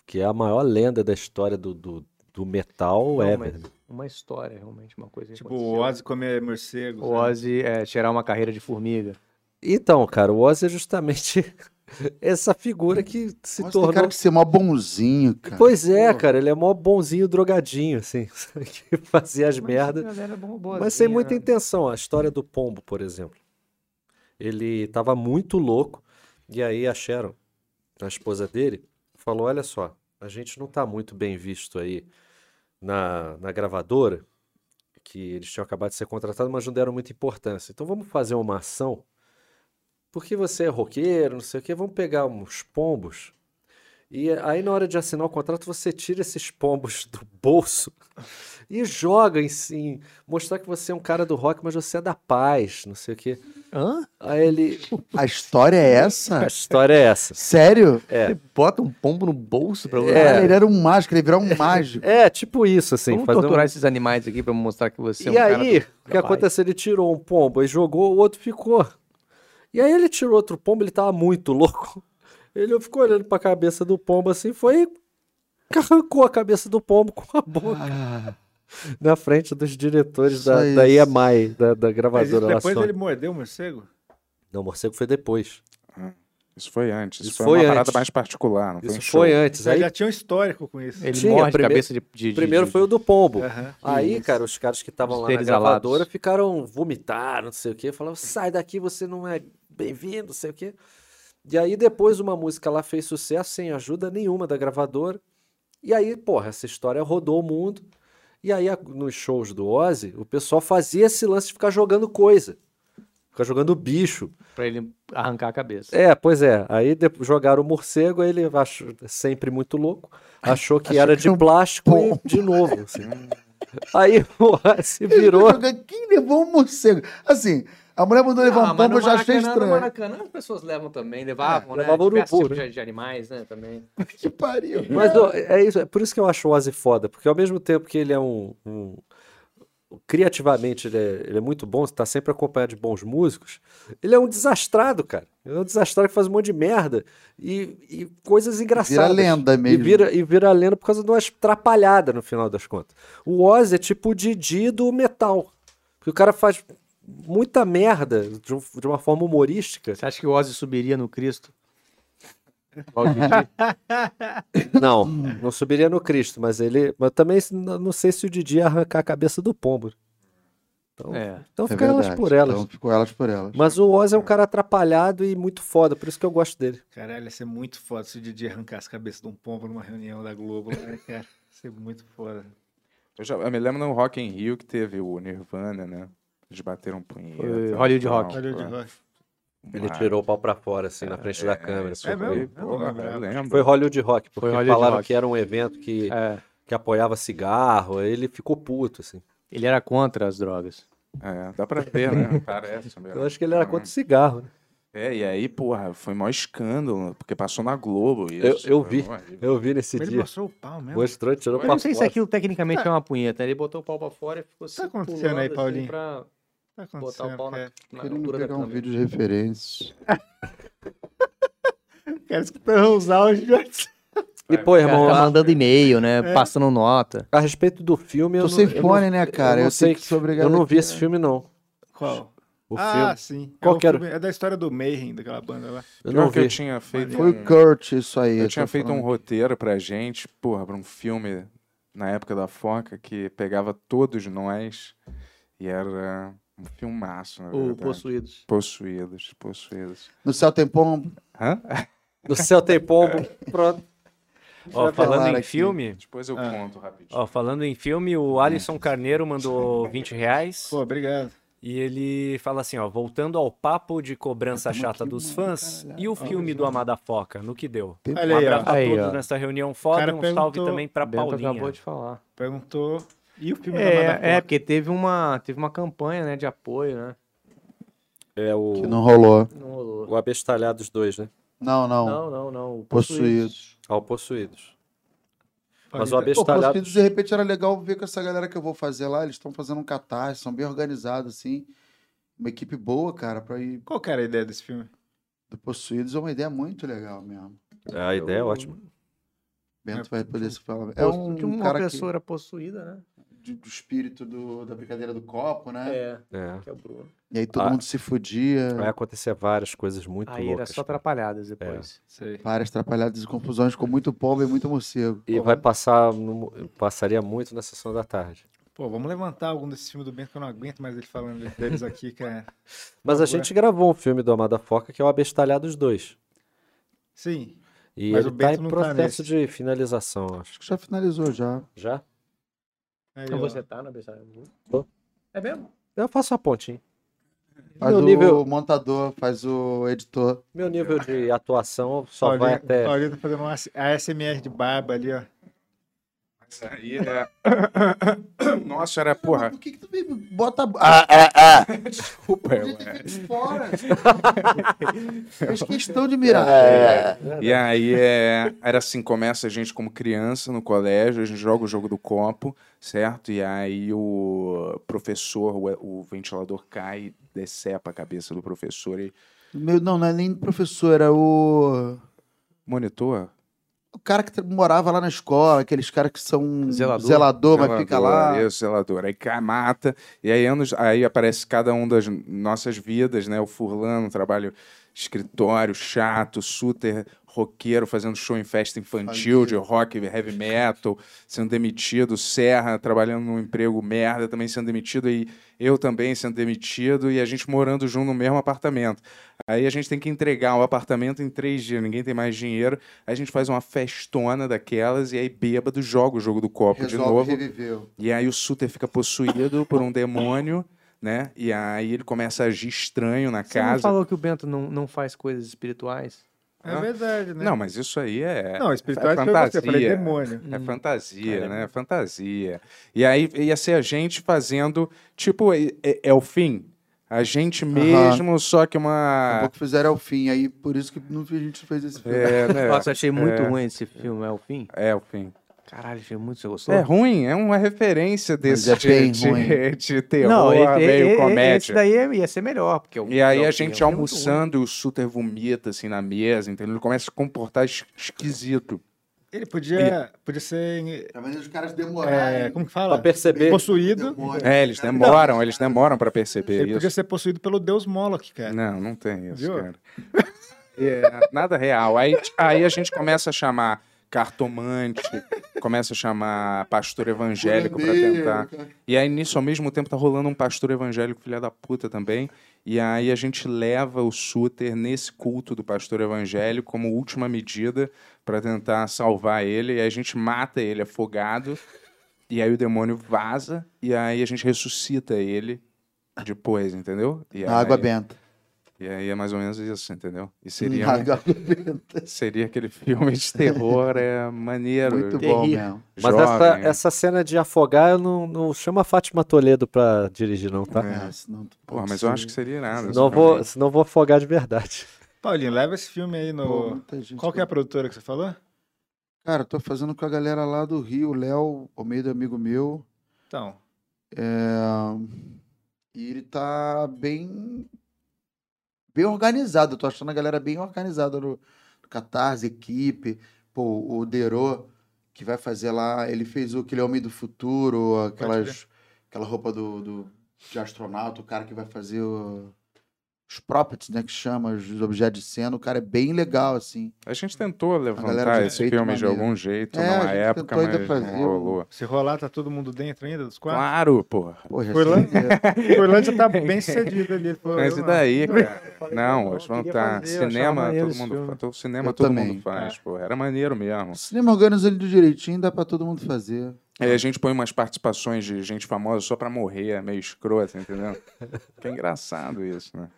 Speaker 8: Que é a maior lenda da história do, do, do metal
Speaker 3: Não,
Speaker 8: ever.
Speaker 3: mas
Speaker 8: né?
Speaker 3: uma história, realmente, uma coisa que
Speaker 4: Tipo, o
Speaker 3: aconteceu.
Speaker 4: Ozzy comer morcego.
Speaker 3: O Ozzy é, tirar uma carreira de formiga.
Speaker 8: Então, cara, o Ozzy é justamente essa figura que se
Speaker 7: Nossa, tem
Speaker 8: tornou.
Speaker 7: cara de ser mó bonzinho, cara.
Speaker 8: Pois é,
Speaker 7: Pô.
Speaker 8: cara, ele é mó bonzinho, drogadinho, assim, que fazia as merdas. Mas é sem
Speaker 3: né?
Speaker 8: muita intenção. A história do Pombo, por exemplo. Ele tava muito louco. E aí a Sharon, a esposa dele, falou: Olha só, a gente não tá muito bem visto aí na, na gravadora, que eles tinham acabado de ser contratados, mas não deram muita importância. Então vamos fazer uma ação. Porque você é roqueiro, não sei o quê, vamos pegar uns pombos. E aí, na hora de assinar o contrato, você tira esses pombos do bolso e joga em si. Mostrar que você é um cara do rock, mas você é da paz, não sei o quê.
Speaker 3: Hã?
Speaker 8: Aí ele.
Speaker 7: A história é essa?
Speaker 8: A história é essa.
Speaker 7: Sério?
Speaker 8: É.
Speaker 3: Bota um pombo no bolso pra você.
Speaker 7: Cara, ele era um mágico, ele virou um mágico.
Speaker 8: É, tipo isso, assim.
Speaker 3: Vamos
Speaker 8: fazer um-
Speaker 3: torturar esses animais aqui pra mostrar que você
Speaker 8: E
Speaker 3: é um cara
Speaker 8: aí, o que
Speaker 3: Capaz.
Speaker 8: aconteceu? Ele tirou um pombo e jogou, o outro ficou. E aí ele tirou outro pombo, ele tava muito louco. Ele ficou olhando pra cabeça do pombo assim, foi e arrancou a cabeça do pombo com a boca.
Speaker 7: Ah,
Speaker 8: Na frente dos diretores
Speaker 7: Só
Speaker 8: da, da
Speaker 7: isso.
Speaker 8: EMI, da, da
Speaker 4: Mas isso
Speaker 8: gravadora lá.
Speaker 4: depois
Speaker 8: Sony.
Speaker 4: ele mordeu o morcego?
Speaker 8: Não, o morcego foi depois.
Speaker 6: Isso foi antes. Isso,
Speaker 8: Isso
Speaker 6: foi,
Speaker 8: foi
Speaker 6: uma parada
Speaker 8: antes.
Speaker 6: mais particular. Não foi
Speaker 8: Isso
Speaker 6: um show.
Speaker 8: foi antes.
Speaker 4: Já
Speaker 8: Aí,
Speaker 4: tinha um histórico com isso.
Speaker 3: Ele
Speaker 8: Tinha,
Speaker 3: morde
Speaker 8: prime-
Speaker 3: cabeça de, de- de-
Speaker 8: primeiro
Speaker 3: de-
Speaker 8: foi o do pombo.
Speaker 4: Aham.
Speaker 8: Aí, cara, os caras que estavam lá na
Speaker 3: Esterilizados.
Speaker 8: gravadora ficaram vomitar, não sei o quê, falaram, sai daqui, você não é bem-vindo, não sei o quê. E aí depois uma música lá fez sucesso sem ajuda nenhuma da gravadora. E aí, porra, essa história rodou o mundo. E aí a- nos shows do Ozzy, o pessoal fazia esse lance de ficar jogando coisa. Ficar jogando bicho.
Speaker 3: pra ele arrancar a cabeça.
Speaker 8: É, pois é. Aí de- jogaram o morcego, aí ele achou, sempre muito louco, achou que era um de plástico e de novo. assim. Aí o Ozzy virou.
Speaker 7: Quem levou um morcego? Assim, a mulher mandou
Speaker 8: Ah,
Speaker 7: levar um pombo, eu já achei
Speaker 3: Ah, No
Speaker 7: estranho.
Speaker 3: Maracanã as pessoas levam também, levavam,
Speaker 8: É,
Speaker 3: né?
Speaker 8: levava
Speaker 3: Diversos
Speaker 8: urubu,
Speaker 3: tipos de, de animais, né, também.
Speaker 7: Que pariu.
Speaker 8: Mas ó, é isso, é por isso que eu acho o Ozzy foda, porque ao mesmo tempo que ele é um. um- criativamente ele é, ele é muito bom, tá sempre acompanhado de bons músicos, ele é um desastrado, cara. Ele é um desastrado que faz um monte de merda e, e coisas
Speaker 7: Vira
Speaker 8: engraçadas.
Speaker 7: lenda
Speaker 8: E
Speaker 7: mesmo.
Speaker 8: vira, e vira lenda por causa de umas atrapalhadas no final das contas. O Ozzy é tipo o Didi do metal. Porque o cara faz muita merda de, um- de uma forma humorística.
Speaker 3: Você acha que o Ozzy subiria no Cristo?
Speaker 8: Não, não subiria no Cristo, mas ele. Mas também se- n- não sei se o Didi ia arrancar a cabeça do pombo. Então,
Speaker 3: É.
Speaker 8: então
Speaker 7: É
Speaker 8: fica elas
Speaker 7: verdade.
Speaker 8: por elas.
Speaker 7: Então, ficou elas por elas.
Speaker 8: Mas o Ozzy é um cara atrapalhado e muito foda, por isso que eu gosto dele.
Speaker 4: Caralho, ia ser muito foda se o Didi arrancasse a cabeça de um pombo numa reunião da Globo, né, cara? Ia ser muito foda.
Speaker 6: Eu, já- eu me lembro no Rock in Rio que teve o Nirvana, né? Eles bateram punheta.
Speaker 3: Foi Hollywood Rock.
Speaker 4: Olha o de rock.
Speaker 8: Ele
Speaker 6: Ah.
Speaker 8: tirou o pau pra fora, assim, na frente da
Speaker 4: é
Speaker 8: câmera.
Speaker 4: mesmo?
Speaker 6: Foi,
Speaker 4: Eu não lembrava.
Speaker 6: lembro.
Speaker 8: Foi Hollywood Rock, porque
Speaker 3: Hollywood
Speaker 8: falaram
Speaker 3: Rock.
Speaker 8: que era um evento que,
Speaker 3: É.
Speaker 8: que apoiava cigarro, aí ele ficou puto, assim.
Speaker 3: Ele era contra as drogas.
Speaker 6: É, dá pra ver, né? Parece. mesmo.
Speaker 8: Eu acho que ele era contra o cigarro, né?
Speaker 6: É, e aí, porra, foi maior escândalo, porque passou na Globo.
Speaker 8: Eu,
Speaker 6: Isso,
Speaker 8: eu
Speaker 6: foi
Speaker 8: vi,
Speaker 6: mó horrível.
Speaker 8: eu vi nesse
Speaker 4: Mas ele
Speaker 8: dia.
Speaker 4: mostrou o pau mesmo.
Speaker 8: Mostrou, tirou
Speaker 3: Eu
Speaker 8: pra
Speaker 3: não sei se
Speaker 8: fora.
Speaker 3: aquilo tecnicamente é uma punheta. Ele botou o pau pra fora e ficou assim,
Speaker 4: acontecendo
Speaker 3: pulando,
Speaker 4: aí,
Speaker 3: assim,
Speaker 4: Paulinho?
Speaker 3: pra
Speaker 4: Tá
Speaker 3: botar o
Speaker 4: acontecendo,
Speaker 3: pau na,
Speaker 4: cara.
Speaker 3: na
Speaker 7: Querendo
Speaker 3: altura da
Speaker 7: pegar um
Speaker 3: câmera.
Speaker 7: vídeo de referência.
Speaker 4: Cara, escutando os áudios de WhatsApp.
Speaker 8: E pô,
Speaker 3: O cara
Speaker 8: irmão,
Speaker 3: fica
Speaker 8: a,
Speaker 3: mandando e-mail, né?
Speaker 6: É.
Speaker 3: Passando nota.
Speaker 8: a respeito do filme... eu
Speaker 7: Tô
Speaker 8: não-
Speaker 7: sem
Speaker 8: eu não-
Speaker 7: fone, né, cara?
Speaker 8: Eu,
Speaker 7: Eu,
Speaker 8: não sei
Speaker 7: tenho
Speaker 8: que
Speaker 7: que sou obrigado
Speaker 8: Eu não vi
Speaker 7: aqui,
Speaker 8: esse
Speaker 7: né?
Speaker 8: filme, não.
Speaker 4: Qual?
Speaker 8: O
Speaker 4: ah,
Speaker 8: filme.
Speaker 4: sim.
Speaker 8: Qual
Speaker 4: é, o
Speaker 8: que era?
Speaker 4: filme- é da história do Mayhem, daquela banda lá.
Speaker 8: Eu
Speaker 6: Pior
Speaker 8: não
Speaker 6: que eu
Speaker 8: vi.
Speaker 6: tinha feito.
Speaker 7: Foi
Speaker 6: um-
Speaker 7: o Kurt, isso aí.
Speaker 6: Eu
Speaker 7: tô
Speaker 6: tinha feito um
Speaker 7: falando.
Speaker 6: roteiro pra gente, porra, pra um filme na época da Foca que pegava todos nós e era um filmaço, na
Speaker 3: O
Speaker 6: verdade.
Speaker 3: Possuídos.
Speaker 6: Possuídos, possuídos.
Speaker 7: No céu tem
Speaker 8: Tá
Speaker 7: pombo.
Speaker 6: Hã?
Speaker 8: No céu tem pombo.
Speaker 4: É.
Speaker 8: Pronto.
Speaker 15: Ó, falando
Speaker 7: falaram
Speaker 15: em
Speaker 7: aqui.
Speaker 15: filme,
Speaker 6: Depois eu conto rapidinho.
Speaker 15: ó, falando em filme, o Alisson Carneiro mandou 20 reais.
Speaker 4: Pô, obrigado.
Speaker 15: E ele fala assim, ó, voltando ao papo de cobrança
Speaker 8: Tá
Speaker 15: chata dos fãs e
Speaker 8: Ah,
Speaker 15: o filme do Amada Foca, no que deu?
Speaker 4: Olha aí,
Speaker 15: um
Speaker 4: ó.
Speaker 15: abraço
Speaker 3: Aí,
Speaker 15: a todos
Speaker 3: ó.
Speaker 15: nessa reunião
Speaker 4: O
Speaker 15: foda,
Speaker 4: cara
Speaker 15: um salve
Speaker 4: perguntou-
Speaker 15: também pra
Speaker 3: Bento acabou
Speaker 15: Paulinha.
Speaker 3: de falar.
Speaker 4: Perguntou. E o filme da Madafoca?
Speaker 3: É, é, porque teve uma, teve uma campanha, né, de apoio, né?
Speaker 8: É o,
Speaker 7: Que não rolou.
Speaker 3: Não rolou.
Speaker 8: o abestalhado dos dois, né?
Speaker 7: Não, não.
Speaker 3: Não, não, não. o
Speaker 7: Possuídos.
Speaker 8: Ao Possuídos. Mas o
Speaker 4: Paulinho
Speaker 7: Pô,
Speaker 8: abestalhado...
Speaker 7: Possuídos, de repente, era legal ver com essa galera que eu vou fazer lá. Eles estão fazendo um catarse, são bem organizados, assim. Uma equipe boa, cara, pra ir
Speaker 4: tá- Qual que era a ideia desse filme?
Speaker 7: do Possuídos. É uma ideia muito legal mesmo.
Speaker 8: A ideia é ótima.
Speaker 7: Bento vai poder se falar. É
Speaker 3: É
Speaker 7: um,
Speaker 3: que uma
Speaker 7: cara
Speaker 3: pessoa era possuída, né?
Speaker 7: que... de- do espírito do- da brincadeira do copo, né?
Speaker 3: É,
Speaker 8: É.
Speaker 3: que é o Bruno.
Speaker 7: E aí todo
Speaker 8: Ah. É.
Speaker 7: mundo se fudia,
Speaker 8: Vai acontecer várias coisas muito
Speaker 3: Aí era
Speaker 8: loucas.
Speaker 3: só atrapalhadas depois.
Speaker 7: várias atrapalhadas e confusões com muito pombo e muito morcego.
Speaker 8: E vai passar, no- passaria muito na sessão da tarde.
Speaker 4: Pô, vamos levantar algum desses filmes do Bento que eu não aguento mais ele falando deles aqui, cara.
Speaker 8: Mas
Speaker 4: Agora-
Speaker 8: a gente gravou um filme do Amada Foca que é o Abestalhado dos Dois.
Speaker 4: Sim.
Speaker 8: E
Speaker 4: Mas
Speaker 8: ele
Speaker 4: o
Speaker 8: tá
Speaker 4: Bento
Speaker 8: em
Speaker 4: não tá
Speaker 8: processo
Speaker 4: nesse.
Speaker 8: de finalização, eu acho.
Speaker 7: Acho que já finalizou já.
Speaker 8: Já?
Speaker 4: Aí,
Speaker 3: Então
Speaker 4: ó.
Speaker 3: você tá na Bessara?
Speaker 8: Tô.
Speaker 3: É mesmo?
Speaker 8: Eu faço a ponte, hein?
Speaker 7: Faz
Speaker 8: Meu
Speaker 7: o
Speaker 8: nível-
Speaker 7: montador, faz o editor.
Speaker 8: Meu nível de atuação só
Speaker 4: Paulinho-
Speaker 8: vai até.
Speaker 4: Paulinho tá fazendo uma ASMR de barba ali, ó. É
Speaker 6: Isso aí é. Nossa, era, porra.
Speaker 7: Por que, que tu me bota. Ah, ah, ah!
Speaker 6: Desculpa, eu.
Speaker 7: Podia ter feito fora. Fez questão de mirar. É.
Speaker 6: E aí é, era assim, começa a gente como criança no colégio, a gente joga o jogo do copo, certo? E aí o professor, o, o ventilador cai, decepa a cabeça do professor e
Speaker 7: Meu, não, não é nem professor, era o.
Speaker 6: monitor.
Speaker 7: O cara que tra- morava lá na escola, aqueles caras que são
Speaker 3: Zelador.
Speaker 7: mas fica lá.
Speaker 6: Isso, zelador. Aí cai, mata. E aí anos, aí aparece cada um das nossas vidas, né? O Furlan, um trabalho escritório, chato, super roqueiro, fazendo show em festa infantil, de rock, heavy metal, sendo demitido, Serra trabalhando num emprego merda, também sendo demitido, e eu também sendo demitido, e a gente morando junto no mesmo apartamento. Aí a gente tem que entregar o apartamento em três dias, ninguém tem mais dinheiro, aí a gente faz uma festona daquelas, e aí bêbado joga o jogo do copo de
Speaker 7: Resolve
Speaker 6: novo.
Speaker 7: reviveu.
Speaker 6: E aí o Suter fica possuído por um demônio, né? E aí ele começa a agir estranho na
Speaker 3: Você não
Speaker 6: casa.
Speaker 3: falou que o Bento não, não faz coisas espirituais?
Speaker 4: É verdade, né?
Speaker 6: Não, mas isso aí é.
Speaker 4: não espiritual
Speaker 6: é
Speaker 4: foi você, eu falei
Speaker 6: fantasia.
Speaker 4: demônio.
Speaker 6: É
Speaker 7: Hum.
Speaker 6: fantasia, né? É fantasia. E aí ia ser a gente fazendo. Tipo, é, é- é o fim. A gente mesmo, só
Speaker 7: Daqui
Speaker 6: que
Speaker 7: a
Speaker 6: uma.
Speaker 7: pouco fizeram ao fim, aí por isso que não, a gente fez esse filme.
Speaker 6: Ah. É, né?
Speaker 3: Nossa, eu achei muito ruim esse filme, é o fim?
Speaker 6: É o fim.
Speaker 3: Caralho, achei muito, você gostou?
Speaker 6: É ruim, é uma referência desse
Speaker 7: é
Speaker 6: de,
Speaker 7: bem
Speaker 6: de-
Speaker 7: ruim.
Speaker 6: de terror,
Speaker 3: não, e- e-
Speaker 6: meio
Speaker 3: e-
Speaker 6: comédia.
Speaker 3: Esse daí é, ia ser melhor, porque o-
Speaker 6: E aí
Speaker 3: é o
Speaker 6: a
Speaker 3: fim,
Speaker 6: gente
Speaker 3: é um filme muito ruim.
Speaker 6: almoçando e o Suter vomita assim na mesa, entendeu? Ele começa a se comportar es- esquisito.
Speaker 4: Ele podia, podia ser.
Speaker 7: Tá vendo os caras demoraram.
Speaker 4: É, como que fala?
Speaker 8: Pra perceber.
Speaker 4: Possuído.
Speaker 6: É, eles demoram, eles demoram pra
Speaker 3: É
Speaker 6: perceber
Speaker 4: Ele
Speaker 6: isso.
Speaker 4: podia ser possuído pelo deus Moloch, cara.
Speaker 6: Não, não tem isso,
Speaker 4: Viu?
Speaker 6: cara. É, nada real. Aí, aí a gente começa a chamar cartomante, começa a chamar pastor evangélico pra tentar. E aí nisso, ao mesmo tempo, tá rolando um pastor evangélico filha da puta também. E aí a gente leva o Suter nesse culto do pastor evangélico como última medida pra tentar salvar ele. E aí a gente mata ele afogado. E aí o demônio vaza. E aí a gente ressuscita ele depois, entendeu? E
Speaker 7: Na água
Speaker 6: aí-
Speaker 7: benta.
Speaker 6: e aí é mais ou menos isso, entendeu? E
Speaker 7: Na
Speaker 6: seria, um-
Speaker 7: água benta.
Speaker 6: seria aquele filme de terror, é maneiro.
Speaker 7: Muito bom
Speaker 3: Terrível.
Speaker 7: mesmo.
Speaker 8: Mas
Speaker 6: é jovem.
Speaker 8: essa, essa cena de afogar, eu não, não chamo a Fátima Toledo pra dirigir, não, tá?
Speaker 7: É, senão tu
Speaker 6: Pô,
Speaker 7: pode
Speaker 6: mas eu
Speaker 7: ser-
Speaker 6: acho que seria nada.
Speaker 8: Senão eu vou, senão eu vou afogar de verdade.
Speaker 4: Paulinho, leva esse filme aí
Speaker 7: Pô,
Speaker 4: no.
Speaker 7: muita gente
Speaker 4: Qual que é a produtora que você falou?
Speaker 7: Cara, eu tô fazendo com a galera lá do Rio, o Léo, o meio do amigo meu.
Speaker 4: Então.
Speaker 7: é, E ele tá bem. Bem organizado. Eu tô achando a galera bem organizada no, no Catarse, equipe. Pô, o Derô, que vai fazer lá. Ele fez o aquele Homem do Futuro, aquelas, aquela roupa do, do- de astronauta, o cara que vai fazer o- os properties, né? Que chama, os objetos de cena. O cara é bem legal, assim.
Speaker 6: A gente tentou
Speaker 7: galera
Speaker 6: levantar
Speaker 7: tinha
Speaker 6: esse
Speaker 7: feito
Speaker 6: filme de
Speaker 7: maneiro.
Speaker 6: algum jeito,
Speaker 7: É, a
Speaker 6: numa
Speaker 7: gente
Speaker 6: época,
Speaker 7: tentou ainda
Speaker 6: mas
Speaker 7: fazer
Speaker 6: não
Speaker 7: um-
Speaker 6: rolou.
Speaker 4: Se rolar, tá todo mundo dentro ainda dos quatro?
Speaker 6: Claro, porra.
Speaker 7: Porra,
Speaker 4: Foi lá?
Speaker 7: assim, é-
Speaker 4: O Orlando tá bem sucedido ali. ele falou,
Speaker 6: Mas
Speaker 4: eu
Speaker 6: e
Speaker 4: não.
Speaker 6: daí,
Speaker 3: eu
Speaker 6: cara?
Speaker 3: falei,
Speaker 6: Não,
Speaker 3: não,
Speaker 6: eles
Speaker 3: eu
Speaker 6: vão
Speaker 3: queria
Speaker 6: estar.
Speaker 3: fazer, eu achava
Speaker 6: Cinema,
Speaker 3: maneiro
Speaker 6: todo
Speaker 3: esse
Speaker 6: mundo,
Speaker 3: filme.
Speaker 6: fa- todo- cinema
Speaker 7: Eu
Speaker 6: todo
Speaker 7: também. é.
Speaker 6: mundo faz, pô. Era maneiro mesmo.
Speaker 7: O cinema organiza ele direitinho, dá pra todo mundo fazer.
Speaker 6: Aí a gente põe umas participações de gente famosa só pra morrer, é meio escrota, entendeu? Que é engraçado isso, né?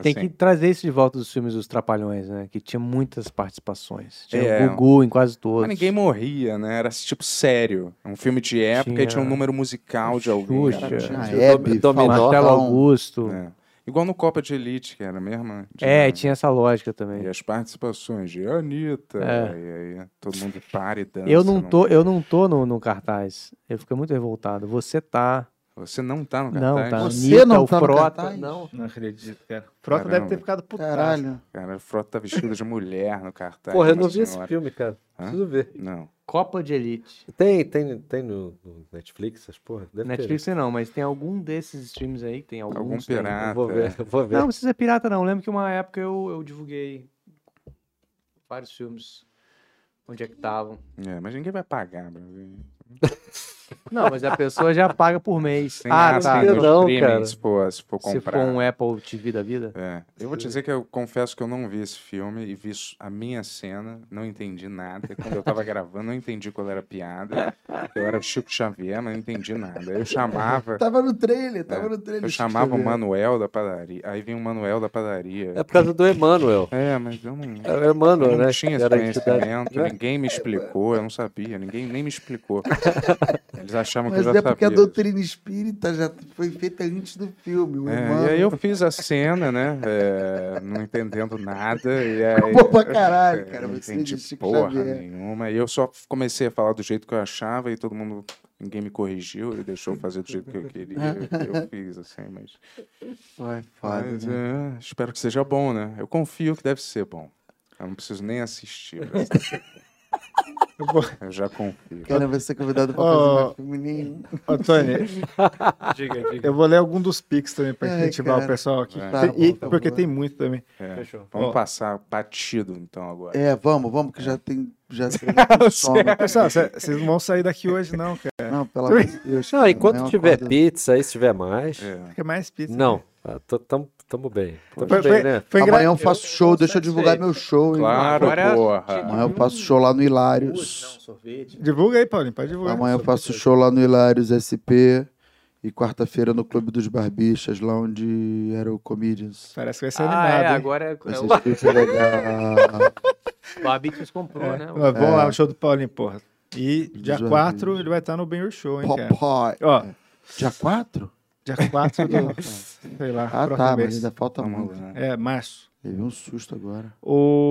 Speaker 3: Tem
Speaker 6: Assim,
Speaker 3: que trazer isso de volta dos filmes dos Trapalhões, né? Que tinha muitas participações. Tinha
Speaker 6: É.
Speaker 3: o Gugu em quase todos.
Speaker 6: Mas ninguém morria, né? Era tipo sério. Um filme de época e tinha um
Speaker 3: Tinha-
Speaker 6: número musical de alguém.
Speaker 3: Xuxa,
Speaker 4: É.
Speaker 6: cara.
Speaker 7: Tinha a
Speaker 8: o
Speaker 7: Hebe,
Speaker 8: Dom- Dominó,
Speaker 7: Faustão,
Speaker 3: Marcelo Augusto.
Speaker 6: É. Igual no Copa de Elite, que era mesmo.
Speaker 3: É, tinha essa lógica também.
Speaker 6: E as participações de Anitta.
Speaker 3: É.
Speaker 6: E aí todo mundo para e dança.
Speaker 3: Eu não tô, eu não tô no, no cartaz. Eu fico muito revoltado. Você tá.
Speaker 6: Você não tá no
Speaker 3: Não,
Speaker 6: cartaz?
Speaker 3: tá.
Speaker 7: Você
Speaker 3: Anitta,
Speaker 7: não
Speaker 3: o
Speaker 7: tá no
Speaker 3: Frota.
Speaker 7: cartaz?
Speaker 3: Não,
Speaker 4: Não acredito, cara. Frota
Speaker 6: Caramba.
Speaker 4: deve ter ficado putaço.
Speaker 7: Caralho.
Speaker 6: Cara, o Frota tá vestido de mulher no cartaz.
Speaker 8: Porra, eu não
Speaker 6: nossa
Speaker 8: vi esse
Speaker 6: senhora.
Speaker 8: filme, cara.
Speaker 6: Hã?
Speaker 8: Preciso ver.
Speaker 6: Não.
Speaker 3: Copa de Elite.
Speaker 8: Tem, tem, tem no, no Netflix, essas porra. Deve
Speaker 3: Netflix não, mas tem algum desses streams aí, tem alguns.
Speaker 6: Algum
Speaker 3: tem.
Speaker 8: ter.
Speaker 6: pirata.
Speaker 8: Eu Vou ver, eu vou ver.
Speaker 3: Não, não precisa ser pirata não. Eu lembro que uma época eu, eu divulguei vários filmes onde é que estavam.
Speaker 6: É, mas ninguém vai pagar. pra ver.
Speaker 3: Não, mas a pessoa já paga por mês.
Speaker 6: Tem
Speaker 3: ah,
Speaker 6: essa
Speaker 3: tá.
Speaker 6: nos
Speaker 8: Não,
Speaker 6: streaming,
Speaker 8: cara.
Speaker 6: Se for, se for
Speaker 3: Se for
Speaker 6: comprar.
Speaker 3: um Apple TV da vida.
Speaker 6: É. Eu vou te dizer que eu confesso que eu não vi esse filme e vi s- a minha cena, não entendi nada. Quando eu tava gravando, não entendi qual era a piada. Eu era o Chico Xavier, não entendi nada. Eu chamava,
Speaker 7: Tava no trailer, tava
Speaker 6: É.
Speaker 7: no trailer. Tá,
Speaker 6: eu
Speaker 7: Chico
Speaker 6: chamava o
Speaker 7: Xavier.
Speaker 6: Manuel da padaria. Aí vinha o Manuel da padaria.
Speaker 8: É por causa do Emmanuel.
Speaker 6: É, mas eu não,
Speaker 8: É o Emmanuel,
Speaker 6: eu não
Speaker 8: né?
Speaker 6: tinha
Speaker 8: que
Speaker 6: esse
Speaker 8: era a entidade.
Speaker 6: conhecimento,
Speaker 7: né?
Speaker 6: ninguém me explicou, eu não sabia, ninguém nem me explicou. Eles achavam
Speaker 7: Mas
Speaker 6: que eu já
Speaker 7: é porque a
Speaker 6: sabia.
Speaker 7: doutrina espírita já foi feita antes do filme. O
Speaker 6: É,
Speaker 7: irmão.
Speaker 6: e aí eu fiz a cena, né? é, não entendendo nada. E aí,
Speaker 7: Pô, pra caralho,
Speaker 6: é,
Speaker 7: cara,
Speaker 6: Não
Speaker 7: você
Speaker 6: entendi
Speaker 7: de Chico
Speaker 6: porra
Speaker 7: Xavier.
Speaker 6: nenhuma. E eu só comecei a falar do jeito que eu achava e todo mundo. Ninguém me corrigiu e deixou eu fazer do jeito que eu queria. Eu, eu fiz, assim, mas.
Speaker 7: Ai, foda,
Speaker 6: mas,
Speaker 7: né?
Speaker 6: é, espero que seja bom, né? Eu confio que deve ser bom. Eu não preciso nem assistir. pra saber. Eu já confio.
Speaker 7: Cara, vai ser convidado pra
Speaker 4: Ó.
Speaker 7: fazer mais filme nenhum.
Speaker 4: Ô, Tony,
Speaker 16: Diga, diga.
Speaker 4: eu vou ler algum dos pics também pra
Speaker 7: Ai,
Speaker 4: incentivar
Speaker 7: cara.
Speaker 4: o pessoal aqui.
Speaker 6: Vai.
Speaker 7: Tá
Speaker 4: Tem- e-
Speaker 7: bom, tá
Speaker 4: porque
Speaker 7: bom.
Speaker 4: tem muito também.
Speaker 6: É,
Speaker 16: Fechou.
Speaker 6: Vamos
Speaker 4: Ó.
Speaker 6: passar batido, então, agora.
Speaker 7: É, vamos, vamos, que já tem. Já tem sono.
Speaker 4: Pessoal, cê- vocês não vão sair daqui hoje, não, cara.
Speaker 7: Não, pelo amor de Deus.
Speaker 8: Não,
Speaker 7: cara,
Speaker 8: enquanto
Speaker 7: não
Speaker 8: tiver
Speaker 7: acorda.
Speaker 8: pizza aí, se tiver mais.
Speaker 6: É.
Speaker 4: Fica mais pizza.
Speaker 8: Não, ah, tô- tamo, tamo bem. Tamo
Speaker 4: Foi,
Speaker 8: bem,
Speaker 4: foi,
Speaker 8: né?
Speaker 4: foi engra-
Speaker 7: Amanhã eu faço show, deixa eu divulgar meu show. hein?
Speaker 6: Claro,
Speaker 4: é
Speaker 3: Agora-
Speaker 6: porra.
Speaker 7: Amanhã eu faço show lá no Hilários.
Speaker 3: sorvete.
Speaker 4: Divulga aí, Paulinho, pode divulgar.
Speaker 7: Amanhã eu faço show lá no Hilários SP. E quarta-feira no Clube dos Barbixas, lá onde era o Comedians.
Speaker 4: Parece que vai ser
Speaker 3: Ah, é,
Speaker 4: animado. hein?
Speaker 3: agora é,
Speaker 7: Vai
Speaker 3: é
Speaker 7: ser
Speaker 3: o
Speaker 7: super legal.
Speaker 3: Babitins comprou, né?
Speaker 4: É. Ó,
Speaker 7: É.
Speaker 4: Vamos lá, o show do Paulinho, porra. E dia
Speaker 7: Dezoito.
Speaker 4: 4 ele vai estar no Benhur Show, hein,
Speaker 7: é
Speaker 4: cara?
Speaker 7: Popeye.
Speaker 4: Ó,
Speaker 7: Dia 4?
Speaker 4: dia 4 do. sei lá,
Speaker 7: Ah,
Speaker 4: próximo
Speaker 7: tá, mas
Speaker 4: mês.
Speaker 7: ainda falta
Speaker 6: Vamos
Speaker 7: muito.
Speaker 6: lá.
Speaker 4: É, março.
Speaker 7: Teve um susto agora.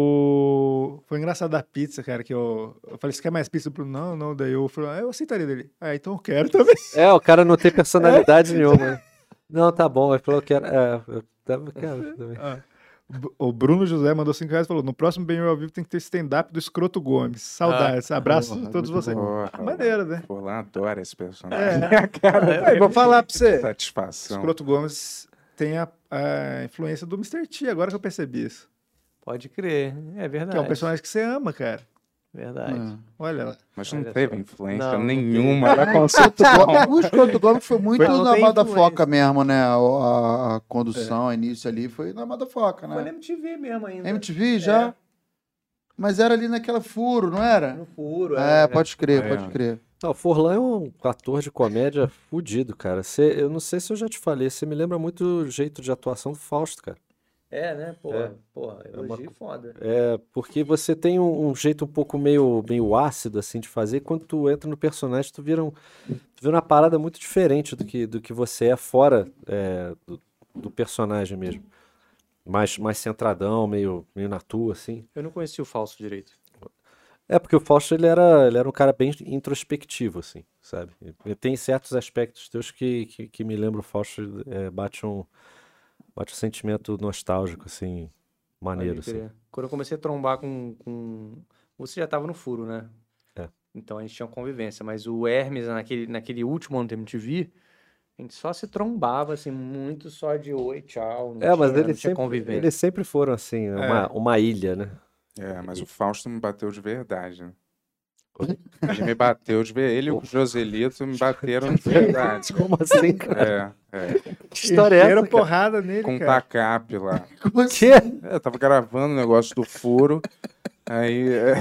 Speaker 4: O... Foi engraçado da pizza, cara, que eu... eu falei, você quer mais pizza? O Bruno, não, não. Daí eu falei, ah, eu aceitaria dele. Ah, então eu quero também.
Speaker 8: É, o cara não tem personalidade nenhuma. Não, tá bom. Ele falou que era. É, eu tava- cara, também.
Speaker 4: B- O Bruno José mandou 5 reais e falou, no próximo Bem ao Vivo tem que ter stand-up do Escroto Gomes. Saudades,
Speaker 8: Ah,
Speaker 4: abraço
Speaker 7: porra,
Speaker 4: a todos
Speaker 7: muito
Speaker 4: vocês.
Speaker 6: Porra.
Speaker 4: Ah, Maneiro, né?
Speaker 6: Pô, lá adora esse personagem.
Speaker 4: É, cara. Aí, vou falar pra você.
Speaker 6: Satisfação.
Speaker 4: Escroto Gomes tem a, a influência do Mr. T, agora que eu percebi isso.
Speaker 3: Pode crer. É verdade.
Speaker 4: Que é um personagem que você ama, cara.
Speaker 7: Tá
Speaker 3: Verdade.
Speaker 7: Ah. É.
Speaker 4: Olha lá.
Speaker 6: Mas não
Speaker 3: Olha
Speaker 6: teve
Speaker 3: só.
Speaker 6: influência
Speaker 3: Não, não
Speaker 6: nenhuma. Era com-
Speaker 7: O Escroto Gomes foi muito
Speaker 3: Não,
Speaker 7: na
Speaker 3: tem
Speaker 7: Madafoca mesmo, né? A, a- a condução, a início ali, É. foi na Madafoca,
Speaker 3: Foi na
Speaker 7: né?
Speaker 3: MTV mesmo ainda.
Speaker 7: MTV já? Mas era ali naquela furo, não era?
Speaker 3: No furo.
Speaker 7: É, pode crer,
Speaker 6: É.
Speaker 7: pode crer.
Speaker 8: Não, o Forlan é um ator de comédia fudido, cara. Você- eu não sei se eu já te falei, você me lembra muito o jeito de atuação do Fausto, cara.
Speaker 3: É, né? Porra,
Speaker 8: É.
Speaker 3: porra, elogio foda.
Speaker 8: É, porque você tem um, um jeito um pouco meio, meio ácido, assim, de fazer. e Quando tu entra no personagem, tu vira, um, tu vira uma parada muito diferente do que, do que você é fora é, do, do personagem mesmo. Mais, mais centradão, meio, meio na tua, assim.
Speaker 3: Eu não conheci o falso direito.
Speaker 8: É, porque o Fausto, ele era, ele era um cara bem introspectivo, assim, sabe? E Tem certos aspectos teus que, que, que me lembram o Fausto, é, bate um, bate um sentimento nostálgico, assim,
Speaker 3: Pode
Speaker 8: maneiro, assim.
Speaker 3: crer. Quando eu comecei a trombar com, com- Você já tava no furo, né?
Speaker 8: É.
Speaker 3: Então a gente tinha uma convivência. Mas o Hermes, naquele, naquele último ano da MTV, a gente só se trombava, assim, muito só de oi, tchau. não
Speaker 8: É, mas
Speaker 3: tinha- não
Speaker 8: eles
Speaker 3: tinha
Speaker 8: sempre,
Speaker 3: convivência.
Speaker 8: eles sempre foram assim, né? uma, uma ilha, né?
Speaker 6: É, mas o Fausto me bateu de verdade, né? Ele me bateu de verdade. Ele e o Joselito me bateram de verdade.
Speaker 8: Como assim, cara?
Speaker 6: É, é.
Speaker 8: Que história é
Speaker 4: Encheram
Speaker 8: essa, cara?
Speaker 4: porrada nele,
Speaker 6: Com
Speaker 4: cara.
Speaker 6: tacap lá.
Speaker 7: Como assim?
Speaker 8: Quê?
Speaker 6: É, Eu tava gravando o negócio do furo. Aí.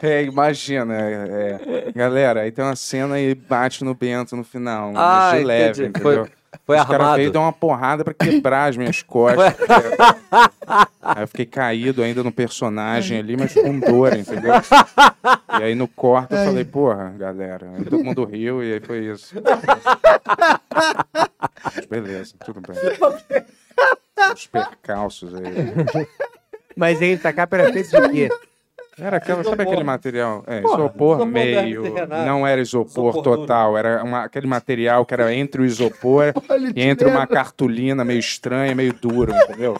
Speaker 6: É, é, imagina. é, é. Galera, aí tem uma cena e bate no Bento no final.
Speaker 8: Ah,
Speaker 6: de leve,
Speaker 8: entendi. Foi-
Speaker 6: entendeu?
Speaker 8: Foi
Speaker 6: Os caras
Speaker 8: armado.
Speaker 6: veio dar uma porrada pra quebrar as minhas costas. aí eu fiquei caído ainda no personagem ali, mas com dor, entendeu? E aí no corte eu falei, porra, galera. Aí todo mundo riu e aí foi isso. Mas beleza, tudo bem. Os percalços aí.
Speaker 3: tá Mas ele tacar era feito de quê?
Speaker 6: Era aquela, sabe
Speaker 17: Isopor.
Speaker 6: aquele material? É,
Speaker 17: Porra,
Speaker 6: isopor
Speaker 17: isopor
Speaker 6: meio.
Speaker 17: derreterrenado.
Speaker 6: Não era isopor,
Speaker 17: Isopor duro.
Speaker 6: total, era uma- aquele material que era entre o isopor e entre uma cartolina meio estranha, meio dura, entendeu?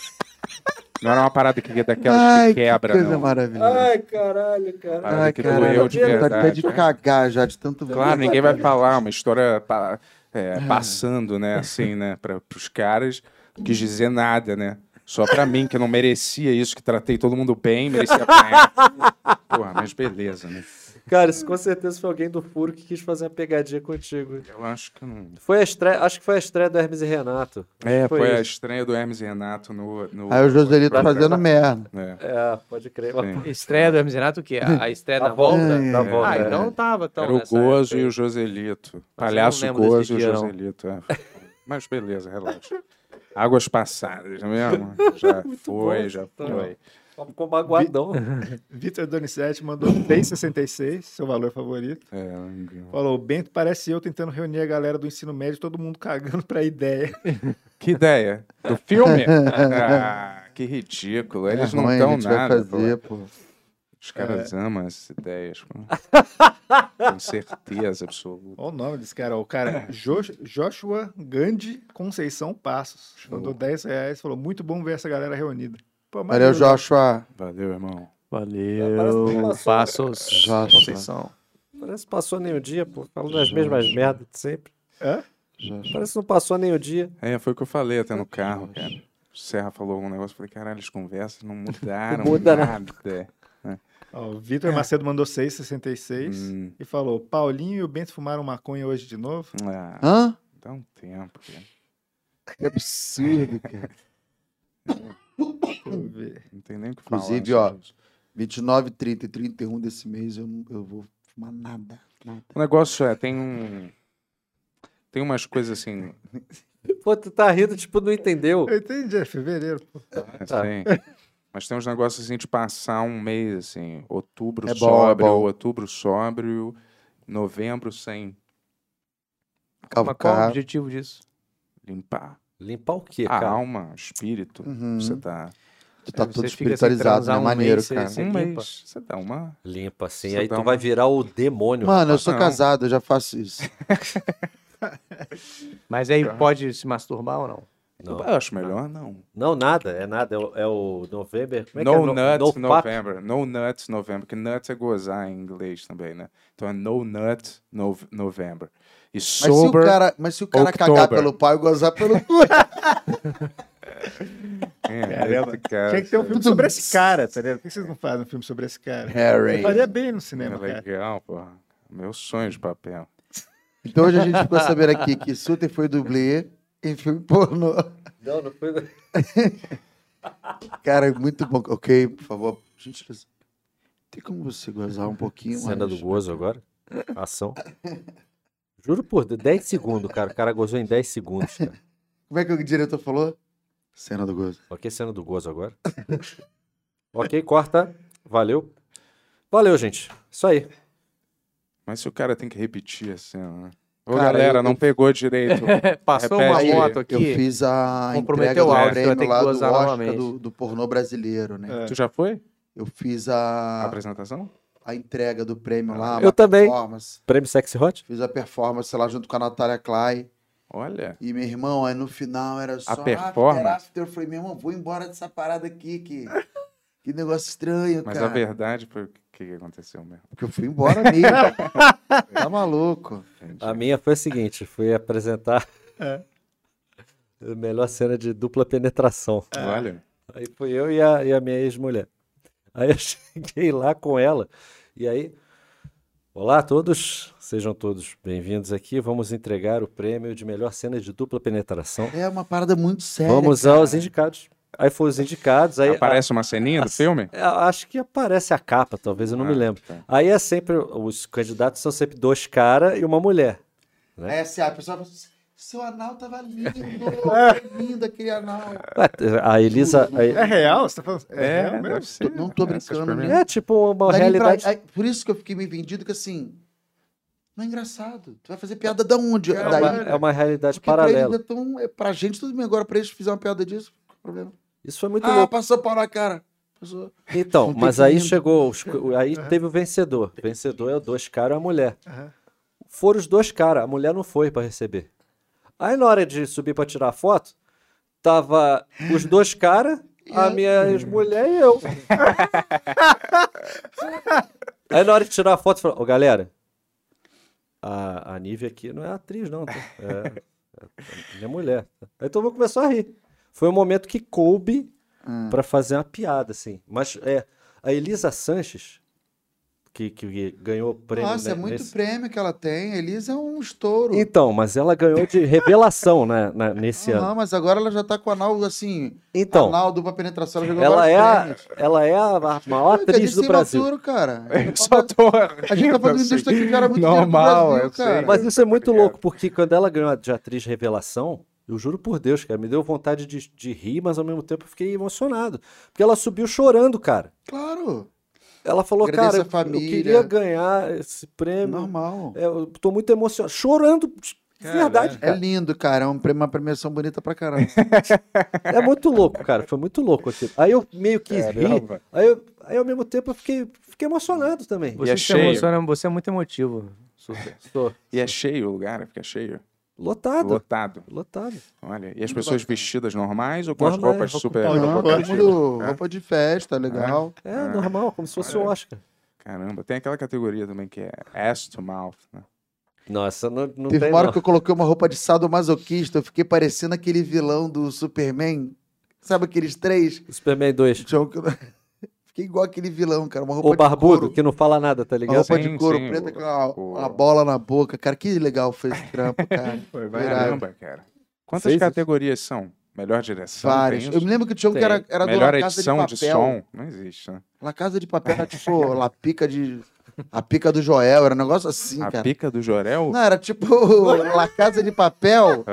Speaker 6: Não era uma parada que daquelas
Speaker 7: Ai,
Speaker 6: que quebra,
Speaker 7: coisa
Speaker 6: não.
Speaker 7: maravilhosa.
Speaker 17: caralho, cara.
Speaker 6: Parada
Speaker 7: Ai,
Speaker 6: que
Speaker 7: caralho,
Speaker 6: doeu de
Speaker 7: dá até
Speaker 6: verdade.
Speaker 7: de
Speaker 6: né?
Speaker 7: cagar já, de tanto ver.
Speaker 6: Claro, ninguém vai falar, uma história pa- é, passando, né, assim, né, para os caras, não quis dizer nada, né? Só pra mim, que eu não merecia isso, que tratei todo mundo bem, merecia bem. Porra, mas beleza, né?
Speaker 17: Cara, isso com certeza foi alguém do furo que quis fazer uma pegadinha contigo.
Speaker 6: Eu acho que não.
Speaker 17: Foi a estreia, acho que foi a estreia do Hermes e Renato.
Speaker 6: É, foi,
Speaker 17: Foi
Speaker 6: a
Speaker 17: isso.
Speaker 6: estreia do Hermes e Renato no. no
Speaker 7: Aí o Joselito
Speaker 17: Pra-
Speaker 7: fazendo merda.
Speaker 6: é,
Speaker 17: É, pode crer.
Speaker 6: sim.
Speaker 3: Estreia do Hermes e Renato, o quê? A a estreia da volta?
Speaker 17: Da volta.
Speaker 3: Ah,
Speaker 17: é.
Speaker 3: então não tava tão
Speaker 6: Era o
Speaker 3: nessa
Speaker 6: Gozo e
Speaker 3: época.
Speaker 6: o Joselito. Palhaço
Speaker 3: lembro
Speaker 6: Gozo
Speaker 3: desse
Speaker 6: e o
Speaker 3: dia, não.
Speaker 6: Joselito. é. Mas beleza, relaxa. Águas passadas, não é mesmo? Já foi,
Speaker 17: bom,
Speaker 6: já
Speaker 17: então.
Speaker 6: foi.
Speaker 17: Ficou magoadão.
Speaker 4: Vitor Donizete mandou 10,66, seu valor favorito.
Speaker 6: É, não-
Speaker 4: Falou, Bento, parece eu tentando reunir a galera do ensino médio, todo mundo cagando pra ideia.
Speaker 6: Que ideia? Do filme? Ah, que ridículo. Eles não
Speaker 7: É ruim,
Speaker 6: dão
Speaker 7: a gente vai
Speaker 6: nada.
Speaker 7: fazer, é.
Speaker 6: pô.
Speaker 7: pô.
Speaker 6: Os caras amam essas ideias. pô. Com certeza absoluta.
Speaker 4: Olha o nome desse cara, ó, o cara Jo- Joshua Gandhi Conceição Passos. Mandou 10 reais, falou, muito bom ver essa galera reunida. Pô,
Speaker 7: Valeu,
Speaker 4: maneiro,
Speaker 7: Joshua.
Speaker 6: Valeu, irmão.
Speaker 9: Valeu.
Speaker 17: Parece que passou,
Speaker 3: Passos.
Speaker 7: Joshua.
Speaker 3: Conceição.
Speaker 17: parece que passou nem o dia, pô. Falando as mesmas merdas de sempre.
Speaker 4: Hã?
Speaker 17: Parece que não passou nem o dia.
Speaker 6: É, foi o que eu falei até no carro, cara. O Serra falou algum negócio, eu falei, caralho, as conversas não mudaram
Speaker 17: Não muda
Speaker 6: nada.
Speaker 4: Ó, o Vitor Macedo mandou 6,66
Speaker 6: É. Hum,
Speaker 4: e falou, Paulinho e o Bento fumaram maconha hoje de novo?
Speaker 6: ah,
Speaker 7: Hã?
Speaker 6: dá um tempo, cara.
Speaker 7: Que absurdo, cara.
Speaker 4: Deixa
Speaker 6: Hum.
Speaker 4: eu ver.
Speaker 6: Não tem nem o que falar. né,
Speaker 7: Inclusive,
Speaker 6: sobre
Speaker 7: ó,
Speaker 6: isso.
Speaker 7: 29, 30 e 31 desse mês eu não eu vou fumar nada. nada.
Speaker 6: O negócio é, tem um... Tem umas coisas assim...
Speaker 17: Pô, tu tá rindo, tipo, não entendeu.
Speaker 4: Eu entendi, é fevereiro. pô.
Speaker 7: Ah.
Speaker 6: assim, Mas tem uns negócios assim de passar um mês, assim, outubro
Speaker 7: É bom, é
Speaker 6: sóbrio,
Speaker 7: bom.
Speaker 6: outubro sóbrio, novembro sem
Speaker 3: Mas qual é o
Speaker 7: Calcar.
Speaker 3: objetivo disso?
Speaker 6: limpar
Speaker 17: Limpar o quê,
Speaker 6: a
Speaker 17: cara?
Speaker 6: alma, o espírito.
Speaker 7: Uhum.
Speaker 6: Você tá
Speaker 7: Tu tá
Speaker 3: Você
Speaker 7: todo
Speaker 3: fica sem
Speaker 7: espiritualizado,
Speaker 3: transar
Speaker 7: né?
Speaker 3: um
Speaker 7: Maneiro,
Speaker 3: mês, você-
Speaker 7: cara.
Speaker 3: você
Speaker 6: um
Speaker 3: limpa.
Speaker 6: mês, você dá uma...
Speaker 8: Limpa assim,
Speaker 6: Isso
Speaker 8: aí
Speaker 6: dá um
Speaker 8: tu
Speaker 6: uma-
Speaker 8: vai virar o demônio.
Speaker 7: Mano, eu sou
Speaker 6: Não.
Speaker 7: casado, eu já faço isso.
Speaker 3: Mas aí pode se masturbar ou não?
Speaker 8: Não.
Speaker 6: Eu acho
Speaker 7: Tá.
Speaker 6: melhor não.
Speaker 8: Não, nada, é nada. É o, é o November. Como é
Speaker 6: no
Speaker 8: que é?
Speaker 6: Nuts
Speaker 8: No- Nofap?
Speaker 6: November. No Nuts November. Que Nuts é gozar em inglês também, né? Então é No Nuts Nov- November. E
Speaker 7: Mas se, o
Speaker 6: Sober...
Speaker 7: cara, mas se o cara cagar
Speaker 6: October.
Speaker 7: pelo pau e gozar pelo cu,
Speaker 6: É,
Speaker 4: Caramba.
Speaker 6: esse cara,
Speaker 4: Tinha que ter um
Speaker 6: sabe?
Speaker 4: filme sobre esse cara, tá ligado? Por que vocês não fazem um filme sobre esse cara?
Speaker 7: Harry.
Speaker 4: Faria bem no
Speaker 6: É
Speaker 4: cinema, cara.
Speaker 6: legal, porra. Meu sonho de papel.
Speaker 7: Então hoje a gente ficou sabendo aqui que Suter foi dublê em filme pornô.
Speaker 17: Não, não foi.
Speaker 7: Cara, é muito bom. Ok, por favor. Gente, tem como você gozar um pouquinho
Speaker 8: Cena do
Speaker 7: mais?
Speaker 8: gozo agora. Ação. Juro por Deus, 10 segundos, cara. O cara gozou em 10 segundos, cara.
Speaker 7: Como é que o diretor falou? Cena do gozo.
Speaker 8: Ok, cena do gozo agora. ok, corta. Valeu. Valeu, gente. Isso aí.
Speaker 6: Mas se o cara tem que repetir a cena, né? Ô,
Speaker 7: Cara,
Speaker 6: galera,
Speaker 7: eu-
Speaker 6: não pegou direito.
Speaker 3: É, Passou
Speaker 6: Repete.
Speaker 3: uma moto
Speaker 7: Eu
Speaker 3: um aqui.
Speaker 7: fiz a entrega
Speaker 3: Comprometeu
Speaker 7: do
Speaker 3: o áudio, vai ter
Speaker 7: prêmio
Speaker 3: que
Speaker 7: lá do
Speaker 3: gozar
Speaker 7: Oscar
Speaker 3: novamente.
Speaker 7: do, do pornô brasileiro, né?
Speaker 4: É.
Speaker 6: tu já foi?
Speaker 7: Eu fiz
Speaker 6: A
Speaker 7: a,
Speaker 6: apresentação?
Speaker 7: a entrega do prêmio lá,
Speaker 8: Eu
Speaker 7: uma
Speaker 8: também.
Speaker 7: performance.
Speaker 8: Prêmio Sexy Hot?
Speaker 7: Fiz a performance lá junto com a Natália Clay.
Speaker 6: Olha.
Speaker 7: E, meu irmão, aí no final era só
Speaker 6: performance?
Speaker 7: after, after. Eu falei, meu irmão, vou embora dessa parada aqui, que, que negócio estranho,
Speaker 6: Mas
Speaker 7: cara.
Speaker 6: a verdade foi o que que aconteceu mesmo.
Speaker 7: Porque eu fui embora mesmo. tá maluco.
Speaker 8: A minha foi a seguinte: fui apresentar a melhor cena de dupla penetração.
Speaker 6: É. Olha.
Speaker 8: Aí fui eu e a, e a minha ex-mulher. Aí eu cheguei lá com ela. E aí, olá a todos, sejam todos bem-vindos aqui. Vamos entregar o prêmio de melhor cena de dupla penetração.
Speaker 7: É uma parada muito séria.
Speaker 8: Vamos aos indicados. Aí foram os indicados. Aí
Speaker 6: Aparece uma ceninha do filme?
Speaker 8: a- a- acho que aparece a capa, talvez eu não me
Speaker 6: Ah,
Speaker 8: lembro.
Speaker 6: tá.
Speaker 8: Aí é sempre os candidatos são sempre dois caras e uma mulher.
Speaker 7: Aí, assim, a pessoa fala assim, seu anal tava lindo, tava lindo aquele anal.
Speaker 8: Ué, A Elisa
Speaker 7: Uhum.
Speaker 4: É
Speaker 8: a-
Speaker 4: real? Você tá falando? É,
Speaker 6: É,
Speaker 4: real mesmo?
Speaker 6: deve ser.
Speaker 7: Não tô
Speaker 6: Essas
Speaker 7: brincando,
Speaker 6: pra mim-
Speaker 8: é tipo uma
Speaker 7: Dali pra-
Speaker 8: realidade.
Speaker 7: aí, por isso que eu fiquei me vendido, que assim, não é engraçado. Tu vai fazer piada da onde?
Speaker 8: É
Speaker 7: Daí,
Speaker 8: uma, é uma realidade
Speaker 7: porque pra eles
Speaker 8: paralela.
Speaker 7: é tão, é pra gente tudo bem, agora pra eles fizeram uma piada disso, qual o problema.
Speaker 8: Isso foi muito
Speaker 7: Ah,
Speaker 8: louco.
Speaker 7: passou pau na cara. pessoa.
Speaker 8: Então,
Speaker 7: Não tem
Speaker 8: mas
Speaker 7: que-
Speaker 8: aí chegou, os co- aí teve o vencedor. Vencedor é o dois caras e a mulher. Foram os dois caras, a mulher não foi pra receber. Aí na hora de subir pra tirar foto, tava os dois caras, a minha ex-mulher e eu. aí na hora de tirar a foto, falou, ô galera, a, a Nívia aqui não é atriz não, tá? é, é minha mulher. Aí todo mundo começou a rir. Foi um momento que coube pra fazer uma piada, assim. Mas é, a Elisa Sanches, que, que ganhou o prêmio.
Speaker 7: Nossa, é
Speaker 8: né,
Speaker 7: muito
Speaker 8: nesse-
Speaker 7: prêmio que ela tem. Elisa é um estouro.
Speaker 8: Então, mas ela ganhou de revelação né, na- nesse
Speaker 7: Não,
Speaker 8: ano.
Speaker 7: mas agora ela já tá com anal, assim,
Speaker 8: Então,
Speaker 7: anal dupla penetração. Ela, jogou
Speaker 8: ela é, a,
Speaker 7: vários prêmios.
Speaker 8: ela é a a maior
Speaker 7: Nunca
Speaker 8: atriz
Speaker 7: disse
Speaker 8: do Brasil. É assim.
Speaker 7: imaturo, cara.
Speaker 6: Eu só tô.
Speaker 7: A gente tá falando de indústria que gera muito
Speaker 4: Normal,
Speaker 7: dinheiro
Speaker 4: eu
Speaker 7: pro
Speaker 4: sei.
Speaker 7: Brasil, cara.
Speaker 8: Mas isso é muito louco, porque quando ela ganhou a de atriz revelação, eu juro por Deus, cara, me deu vontade de, de rir, mas ao mesmo tempo eu fiquei emocionado. Porque ela subiu chorando, cara.
Speaker 7: Claro,
Speaker 8: Ela falou, cara,
Speaker 7: Agradeço a
Speaker 8: eu, eu
Speaker 7: família."
Speaker 8: queria ganhar esse prêmio.
Speaker 7: normal.
Speaker 8: É, eu tô muito emocionado. Chorando. de Verdade,
Speaker 7: É
Speaker 8: cara.
Speaker 7: lindo, cara. É um prêmio- uma premiação bonita pra caramba.
Speaker 8: É muito louco, cara. Foi muito louco aquilo. Aí eu meio que ri. Aí, eu- aí ao mesmo tempo eu fiquei, fiquei emocionado também.
Speaker 3: Você,
Speaker 6: é
Speaker 3: se
Speaker 6: cheio.
Speaker 3: emociona, você é muito emotivo. Super.
Speaker 6: E é cheio o lugar, fica cheio.
Speaker 8: Lotado.
Speaker 6: Lotado.
Speaker 8: Lotado.
Speaker 6: Olha, e as pessoas vestidas normais ou com as
Speaker 8: Normais,
Speaker 6: roupas
Speaker 8: roupa
Speaker 6: super.
Speaker 4: com
Speaker 7: Não, todo
Speaker 6: provocativas?
Speaker 7: mundo,
Speaker 6: É.
Speaker 7: roupa de festa, legal.
Speaker 8: É
Speaker 6: Ah,
Speaker 8: normal, como se fosse o
Speaker 6: olha.
Speaker 8: Oscar.
Speaker 6: Caramba, tem aquela categoria também que é ass to mouth. Né?
Speaker 8: Nossa, não, não
Speaker 7: Teve
Speaker 8: tem
Speaker 7: uma hora
Speaker 8: não.
Speaker 7: que eu coloquei uma roupa de sadomasoquista, eu fiquei parecendo aquele vilão do Superman. Sabe aqueles três?
Speaker 8: Superman 2.
Speaker 7: Tinha um que- Fiquei igual aquele vilão, cara. Uma roupa
Speaker 8: O
Speaker 7: de
Speaker 8: barbudo,
Speaker 7: couro.
Speaker 8: que não fala nada, tá
Speaker 7: Uma
Speaker 8: ligado?
Speaker 7: roupa
Speaker 6: Sim,
Speaker 7: de couro
Speaker 6: sim,
Speaker 7: preta
Speaker 6: o-
Speaker 7: com uma,
Speaker 6: o-
Speaker 7: uma bola na boca. Cara, que legal foi esse trampo, cara.
Speaker 4: Foi,
Speaker 7: vai. Irado.
Speaker 6: Caramba, cara. Quantas
Speaker 8: Fez isso?
Speaker 6: categorias são? Melhor direção? tem
Speaker 7: Várias.
Speaker 6: isso?
Speaker 7: Eu me lembro que tinha um que
Speaker 8: Tem.
Speaker 7: era, era do La
Speaker 6: Melhor
Speaker 7: Casa de
Speaker 6: edição
Speaker 7: Papel.
Speaker 6: de, som? Não existe, né?
Speaker 7: La Casa de Papel era tipo La Pica de... A Pica do Joel, era um negócio assim,
Speaker 6: a
Speaker 7: cara.
Speaker 6: pica do Jorel?
Speaker 7: Não, era tipo La Casa de Papel.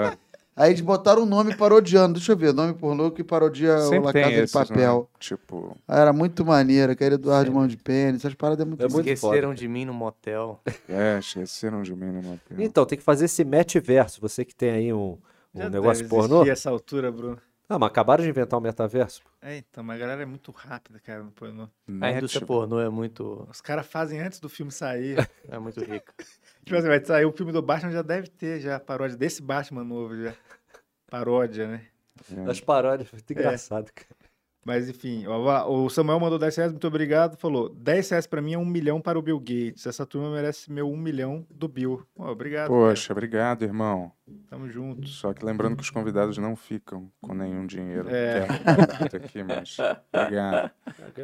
Speaker 6: Ah.
Speaker 7: Aí eles botaram um nome parodiando. Deixa eu ver, nome pornô que parodia o La
Speaker 6: Sempre tem
Speaker 7: Casa de
Speaker 6: esses, né?
Speaker 7: Papel.
Speaker 6: Tipo,
Speaker 7: Ah, Era muito maneiro, que era Eduardo Mão de Pênis. Essas paradas é muito,
Speaker 8: É muito
Speaker 3: Esqueceram de mim no motel.
Speaker 6: é, esqueceram de mim numa pena.
Speaker 8: Então, tem que fazer esse metaverso. Você que tem aí um, um negócio pornô.
Speaker 4: essa altura, Bruno.
Speaker 8: Ah, mas acabaram de inventar um metaverso.
Speaker 4: É, então, mas a galera é muito rápida, cara, no pornô.
Speaker 3: A indústria pornô é muito,
Speaker 4: Os caras fazem antes do filme sair.
Speaker 3: é muito rica.
Speaker 4: tipo assim, vai sair o filme do Batman, já deve ter já a paródia desse Batman novo, já. Paródia, né?
Speaker 7: É.
Speaker 8: As paródias, foi muito engraçado, cara.
Speaker 4: Mas enfim, ó, o Samuel mandou 10 reais, muito obrigado. Falou: 10 reais pra mim é um milhão para o Bill Gates. Essa turma merece meu um milhão do Bill. Ó, obrigado. cara.
Speaker 6: Poxa, obrigado, irmão.
Speaker 4: Tamo junto.
Speaker 6: Só que lembrando que os convidados não ficam com nenhum dinheiro.
Speaker 4: É.
Speaker 6: que é muito aqui, mas obrigado.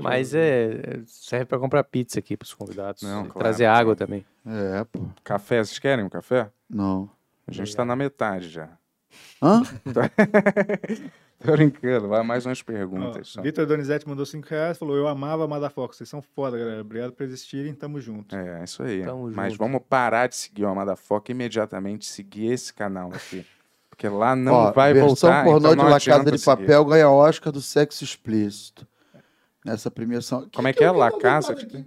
Speaker 3: Mas é, serve pra comprar pizza aqui pros convidados.
Speaker 6: Não,
Speaker 3: e
Speaker 6: claro,
Speaker 3: trazer
Speaker 6: claro.
Speaker 3: água também.
Speaker 7: É, pô.
Speaker 6: Café, vocês querem um café?
Speaker 7: Não.
Speaker 6: A gente tá na metade já.
Speaker 7: Hã?
Speaker 6: Tô brincando, vai mais umas
Speaker 4: Ó,
Speaker 6: perguntas. só.
Speaker 4: Vitor Donizete mandou 5 reais, falou: Eu amava Madafox, vocês são foda, galera. Obrigado por existirem, tamo junto.
Speaker 6: É, é isso aí.
Speaker 3: Tamo
Speaker 6: Mas
Speaker 3: junto.
Speaker 6: vamos parar de seguir o Amada Foca e imediatamente seguir esse canal aqui. Porque lá não
Speaker 7: Ó,
Speaker 6: vai
Speaker 7: versão
Speaker 6: voltar.
Speaker 7: pornô
Speaker 6: então
Speaker 7: de
Speaker 6: não
Speaker 7: La Casa
Speaker 6: adianta
Speaker 7: de
Speaker 6: seguir.
Speaker 7: Papel ganha Oscar do sexo explícito. Nessa premiação.
Speaker 6: Como é que é? La Casa? de-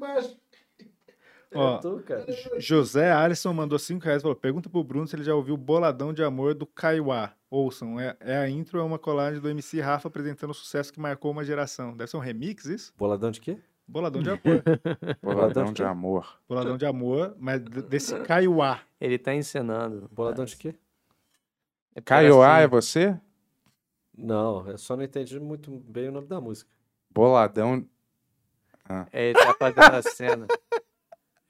Speaker 4: Ó,
Speaker 8: Tu, cara.
Speaker 4: José Alisson mandou 5 reais falou: Pergunta pro Bruno se ele já ouviu Boladão de Amor do Kaiwa. Ouçam, é, é a intro, é uma colagem do MC Rafa apresentando o sucesso que marcou uma geração. Deve ser um remix, isso?
Speaker 8: Boladão de quê?
Speaker 4: Boladão de Amor.
Speaker 3: tá
Speaker 6: Boladão de amor.
Speaker 4: Boladão de Amor, mas d- desse Kaiwa.
Speaker 3: Ele tá encenando.
Speaker 8: Boladão de quê?
Speaker 3: É
Speaker 6: Caioá é
Speaker 3: pedacinho.
Speaker 6: você?
Speaker 8: Não, eu só não entendi muito bem o nome da música.
Speaker 6: Boladão.
Speaker 3: É, ele tá fazendo a cena.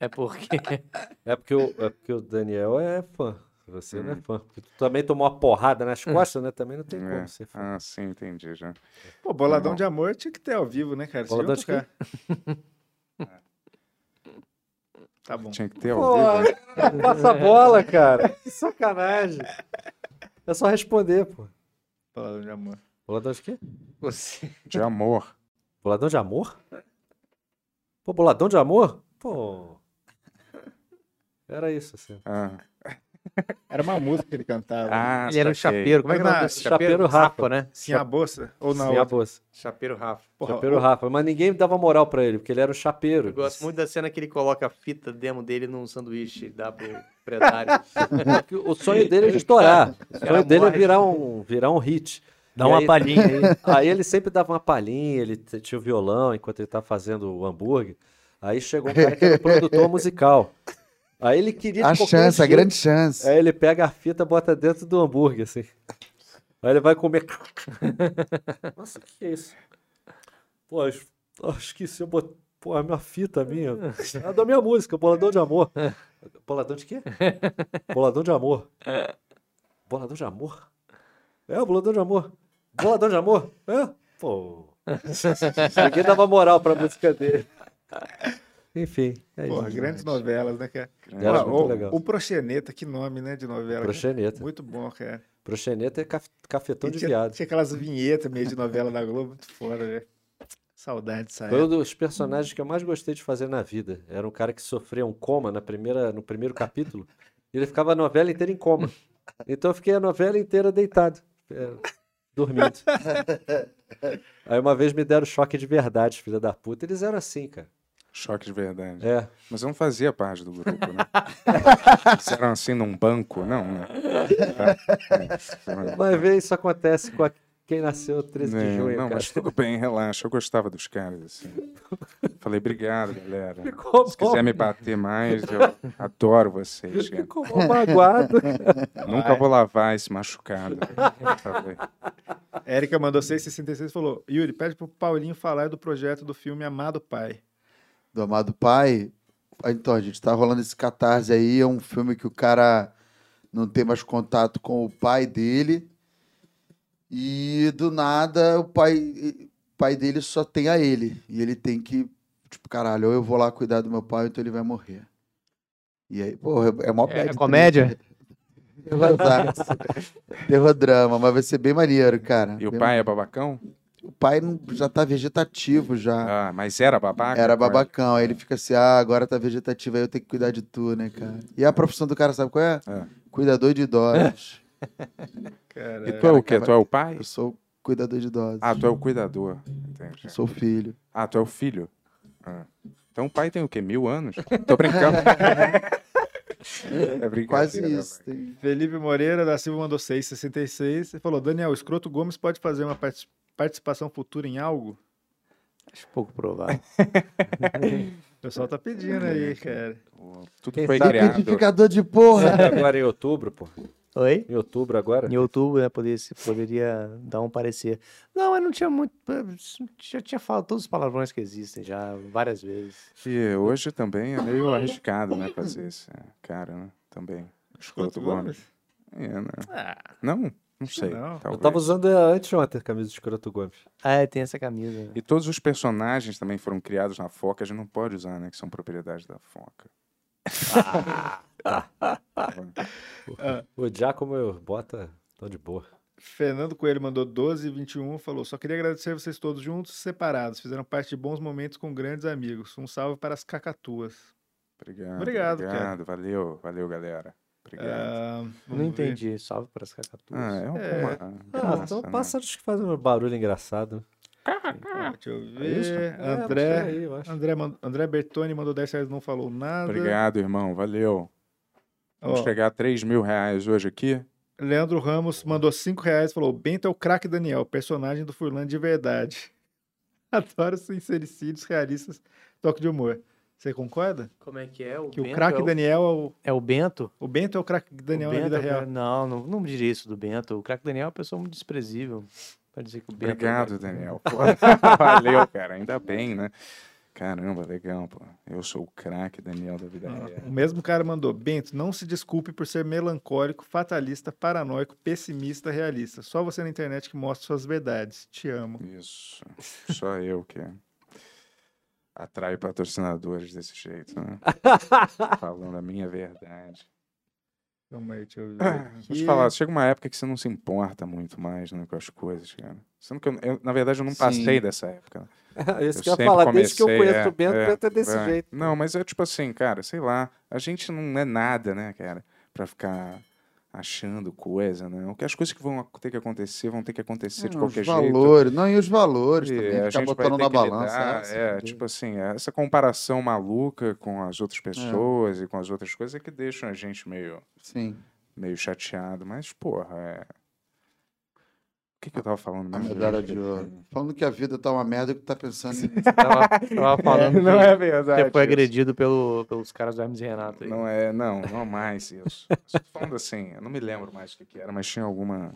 Speaker 3: É porque.
Speaker 8: É porque o, é porque o Daniel é fã. Você não é fã. Porque tu também tomou uma porrada nas costas, né? Também não tem
Speaker 6: É.
Speaker 8: como ser fã.
Speaker 6: Ah, sim, entendi já.
Speaker 4: Pô, Boladão
Speaker 6: Tá bom.
Speaker 4: de Amor tinha que ter ao vivo, né, cara? Vocês
Speaker 8: Boladão
Speaker 4: deviam
Speaker 8: de
Speaker 4: tocar. Tá bom.
Speaker 6: Tinha que ter ao
Speaker 8: Pô,
Speaker 6: vivo. né?
Speaker 8: passa a bola, cara. Que sacanagem. É só responder, pô.
Speaker 4: Boladão de Amor.
Speaker 8: Boladão de quê?
Speaker 6: De amor.
Speaker 8: Boladão de amor? Pô, boladão de amor? Pô. Era isso, assim.
Speaker 6: Ah,
Speaker 4: Era uma música que ele cantava.
Speaker 6: ah
Speaker 3: ele era um
Speaker 6: saquei.
Speaker 3: chapeiro. Como é que é o nome
Speaker 4: Ah,
Speaker 3: desse
Speaker 8: chapeiro Rafa.
Speaker 3: né?
Speaker 4: Sim, a bolsa? Ou não?
Speaker 8: Sim, a bolsa.
Speaker 3: Chapeiro Rafa.
Speaker 4: Porra,
Speaker 8: Chapeiro Rafa. Mas ninguém dava moral pra ele, porque ele era um chapeiro.
Speaker 3: Eu gosto muito da cena que ele coloca a fita demo dele num sanduíche e dá pro empresário.
Speaker 8: Porque O sonho dele é estourar. O
Speaker 3: cara
Speaker 8: sonho dele é
Speaker 3: morre.
Speaker 8: virar um, virar um hit.
Speaker 18: Dá
Speaker 8: E
Speaker 18: uma
Speaker 8: aí-
Speaker 18: palhinha aí.
Speaker 8: Aí ele sempre dava uma palhinha, ele t- tinha o violão enquanto ele tava fazendo o hambúrguer. Aí chegou um cara que era produtor musical. Aí ele queria. de
Speaker 7: A
Speaker 8: qualquer
Speaker 7: chance, a
Speaker 8: jeito-
Speaker 7: grande chance.
Speaker 3: É.
Speaker 8: Aí ele pega a fita, bota dentro do hambúrguer, assim. Aí ele vai comer. Nossa, o que que é isso? Pô, acho, acho que se eu botar. Pô, a minha fita minha. É da minha música, Boladão de Amor. Boladão de quê? Boladão de Amor. Boladão de Amor? É, o Boladão de Amor. Boladão de Amor? É? Pô. Ninguém dava moral pra música dele. Enfim, é isso.
Speaker 4: Porra, grandes novelas, né, cara?
Speaker 8: Era
Speaker 4: Ó,
Speaker 8: muito
Speaker 4: o,
Speaker 8: legal.
Speaker 4: o Proxeneta, que nome, né, de novela.
Speaker 8: Proxeneta.
Speaker 4: Muito bom, cara.
Speaker 8: Proxeneta é caf-
Speaker 4: E
Speaker 8: cafetão de
Speaker 4: tinha,
Speaker 8: viado.
Speaker 4: tinha aquelas vinhetas meio de novela da Globo, muito foda, velho. Saudade dessa
Speaker 8: Foi um
Speaker 4: época.
Speaker 8: dos personagens que eu mais gostei de fazer na vida. Era um cara que sofreu um coma na primeira, no primeiro capítulo. E ele ficava a novela inteira em coma. Então eu fiquei a novela inteira deitado, é, dormindo. Aí uma vez me deram choque de verdade, filha da puta. Eles eram assim, cara.
Speaker 6: Choque de verdade.
Speaker 8: É.
Speaker 6: Mas eu não fazia parte do grupo, né? Vocês eram assim num banco, não, né? Tá.
Speaker 8: Vai ver, isso acontece com a- quem nasceu 13 de
Speaker 6: É,
Speaker 8: junho,
Speaker 6: não,
Speaker 8: cara.
Speaker 6: mas tudo bem, relaxa. Eu gostava dos caras, assim. Falei, obrigado, galera.
Speaker 8: Ficou
Speaker 6: Se quiser me bater mais, eu adoro vocês, cara.
Speaker 8: Ficou mó magoado.
Speaker 6: Nunca vou lavar esse machucado. Falei.
Speaker 4: Érica mandou 666 e falou: Yuri, pede pro Paulinho falar do projeto do filme Amado Pai.
Speaker 7: do Amado Pai. Ah, Então, gente, tá rolando esse catarse aí. É um filme que o cara não tem mais contato com o pai dele. E do nada, o pai, o pai dele só tem a ele. E ele tem que, tipo, caralho, ou eu vou lá cuidar do meu pai, ou então ele vai morrer. E aí, pô, é é mó
Speaker 3: É,
Speaker 7: bad
Speaker 3: comédia?
Speaker 7: trip. Exato. Terror drama, mas vai ser bem maneiro, cara.
Speaker 6: E o
Speaker 7: Bem
Speaker 6: pai é babacão?
Speaker 7: maneiro. O pai não- já tá vegetativo já.
Speaker 6: Ah, mas era babaca?
Speaker 7: Era
Speaker 6: Qual é?
Speaker 7: babacão. Aí ele fica assim, ah, agora tá vegetativo, aí eu tenho que cuidar de tu, né, cara? E a profissão do cara, sabe qual é?
Speaker 6: É.
Speaker 7: Cuidador de idosos.
Speaker 4: Cara,
Speaker 6: E tu é o quê? Tu é o pai?
Speaker 7: Eu sou cuidador de idosos.
Speaker 6: Ah, tu é o cuidador. Entendi.
Speaker 7: Eu sou filho.
Speaker 6: Ah, tu é o filho? Ah. Então o pai tem o quê? Mil anos? Tô brincando. é brincadeira.
Speaker 7: Quase isso.
Speaker 6: rapaz.
Speaker 7: Tem...
Speaker 4: Felipe Moreira da Silva mandou 666 e falou: Daniel, Escroto Gomes pode fazer uma parti- participação futura em algo?
Speaker 3: Acho É pouco provável.
Speaker 4: O pessoal tá pedindo
Speaker 8: Hum,
Speaker 4: aí, cara.
Speaker 6: Tudo
Speaker 8: Quem
Speaker 6: foi
Speaker 8: sabe-
Speaker 6: criado. É,
Speaker 7: Identificador de porra.
Speaker 8: agora em outubro, pô.
Speaker 3: Oi?
Speaker 8: Em outubro agora.
Speaker 3: Em outubro, né? Poderia, se- poderia dar um parecer. Não, eu não tinha muito. eh, Já tinha falado todos os palavrões que existem já várias vezes.
Speaker 6: Que hoje também é meio arriscado, né? Fazer esse é, cara, né? Também. Escroto Gomes. É, né? Não? Não sei.
Speaker 4: Ah. não. Eu
Speaker 6: talvez.
Speaker 8: Eu tava usando a- anteontem a camisa de escroto Gomes.
Speaker 3: Ah, é, tem essa camisa. né?
Speaker 6: E todos os personagens também foram criados na Foca. A gente não pode usar, né? Que são propriedade da Foca.
Speaker 4: Ah.
Speaker 6: Tá
Speaker 8: O Giacomo eu bota, tô de boa.
Speaker 4: Fernando Coelho mandou 12 e 21 falou: Só queria agradecer vocês todos juntos e separados. Fizeram parte de bons momentos com grandes amigos. Um salve para as cacatuas.
Speaker 6: Obrigado.
Speaker 4: Obrigado, cara.
Speaker 6: Obrigado. Valeu. Valeu, galera. Obrigado.
Speaker 4: Ah,
Speaker 3: Não
Speaker 4: vamos ver.
Speaker 3: entendi. Salve para as cacatuas.
Speaker 6: Ah, é uma.
Speaker 4: É.
Speaker 8: Ah,
Speaker 6: graça,
Speaker 8: são
Speaker 6: né?
Speaker 8: pássaros que fazem um barulho engraçado.
Speaker 4: Ah, Deixa eu
Speaker 8: É isso?
Speaker 4: ver.
Speaker 8: É, por
Speaker 4: André,
Speaker 8: aí, eu acho.
Speaker 4: André, mand- André Bertoni mandou 10 reais, não falou nada.
Speaker 6: Obrigado, irmão. Valeu.
Speaker 4: né? Ó,
Speaker 6: Vamos chegar a 3 mil reais hoje aqui.
Speaker 4: Leandro Ramos mandou 5 reais e falou: Bento é o craque Daniel, personagem do Furlan de verdade. Adoro sincericídios realistas, toque de humor. Você concorda?
Speaker 3: Como é que é? O
Speaker 4: Que o
Speaker 3: Bento
Speaker 4: craque
Speaker 3: é o-
Speaker 4: Daniel é o.
Speaker 3: É o Bento?
Speaker 4: O Bento é o craque
Speaker 3: O
Speaker 4: Daniel na
Speaker 3: Bento
Speaker 4: vida
Speaker 3: é o
Speaker 4: real.
Speaker 3: cara- Não, não, não diria isso do Bento. O craque Daniel é uma pessoa muito desprezível. Pra dizer que o Bento.
Speaker 6: Obrigado, Daniel. Pô, Valeu, cara. Ainda bem, né? Caramba, legal, pô. Eu sou o craque, Daniel, da vida real.
Speaker 4: É, O mesmo cara mandou: Bento, não se desculpe por ser melancólico, fatalista, paranoico, pessimista, realista. Só você na internet que mostra suas verdades. Te amo.
Speaker 6: Isso. Só eu que atraio patrocinadores desse jeito, né? Falando a minha verdade.
Speaker 4: Calma aí, deixa eu ver.
Speaker 6: Ah, Vou te
Speaker 4: aqui. é
Speaker 6: falar, chega uma época que você não se importa muito mais né, com as coisas, cara. Sendo que eu, eu, na verdade, eu não passei dessa época. né?
Speaker 18: Isso
Speaker 6: eu
Speaker 3: É
Speaker 18: que eu ia
Speaker 6: sempre
Speaker 18: falar, desde que eu
Speaker 6: comecei,
Speaker 18: conheço
Speaker 6: é,
Speaker 18: o Bento,
Speaker 6: é,
Speaker 18: o Bento é desse
Speaker 6: É.
Speaker 18: jeito.
Speaker 6: Não, mas é tipo assim, cara, sei lá, a gente não é nada, né, cara, pra ficar achando coisa, né? O que As coisas que vão ac- ter que acontecer, vão ter que acontecer de
Speaker 7: Não,
Speaker 6: qualquer
Speaker 7: É, os
Speaker 6: jeito.
Speaker 7: valores. Não, e os valores
Speaker 6: E
Speaker 7: também.
Speaker 6: a
Speaker 7: Ficar
Speaker 6: gente vai
Speaker 7: botando
Speaker 6: ter
Speaker 7: na
Speaker 6: que
Speaker 7: balança. né,
Speaker 6: lidar,
Speaker 7: essa
Speaker 6: é,
Speaker 7: coisa.
Speaker 6: tipo assim, essa comparação maluca com as
Speaker 7: É.
Speaker 6: outras pessoas e com as outras coisas é que deixam a gente meio,
Speaker 7: Sim.
Speaker 6: meio chateado. Mas, porra, é... que, que eu tava falando?
Speaker 7: A
Speaker 6: mesmo?
Speaker 7: medalha de ouro. Falando que a vida tá uma merda que tá pensando em.
Speaker 3: Tava, tava falando que
Speaker 6: Não é verdade.
Speaker 3: você foi
Speaker 6: isso.
Speaker 3: agredido pelo, pelos caras do Hermes e Renato. Aí.
Speaker 6: Não é, não, não é mais isso. Eu Tô falando assim, eu não me lembro mais o que, que era, mas tinha alguma.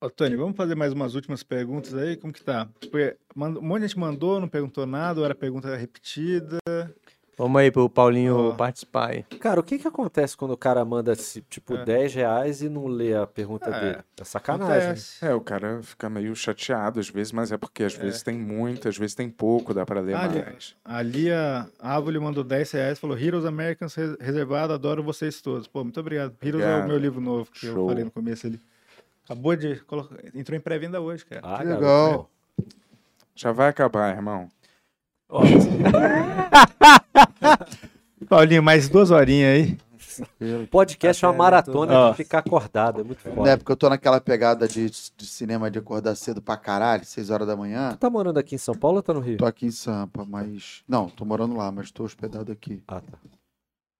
Speaker 4: Ô, Tony, vamos fazer mais umas últimas perguntas aí? Como que tá? Porque mand- um monte de gente mandou, não perguntou nada, ou era pergunta repetida.
Speaker 3: Vamos aí pro Paulinho
Speaker 4: Ó.
Speaker 3: participar aí.
Speaker 8: Cara, o que que acontece quando o cara manda, se- tipo,
Speaker 4: É.
Speaker 8: 10 reais e não lê a pergunta
Speaker 4: É.
Speaker 8: dele? É sacanagem.
Speaker 4: Acontece.
Speaker 6: É, o cara fica meio chateado às vezes, mas é porque às vezes tem muito, às vezes tem pouco, dá pra ler
Speaker 4: Ah, ali-
Speaker 6: mais.
Speaker 4: A Lia Ávoli mandou 10 reais, falou Heroes Americans res- reservado, adoro vocês todos. Pô, muito obrigado. Heroes é o
Speaker 6: Obrigado.
Speaker 4: meu livro novo que eu
Speaker 6: Show.
Speaker 4: falei no começo ali. Acabou de colocar... Entrou em pré-venda hoje, cara.
Speaker 8: Ah,
Speaker 6: tá,
Speaker 7: Que
Speaker 8: garoto.
Speaker 7: legal.
Speaker 6: Já vai acabar, irmão.
Speaker 8: Ó,
Speaker 4: Paulinho, mais duas horinhas aí.
Speaker 8: podcast é uma maratona
Speaker 4: Ó.
Speaker 8: de ficar acordado, é muito
Speaker 7: Na
Speaker 8: foda.
Speaker 7: época eu tô naquela pegada de, de cinema de acordar cedo pra caralho, 6 horas da
Speaker 8: Tu
Speaker 7: manhã.
Speaker 8: tá morando aqui em São Paulo ou tá no Rio?
Speaker 7: Tô aqui em Sampa, mas. Não, tô morando lá, mas tô hospedado aqui.
Speaker 8: Ah, tá.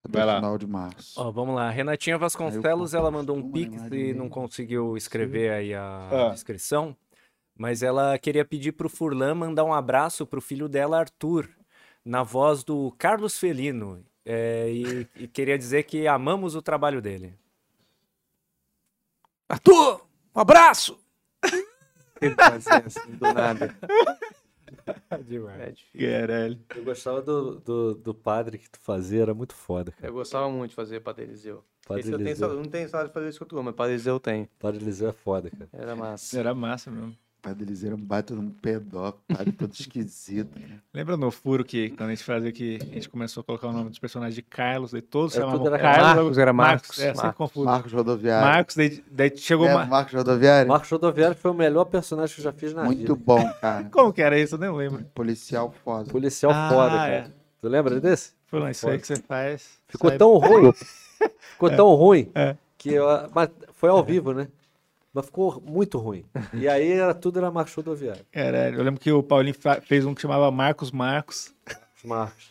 Speaker 7: Até
Speaker 4: Vai lá.
Speaker 7: final de março.
Speaker 8: Ó, vamos lá. Renatinha Vasconcelos,
Speaker 7: Aí eu
Speaker 8: ela mandou um
Speaker 7: uma
Speaker 8: pix
Speaker 7: imagem
Speaker 8: e não
Speaker 7: dele.
Speaker 8: conseguiu escrever aí
Speaker 4: Ah.
Speaker 8: a descrição, mas ela queria pedir pro Furlan mandar um abraço pro filho dela, Arthur, na voz do Carlos Felino. É, e, e queria dizer que amamos o trabalho dele.
Speaker 19: Arthur, um abraço!
Speaker 3: Do nada.
Speaker 7: É
Speaker 3: É
Speaker 8: Demais.
Speaker 4: Caralho.
Speaker 20: Eu gostava
Speaker 8: É, Do, do, do padre que tu fazia era muito foda, cara.
Speaker 3: Eu gostava muito de fazer Padre Eliseu. Esse
Speaker 8: Padre
Speaker 3: eu tenho saudade-
Speaker 8: Eliseu,
Speaker 3: não tenho saudade de fazer isso que eu tô, mas Padre Eliseu tem.
Speaker 8: padre Eliseu é foda, cara.
Speaker 3: Era massa.
Speaker 4: Era massa mesmo.
Speaker 7: O pai deles era um baita de um pedó, padre todo esquisito.
Speaker 4: Lembra no furo que quando a gente fazia que a gente começou a colocar o nome dos personagens de Carlos, e todos
Speaker 8: É,
Speaker 4: chamavam
Speaker 8: tudo era
Speaker 4: Carlos.
Speaker 3: Marcos, era Marcos,
Speaker 4: Marcos, é, sempre
Speaker 3: Marcos.
Speaker 4: confuso. Marcos,
Speaker 7: Marcos Rodoviário.
Speaker 4: daí, daí chegou...
Speaker 7: Lembra
Speaker 4: uma-
Speaker 7: Marcos Rodoviário?
Speaker 8: Marcos Rodoviário foi o melhor personagem que eu já fiz na
Speaker 7: Muito
Speaker 8: vida.
Speaker 7: bom, cara.
Speaker 4: Como que era isso? Eu nem lembro.
Speaker 7: Policial foda.
Speaker 8: Policial
Speaker 4: Ah,
Speaker 8: foda, cara.
Speaker 4: é.
Speaker 8: Tu lembra desse?
Speaker 4: Foi lá, isso aí que você faz.
Speaker 8: Ficou
Speaker 4: sai-
Speaker 8: tão ruim. Ficou tão ruim
Speaker 4: É.
Speaker 8: que eu, mas foi ao vivo, né? Mas ficou muito ruim. E aí era tudo era Marcos Rodoviário.
Speaker 4: Caralho, eu lembro que o Paulinho fa- fez um que chamava Marcos Marcos.
Speaker 8: Os Marcos.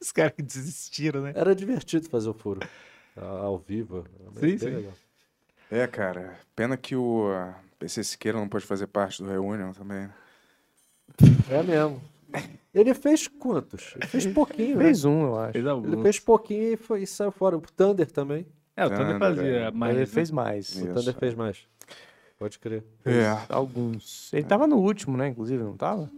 Speaker 4: Os caras que desistiram, né?
Speaker 8: Era divertido fazer o furo. a- Ao vivo. Era
Speaker 4: Sim,
Speaker 8: bem
Speaker 4: sim.
Speaker 8: legal.
Speaker 6: É, cara, pena que o ah, PC Siqueira não pôde fazer parte do Reunion também.
Speaker 8: É mesmo. Ele fez quantos? Ele fez pouquinho, né?
Speaker 3: Fez um, eu acho.
Speaker 4: Fez
Speaker 8: Ele
Speaker 4: algum.
Speaker 8: fez pouquinho e, foi- e saiu fora. O Thunder também.
Speaker 4: É, o Thunder
Speaker 6: Thunder,
Speaker 4: fazia, né?
Speaker 6: é.
Speaker 4: mas
Speaker 3: ele fez mais.
Speaker 8: O
Speaker 6: Isso.
Speaker 8: Thunder fez mais. Pode crer.
Speaker 6: É.
Speaker 3: Alguns. Ele tava no último, né? Inclusive, não tava?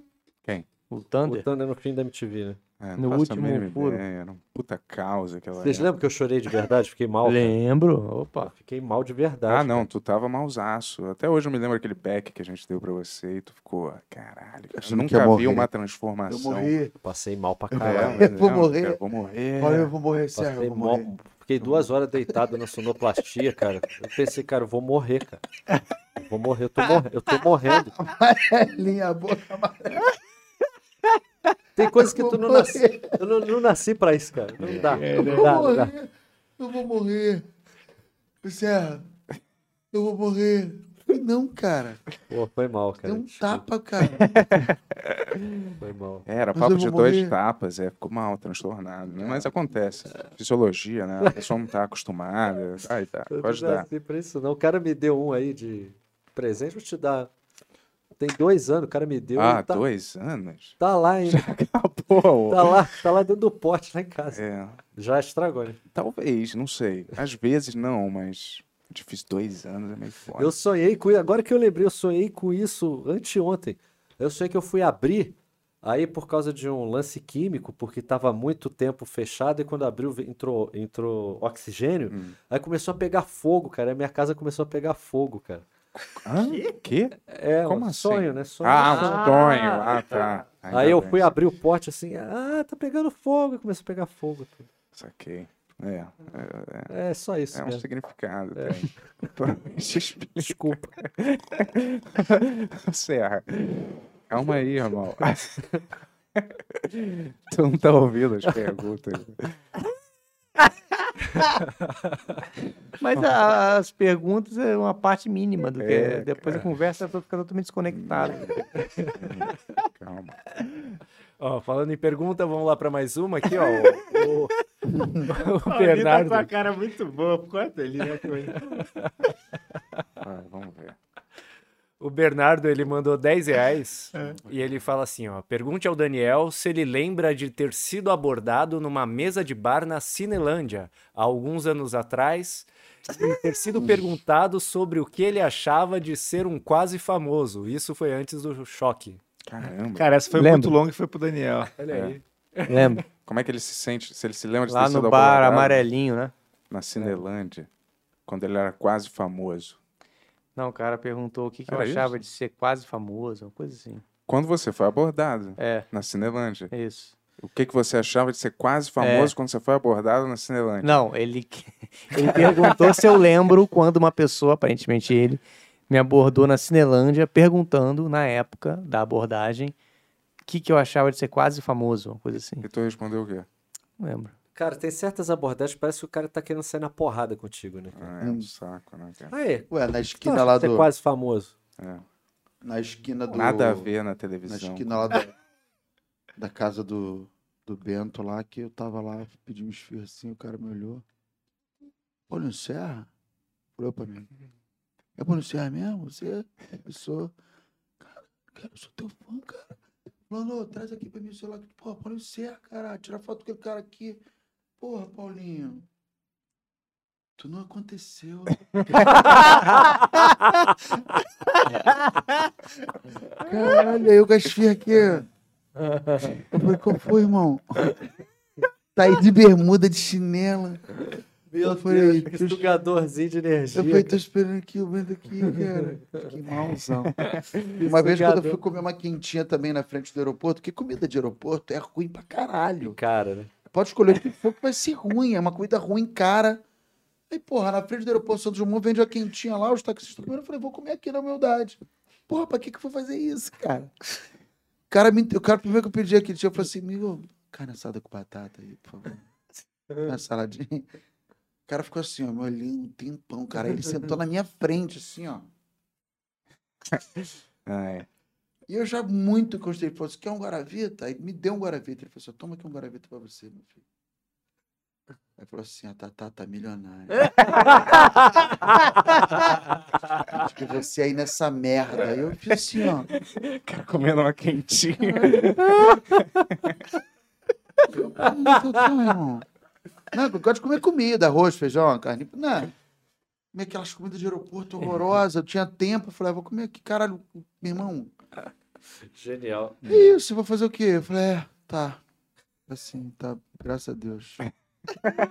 Speaker 6: Quem?
Speaker 3: O
Speaker 8: O
Speaker 3: Thunder.
Speaker 8: Thunder no fim da MTV, né?
Speaker 6: é
Speaker 3: No
Speaker 6: faço a
Speaker 3: último
Speaker 6: mínima
Speaker 3: furo.
Speaker 6: ideia, Era um puta causa aquela.
Speaker 8: Vocês lembram que eu chorei de verdade? Fiquei mal. cara.
Speaker 3: Lembro. Opa.
Speaker 8: Fiquei mal de verdade.
Speaker 6: Ah, não, tu tava mausaço. Até hoje eu me lembro aquele back que a gente deu pra você e tu ficou, ah, caralho, cara, eu
Speaker 7: Achando que ia
Speaker 6: nunca vi
Speaker 7: morrer.
Speaker 6: uma
Speaker 7: Eu
Speaker 6: transformação.
Speaker 7: morri. "Ah,
Speaker 8: Passei mal pra
Speaker 6: É,
Speaker 8: caralho.
Speaker 7: Eu vou
Speaker 6: não,
Speaker 7: morrer.
Speaker 6: cara, eu vou morrer.
Speaker 7: Olha, eu vou morrer, Sérgio.
Speaker 8: Passei
Speaker 7: Eu vou
Speaker 8: mó-
Speaker 7: morrer.
Speaker 8: Fiquei duas horas deitado na sonoplastia, cara. Eu pensei, cara, eu vou morrer, cara. Eu Vou morrer, eu tô, morre- eu tô morrendo.
Speaker 7: Linha a boca, amarela.
Speaker 8: Tem coisa que
Speaker 7: Eu
Speaker 8: tu
Speaker 7: vou
Speaker 8: não nasci. Eu não, não nasci pra isso, cara.
Speaker 6: É,
Speaker 8: Não dá.
Speaker 6: né?
Speaker 8: Não dá,
Speaker 7: Eu vou
Speaker 8: não dá.
Speaker 7: morrer. Eu vou morrer. Sérgio, eu vou morrer. Não, cara.
Speaker 8: Pô, foi mal, cara.
Speaker 7: Deu um
Speaker 8: Desculpa,
Speaker 7: tapa, cara.
Speaker 8: Foi mal.
Speaker 6: É, Era
Speaker 7: Mas
Speaker 6: papo
Speaker 7: eu vou
Speaker 6: de dois
Speaker 7: morrer.
Speaker 6: tapas, é, ficou mal, transtornado, né? Mas acontece.
Speaker 7: É.
Speaker 6: Fisiologia, né? A pessoa não tá acostumada. Ai, tá,
Speaker 8: Eu
Speaker 6: pode
Speaker 8: não
Speaker 6: dar.
Speaker 8: nasci pra isso, não. O cara me deu um aí de presente, vou te dar. Tem dois anos, o cara me deu.
Speaker 6: Ah,
Speaker 8: e tá,
Speaker 6: dois anos?
Speaker 8: tá lá ainda.
Speaker 6: Pô,
Speaker 8: Tá lá, tá lá dentro do pote, lá em casa.
Speaker 6: é,
Speaker 8: Já estragou, né?
Speaker 6: talvez, não sei. Às vezes não, mas difícil, dois anos é meio foda.
Speaker 8: Eu sonhei com isso. Agora que eu lembrei, eu sonhei com isso anteontem. Eu sonhei que eu fui abrir, aí por causa de um lance químico, porque estava muito tempo fechado, e quando abriu ve- entrou, entrou oxigênio,
Speaker 6: Hum.
Speaker 8: aí começou a pegar fogo, cara. A minha casa começou a pegar fogo, cara.
Speaker 6: Hã? Quê?
Speaker 8: É,
Speaker 6: Como
Speaker 8: um
Speaker 6: assim?
Speaker 8: sonho, né? Sonho.
Speaker 6: Ah, um sonho. Ah, tá. Ainda
Speaker 8: Aí eu
Speaker 6: bem,
Speaker 8: fui abrir o pote assim, ah, tá pegando fogo, e começou a pegar fogo. tudo.
Speaker 6: Saquei. É, é,
Speaker 8: É só isso
Speaker 6: é um
Speaker 8: mesmo.
Speaker 6: significado. Tem.
Speaker 8: Desculpa.
Speaker 6: Serra. Calma aí, irmão. tu não tá ouvindo as perguntas.
Speaker 3: Mas a- as perguntas é uma parte mínima do que
Speaker 6: É,
Speaker 3: Depois a conversa eu tô ficando totalmente desconectado.
Speaker 6: Calma.
Speaker 8: Ó, falando em pergunta, vamos lá para mais uma aqui, ó. O, o- o
Speaker 4: Paulinho tá
Speaker 8: Bernardo.
Speaker 4: com a cara muito boa. Corta ele, né? coisa?
Speaker 6: Vai, vamos ver.
Speaker 21: O Bernardo, ele mandou 10 reais
Speaker 7: É.
Speaker 21: e ele fala assim, ó. Pergunte ao Daniel se ele lembra de ter sido abordado numa mesa de bar na Cinelândia, há alguns anos atrás, e ter sido
Speaker 7: Ah.
Speaker 21: perguntado sobre o que ele achava de ser um quase famoso. Isso foi antes do choque.
Speaker 6: Caramba.
Speaker 4: Cara, essa foi
Speaker 3: Lembro.
Speaker 4: muito longa e foi pro Daniel.
Speaker 21: Olha
Speaker 6: É.
Speaker 21: aí.
Speaker 3: Lembro.
Speaker 6: Como é que ele se sente? Se ele se lembra de ter
Speaker 3: Lá
Speaker 6: sido
Speaker 3: no bar
Speaker 6: abordado
Speaker 3: amarelinho, né?
Speaker 6: Na Cinelândia, quando ele era quase famoso.
Speaker 3: Não, o cara perguntou o que, que eu
Speaker 6: Era
Speaker 3: achava de ser quase famoso, uma coisa assim.
Speaker 6: Quando você foi abordado
Speaker 3: É,
Speaker 6: na Cinelândia,
Speaker 3: é isso.
Speaker 6: o que, que você achava de ser quase famoso quando você foi abordado na Cinelândia?
Speaker 3: Não, ele, que- ele perguntou se eu lembro quando uma pessoa, aparentemente ele, me abordou na Cinelândia perguntando, na época da abordagem, o que, que eu achava de ser quase famoso, uma coisa assim.
Speaker 6: E tu respondeu o quê?
Speaker 3: Não lembro.
Speaker 8: Cara, tem certas abordagens que parece que o cara tá querendo sair na porrada contigo, né?
Speaker 6: Ah, é um saco, né, cara?
Speaker 8: Aí,
Speaker 7: Ué, na esquina tá lá
Speaker 8: você é
Speaker 7: do.
Speaker 8: quase famoso.
Speaker 7: Na esquina do.
Speaker 6: Nada a ver na
Speaker 7: Na
Speaker 6: televisão.
Speaker 7: esquina lá da, da casa do, do Bento lá, que eu tava lá, pedi um esfirro assim, o cara me olhou. Paulo Serra? Olhou pra mim. É Paulo Serra mesmo? Você é pessoa. Cara, cara, eu sou teu fã, cara. Mano, traz aqui pra mim o celular. Pô, Paulo Serra, cara, tira foto com aquele cara aqui. Porra, Paulinho. Tu não aconteceu. Caralho, aí o Gasfir aqui. Eu falei, qual foi, irmão? Tá aí de bermuda, de chinela.
Speaker 8: Meu
Speaker 7: Eu falei,
Speaker 8: Deus,
Speaker 7: tu-
Speaker 8: que sugadorzinho de energia.
Speaker 7: Eu falei, tô esperando aqui, o vento aqui, cara. Que malzão. Uma vez quando eu fui comer uma quentinha também na frente do aeroporto, que comida de aeroporto é ruim pra caralho.
Speaker 8: Cara, né?
Speaker 7: Pode escolher o que for que vai ser ruim, é uma comida ruim, cara. Aí, porra, na frente do aeroporto Santos Dumont vende a quentinha lá, os taxistas comendo, eu falei, vou comer aqui na humildade. Porra, pra que que eu vou fazer isso, cara? O cara, me, o cara primeiro que eu pedi a quentinha, eu falei assim, amigo, carne assada com batata aí, por favor. Uma saladinha. O cara ficou assim, ó, me olhando um tempão, cara. Aí Ele sentou na minha frente, assim, ó.
Speaker 6: Ah, é.
Speaker 7: E eu já muito gostei. Ele falou, você quer um Guaravita? Aí me deu um Guaravita. Ele falou assim, toma aqui um Guaravita pra você, meu filho. Aí falou assim, a Tatá tá milionária. Acho que você aí nessa merda. Aí eu fiz assim, ó.
Speaker 6: Cara comendo uma quentinha.
Speaker 7: Não, não, irmão. Não, eu gosto de comer comida, arroz, feijão, carne. Não. Comer aquelas comidas de aeroporto horrorosas. Eu tinha tempo. Eu falei, ah, vou comer aqui, caralho. Meu irmão,
Speaker 8: Genial.
Speaker 7: é isso, vou fazer o quê? Eu falei, é, tá. Assim, tá. Graças a Deus.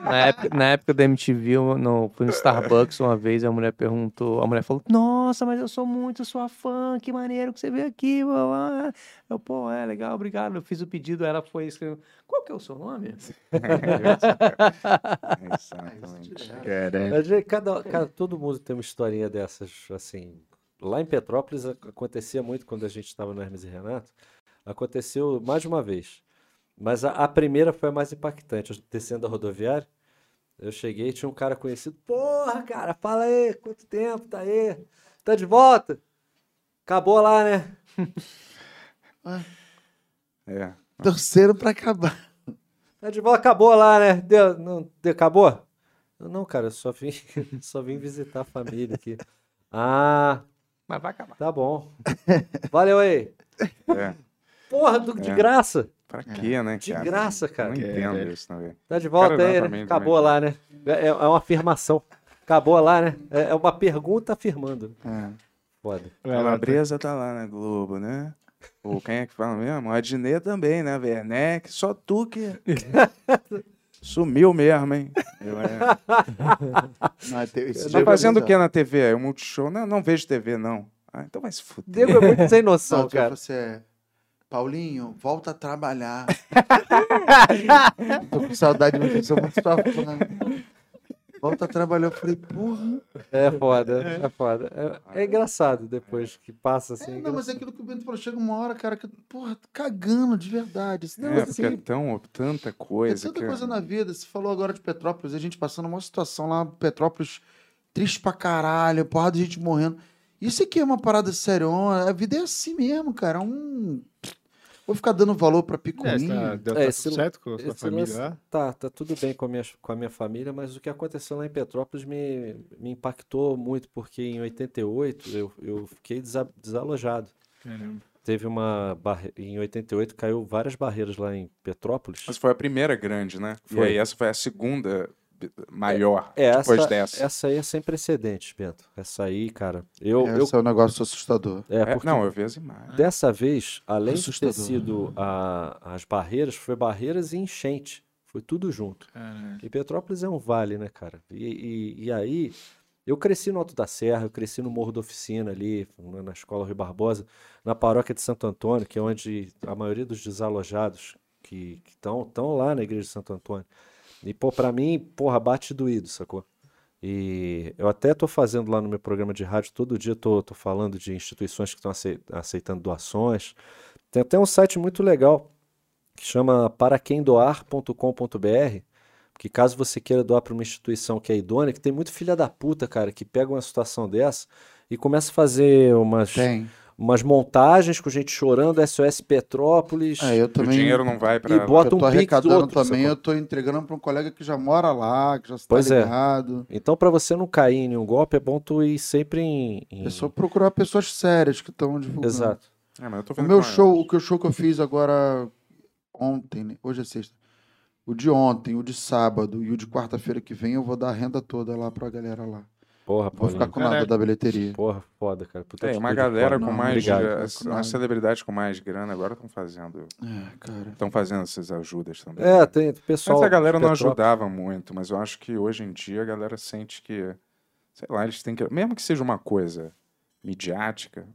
Speaker 3: Na época, na época da MTV, eu não, fui no Starbucks uma vez, a mulher perguntou, a mulher falou, nossa, mas eu sou muito sua fã, que maneiro que você veio aqui, blá, blá, blá." Eu, pô, é legal, obrigado, eu fiz o pedido, ela foi escrevendo, qual que é o seu nome?
Speaker 6: É, Exatamente.
Speaker 8: Mas, gente, Cada, cara, todo mundo tem uma historinha dessas, assim. Lá em Petrópolis ac- acontecia muito quando a gente estava no Hermes e Renato. Aconteceu mais de uma vez. Mas a, a primeira foi a mais impactante. Eu descendo a rodoviária, eu cheguei e tinha um cara conhecido. Porra, cara, fala aí, quanto tempo, tá aí? Tá de volta? Acabou lá, né?
Speaker 6: É.
Speaker 7: Torceram pra acabar.
Speaker 8: Tá de volta, acabou lá, né? Deu, não, deu- acabou? Eu, não, cara, eu só vim, só vim visitar a família aqui. Ah,
Speaker 3: Mas vai acabar.
Speaker 8: Tá bom. Valeu aí.
Speaker 6: É.
Speaker 8: Porra, do- de
Speaker 6: É.
Speaker 8: graça.
Speaker 6: Pra quê, né,
Speaker 8: De
Speaker 6: cara?
Speaker 8: graça, cara.
Speaker 6: Não entendo isso, não é?
Speaker 8: Tá de volta
Speaker 6: Cara, não,
Speaker 8: aí,
Speaker 6: pra
Speaker 8: né?
Speaker 6: mim também.
Speaker 8: Acabou lá, né? É, é uma afirmação. Acabou lá, né? É é uma pergunta afirmando.
Speaker 6: É.
Speaker 8: Foda.
Speaker 6: Calabresa tá lá na Globo, né? Ou quem é que fala mesmo? A Dinê também, né, Werneck? Só tu que. Sumiu mesmo, hein? Eu, é...
Speaker 7: Não, te- esse
Speaker 6: Tá
Speaker 7: dia
Speaker 6: fazendo o
Speaker 7: eu-
Speaker 6: que na TV? É o Multishow? Não, não vejo TV, não. Ah, então vai se fuder.
Speaker 8: Diego é muito sem
Speaker 7: Não,
Speaker 8: noção,
Speaker 7: outro dia
Speaker 8: cara.
Speaker 7: Você é, Paulinho, volta a trabalhar. Tô com saudade de você, sou muito sua fã. Volta a trabalhar. Eu falei, porra.
Speaker 8: É foda, é foda. É, é engraçado depois que passa assim.
Speaker 7: É,
Speaker 8: É
Speaker 7: não, mas é aquilo que o Bento falou, chega uma hora, cara, que, eu, porra, tô cagando de verdade. Isso Não,
Speaker 6: É,
Speaker 7: assim,
Speaker 6: porque é tão, tanta
Speaker 7: É
Speaker 6: coisa.
Speaker 7: tanta
Speaker 6: que-
Speaker 7: coisa na vida. Você falou agora de Petrópolis, a gente passando uma situação lá, Petrópolis triste pra caralho, porrada de gente morrendo. Isso aqui é uma parada séria. A vida é assim mesmo, cara. É um. Vou ficar dando valor pra picuinha.
Speaker 4: tá, deu,
Speaker 8: É,
Speaker 4: tá tudo
Speaker 8: esse-
Speaker 4: certo com a sua
Speaker 8: esse
Speaker 4: família
Speaker 8: lance-
Speaker 4: lá?
Speaker 8: Tá, tá tudo bem com a, minha, com a minha família, mas o que aconteceu lá em Petrópolis me, me impactou muito, porque em 88 eu, eu fiquei desa- desalojado. Teve uma barre... Em 88 caiu várias barreiras lá em Petrópolis.
Speaker 6: Mas foi a primeira grande, né?
Speaker 8: E
Speaker 6: Foi
Speaker 8: aí?
Speaker 6: essa, foi a segunda b- maior
Speaker 8: É,
Speaker 6: depois
Speaker 8: essa,
Speaker 6: dessa.
Speaker 8: essa aí é sem precedentes, Bento. Essa aí, cara. Eu,
Speaker 7: Esse
Speaker 8: eu,
Speaker 7: é um negócio assustador.
Speaker 8: é,
Speaker 6: É,
Speaker 8: porque
Speaker 6: Não, eu vi as imagens.
Speaker 8: Dessa vez, além
Speaker 7: Assustador.
Speaker 8: de ter sido a- as barreiras, foi barreiras e enchente. Foi tudo junto. E Petrópolis é um vale, né, cara? E, e- e aí, eu cresci no Alto da Serra, eu cresci no Morro da Oficina ali, na, na Escola Rui Barbosa, na paróquia de Santo Antônio, que é onde a maioria dos desalojados que estão tão lá na igreja de Santo Antônio. E, pô, pra mim, porra, bate doído, sacou? E eu até tô fazendo lá no meu programa de rádio, todo dia tô, tô falando de instituições que estão aceitando doações. Tem até um site muito legal que chama paraquemdoar.com.br, que caso você queira doar para uma instituição que é idônea, que tem muito filha da puta, cara, que pega uma situação dessa e começa a fazer umas,
Speaker 7: Tem.
Speaker 8: umas montagens com gente chorando, SOS Petrópolis.
Speaker 7: É, eu
Speaker 6: E O
Speaker 7: também.
Speaker 6: dinheiro não vai pra.
Speaker 8: E bota
Speaker 7: eu tô
Speaker 8: um pix do
Speaker 7: arrecadando
Speaker 8: outro,
Speaker 7: também,
Speaker 8: sacou?
Speaker 7: eu tô entregando pra um colega que já mora lá, que já está
Speaker 8: Pois é.
Speaker 7: ligado.
Speaker 8: Então, para você não cair em nenhum golpe, é bom tu ir sempre em. em-
Speaker 7: É só procurar pessoas sérias que estão divulgando.
Speaker 8: Exato.
Speaker 6: É, mas eu tô
Speaker 7: O
Speaker 6: vendo
Speaker 7: meu
Speaker 6: que não é.
Speaker 7: show, o que o show que eu fiz agora ontem, né? hoje é sexta. O de ontem, o de sábado e o de quarta-feira que vem eu vou dar a renda toda lá pra galera lá.
Speaker 8: Porra,
Speaker 7: Não vou
Speaker 8: Paulinho.
Speaker 7: ficar com
Speaker 4: Caraca.
Speaker 7: nada da bilheteria.
Speaker 8: Porra, foda, cara. Puta
Speaker 6: Tem uma
Speaker 8: atitude
Speaker 6: galera
Speaker 8: foda.
Speaker 6: com
Speaker 7: não,
Speaker 6: mais.
Speaker 8: obrigado,
Speaker 6: eh,
Speaker 7: não.
Speaker 6: As, as celebridades com mais grana agora estão fazendo.
Speaker 7: É, cara.
Speaker 6: Estão fazendo essas ajudas também.
Speaker 8: É, tem pessoal.
Speaker 6: Antes a galera não
Speaker 8: de Petrópolis.
Speaker 6: ajudava muito, mas eu acho que hoje em dia a galera sente que, sei lá, eles têm que. Mesmo que seja uma coisa midiática,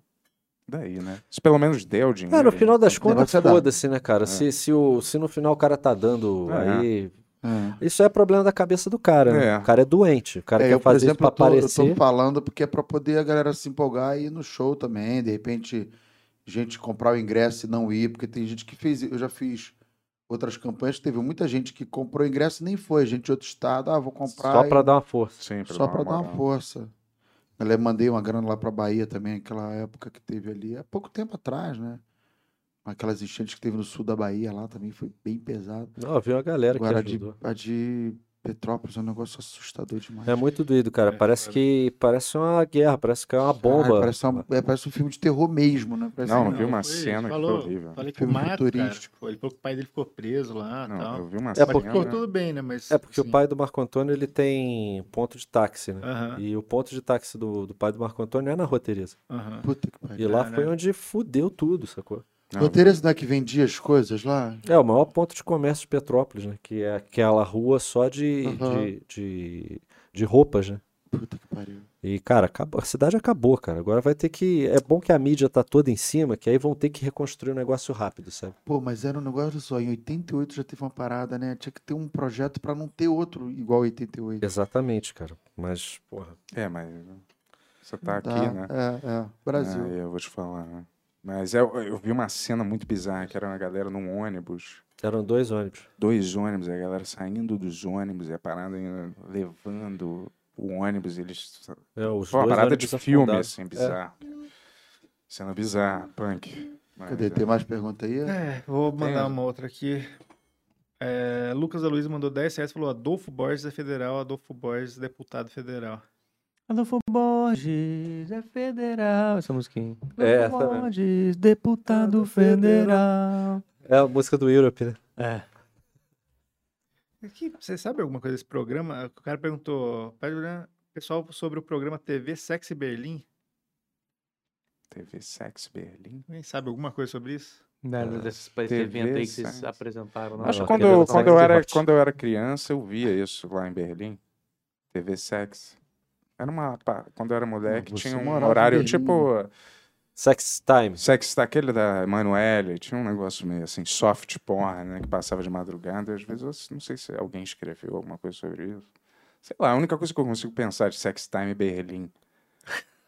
Speaker 6: daí, né? Se pelo menos der o dinheiro.
Speaker 8: É, no final das
Speaker 6: então,
Speaker 8: contas,
Speaker 7: negócio é dar.
Speaker 8: foda-se, né, cara? Se, se, o, se no final o cara tá dando
Speaker 6: É.
Speaker 8: aí.
Speaker 7: É.
Speaker 8: Isso é problema da cabeça do cara. né?
Speaker 6: É.
Speaker 8: O cara é doente. O cara
Speaker 7: É,
Speaker 8: quer
Speaker 7: eu, por
Speaker 8: fazer isso
Speaker 7: exemplo,
Speaker 8: pra
Speaker 7: eu tô, eu tô
Speaker 8: aparecer.
Speaker 7: falando porque é pra poder a galera se empolgar e ir no show também. De repente, gente comprar o ingresso e não ir, porque tem gente que fez. Eu já fiz outras campanhas que teve muita gente que comprou o ingresso e nem foi. Gente de outro estado, ah, vou comprar.
Speaker 8: Só
Speaker 7: e-
Speaker 8: pra dar uma força.
Speaker 6: Sim,
Speaker 7: Só para dar uma
Speaker 6: porra.
Speaker 7: força. Eu le- mandei uma grana lá para Bahia também, aquela época que teve ali, há pouco tempo atrás, né? Aquelas enchentes que teve no sul da Bahia lá também foi bem pesado.
Speaker 8: Não, viu a galera que
Speaker 7: Agora a de,
Speaker 8: ajudou.
Speaker 7: a de Petrópolis é um negócio assustador demais.
Speaker 8: É muito doido, cara. Parece que. Parece uma guerra, parece que é uma
Speaker 7: Caralho,
Speaker 8: bomba.
Speaker 7: parece, uma- é, parece um filme de terror mesmo, né? Parece
Speaker 6: Não,
Speaker 7: um-
Speaker 6: não vi uma
Speaker 4: foi-
Speaker 6: cena que
Speaker 4: falou-
Speaker 6: foi horrível.
Speaker 4: Falei com o
Speaker 7: Filme
Speaker 4: Marco, cara.
Speaker 7: futurístico.
Speaker 4: Pô, Ele falou que o pai dele ficou preso lá e
Speaker 6: Não,
Speaker 4: tal.
Speaker 6: eu vi uma
Speaker 4: É
Speaker 6: cena.
Speaker 4: porque ficou tudo bem, né? Mas,
Speaker 8: É porque
Speaker 4: assim,
Speaker 8: o pai do Marco Antônio ele tem ponto de táxi, né?
Speaker 6: É.
Speaker 4: Aham,
Speaker 8: E o ponto de táxi do, do pai do Marco Antônio é na Rua Tereza.
Speaker 4: aham.
Speaker 7: Puta que pariu.
Speaker 8: E lá
Speaker 4: Caralho.
Speaker 8: foi onde fudeu tudo, sacou?
Speaker 6: Não,
Speaker 7: Não, Tereza não é que vendia as coisas lá?
Speaker 8: É, o maior ponto de comércio de Petrópolis, né? Que é aquela rua só de,
Speaker 7: Aham.
Speaker 8: de, de, de roupas, né?
Speaker 7: Puta que pariu.
Speaker 8: E, cara, acabou- a cidade acabou, cara. Agora vai ter que. É bom que a mídia tá toda em cima, que aí vão ter que reconstruir o negócio rápido, sabe?
Speaker 7: Pô, mas era um negócio olha só, em 88 já teve uma parada, né? Tinha que ter um projeto para não ter outro igual a 88.
Speaker 8: Exatamente, cara. Mas, porra.
Speaker 6: É, mas você tá aqui,
Speaker 7: Tá,
Speaker 6: né?
Speaker 7: É, é. Brasil.
Speaker 6: Ah, eu vou te falar. Mas eu, eu vi uma cena muito bizarra, que era uma galera num ônibus,
Speaker 8: Eram dois ônibus.
Speaker 6: dois ônibus, a galera saindo dos ônibus, e a parada ainda levando o ônibus, eles...
Speaker 8: É, os
Speaker 6: Foi uma
Speaker 8: dois
Speaker 6: parada de
Speaker 8: ônibus É,
Speaker 6: filme,
Speaker 8: afundados.
Speaker 6: assim, bizarro. Cena bizarra, punk. Mas,
Speaker 7: É. Cadê?
Speaker 6: é,
Speaker 7: Tem mais pergunta aí?
Speaker 4: É, vou mandar
Speaker 6: Entendo.
Speaker 4: uma outra aqui. É, Lucas Aloysio mandou 10 reais e falou: Adolfo Borges é federal, Adolfo Borges é deputado federal.
Speaker 3: Adolfo Borges é federal. Essa musiquinha.
Speaker 8: É,
Speaker 3: Adolfo
Speaker 8: tá vendo?
Speaker 3: Borges, deputado federal.
Speaker 8: É a música do Europe, né?
Speaker 4: Aqui, É você sabe alguma coisa desse programa? O cara perguntou, "Pede, né, pessoal, sobre o programa TV Sexy Berlim.
Speaker 6: TV Sex Berlim.
Speaker 4: Alguém sabe alguma coisa sobre isso?
Speaker 3: Nada Né, desses
Speaker 6: TV
Speaker 3: eventos aí que vocês
Speaker 6: science.
Speaker 3: apresentaram. não?
Speaker 8: Acho
Speaker 6: Acho
Speaker 8: que
Speaker 6: que
Speaker 8: aquele
Speaker 6: quando, eu-
Speaker 8: Sex
Speaker 6: quando, eu era,
Speaker 8: Hot.
Speaker 6: quando eu era criança, eu via isso lá em Berlim. TV Sex. Era uma... pá, Quando eu era moleque,
Speaker 7: você
Speaker 6: tinha um
Speaker 7: morava em
Speaker 6: horário,
Speaker 7: Berlim.
Speaker 6: tipo...
Speaker 8: Sex Time.
Speaker 6: Sex daquele da Emanuele, tinha um negócio meio assim, soft porn, né? Que passava de madrugada. Às vezes eu s- não sei se alguém escreveu alguma coisa sobre isso. Sei lá, a única coisa que eu consigo pensar de sex time é Berlim.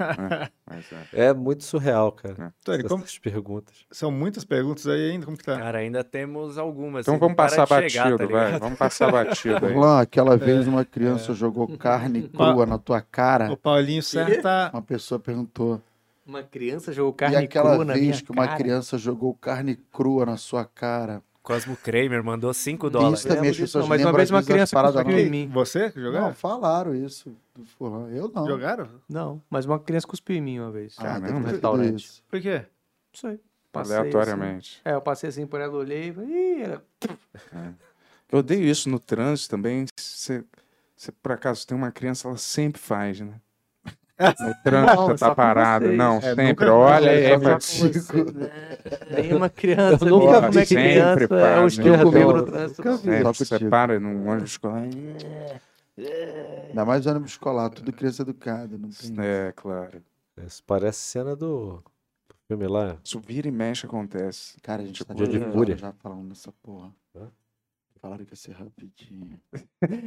Speaker 6: né? Mas, é.
Speaker 8: É muito surreal, cara.
Speaker 4: Tony, como-
Speaker 8: Essas perguntas.
Speaker 4: São muitas perguntas aí ainda, como que tá?
Speaker 22: Cara, ainda temos algumas.
Speaker 6: Então
Speaker 22: hein?
Speaker 6: vamos
Speaker 22: Para de
Speaker 6: passar
Speaker 22: chegar,
Speaker 6: batido,
Speaker 22: tá ligado?
Speaker 6: vai. Vamos passar batido aí.
Speaker 7: Lá,
Speaker 3: É.
Speaker 7: aquela vez uma criança jogou carne crua na tua cara.
Speaker 4: O Paulinho Serra tá,
Speaker 7: Uma pessoa perguntou:
Speaker 3: Uma criança jogou
Speaker 7: E
Speaker 3: carne crua
Speaker 7: aquela
Speaker 3: na
Speaker 7: vez
Speaker 3: minha
Speaker 7: que uma
Speaker 3: cara.
Speaker 7: criança jogou carne crua na sua cara.
Speaker 8: Cosmo Kramer mandou 5
Speaker 7: Isso
Speaker 8: dólares.
Speaker 7: também as
Speaker 3: né? disso,
Speaker 7: pessoas
Speaker 3: não, mas uma
Speaker 7: lembram
Speaker 3: vez uma
Speaker 7: às vezes,
Speaker 3: criança
Speaker 7: paradas
Speaker 3: conseguiu-
Speaker 7: não.
Speaker 3: em mim.
Speaker 4: Você que jogaram?
Speaker 7: Não, falaram isso do fulano. Eu não.
Speaker 4: Jogaram?
Speaker 3: Não, mas uma criança cuspiu em mim uma vez.
Speaker 7: Ah,
Speaker 3: no
Speaker 7: deve ter sido
Speaker 3: restaurante.
Speaker 7: isso.
Speaker 4: Por quê?
Speaker 3: Isso aí. Passei assim.
Speaker 6: Aleatoriamente.
Speaker 3: É, eu passei assim por ela, olhei e falei, Ih, ela...
Speaker 6: Eu odeio isso no trânsito também. Se você por acaso tem uma criança, ela sempre faz, né? No trânsito,
Speaker 3: Não, é só
Speaker 6: tá
Speaker 3: com
Speaker 6: parado.
Speaker 3: vocês.
Speaker 6: Não,
Speaker 3: É,
Speaker 6: sempre.
Speaker 4: nunca-
Speaker 6: Olha,
Speaker 4: é,
Speaker 6: é,
Speaker 4: só com
Speaker 6: Francisco.
Speaker 3: nenhuma criança,
Speaker 6: nunca
Speaker 3: menina,
Speaker 6: vi.
Speaker 3: como é que
Speaker 6: Sempre
Speaker 3: criança é
Speaker 6: faz,
Speaker 3: o
Speaker 6: né?
Speaker 3: estilo
Speaker 7: Nunca
Speaker 3: comigo
Speaker 7: vi.
Speaker 3: no trânsito.
Speaker 7: Nunca vi.
Speaker 6: É,
Speaker 7: Só
Speaker 6: você
Speaker 7: contigo.
Speaker 6: para num ônibus escolar.
Speaker 7: Ainda mais ônibus escolar, tudo criança educada. Não tem...
Speaker 6: É, claro.
Speaker 23: Isso parece cena do filme lá.
Speaker 6: Isso vira e mexe acontece.
Speaker 7: Cara, a gente
Speaker 3: Tipo,
Speaker 7: tá
Speaker 23: Dia de
Speaker 7: direto
Speaker 23: fúria.
Speaker 7: já falando nessa porra.
Speaker 23: Hã?
Speaker 7: Falaram que ia ser rapidinho.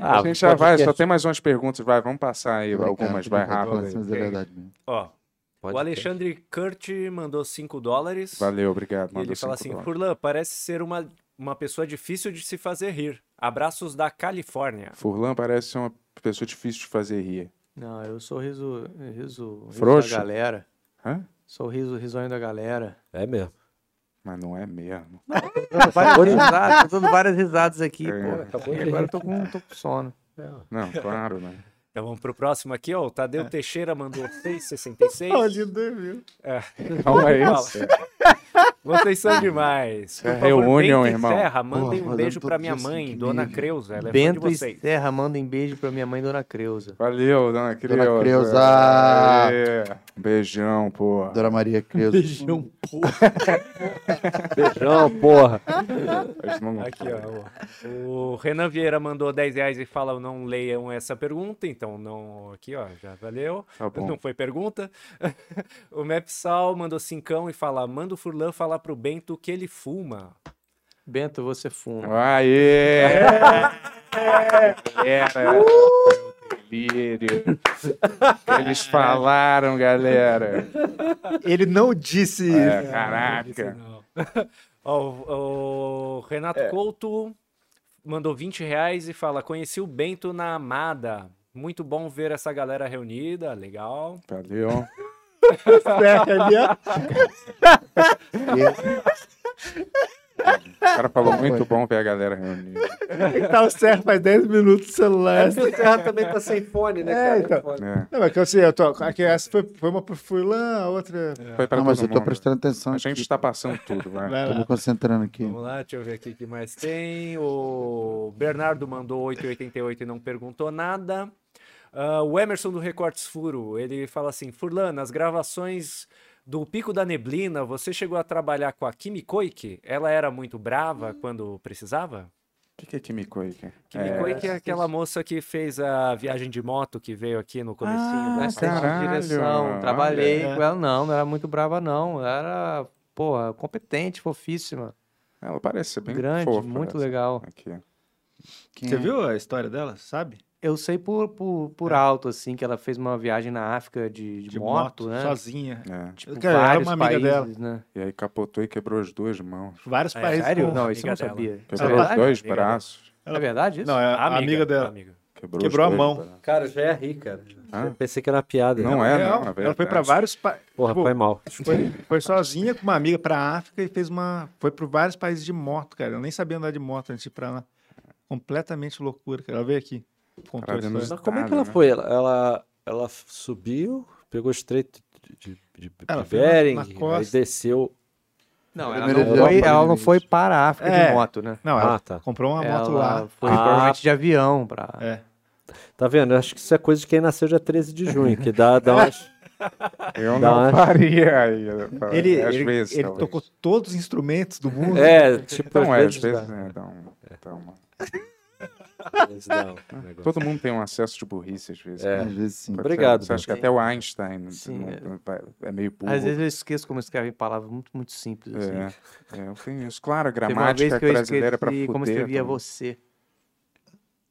Speaker 6: a gente já vai, só tem mais umas perguntas. Vai, vamos passar aí algumas, vai
Speaker 3: Ah,
Speaker 6: rápido.
Speaker 7: Mas é verdade mesmo.
Speaker 8: Ó,
Speaker 23: Pode
Speaker 8: o Alexandre Kurt mandou 5 dólares.
Speaker 6: Valeu, obrigado.
Speaker 8: E ele
Speaker 6: mandou
Speaker 8: fala
Speaker 6: cinco
Speaker 8: assim:
Speaker 6: dólares.
Speaker 8: Furlan, parece ser uma, uma pessoa difícil de se fazer rir. Abraços da Califórnia.
Speaker 6: Furlan parece ser uma pessoa difícil de fazer rir.
Speaker 3: Não, eu sou riso, riso, riso
Speaker 6: Frouxo.
Speaker 3: da galera.
Speaker 6: Hã?
Speaker 3: Sou riso, risonho da galera.
Speaker 23: É mesmo.
Speaker 6: Mas não é mesmo.
Speaker 3: Várias risadas, tô dando várias risadas aqui,
Speaker 6: É.
Speaker 3: pô. E agora eu tô com, tô com sono.
Speaker 6: Não, claro, né?
Speaker 8: Então vamos pro próximo aqui, ó. O Tadeu
Speaker 6: É.
Speaker 8: Teixeira mandou 6,66. Olha,
Speaker 6: Calma aí.
Speaker 8: Fala. É. Vocês são demais. Por
Speaker 6: É,
Speaker 8: favor,
Speaker 6: reunião,
Speaker 8: Bento e
Speaker 6: irmão.
Speaker 8: Serra, mandem
Speaker 7: Porra,
Speaker 8: um
Speaker 7: fazendo
Speaker 8: beijo pra
Speaker 7: todo
Speaker 8: minha
Speaker 7: dia assim,
Speaker 8: mãe,
Speaker 7: que
Speaker 8: Dona
Speaker 7: beijo.
Speaker 8: Creuza. Ela é fã de
Speaker 3: Bento e
Speaker 8: vocês.
Speaker 3: Serra mandem beijo pra minha mãe, Dona Creuza.
Speaker 6: Valeu, dona Creuza.
Speaker 7: Creuza.
Speaker 6: Aê. Beijão, pô.
Speaker 7: Dora Maria Creuza.
Speaker 23: Beijão, porra.
Speaker 8: Aqui, ó. O o Renan Vieira mandou 10 reais e fala: não leiam essa pergunta, então não. Aqui, ó, já valeu.
Speaker 6: Tá bom.
Speaker 8: Não foi pergunta. o Mepsal mandou cincão e fala: manda o Furlan falar pro Bento que ele fuma.
Speaker 3: Bento, você fuma.
Speaker 6: Aê! Galera! Delírio. Eles falaram, galera.
Speaker 4: Ele não disse
Speaker 6: É,
Speaker 4: isso.
Speaker 6: caraca. É.
Speaker 8: Não. Ó, o, o Renato Couto mandou 20 reais e fala: conheci o Bento na Amada. Muito bom ver essa galera reunida, legal.
Speaker 6: Valeu.
Speaker 4: Serra ali, ó.
Speaker 6: O cara falou muito bom ver a galera reunida.
Speaker 4: Tá o Serra faz 10 minutos no celular.
Speaker 24: O Serra também tá sem fone, né,
Speaker 4: É,
Speaker 24: cara?
Speaker 4: então.
Speaker 24: Foda.
Speaker 6: É.
Speaker 4: É. Não, mas que eu sei, eu tô, aqui, essa foi, foi uma pro Furlan, a outra.
Speaker 6: Foi pra
Speaker 7: Não, mas
Speaker 6: todo
Speaker 7: eu tô
Speaker 6: mundo.
Speaker 7: prestando atenção.
Speaker 6: A gente
Speaker 7: aqui.
Speaker 6: tá passando tudo, vai.
Speaker 4: Vai
Speaker 7: Tô
Speaker 4: lá.
Speaker 7: me concentrando aqui.
Speaker 8: Vamos lá, deixa eu ver aqui o que mais tem. O Bernardo mandou 8,88 e não perguntou nada. Ah, o Emerson do Recortes Furo, ele fala assim: Furlan, as gravações do Pico da Neblina, você chegou a trabalhar com a Kimi Koike? Ela era muito brava quando precisava?
Speaker 6: O que, que é Kimiko aí? cara?
Speaker 8: Kimi
Speaker 6: É,
Speaker 8: Koike é aquela moça que fez a viagem de moto que veio aqui no comecinho. né?
Speaker 3: Assistente de
Speaker 6: Ah, caralho,
Speaker 3: direção,
Speaker 6: olha.
Speaker 3: trabalhei
Speaker 4: É.
Speaker 3: com ela, não, não era muito brava, não. Ela era, porra, competente, fofíssima,
Speaker 6: Ela parece ser bem
Speaker 3: grande,
Speaker 6: fofa, né?
Speaker 3: muito
Speaker 6: essa.
Speaker 3: legal.
Speaker 6: Aqui.
Speaker 7: Quem
Speaker 4: Você
Speaker 7: é?
Speaker 4: viu a história dela, sabe?
Speaker 3: Eu sei por, por, por
Speaker 6: É.
Speaker 3: alto, assim, que ela fez uma viagem na África de, de, moto, né?
Speaker 4: Sozinha.
Speaker 6: É.
Speaker 3: Tipo,
Speaker 4: Cara, era
Speaker 3: vários
Speaker 4: uma amiga
Speaker 3: países, né?
Speaker 6: E aí capotou e quebrou as duas mãos.
Speaker 4: Vários
Speaker 8: É,
Speaker 4: países.
Speaker 8: sério?
Speaker 4: com-
Speaker 3: Não, isso eu não
Speaker 8: amiga
Speaker 3: sabia. Isso é
Speaker 6: Quebrou os
Speaker 3: verdade?
Speaker 6: dois
Speaker 8: Amiga
Speaker 6: braços.
Speaker 3: É verdade isso?
Speaker 4: Não, é a amiga, dela.
Speaker 8: Ah, amiga.
Speaker 6: Quebrou, os
Speaker 4: Quebrou a
Speaker 6: dois
Speaker 4: mão.
Speaker 6: braços.
Speaker 24: Cara, já é rir, cara.
Speaker 6: Ah.
Speaker 23: Eu pensei que era piada.
Speaker 6: Não é, não. é
Speaker 4: Ela foi
Speaker 6: verdade.
Speaker 4: pra vários países.
Speaker 23: Porra,
Speaker 4: Tipo,
Speaker 23: foi mal.
Speaker 4: Foi, foi sozinha com uma amiga pra África e fez uma. Foi para vários países de moto, cara. Eu nem sabia andar de moto antes de ir pra lá. Completamente loucura, cara. Ela veio aqui. Contou a
Speaker 6: Parada
Speaker 4: história.
Speaker 6: nos-
Speaker 23: Mas como é que
Speaker 6: Nada,
Speaker 23: ela
Speaker 6: né?
Speaker 23: foi? Ela, ela, ela subiu, pegou estreito de, de, de
Speaker 4: Ela foi na-
Speaker 23: Bering,
Speaker 4: na
Speaker 23: aí
Speaker 4: costa.
Speaker 23: desceu.
Speaker 3: Não, ela
Speaker 7: Primeiro
Speaker 3: não,
Speaker 7: dia,
Speaker 3: foi, ela não
Speaker 7: primeiro
Speaker 3: foi para a África
Speaker 4: É.
Speaker 3: de moto, né?
Speaker 4: Não, ela
Speaker 23: Ah, tá.
Speaker 4: comprou uma
Speaker 3: ela
Speaker 4: moto lá.
Speaker 3: foi
Speaker 23: Ah.
Speaker 3: provavelmente de avião pra...
Speaker 4: É.
Speaker 23: Tá vendo? Eu acho que isso é coisa de quem nasceu dia 13 de junho, que dá, dá umas.
Speaker 6: Eu
Speaker 23: Dá
Speaker 6: não
Speaker 23: uma-
Speaker 6: faria. aí, eu-
Speaker 4: Ele,
Speaker 6: É, às
Speaker 4: ele,
Speaker 6: vezes,
Speaker 4: ele
Speaker 6: talvez.
Speaker 4: tocou todos os instrumentos do mundo.
Speaker 23: É, tipo,
Speaker 6: Não,
Speaker 23: às
Speaker 6: é, às
Speaker 23: vezes
Speaker 6: vezes,
Speaker 23: dá.
Speaker 6: né? Dá um, dá uma-
Speaker 23: Às vezes dá um negócio.
Speaker 6: Todo mundo tem um acesso de burrice, às vezes. né?
Speaker 23: É.
Speaker 7: Às vezes sim.
Speaker 23: Obrigado,
Speaker 6: Você acha que
Speaker 3: Bruno.
Speaker 6: até o Einstein não-
Speaker 3: Sim,
Speaker 6: não-
Speaker 3: é.
Speaker 6: não- é meio burro.
Speaker 3: Às vezes eu esqueço como escreve palavras muito, muito simples, assim.
Speaker 6: É, é, eu tenho isso. Claro, a
Speaker 3: Teve uma vez
Speaker 6: gramática
Speaker 3: que eu
Speaker 6: brasileira é pra
Speaker 3: esqueci
Speaker 6: fuder.
Speaker 3: como escrevia
Speaker 6: também.
Speaker 3: você.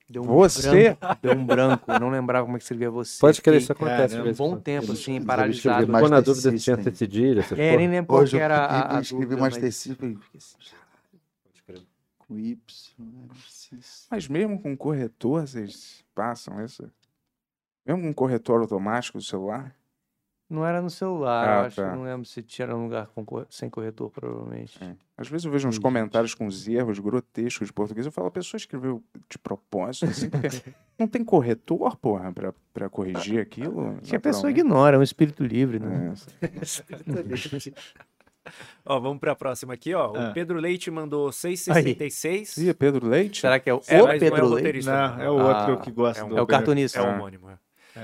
Speaker 3: Deu um
Speaker 6: Você?
Speaker 3: Branco, deu um branco, eu não lembrava como é que escrevia você.
Speaker 23: Pode crer, isso
Speaker 3: Fiquei
Speaker 25: é,
Speaker 23: acontece. de
Speaker 3: um
Speaker 23: vez em
Speaker 3: bom
Speaker 23: quando.
Speaker 3: tempo,
Speaker 7: deixa
Speaker 3: assim,
Speaker 7: eu ver
Speaker 3: paralisado.
Speaker 7: mais
Speaker 23: Ficou na
Speaker 7: Master
Speaker 23: dúvida se tinha
Speaker 7: System.
Speaker 23: tecidilha, essas
Speaker 3: É, nem
Speaker 23: porra.
Speaker 3: lembro qual
Speaker 7: Hoje
Speaker 3: que
Speaker 7: eu
Speaker 3: era
Speaker 7: fiquei-
Speaker 3: a, a
Speaker 7: escrevi
Speaker 3: dúvida,
Speaker 7: mais
Speaker 3: mas-
Speaker 7: tecido com Y. né? Não sei se-
Speaker 6: Mas mesmo com corretor, vocês passam isso? Mesmo com corretor automático do celular?
Speaker 3: Não era no celular,
Speaker 6: Ah,
Speaker 3: eu acho.
Speaker 6: tá. É,
Speaker 3: Não lembro se tinha era um lugar com co- sem corretor, provavelmente.
Speaker 6: Às vezes eu vejo uns comentários com uns erros grotescos de português. Eu falo, a pessoa escreveu de propósito, assim, porque não tem corretor, porra, pra, pra corrigir aquilo.
Speaker 3: Ah, Que a pessoa ignora, é um espírito livre, né?
Speaker 6: naturalmente. É.
Speaker 25: Ó, vamos pra próxima aqui, ó.
Speaker 4: Ah.
Speaker 25: O Pedro Leite mandou 666.
Speaker 6: Ih, é Pedro Leite?
Speaker 3: Será que é o,
Speaker 25: É,
Speaker 3: o
Speaker 25: mas não é
Speaker 3: Pedro
Speaker 25: o
Speaker 3: Leite?
Speaker 25: roteirista.
Speaker 4: Não, é o
Speaker 3: Ah,
Speaker 4: outro que gosta
Speaker 25: é um-
Speaker 4: do.
Speaker 3: É o cartunista.
Speaker 25: É o homônimo. é.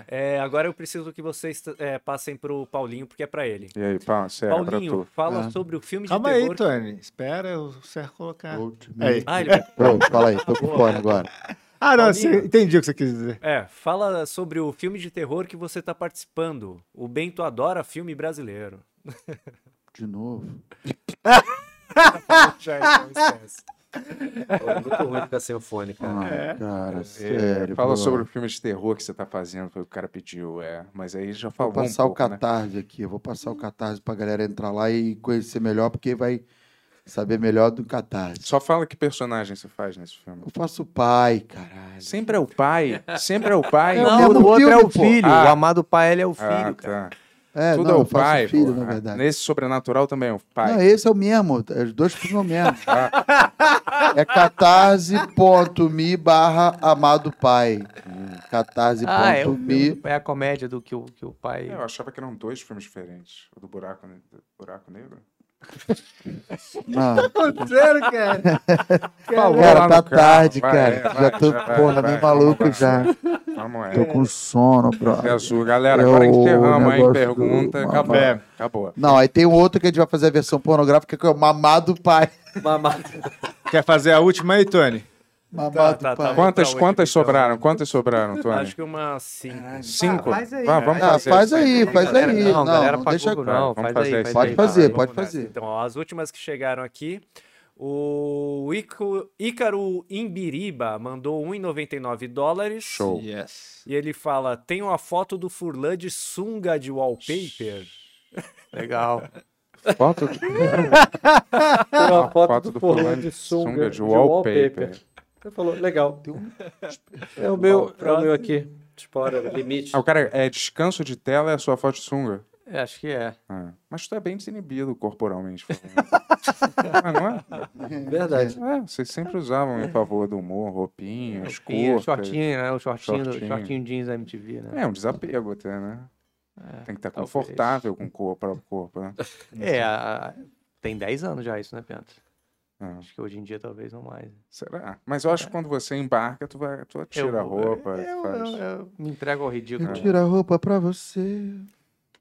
Speaker 25: É, agora eu preciso que vocês é, passem pro Paulinho, porque é pra ele.
Speaker 6: E aí, pá, será É, pra
Speaker 25: Paulinho,
Speaker 6: tu?
Speaker 25: fala
Speaker 7: Ah.
Speaker 25: sobre o filme de
Speaker 4: Calma aí,
Speaker 25: terror. que-
Speaker 4: Tony. Espera o Sérgio
Speaker 6: É.
Speaker 4: colocar. Aí.
Speaker 7: Ultimate.
Speaker 25: Ah, ele...
Speaker 7: Ô, fala aí, tô com fome agora.
Speaker 4: Ah, não, você... entendi o que você quis dizer.
Speaker 25: É, fala sobre o filme de terror que você tá participando. O Bento adora filme brasileiro.
Speaker 7: De novo.
Speaker 25: Já, então, esquece.
Speaker 8: É muito ruim ficar sem o fone, cara.
Speaker 7: Ah, cara,
Speaker 6: É,
Speaker 7: sério.
Speaker 6: fala
Speaker 7: pô.
Speaker 6: sobre o filme de terror que você tá fazendo, que o cara pediu, é. Mas aí já
Speaker 7: Vou
Speaker 6: falou um
Speaker 7: passar o
Speaker 6: pouco, né?
Speaker 7: catarse aqui. Eu vou passar o catarse pra galera entrar lá e conhecer melhor, porque vai saber melhor do catarse.
Speaker 6: Só fala que personagem você faz nesse filme.
Speaker 7: Eu faço pai, caralho.
Speaker 6: Sempre é o pai. Sempre é o pai.
Speaker 7: É o
Speaker 3: Não,
Speaker 7: mesmo
Speaker 3: o outro é o
Speaker 7: filme, pô.
Speaker 3: filho.
Speaker 6: Ah.
Speaker 3: O amado pai, ele é o filho,
Speaker 6: Ah,
Speaker 3: cara.
Speaker 6: tá.
Speaker 7: É,
Speaker 6: Tudo
Speaker 7: não,
Speaker 6: é o
Speaker 7: eu faço
Speaker 6: pai.
Speaker 7: filho,
Speaker 6: porra.
Speaker 7: na verdade.
Speaker 6: Nesse sobrenatural também é o pai.
Speaker 7: Não, esse é o mesmo. Os dois filmes são o mesmo. é catarse.me barra amado pai. Catarse.me.
Speaker 3: Ah, é, o filme- é a comédia do que o, que o pai.
Speaker 6: É, Eu achava que eram dois filmes diferentes. O do Buraco, Ne- do buraco Negro.
Speaker 7: Não,
Speaker 4: Sério, cara?
Speaker 7: Ah. cara, tá
Speaker 6: lá no carro,
Speaker 7: tarde,
Speaker 6: vai,
Speaker 7: cara.
Speaker 6: é,
Speaker 7: já
Speaker 6: vai,
Speaker 7: tô,
Speaker 6: já vai,
Speaker 7: porra,
Speaker 6: vai,
Speaker 7: meio maluco
Speaker 6: vamos
Speaker 7: já.
Speaker 6: lá. Vamos
Speaker 7: Tô
Speaker 6: é.
Speaker 7: com sono,
Speaker 6: É
Speaker 7: bro.
Speaker 6: azul, galera.
Speaker 7: É
Speaker 6: Agora
Speaker 7: o
Speaker 6: enterramos aí.
Speaker 7: negócio do-
Speaker 6: Pergunta. Acabou.
Speaker 4: É.
Speaker 6: Acabou.
Speaker 7: Não, aí tem um outro que a gente vai fazer a versão pornográfica que é o Mamado Pai.
Speaker 4: Quer fazer a última aí, Tony?
Speaker 7: Mamado
Speaker 25: tá, tá.
Speaker 7: Pai.
Speaker 25: Qual-
Speaker 6: Quantas,
Speaker 25: Então,
Speaker 6: quantas
Speaker 25: então.
Speaker 6: sobraram? Quantas sobraram,
Speaker 25: Acho
Speaker 6: Tony?
Speaker 25: que uma cinco.
Speaker 6: Cinco?
Speaker 3: faz aí,
Speaker 6: Vá, vamos
Speaker 7: Ah,
Speaker 6: fazer.
Speaker 7: faz
Speaker 6: isso
Speaker 7: aí, faz
Speaker 3: Galera,
Speaker 7: aí.
Speaker 3: Não,
Speaker 7: Não,
Speaker 3: galera,
Speaker 7: não
Speaker 3: pra
Speaker 7: deixa-
Speaker 3: Google, não.
Speaker 6: Vamos
Speaker 3: Faz
Speaker 6: fazer
Speaker 3: aí,
Speaker 6: isso
Speaker 3: faz
Speaker 7: Pode
Speaker 3: aí.
Speaker 7: fazer,
Speaker 25: Vamos
Speaker 7: pode
Speaker 25: nessa.
Speaker 7: fazer.
Speaker 25: Então, ó, as últimas que chegaram aqui. O Ico- Ícaro Imbiriba mandou 1,99 dólares.
Speaker 6: Show.
Speaker 4: Yes.
Speaker 25: E ele fala: tem uma foto do Furlan de sunga de wallpaper.
Speaker 3: Ah, Legal.
Speaker 6: Foto de...
Speaker 8: Tem uma foto,
Speaker 6: foto
Speaker 8: do,
Speaker 6: do
Speaker 8: Forlan
Speaker 6: Forlan
Speaker 8: de sunga,
Speaker 6: sunga de
Speaker 8: de
Speaker 6: wallpaper.
Speaker 8: wallpaper. Você falou, legal. É o meu, é o meu aqui. Espora, limite.
Speaker 6: Ah, o cara é descanso de tela é a sua foto de sunga.
Speaker 3: É, acho que é.
Speaker 6: Ah, mas tu é bem desinibido corporalmente. falando. ah, não é?
Speaker 8: Verdade.
Speaker 6: É, vocês sempre usavam em favor do humor, roupinhas,
Speaker 3: E o
Speaker 6: curtas.
Speaker 3: shortinho, né? O shortinho, do-
Speaker 6: Shortinho.
Speaker 3: shortinho jeans da MTV, né? É,
Speaker 6: É um desapego até, né? Tem que estar
Speaker 3: talvez.
Speaker 6: confortável com o cor- próprio corpo, né?
Speaker 3: É, a- a- tem 10 anos já isso, né, Penta?
Speaker 6: Ah.
Speaker 3: Acho que hoje em dia talvez não mais.
Speaker 6: Será? Mas eu acho que quando você embarca, tu, vai, tu
Speaker 3: Eu
Speaker 6: tira a
Speaker 3: vou- é.
Speaker 6: roupa.
Speaker 3: Eu,
Speaker 6: faz... É,
Speaker 3: eu- eu me entrego ao ridículo.
Speaker 7: Eu tiro a roupa pra você.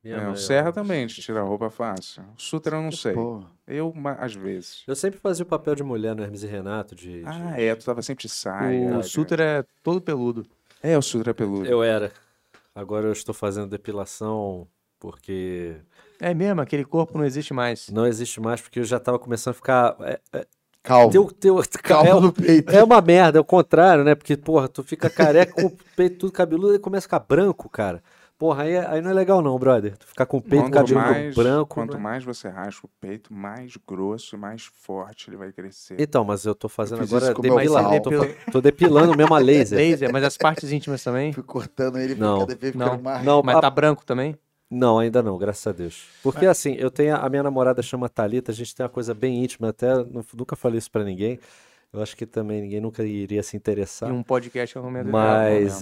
Speaker 8: Minha
Speaker 6: É,
Speaker 8: mãe,
Speaker 6: o
Speaker 8: ó.
Speaker 6: Serra também te tira a roupa fácil. O Sutra eu não sei.
Speaker 7: Porra.
Speaker 6: Eu, ma- às vezes.
Speaker 8: Eu sempre fazia o papel de mulher no Hermes e Renato. De, de-
Speaker 6: Ah, é, tu tava sempre de saia. né?
Speaker 3: O Suter é todo peludo.
Speaker 6: É, o Sutra é peludo.
Speaker 8: Eu era. Agora eu estou fazendo depilação porque
Speaker 3: É mesmo, aquele corpo não existe mais.
Speaker 8: não existe mais, porque eu já estava começando a ficar. É, é,
Speaker 7: Calvo.
Speaker 8: teu, teu,
Speaker 7: Calvo no peito.
Speaker 8: é, é uma merda, é o contrário, né? Porque, porra, tu fica careca com o peito tudo cabeludo e começa a ficar branco, cara. Porra, aí, aí não é legal, não, brother. Tu ficar com o peito
Speaker 6: Quanto
Speaker 8: cabeludo
Speaker 6: mais-
Speaker 8: branco.
Speaker 6: Quanto
Speaker 8: não é-
Speaker 6: mais você raspa o peito, mais grosso e mais forte ele vai crescer.
Speaker 8: Então, mas eu tô fazendo
Speaker 7: Eu fiz
Speaker 8: agora
Speaker 7: isso com meu
Speaker 8: depilação.
Speaker 7: pau.
Speaker 8: Tô, fa- tô depilando mesmo a laser.
Speaker 3: Laser, mas as partes íntimas também?
Speaker 7: Fui cortando ele
Speaker 8: Não,
Speaker 7: cada vez
Speaker 3: não.
Speaker 7: ficando mais.
Speaker 8: Não,
Speaker 3: Mas
Speaker 8: a-
Speaker 3: tá branco também?
Speaker 8: Não, ainda não, graças a Deus. Porque
Speaker 7: É.
Speaker 8: assim, eu tenho a minha namorada chama Thalita, a gente tem uma coisa bem íntima, até nu- nunca falei isso pra ninguém. Eu acho que também ninguém nunca iria se
Speaker 3: E
Speaker 8: interessar.
Speaker 3: um podcast é o momento
Speaker 8: Tá. Mas
Speaker 3: ideal,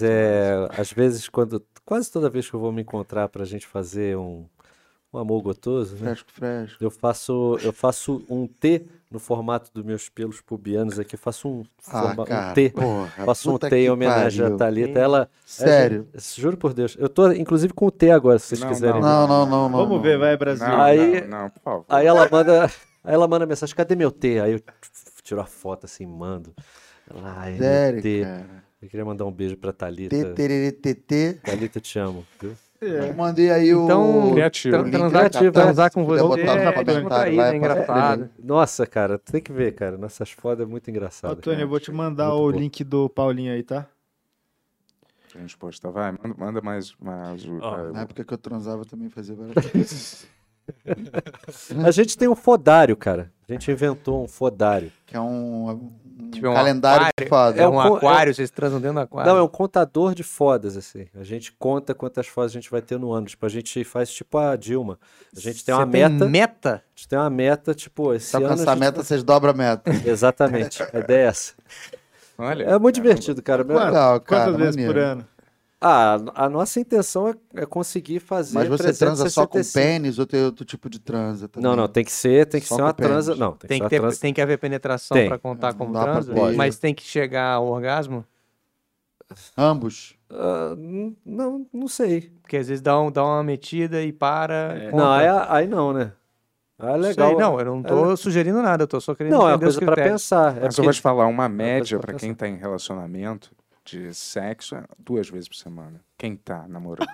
Speaker 3: né?
Speaker 8: é, às vezes quando quase toda vez que eu vou me encontrar pra gente fazer um um amor gotoso, né?
Speaker 7: Fresco, fresco.
Speaker 8: Eu faço eu faço um T no formato dos meus pelos pubianos aqui, eu faço um,
Speaker 7: Ah,
Speaker 8: forma- um
Speaker 7: cara.
Speaker 8: T.
Speaker 7: Porra,
Speaker 8: Faço um
Speaker 7: puta
Speaker 8: T em
Speaker 7: que
Speaker 8: homenagem à
Speaker 7: pariu.
Speaker 8: Thalita. Ela
Speaker 7: Sério.
Speaker 8: é, juro por Deus. Eu tô inclusive com o T agora, se vocês
Speaker 6: Não,
Speaker 8: quiserem.
Speaker 7: Não, não, não, não.
Speaker 4: Vamos
Speaker 7: não.
Speaker 4: ver, vai, Brasil.
Speaker 6: Não,
Speaker 8: Aí-
Speaker 6: não, não, por favor.
Speaker 8: Aí ela manda, aí ela manda mensagem, cadê meu T? Aí eu tiro a foto assim, mando. Ela, Ai, meu
Speaker 7: Sério,
Speaker 8: T.
Speaker 7: cara.
Speaker 8: Eu queria mandar um beijo pra Thalita.
Speaker 7: TTT.
Speaker 8: Thalita, te amo. viu?
Speaker 7: Eu mandei aí o.
Speaker 3: Então,
Speaker 6: Criativo.
Speaker 3: Tran-
Speaker 7: link
Speaker 3: transar,
Speaker 7: criativo,
Speaker 3: transar
Speaker 7: né?
Speaker 3: com
Speaker 7: Se puder
Speaker 3: você
Speaker 7: botar
Speaker 4: nos
Speaker 3: é
Speaker 7: comentários
Speaker 3: descontraído,
Speaker 7: lá,
Speaker 3: é
Speaker 7: é
Speaker 3: engraçado.
Speaker 8: Nossa, cara, tu tem que ver, cara. Nossas fodas é muito
Speaker 4: Ô,
Speaker 8: engraçado.
Speaker 4: Tony,
Speaker 8: cara.
Speaker 4: eu vou te mandar
Speaker 8: Muito
Speaker 4: o
Speaker 8: bom.
Speaker 4: link do Paulinho aí, tá?
Speaker 6: A gente posta, vai, manda, manda mais, mais o- eh,
Speaker 25: Ó.
Speaker 7: Na época que eu transava, eu também fazia várias coisas.
Speaker 8: A gente tem um fodário, cara. A gente inventou um fodário.
Speaker 7: que é um, um
Speaker 3: Tipo, é um
Speaker 7: calendário de
Speaker 3: aquário.
Speaker 7: foda.
Speaker 3: É
Speaker 8: É
Speaker 3: um
Speaker 8: um co-
Speaker 3: aquário, vocês transam dentro do aquário.
Speaker 8: Não, é um contador de fodas, assim. A gente conta quantas fodas a gente vai ter no ano. Tipo, a gente faz tipo a Dilma. A gente tem uma
Speaker 3: Você
Speaker 8: meta.
Speaker 3: meta?
Speaker 8: A gente tem uma meta, tipo, esse
Speaker 7: Se
Speaker 8: ano. a
Speaker 7: alcançar a
Speaker 8: gente-
Speaker 7: meta, vocês dobram a meta.
Speaker 8: Exatamente. A ideia é essa.
Speaker 6: Olha.
Speaker 8: É muito divertido, cara.
Speaker 7: Legal, cara.
Speaker 4: Quantas vezes
Speaker 7: maneiro.
Speaker 4: por ano?
Speaker 8: Ah, a nossa intenção é, é conseguir fazer.
Speaker 7: Mas você transa só com
Speaker 8: 365.
Speaker 7: pênis ou tem outro tipo de transa também?
Speaker 8: Não, não, tem que ser, tem que
Speaker 7: Só
Speaker 8: ser
Speaker 7: com
Speaker 8: uma
Speaker 7: pênis.
Speaker 8: transa. Não, tem,
Speaker 3: Tem
Speaker 8: que
Speaker 3: que,
Speaker 8: ser
Speaker 3: ter-
Speaker 8: uma transa.
Speaker 3: tem que haver penetração
Speaker 8: Tem.
Speaker 3: pra contar como
Speaker 7: dá pra-
Speaker 3: transa,
Speaker 7: pode.
Speaker 3: mas tem que chegar ao orgasmo,
Speaker 7: Ambos?
Speaker 8: Ah, n- não, não sei.
Speaker 3: porque às vezes dá, um, dá uma metida e para. e conta.
Speaker 8: Não, aí, aí não, né? Ah, é legal. É.
Speaker 3: Sei, É. não, eu não tô sugerindo nada, eu tô só querendo
Speaker 8: Não, é uma
Speaker 3: entender os
Speaker 8: coisa pra
Speaker 3: critérios.
Speaker 8: pensar. É
Speaker 6: Mas eu
Speaker 8: porque-
Speaker 6: vou te falar, uma
Speaker 8: coisa
Speaker 6: média
Speaker 8: pra
Speaker 6: pra
Speaker 7: assim.
Speaker 6: quem tá em relacionamento de sexo é duas vezes por semana. Quem tá namorando.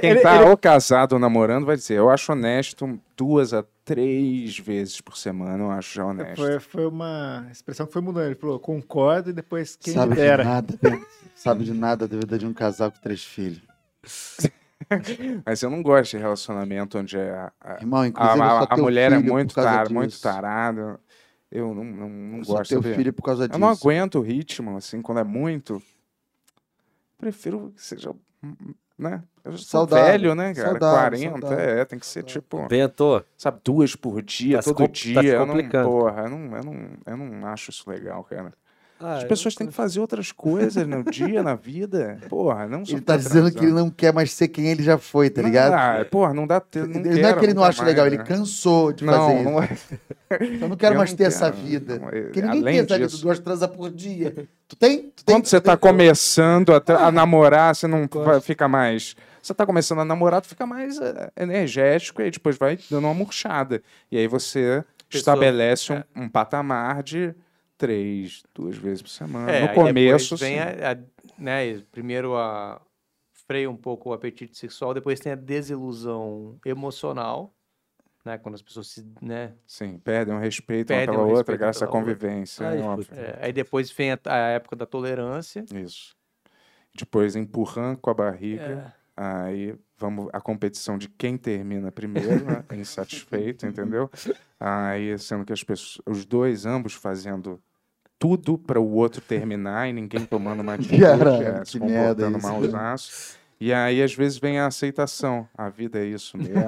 Speaker 6: quem tá ou casado ou namorando vai dizer, eu acho honesto duas a três vezes por semana, eu acho já honesto.
Speaker 4: Foi, foi uma expressão que foi mudando. Ele falou, concordo e depois quem
Speaker 7: Sabe de
Speaker 4: dera.
Speaker 7: nada, né? Sabe de nada da vida de um casal com três filhos.
Speaker 6: Mas eu não gosto de relacionamento onde é a, a,
Speaker 7: Irmão,
Speaker 6: a,
Speaker 7: inclusive eu
Speaker 6: a-
Speaker 7: só
Speaker 6: a
Speaker 7: tenho
Speaker 6: mulher é
Speaker 7: filho por
Speaker 6: muito,
Speaker 7: causa
Speaker 6: tar,
Speaker 7: disso.
Speaker 6: muito tarada. Eu não, não, não
Speaker 7: Eu só
Speaker 6: gosto.
Speaker 7: tenho
Speaker 6: sabia?
Speaker 7: filho por causa
Speaker 6: Eu não
Speaker 7: disso.
Speaker 6: aguento o ritmo, assim, quando é muito. Prefiro que seja. hum, hum, Né? Eu já sou
Speaker 7: Saudável,
Speaker 6: velho, né, cara?
Speaker 7: saudável,
Speaker 6: 40,
Speaker 7: saudável,
Speaker 6: é, tem que ser tipo,
Speaker 8: Bento,
Speaker 6: sabe, duas por dia,
Speaker 8: Tá se
Speaker 6: todo
Speaker 8: com- tá se
Speaker 6: dia. eu não,
Speaker 8: complicando.
Speaker 6: porra, eu não, eu, não, eu não acho isso legal, cara.
Speaker 8: ah,
Speaker 6: As
Speaker 8: eu-
Speaker 6: pessoas têm que fazer outras coisas no dia, na vida. Porra, não só
Speaker 7: Ele tá
Speaker 6: ficar
Speaker 7: dizendo que ele
Speaker 6: transando.
Speaker 7: não quer mais ser quem ele já foi, tá ligado?
Speaker 6: Ah, porra, não dá tempo. Não,
Speaker 7: Não, é que ele
Speaker 6: quero
Speaker 7: não
Speaker 6: nunca
Speaker 7: acha legal,
Speaker 6: mais,
Speaker 7: ele
Speaker 6: né?
Speaker 7: cansou de
Speaker 6: Não,
Speaker 7: fazer
Speaker 6: não
Speaker 7: isso.
Speaker 6: é.
Speaker 7: Eu não quero
Speaker 6: eu
Speaker 7: mais
Speaker 6: não
Speaker 7: ter essa
Speaker 6: quero,
Speaker 7: vida.
Speaker 6: não, eu-
Speaker 7: Porque ninguém
Speaker 6: além
Speaker 7: tem essa
Speaker 6: disso-
Speaker 7: vida, duas transas por dia. Tu tem? Tu tem?
Speaker 6: Quando você
Speaker 7: Tu tem?
Speaker 3: um
Speaker 6: tá começando a,
Speaker 3: Ah.
Speaker 6: tra- a namorar, você não vai- fica mais. Você tá começando a namorar, tu fica mais eh, energético e aí depois vai dando uma murchada. E aí você estabelece um,
Speaker 3: é.
Speaker 6: um patamar de três, duas vezes por semana.
Speaker 3: É,
Speaker 6: no
Speaker 3: aí
Speaker 6: começo,
Speaker 3: depois vem
Speaker 6: sim.
Speaker 3: a, a- né, primeiro a freia um pouco o apetite sexual, depois tem a desilusão emocional, né, quando as pessoas se, né,
Speaker 6: Sim, perdem um respeito uma
Speaker 3: Perdem um
Speaker 6: pela outra,
Speaker 3: respeito
Speaker 6: graças à
Speaker 3: pela outra.
Speaker 6: convivência.
Speaker 8: Ai,
Speaker 6: é óbvio.
Speaker 8: puta.
Speaker 3: é, aí depois vem a, a época da tolerância.
Speaker 6: Isso. Depois empurrando com a
Speaker 3: É.
Speaker 6: barriga. Aí vamos a competição de quem termina primeiro, né? insatisfeito, entendeu? Aí sendo que as pessoas, os dois ambos fazendo tudo para o outro terminar e ninguém tomando uma atitude,
Speaker 7: Caralho,
Speaker 6: é, se
Speaker 7: que merda
Speaker 6: comportando
Speaker 7: isso,
Speaker 6: malzaço. E aí às vezes vem a aceitação. A vida é isso mesmo.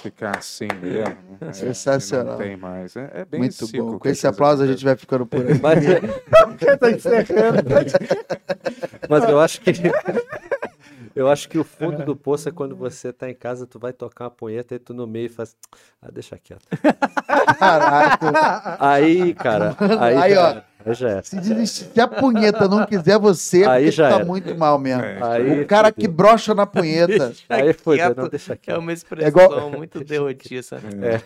Speaker 6: Ficar assim mesmo. né?
Speaker 7: Sensacional.
Speaker 6: Não tem mais. É, é bem
Speaker 7: Muito
Speaker 6: ciclo
Speaker 7: bom.
Speaker 6: que
Speaker 7: Com esse
Speaker 6: coisa
Speaker 7: aplauso a gente vai ficando por aí.
Speaker 8: Mas,
Speaker 7: tá
Speaker 8: mas eu acho que. Eu acho que o fundo do poço é quando você tá em casa, tu vai tocar uma punheta e tu no meio faz. Ah, deixa quieto. Aí, cara. Aí,
Speaker 7: Aí,
Speaker 8: já
Speaker 7: ó.
Speaker 8: era, Aí já é.
Speaker 7: Se, desistir, se a punheta não quiser você,
Speaker 8: Aí
Speaker 7: porque tu
Speaker 8: já
Speaker 7: tá
Speaker 8: era.
Speaker 7: muito mal mesmo.
Speaker 8: Aí
Speaker 7: o cara que
Speaker 8: fudeu.
Speaker 7: brocha na punheta.
Speaker 8: Aí foi, não,
Speaker 3: quieto.
Speaker 8: deixa
Speaker 3: É um
Speaker 8: quieto.
Speaker 3: uma expressão
Speaker 7: igual-
Speaker 3: muito derrotista. né.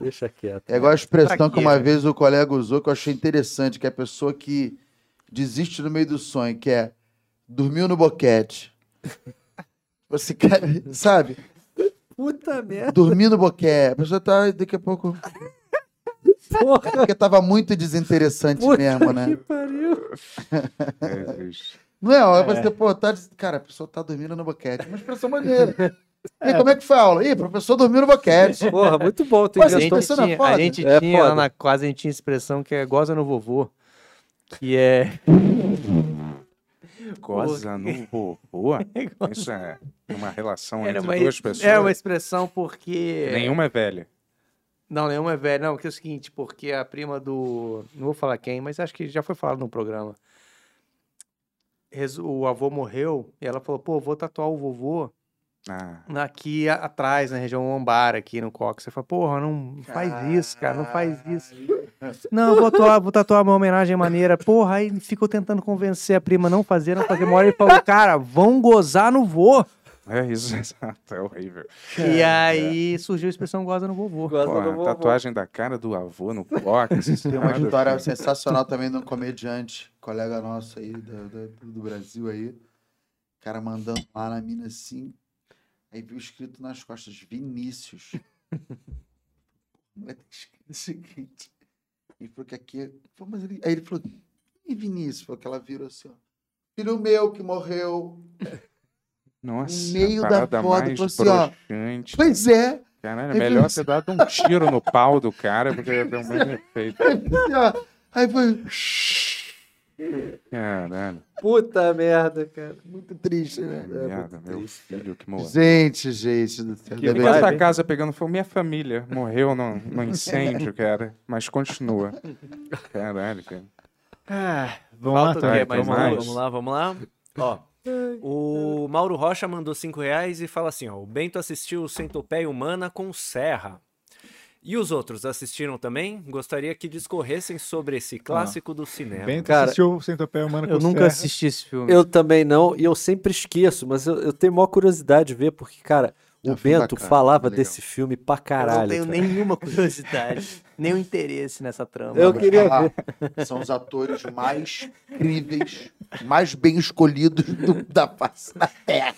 Speaker 8: Deixa quieto.
Speaker 7: É igual a expressão
Speaker 3: Pra
Speaker 7: que
Speaker 3: quê,
Speaker 7: uma
Speaker 3: né?
Speaker 7: vez o colega usou que eu achei interessante, que é a pessoa que desiste no meio do sonho, que é dormiu no boquete. Você cara, sabe?
Speaker 8: Puta merda.
Speaker 7: Dormir no boquete. A pessoa tá daqui a pouco.
Speaker 8: Porra,
Speaker 7: É Porque tava muito desinteressante
Speaker 8: Puta
Speaker 7: mesmo, né?
Speaker 8: que pariu.
Speaker 6: É, existe.
Speaker 7: Não é? Aí você, pô, tá. des- Cara, a pessoa tá dormindo no boquete. Uma expressão é maneira. E aí, como é que foi a aula? Ih, professor dormiu no boquete.
Speaker 8: Porra, muito bom. Tu
Speaker 7: Mas
Speaker 3: a
Speaker 7: Essa
Speaker 8: inventou-
Speaker 3: gente
Speaker 7: expressão é
Speaker 3: tinha,
Speaker 7: foda.
Speaker 3: a gente
Speaker 8: É
Speaker 3: tinha lá
Speaker 8: foda.
Speaker 3: na quase a gente tinha expressão que é goza no vovô. Que é.
Speaker 6: Goza no vovô? Isso é uma relação
Speaker 3: Era
Speaker 6: entre
Speaker 3: uma,
Speaker 6: duas pessoas.
Speaker 3: era uma expressão porque.
Speaker 6: Nenhuma é velha.
Speaker 3: Não, nenhuma é velha. Não, que é o seguinte, porque a prima do. Não vou falar quem, mas acho que já foi falado no programa. Resu- O avô morreu e ela falou: pô, vou tatuar o vovô
Speaker 6: Ah,
Speaker 3: aqui a- atrás, na região lombar, aqui no cox. Você fala: porra, não faz isso, cara, não faz isso. Não, vou tatuar, vou tatuar uma homenagem maneira. Porra, aí ficou tentando convencer a prima a não fazer, não fazer. Uma hora ele falou: cara, vão gozar no vô.
Speaker 6: é isso, exato. É horrível.
Speaker 3: E aí surgiu a expressão goza no vovô.
Speaker 8: Gosta
Speaker 6: Pô,
Speaker 8: do
Speaker 6: a
Speaker 8: vovô.
Speaker 6: tatuagem da cara do avô no cóccix. isso
Speaker 7: Tem
Speaker 6: nada,
Speaker 7: uma história
Speaker 6: filho.
Speaker 7: sensacional também de um comediante, colega nosso aí do, do, do Brasil aí. O cara mandando lá na mina assim. Aí viu escrito nas costas, Vinícius. Mas tá escrito o seguinte. Ele falou que aqui. é, Pô, mas ele- Aí ele falou, e Vinícius? Falou que ela virou assim, ó. Filho meu que morreu.
Speaker 6: Nossa,
Speaker 7: meio da
Speaker 6: parada
Speaker 7: foto,
Speaker 6: mais
Speaker 7: falou assim, ó,
Speaker 6: broxante.
Speaker 7: Pois é.
Speaker 6: Caralho, é melhor você dar um tiro no pau do cara, porque ia ter um mesmo efeito.
Speaker 7: assim, Aí foi
Speaker 6: Caralho,
Speaker 26: Puta merda, cara.
Speaker 7: muito triste, né?
Speaker 6: merda, meu filho que morreu.
Speaker 7: Gente, gente do céu.
Speaker 6: Por
Speaker 7: ainda
Speaker 6: que
Speaker 7: bem-
Speaker 6: essa casa pegando fogo? Minha família morreu no, no incêndio, cara. Mas continua. Caralho, cara.
Speaker 4: Vamos lá,
Speaker 8: Falta o
Speaker 4: Tony.
Speaker 8: quê?
Speaker 6: vai,
Speaker 8: Mais
Speaker 6: vamos
Speaker 8: uma?
Speaker 6: lá.
Speaker 8: Vamos lá, vamos lá. Ó, o Mauro Rocha mandou 5 reais e fala assim, ó. O Bento assistiu Centopeia Humana com Serra. E os outros assistiram também? Gostaria que discorressem sobre
Speaker 6: Ah.
Speaker 8: esse clássico do cinema.
Speaker 4: Bento
Speaker 26: Cara,
Speaker 4: assistiu o Centopeia Humana é? com
Speaker 27: Eu nunca
Speaker 4: Serra.
Speaker 27: assisti esse filme.
Speaker 26: Eu também não, e eu sempre esqueço, mas eu, eu tenho maior curiosidade de ver, porque, cara, o
Speaker 6: Ah,
Speaker 7: É um filme
Speaker 26: Bento
Speaker 7: bacana,
Speaker 26: falava
Speaker 7: legal.
Speaker 26: desse filme pra
Speaker 3: Eu não
Speaker 26: caralho.
Speaker 3: tenho
Speaker 26: cara.
Speaker 3: nenhuma curiosidade, nenhum interesse nessa trama.
Speaker 26: Eu
Speaker 7: Vou
Speaker 26: queria
Speaker 7: falar, São os atores mais incríveis, mais bem escolhidos do- da face da Terra.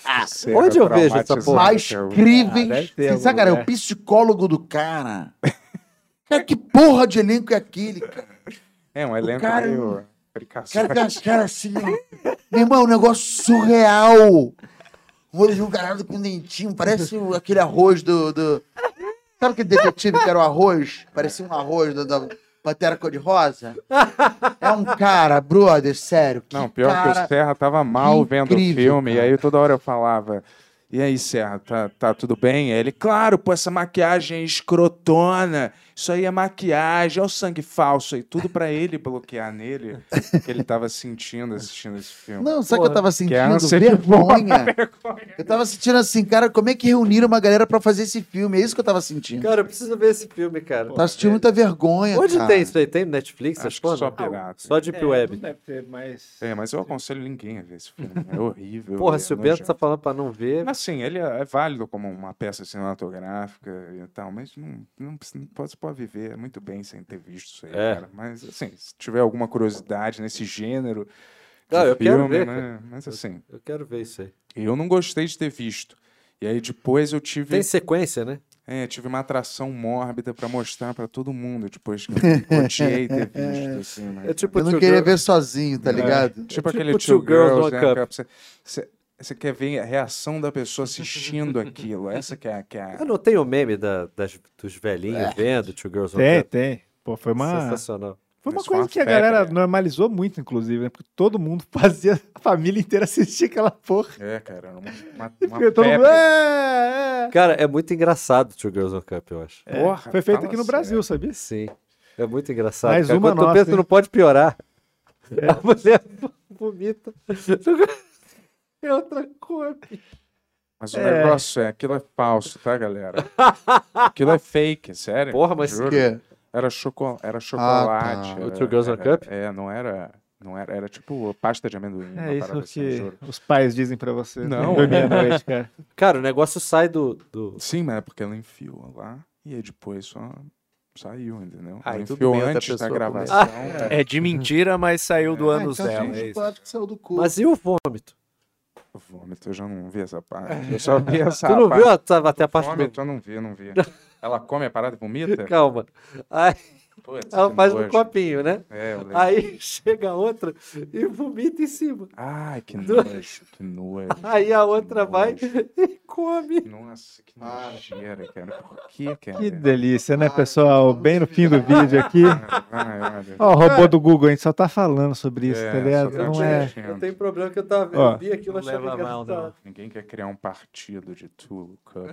Speaker 26: Onde eu vejo essa porra?
Speaker 7: mais
Speaker 6: é
Speaker 26: Ah, deve
Speaker 7: incríveis.
Speaker 26: ter algum
Speaker 7: Você sabe, cara, é
Speaker 26: lugar.
Speaker 7: o psicólogo do cara. Cara, que porra de elenco é aquele, cara?
Speaker 6: É um elenco
Speaker 7: cara-
Speaker 6: meio
Speaker 7: O
Speaker 6: fricassado.
Speaker 7: cara tem umas caras assim, ó. Meu irmão, um negócio surreal. Um olho esbugalhado com dentinho, parece o- aquele arroz do... do- Sabe aquele detetive que era o arroz? Parecia um arroz da, da Pantera Cor-de-Rosa? É um cara, brother, sério. que
Speaker 6: Não, pior que
Speaker 7: cara-
Speaker 6: o Serra tava mal vendo o
Speaker 7: incrível,
Speaker 6: filme, e
Speaker 7: cara.
Speaker 6: aí toda hora eu falava. E aí, Serra, tá, tá tudo bem? Aí ele, claro, pô, essa maquiagem é escrotona, isso aí é maquiagem, é o sangue falso, e tudo pra ele bloquear nele, que ele tava sentindo assistindo esse filme.
Speaker 7: Não, sabe o que eu tava
Speaker 6: que a
Speaker 7: sentindo?
Speaker 6: ânsia de
Speaker 7: vergonha. Eu tava sentindo assim, cara, como é que reuniram uma galera pra fazer esse filme? É isso que eu tava sentindo.
Speaker 26: Cara, eu preciso ver esse filme, cara.
Speaker 7: tava sentindo muita vergonha.
Speaker 26: Onde
Speaker 7: cara.
Speaker 26: tem isso é aí? Tem no Netflix?
Speaker 6: tá Acho
Speaker 26: essas
Speaker 6: que
Speaker 26: porra?
Speaker 6: só pirata.
Speaker 26: Só Deep Web.
Speaker 4: Deve ter, mas...
Speaker 6: É, mas eu aconselho ninguém a ver esse filme, é horrível.
Speaker 26: Porra,
Speaker 6: é
Speaker 26: se o Bento
Speaker 6: nojento.
Speaker 26: tá falando pra não ver,
Speaker 6: Mas, Assim, ele é é válido como uma peça cinematográfica e tal, mas não, não, precisa- não pode, você pode viver muito bem sem ter visto isso aí,
Speaker 26: É.
Speaker 6: cara. Mas, assim, se tiver alguma curiosidade nesse gênero de
Speaker 26: Não, eu quero
Speaker 6: filme,
Speaker 26: ver,
Speaker 6: né?
Speaker 26: cara.
Speaker 6: Mas, assim,
Speaker 26: eu quero ver isso aí.
Speaker 6: eu não gostei de ter visto. E aí depois eu tive,
Speaker 26: Tem sequência, né?
Speaker 6: é, tive uma atração mórbida pra mostrar pra todo mundo depois que eu odiei ter visto, assim, né?
Speaker 26: É tipo
Speaker 7: Eu não
Speaker 26: Two
Speaker 7: queria
Speaker 26: Girl-
Speaker 7: ver sozinho, tá ligado?
Speaker 6: Tipo aquele
Speaker 26: Tipo
Speaker 6: Two,
Speaker 26: Two Girls,
Speaker 6: Girls,
Speaker 26: One
Speaker 6: né?
Speaker 26: Cup.
Speaker 6: cara? Você, você- você quer ver a reação da pessoa assistindo aquilo. Essa que é, a- que é a...
Speaker 26: Eu não tenho o meme da- das- dos velhinhos
Speaker 7: É.
Speaker 26: vendo Two Girls One
Speaker 4: Tem,
Speaker 26: Cup.
Speaker 4: tem. Pô, foi uma...
Speaker 26: Sensacional.
Speaker 4: Foi uma
Speaker 6: Mas foi
Speaker 4: coisa
Speaker 6: uma
Speaker 4: que a
Speaker 6: febre,
Speaker 4: galera
Speaker 6: né?
Speaker 4: normalizou muito, inclusive, né? Porque todo mundo fazia a família inteira assistir aquela porra.
Speaker 6: É, cara, era uma, uma,
Speaker 4: E
Speaker 6: uma
Speaker 4: fica todo mundo.
Speaker 6: febre.
Speaker 4: "É, é".
Speaker 26: Cara, é muito engraçado Two Girls One Cup, eu acho.
Speaker 6: Porra,
Speaker 4: Foi feito
Speaker 6: É, fala
Speaker 4: aqui no
Speaker 6: sério.
Speaker 4: Brasil, sabia?
Speaker 26: Sim. É muito engraçado.
Speaker 4: Mais
Speaker 26: cara.
Speaker 4: uma
Speaker 26: Quando tu
Speaker 4: nossa,
Speaker 26: pensa que
Speaker 4: hein? É.
Speaker 26: não pode piorar, a mulher vomita. É outra cor.
Speaker 6: Mas o negócio é, aquilo é falso, tá, galera? Aquilo é fake, sério.
Speaker 26: Porra, mas
Speaker 6: Juro.
Speaker 7: Porque
Speaker 6: Era, choco...
Speaker 4: Ah,
Speaker 6: era chocolate.
Speaker 7: tá.
Speaker 6: era-
Speaker 26: O Two Girls One
Speaker 6: era-
Speaker 26: Cup?
Speaker 6: É, não era... Não era, era tipo pasta de amendoim. uma
Speaker 4: É isso
Speaker 6: parada assim,
Speaker 4: que
Speaker 6: juro.
Speaker 4: os pais dizem pra você. né?
Speaker 6: Não.
Speaker 4: Dormir à noite, cara.
Speaker 26: Cara, o negócio sai do. do...
Speaker 6: Sim, mas é porque ela enfiou lá e aí depois só saiu, entendeu?
Speaker 3: Ah,
Speaker 6: ela
Speaker 3: e tudo
Speaker 6: enfiou
Speaker 3: bem, outra
Speaker 6: antes da
Speaker 3: pessoa comeu.
Speaker 6: gravação. é.
Speaker 8: É de mentira, mas saiu do
Speaker 7: Ah,
Speaker 8: ânus
Speaker 7: então
Speaker 8: dela.
Speaker 7: tem
Speaker 8: é
Speaker 7: um
Speaker 8: isso.
Speaker 7: chocolate que saiu do cu.
Speaker 26: Mas e o vômito?
Speaker 6: Vômito, eu já não vi essa parte. Eu só vi essa
Speaker 26: tu não
Speaker 6: parte.
Speaker 26: viu a- tava até a parte do.
Speaker 6: Vômito, eu não vi, não vi. Ela come a parada e vomita?
Speaker 26: Calma. Aí
Speaker 6: Putz,
Speaker 26: ela
Speaker 6: que
Speaker 26: faz um
Speaker 6: nojo.
Speaker 26: copinho, né?
Speaker 6: É, eu lembro.
Speaker 26: Aí chega a outra e vomita em cima.
Speaker 6: Ai, que nojo, que nojo.
Speaker 26: Aí a
Speaker 6: que
Speaker 26: outra vai
Speaker 6: nojo.
Speaker 26: e come.
Speaker 6: Nossa, que nojeira, cara. Por que, cara?
Speaker 4: Que delícia, né, pessoal? Bem no fim do vídeo aqui.
Speaker 6: Ai, olha.
Speaker 4: Ó, o robô do Google, a gente só tá falando sobre isso, tá ligado?
Speaker 6: só tá
Speaker 4: Não é.
Speaker 6: assistindo.
Speaker 26: Eu tenho problema que eu tava vendo.
Speaker 4: Ó.
Speaker 26: Eu vi aquilo
Speaker 8: Não
Speaker 26: achando
Speaker 8: leva mal, não.
Speaker 26: engraçado.
Speaker 6: Ninguém quer criar um partido de Tulu Cup.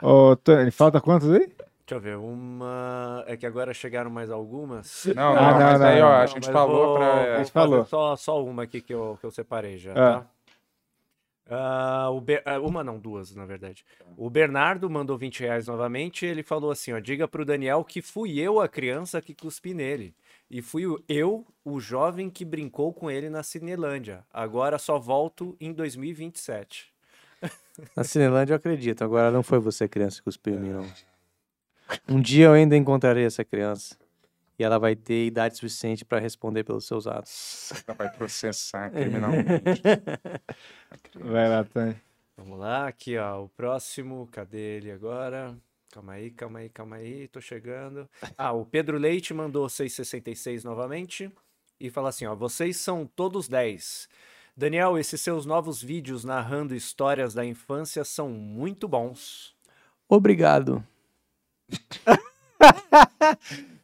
Speaker 4: Ô, Tony, falta quantos aí?
Speaker 8: Deixa eu ver, uma. É que agora chegaram mais algumas.
Speaker 6: Não, não,
Speaker 4: Ah, não,
Speaker 6: mas
Speaker 4: não,
Speaker 6: aí,
Speaker 4: não,
Speaker 6: ó, a
Speaker 8: Não,
Speaker 6: gente
Speaker 8: mas
Speaker 6: falou
Speaker 8: vou-
Speaker 6: pra.
Speaker 8: vou
Speaker 4: gente
Speaker 8: fazer
Speaker 4: falou.
Speaker 8: Só, só uma aqui que eu, que eu separei já,
Speaker 4: Ah.
Speaker 8: tá? Ah, o Be- ah, Uma não, duas, na verdade. O Bernardo mandou 20 reais novamente e ele falou assim, ó, diga pro Daniel que fui eu a criança que cuspi nele. E fui o- eu, o jovem que brincou com ele na Cinelândia. Agora só volto em 2027.
Speaker 3: Na Cinelândia eu acredito, agora não foi você criança que cuspiu em mim, não. Um dia eu ainda encontrarei essa criança. E ela vai ter idade suficiente pra responder pelos seus atos.
Speaker 6: Ela vai processar criminalmente.
Speaker 4: Vai lá, Tony.
Speaker 8: Vamos lá, aqui ó, o próximo, cadê ele agora? Calma aí, calma aí, calma aí, tô chegando. Ah, o Pedro Leite mandou 666 novamente e fala assim, ó, vocês são todos 10. Daniel, esses seus novos vídeos narrando histórias da infância são muito bons.
Speaker 3: Obrigado.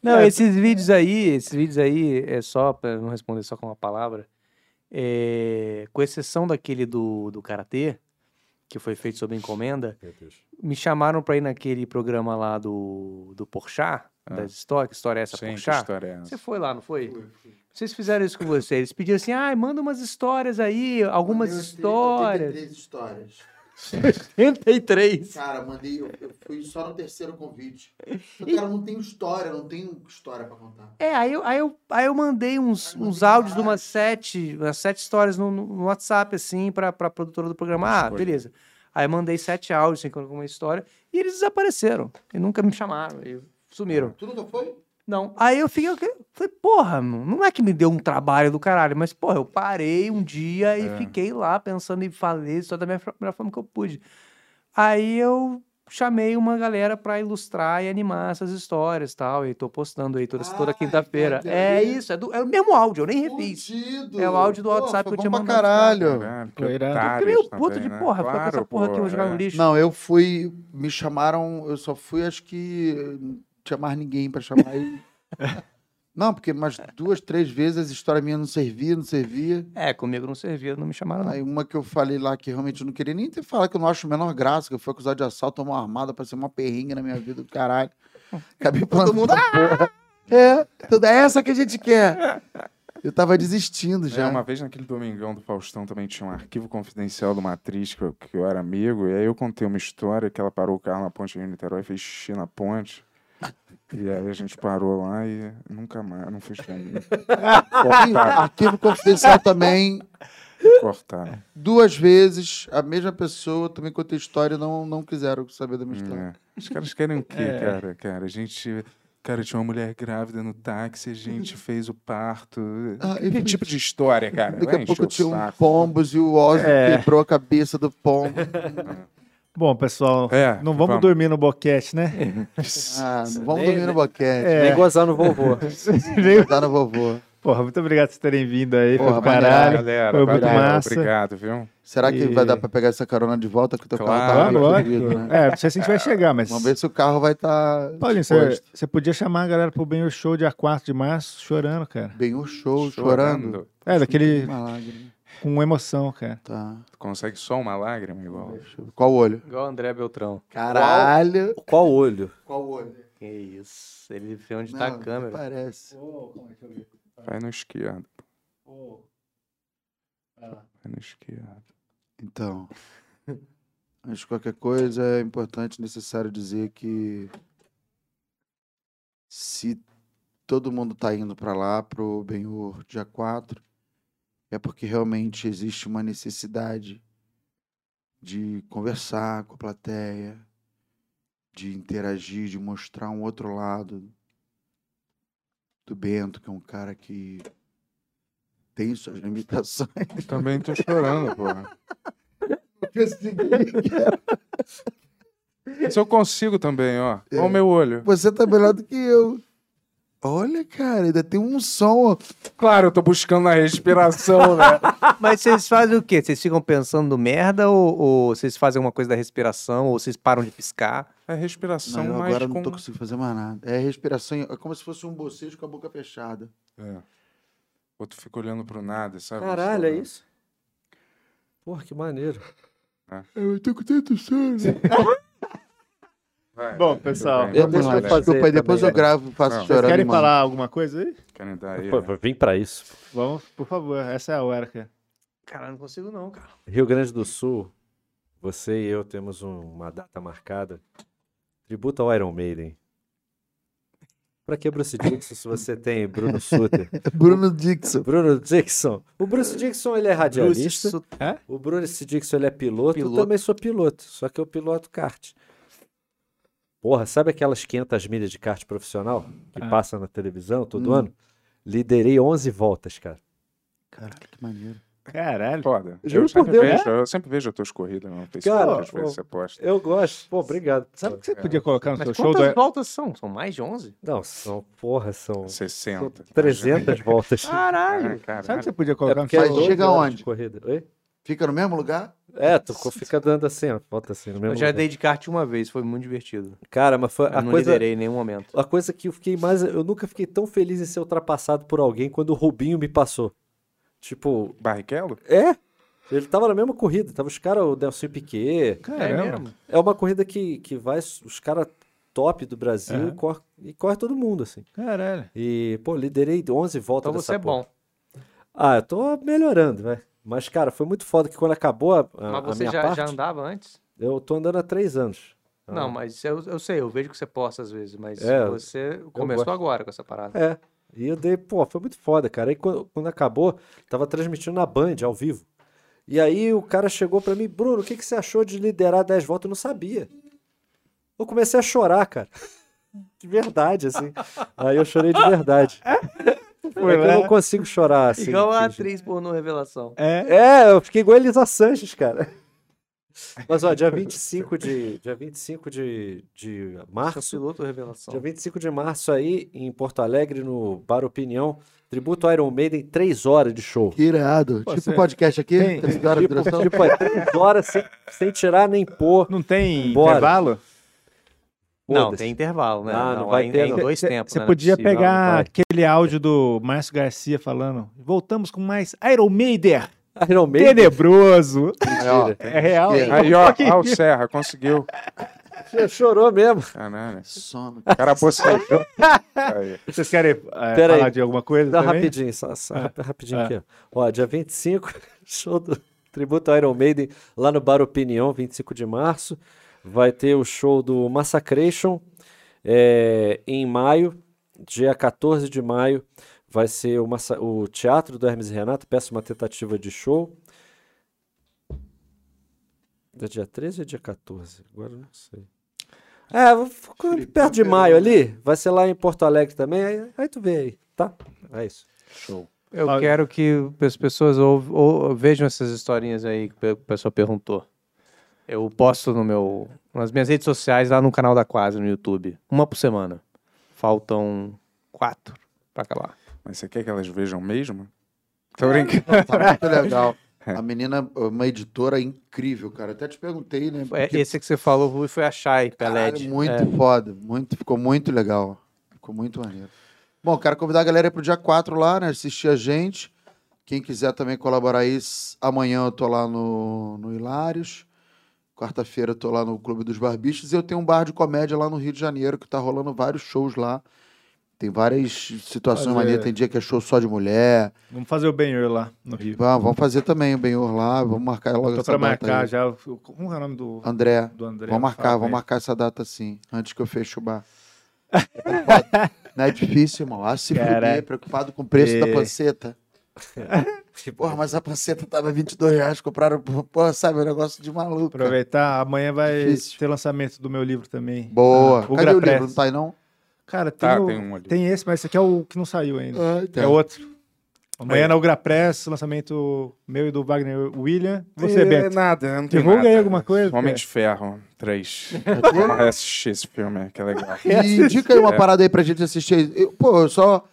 Speaker 3: Não, esses vídeos aí, esses vídeos aí, é só pra não responder só com uma palavra. é, com exceção daquele do, do Karatê, que foi feito sob encomenda,
Speaker 8: Meu Deus.
Speaker 3: me chamaram pra ir naquele programa lá do, do Porchat, das histórias, que história é essa,
Speaker 6: Ah. Sim, que
Speaker 3: Porchat?
Speaker 6: história é essa?
Speaker 3: Você foi lá, não foi? Vocês fizeram isso com vocês. Eles pediram assim, ai, manda umas histórias aí, algumas
Speaker 7: Mandei umas
Speaker 3: histórias.
Speaker 7: 83 histórias.
Speaker 3: 83.
Speaker 7: Cara, mandei, eu, eu fui só no terceiro convite. Eu, cara, não tenho história, não tenho história pra contar.
Speaker 3: É, aí eu, aí eu, aí eu mandei uns, uns áudios de umas sete, umas sete histórias no, no WhatsApp, assim, pra, pra produtora do programa. Ah, beleza. Aí eu mandei sete áudios, assim, com alguma história, e eles desapareceram. E nunca me chamaram, e sumiram.
Speaker 7: Tu nunca foi?
Speaker 3: Não. Aí eu fiquei, eu falei, porra, mano, não é que me deu um trabalho do caralho, mas, porra, eu parei um dia e fiquei lá pensando e falei só é da minha fra- melhor forma que eu pude. Aí eu chamei uma galera pra ilustrar e animar essas histórias e tal, e tô postando aí toda, toda
Speaker 7: Ah,
Speaker 3: quinta-feira.
Speaker 7: então,
Speaker 3: É
Speaker 7: daí-
Speaker 3: isso, é, do- é o mesmo áudio, eu nem refiz.
Speaker 7: Fudido.
Speaker 3: É o áudio do
Speaker 7: Pô,
Speaker 3: WhatsApp
Speaker 7: foi
Speaker 3: que eu tinha
Speaker 7: bom pra caralho.
Speaker 3: mandado. né?
Speaker 6: Caralho, que
Speaker 4: Foi irado.
Speaker 3: Fiquei
Speaker 6: otários
Speaker 3: meio puto
Speaker 6: também,
Speaker 3: de
Speaker 6: né?
Speaker 3: porra, ficar com
Speaker 6: Claro,
Speaker 3: essa porra que eu
Speaker 6: pô,
Speaker 3: vou jogar no
Speaker 6: é.
Speaker 3: lixo.
Speaker 7: Não, eu fui. Me chamaram, eu só fui, acho que. eh, Não tinha mais ninguém pra chamar. aí. não, porque umas duas, três vezes as histórias minhas não servia, não servia.
Speaker 3: É, comigo não servia, não me chamaram não.
Speaker 7: Aí uma que eu falei lá que realmente eu não queria nem ter falado, que eu não acho a menor graça, que eu fui acusado de assalto, tomar uma armada pra ser uma perringa na minha vida do caralho. Acabei todo mundo. "Ah!" É, tudo é essa que a gente quer. Eu tava desistindo
Speaker 6: É,
Speaker 7: já.
Speaker 6: uma vez naquele domingão do Faustão também tinha um arquivo confidencial de uma atriz que eu, que eu era amigo, e aí eu contei uma história que ela parou o carro na ponte Rio Niterói, fez xixi na ponte. E aí a gente parou lá e nunca mais, não fez pra mim.
Speaker 7: Ih, Arquivo confidencial também.
Speaker 6: Cortaram.
Speaker 7: Duas vezes, a mesma pessoa também contei história e não, não quiseram saber da minha história.
Speaker 6: É. Os caras querem o quê,
Speaker 7: É.
Speaker 6: cara? Cara, a gente. Cara, tinha uma mulher grávida no táxi, a gente fez o parto.
Speaker 7: Ah, e-
Speaker 6: que tipo de história, cara?
Speaker 7: Daqui
Speaker 6: Vai
Speaker 7: a pouco
Speaker 6: encher o
Speaker 7: tinha um
Speaker 6: é saco.
Speaker 7: pombos e o Ozzy
Speaker 4: É.
Speaker 7: quebrou a cabeça do pombo.
Speaker 4: Bom, pessoal,
Speaker 6: É,
Speaker 4: não vamos, dormir no boquete, né?
Speaker 7: Ah, não vamos dormir no boquete.
Speaker 4: É.
Speaker 8: Nem gozar no vovô.
Speaker 4: Veio-
Speaker 7: Dá no vovô.
Speaker 4: Porra, muito obrigado por vocês terem vindo aí, foi
Speaker 7: Porra,
Speaker 4: do caralho.
Speaker 6: Galera,
Speaker 4: Foi muito
Speaker 6: valeu,
Speaker 4: massa.
Speaker 6: Obrigado, viu?
Speaker 7: Será que
Speaker 4: E-
Speaker 7: vai dar pra pegar essa carona de volta que o teu
Speaker 6: Claro,
Speaker 7: carro tá meio
Speaker 4: Agora.
Speaker 7: fodido, né?
Speaker 4: É, não sei se a gente vai chegar, mas.
Speaker 7: Vamos ver se o carro vai estar. Tá
Speaker 4: Paulinho, você,
Speaker 7: disposto.
Speaker 4: você podia chamar a galera pro Benhur Show dia 4 de março, chorando, cara.
Speaker 7: Bem o show, chorando.
Speaker 4: É, daquele
Speaker 7: Uma lágrima.
Speaker 4: com emoção, cara.
Speaker 7: Tá.
Speaker 6: Tu consegue só uma lágrima igual?
Speaker 7: Qual olho?
Speaker 3: Igual o André Beltrão.
Speaker 7: Caralho.
Speaker 8: Qual olho?
Speaker 7: Qual olho?
Speaker 3: Que isso, ele vê onde tá a câmera.
Speaker 7: Parece.
Speaker 6: Vai no esquerdo. Vai no esquerdo.
Speaker 7: Então. Antes de qualquer coisa, é importante e necessário dizer que se todo mundo está indo para lá, para o Benhur dia 4, é porque realmente existe uma necessidade de conversar com a plateia, de interagir, de mostrar um outro lado do Bento, que é um cara que tem suas limitações.
Speaker 6: Também tô chorando, porra. Se eu consigo também, ó.
Speaker 7: É.
Speaker 6: Olha o meu olho.
Speaker 7: Você tá melhor do que eu. Olha, cara, ainda tem um som.
Speaker 6: Claro, eu tô buscando a respiração, né?
Speaker 3: Mas vocês fazem o quê? Vocês ficam pensando merda ou, ou vocês fazem alguma coisa da respiração ou vocês param de piscar?
Speaker 6: A respiração
Speaker 7: Não, eu
Speaker 6: mais
Speaker 7: agora
Speaker 6: com...
Speaker 7: não tô conseguindo fazer mais nada. É respiração, é como se fosse um bocejo com a boca fechada.
Speaker 6: É. Ou tu fica olhando pro nada, sabe?
Speaker 8: Caralho, é
Speaker 6: Chorando.
Speaker 8: isso? Porra, que maneiro.
Speaker 7: Eu tô com tanto sono.
Speaker 6: Vai,
Speaker 4: Bom,
Speaker 6: vai,
Speaker 4: pessoal,
Speaker 6: tudo bem.
Speaker 8: eu-
Speaker 6: Vamos
Speaker 8: deixa
Speaker 6: lá,
Speaker 8: eu
Speaker 6: né?
Speaker 8: fazer
Speaker 7: Desculpa aí, depois
Speaker 8: também,
Speaker 7: eu gravo, faço
Speaker 6: Não.
Speaker 7: chorando.
Speaker 4: Vocês querem
Speaker 7: e mando.
Speaker 4: falar alguma coisa aí?
Speaker 6: Querem dar aí,
Speaker 8: Pô,
Speaker 6: né?
Speaker 8: vim pra isso.
Speaker 4: Vamos, por favor, essa é a hora, cara.
Speaker 3: Cara, não consigo não, cara.
Speaker 8: Rio Grande do Sul, você e eu temos um- uma data marcada. Tributo ao Iron Maiden. Pra que Bruce Dixon se você tem Bruno Suter?
Speaker 7: É Bruno Dixon.
Speaker 8: Bruno Dixon. O Bruce Dixon ele é radialista.
Speaker 4: Hã?
Speaker 8: O Bruce Dixon ele é piloto.
Speaker 7: Piloto.
Speaker 8: Eu também sou piloto, só que eu piloto kart. Porra, sabe aquelas 500 milhas de kart profissional que
Speaker 4: Ah.
Speaker 8: passa na televisão todo
Speaker 7: Hum.
Speaker 8: ano? Liderei 11 voltas, cara.
Speaker 7: Caralho, que maneiro.
Speaker 4: Caralho.
Speaker 6: né? Foda.
Speaker 8: Juro por
Speaker 6: eu, sempre
Speaker 8: Deus,
Speaker 6: vejo, eu sempre vejo as tuas corridas no Facebook,
Speaker 8: né? Cara,
Speaker 6: às vezes
Speaker 8: pô.
Speaker 6: você posta.
Speaker 8: Eu gosto. Pô, obrigado.
Speaker 4: Sabe o que você podia colocar no
Speaker 3: Mas
Speaker 4: seu
Speaker 3: quantas
Speaker 4: show? Do...
Speaker 3: voltas são? São mais de 11?
Speaker 8: Não, são, porra, são, são
Speaker 6: 60.
Speaker 8: 300 voltas.
Speaker 3: Caralho!
Speaker 6: Ah, caralho.
Speaker 4: Sabe o que você podia
Speaker 8: É
Speaker 4: colocar no
Speaker 8: porque
Speaker 4: seu
Speaker 8: é
Speaker 7: Mas
Speaker 4: show?
Speaker 8: doze
Speaker 7: chega
Speaker 8: horas
Speaker 7: aonde?
Speaker 8: de Corrida. Oi?
Speaker 7: Fica no mesmo lugar?
Speaker 8: É, tu fica dando assim, ó, volta assim no mesmo
Speaker 3: Eu já
Speaker 8: lugar.
Speaker 3: dei de kart uma vez, foi muito divertido.
Speaker 8: Cara, mas foi
Speaker 3: Eu
Speaker 8: a
Speaker 3: não
Speaker 8: coisa,
Speaker 3: liderei em nenhum momento.
Speaker 8: a coisa que eu fiquei mais. Eu nunca fiquei tão feliz em ser ultrapassado por alguém quando o Rubinho me passou. Tipo,
Speaker 6: Barrichello?
Speaker 8: é? Ele tava na mesma corrida, tava os caras, o Nelson Piquet.
Speaker 3: Caramba. É mesmo?
Speaker 8: É uma corrida que, que vai os caras top do Brasil e, corre, e corre todo mundo, assim.
Speaker 4: Caralho.
Speaker 8: E, pô, liderei 11 voltas
Speaker 3: Então você
Speaker 8: dessa
Speaker 3: é
Speaker 8: porra.
Speaker 3: bom.
Speaker 8: Ah, eu tô melhorando, velho. Mas, cara, foi muito foda que quando acabou a, a- a
Speaker 3: Mas você
Speaker 8: minha
Speaker 3: já,
Speaker 8: parte,
Speaker 3: já andava antes?
Speaker 8: eu tô andando há três anos. Ah.
Speaker 3: Não, mas eu, eu sei, eu vejo que você posta às vezes, mas
Speaker 8: É,
Speaker 3: você começou
Speaker 8: gosto.
Speaker 3: agora com essa parada.
Speaker 8: É. E eu dei, pô, foi muito foda, cara. Aí quando, quando acabou, tava transmitindo na Band, ao vivo. E aí o cara chegou pra mim, Bruno, o que, que você achou de liderar 10 voltas? Eu não sabia. Eu comecei a chorar, cara. De verdade, assim. Aí eu chorei de verdade.
Speaker 4: Foi
Speaker 8: é que
Speaker 4: lá.
Speaker 8: eu não consigo chorar, assim.
Speaker 3: né? Igual a
Speaker 8: fingindo.
Speaker 3: atriz pornô revelação.
Speaker 4: É.
Speaker 8: É, eu fiquei igual a Elisa Sanches, cara. Mas, ó, dia 25 de, dia 25 de, de março,
Speaker 3: Seu é piloto revelação.
Speaker 8: Dia 25 de março aí, em Porto Alegre, no Bar Opinião, tributo ao Iron Maiden, 3 horas de show.
Speaker 7: Irado.
Speaker 4: Pô,
Speaker 7: tipo
Speaker 4: você-
Speaker 7: o podcast aqui,
Speaker 4: Tem.
Speaker 7: três horas de duração.
Speaker 8: Tipo, tipo, é 3 horas sem, sem tirar nem pôr.
Speaker 4: Não tem
Speaker 8: Bora.
Speaker 4: intervalo?
Speaker 3: Não,
Speaker 8: Foda-se.
Speaker 3: tem intervalo, né?
Speaker 8: Ah, não vai ter,
Speaker 3: em
Speaker 8: não.
Speaker 3: dois
Speaker 4: Cê-
Speaker 3: tempos,
Speaker 4: Você
Speaker 3: né? Não é
Speaker 4: podia
Speaker 3: possível,
Speaker 4: pegar
Speaker 3: não vai.
Speaker 4: aquele áudio do Márcio Garcia falando: voltamos com mais Iron Maiden
Speaker 8: Iron Maiden,
Speaker 4: tenebroso.
Speaker 7: Aí, ó,
Speaker 4: É real.
Speaker 7: Mentira.
Speaker 6: Aí, ó, ó, o Serra, conseguiu.
Speaker 8: você chorou mesmo.
Speaker 6: Caralho.
Speaker 7: sono. tá
Speaker 6: O cara bocejou. Aí.
Speaker 4: Vocês querem eh,
Speaker 8: Pera aí.
Speaker 4: falar de alguma coisa?
Speaker 8: Dá
Speaker 4: também?
Speaker 8: rapidinho, só, só rap- rapidinho
Speaker 4: ah.
Speaker 8: aqui. Ó. Ó, dia 25, show do tributo ao Iron Maiden, lá no Bar Opinião, 25 de março. Vai ter o show do Massacration é, em maio, dia 14 de maio. Vai ser o, Massa- o Teatro do Hermes e Renato, peço uma tentativa de show. É dia 13 ou dia 14? Agora eu não sei. É, vou- ficou perto de maio ali. Vai ser lá em Porto Alegre também. Aí, aí tu vê aí, tá? É isso.
Speaker 3: Eu quero que as pessoas ouv- ou- vejam essas historinhas aí que o pessoal perguntou. Eu posto no meu, nas minhas redes sociais, lá no canal da Quase, no YouTube. Uma por semana. Faltam quatro pra acabar.
Speaker 6: Mas você quer que elas vejam mesmo?
Speaker 4: Tô brincando.
Speaker 7: Tá muito legal. A menina, uma editora incrível, cara. Até te perguntei, né?
Speaker 3: É,
Speaker 7: porque,
Speaker 3: Esse que você falou Rui, foi a Chay
Speaker 7: caralho,
Speaker 3: Peled.
Speaker 7: muito foda. Muito, ficou muito legal. Ficou muito maneiro. Bom, quero convidar a galera para o dia 4 lá, né? Assistir a gente. Quem quiser também colaborar aí, s- amanhã eu tô lá no, no Hilários. Quarta-feira eu tô lá no Clube dos Barbichos. E eu tenho um bar de comédia lá no Rio de Janeiro, que tá rolando vários shows lá. Tem várias situações
Speaker 4: Fazer-
Speaker 7: maneiras. Tem dia que é show só de mulher. Ah,
Speaker 4: Vamos fazer o Benhur lá no Rio.
Speaker 7: Vamos, vamos fazer também o Benhur lá, vamos marcar logo
Speaker 4: Tô
Speaker 7: essa
Speaker 4: pra
Speaker 7: data
Speaker 4: marcar
Speaker 7: aí.
Speaker 4: já. o- Como é o nome do,
Speaker 7: André,
Speaker 4: do André?
Speaker 7: vamos marcar,
Speaker 4: Fala
Speaker 7: vamos
Speaker 4: pra ele.
Speaker 7: marcar essa data sim, antes que eu feche o bar. É foda. Não é difícil, irmão. Ah, se
Speaker 4: Caraca.
Speaker 7: fuder, preocupado com o preço da
Speaker 4: É.
Speaker 7: panceta.
Speaker 8: Tipo,
Speaker 7: Porra, mas a panceta tava 22 reais, compraram, porra, sabe, um negócio de maluco. cara.
Speaker 4: Aproveitar, amanhã vai
Speaker 7: Difícil.
Speaker 4: ter lançamento do meu livro também.
Speaker 7: Boa.
Speaker 4: Ah, o
Speaker 7: Cadê o
Speaker 4: Grapress.
Speaker 7: livro? Não tá aí, não?
Speaker 4: Cara, tem,
Speaker 6: Tá,
Speaker 4: o-
Speaker 6: tem um ali.
Speaker 4: tem esse, mas esse aqui é o que não saiu ainda.
Speaker 7: Ah,
Speaker 4: É outro. Amanhã na Ugra Press, lançamento meu e do Wagner William. Você,
Speaker 6: É,
Speaker 4: Beto.
Speaker 6: Nada, não tem
Speaker 4: Divulga
Speaker 6: nada.
Speaker 4: aí alguma coisa,
Speaker 6: Tá, Homem
Speaker 4: cara.
Speaker 6: de Ferro 3. Eu assisti esse filme, que é legal.
Speaker 7: E dica aí
Speaker 4: É.
Speaker 7: uma parada aí pra gente assistir. aí. Eu- pô, eu só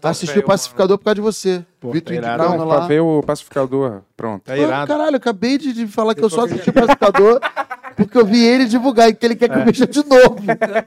Speaker 3: Tá
Speaker 7: assisti o Pacificador por causa de você.
Speaker 4: Pô,
Speaker 7: Vitor
Speaker 4: tá irado.
Speaker 7: Indignado
Speaker 6: Pra
Speaker 7: lá.
Speaker 6: ver o Pacificador. Pronto.
Speaker 4: Tá
Speaker 7: Mano,
Speaker 4: irado.
Speaker 7: caralho, eu acabei de de falar que eu só assisti o pacificador porque eu vi ele divulgar e que ele quer que
Speaker 4: É.
Speaker 7: eu veja de novo.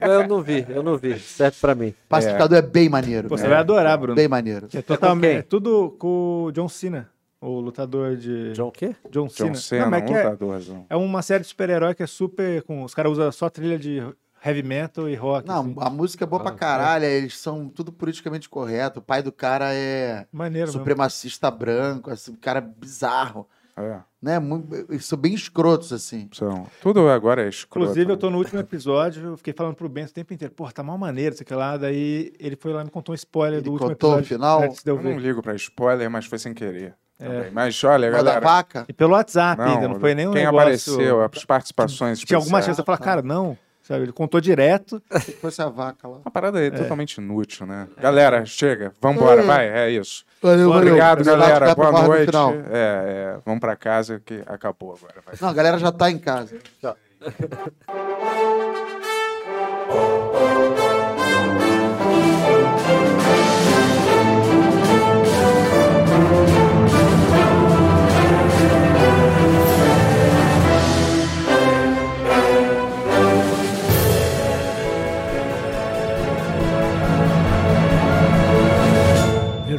Speaker 8: Eu não vi, eu não vi. Serve pra mim.
Speaker 7: Pacificador é, bem maneiro.
Speaker 4: Pô, você
Speaker 7: cara.
Speaker 4: vai adorar, Bruno.
Speaker 7: Bem maneiro.
Speaker 4: Que é totalmente.
Speaker 8: quem?
Speaker 4: é tudo com o John Cena, o lutador de. John,
Speaker 8: John o quê?
Speaker 4: Cena.
Speaker 6: John um Cena,
Speaker 4: Não, mas é que é-
Speaker 6: lutadorzão.
Speaker 4: é, uma série de super-herói que é super. Com, os caras usam só trilha de heavy metal e rock. assim.
Speaker 7: Não, a música é boa pra caralho, eles são tudo politicamente correto. O pai do cara é
Speaker 4: Maneiro, mesmo.
Speaker 7: supremacista branco, assim, um cara bizarro.
Speaker 6: É,
Speaker 7: Né? Muito, eles são bem escrotos, assim.
Speaker 6: são. Tudo agora é escroto.
Speaker 4: Inclusive, eu tô no último episódio, eu fiquei falando pro Bento o tempo inteiro, pô, tá mal maneiro, sei que lá. Daí ele foi lá e me contou um spoiler
Speaker 7: Ele
Speaker 4: do último
Speaker 7: contou o
Speaker 4: episódio. É,
Speaker 7: final?
Speaker 4: Antes de eu
Speaker 6: Eu não
Speaker 4: ver. É.
Speaker 6: ligo pra spoiler, mas foi sem querer. também. Mas olha,
Speaker 7: Mas da
Speaker 6: galera.
Speaker 7: vaca.
Speaker 4: E pelo WhatsApp ainda, não foi nem um
Speaker 6: Quem
Speaker 4: negócio.
Speaker 6: apareceu, as participações
Speaker 4: Tinha alguma
Speaker 6: especiais.
Speaker 4: chance de falar, cara, não. Sabe, ele contou direto.
Speaker 7: Se fosse a é vaca lá.
Speaker 6: Uma parada aí totalmente inútil, né? Galera, chega, vambora, vai, é isso.
Speaker 7: Hum. Valeu,
Speaker 6: Obrigado,
Speaker 7: Vai lá
Speaker 6: galera,
Speaker 7: ficar pro
Speaker 6: boa
Speaker 7: bar no
Speaker 6: noite.
Speaker 7: final.
Speaker 6: É, é, vamos pra casa que acabou agora. vai.
Speaker 7: Não, a galera já tá em casa. Tchau.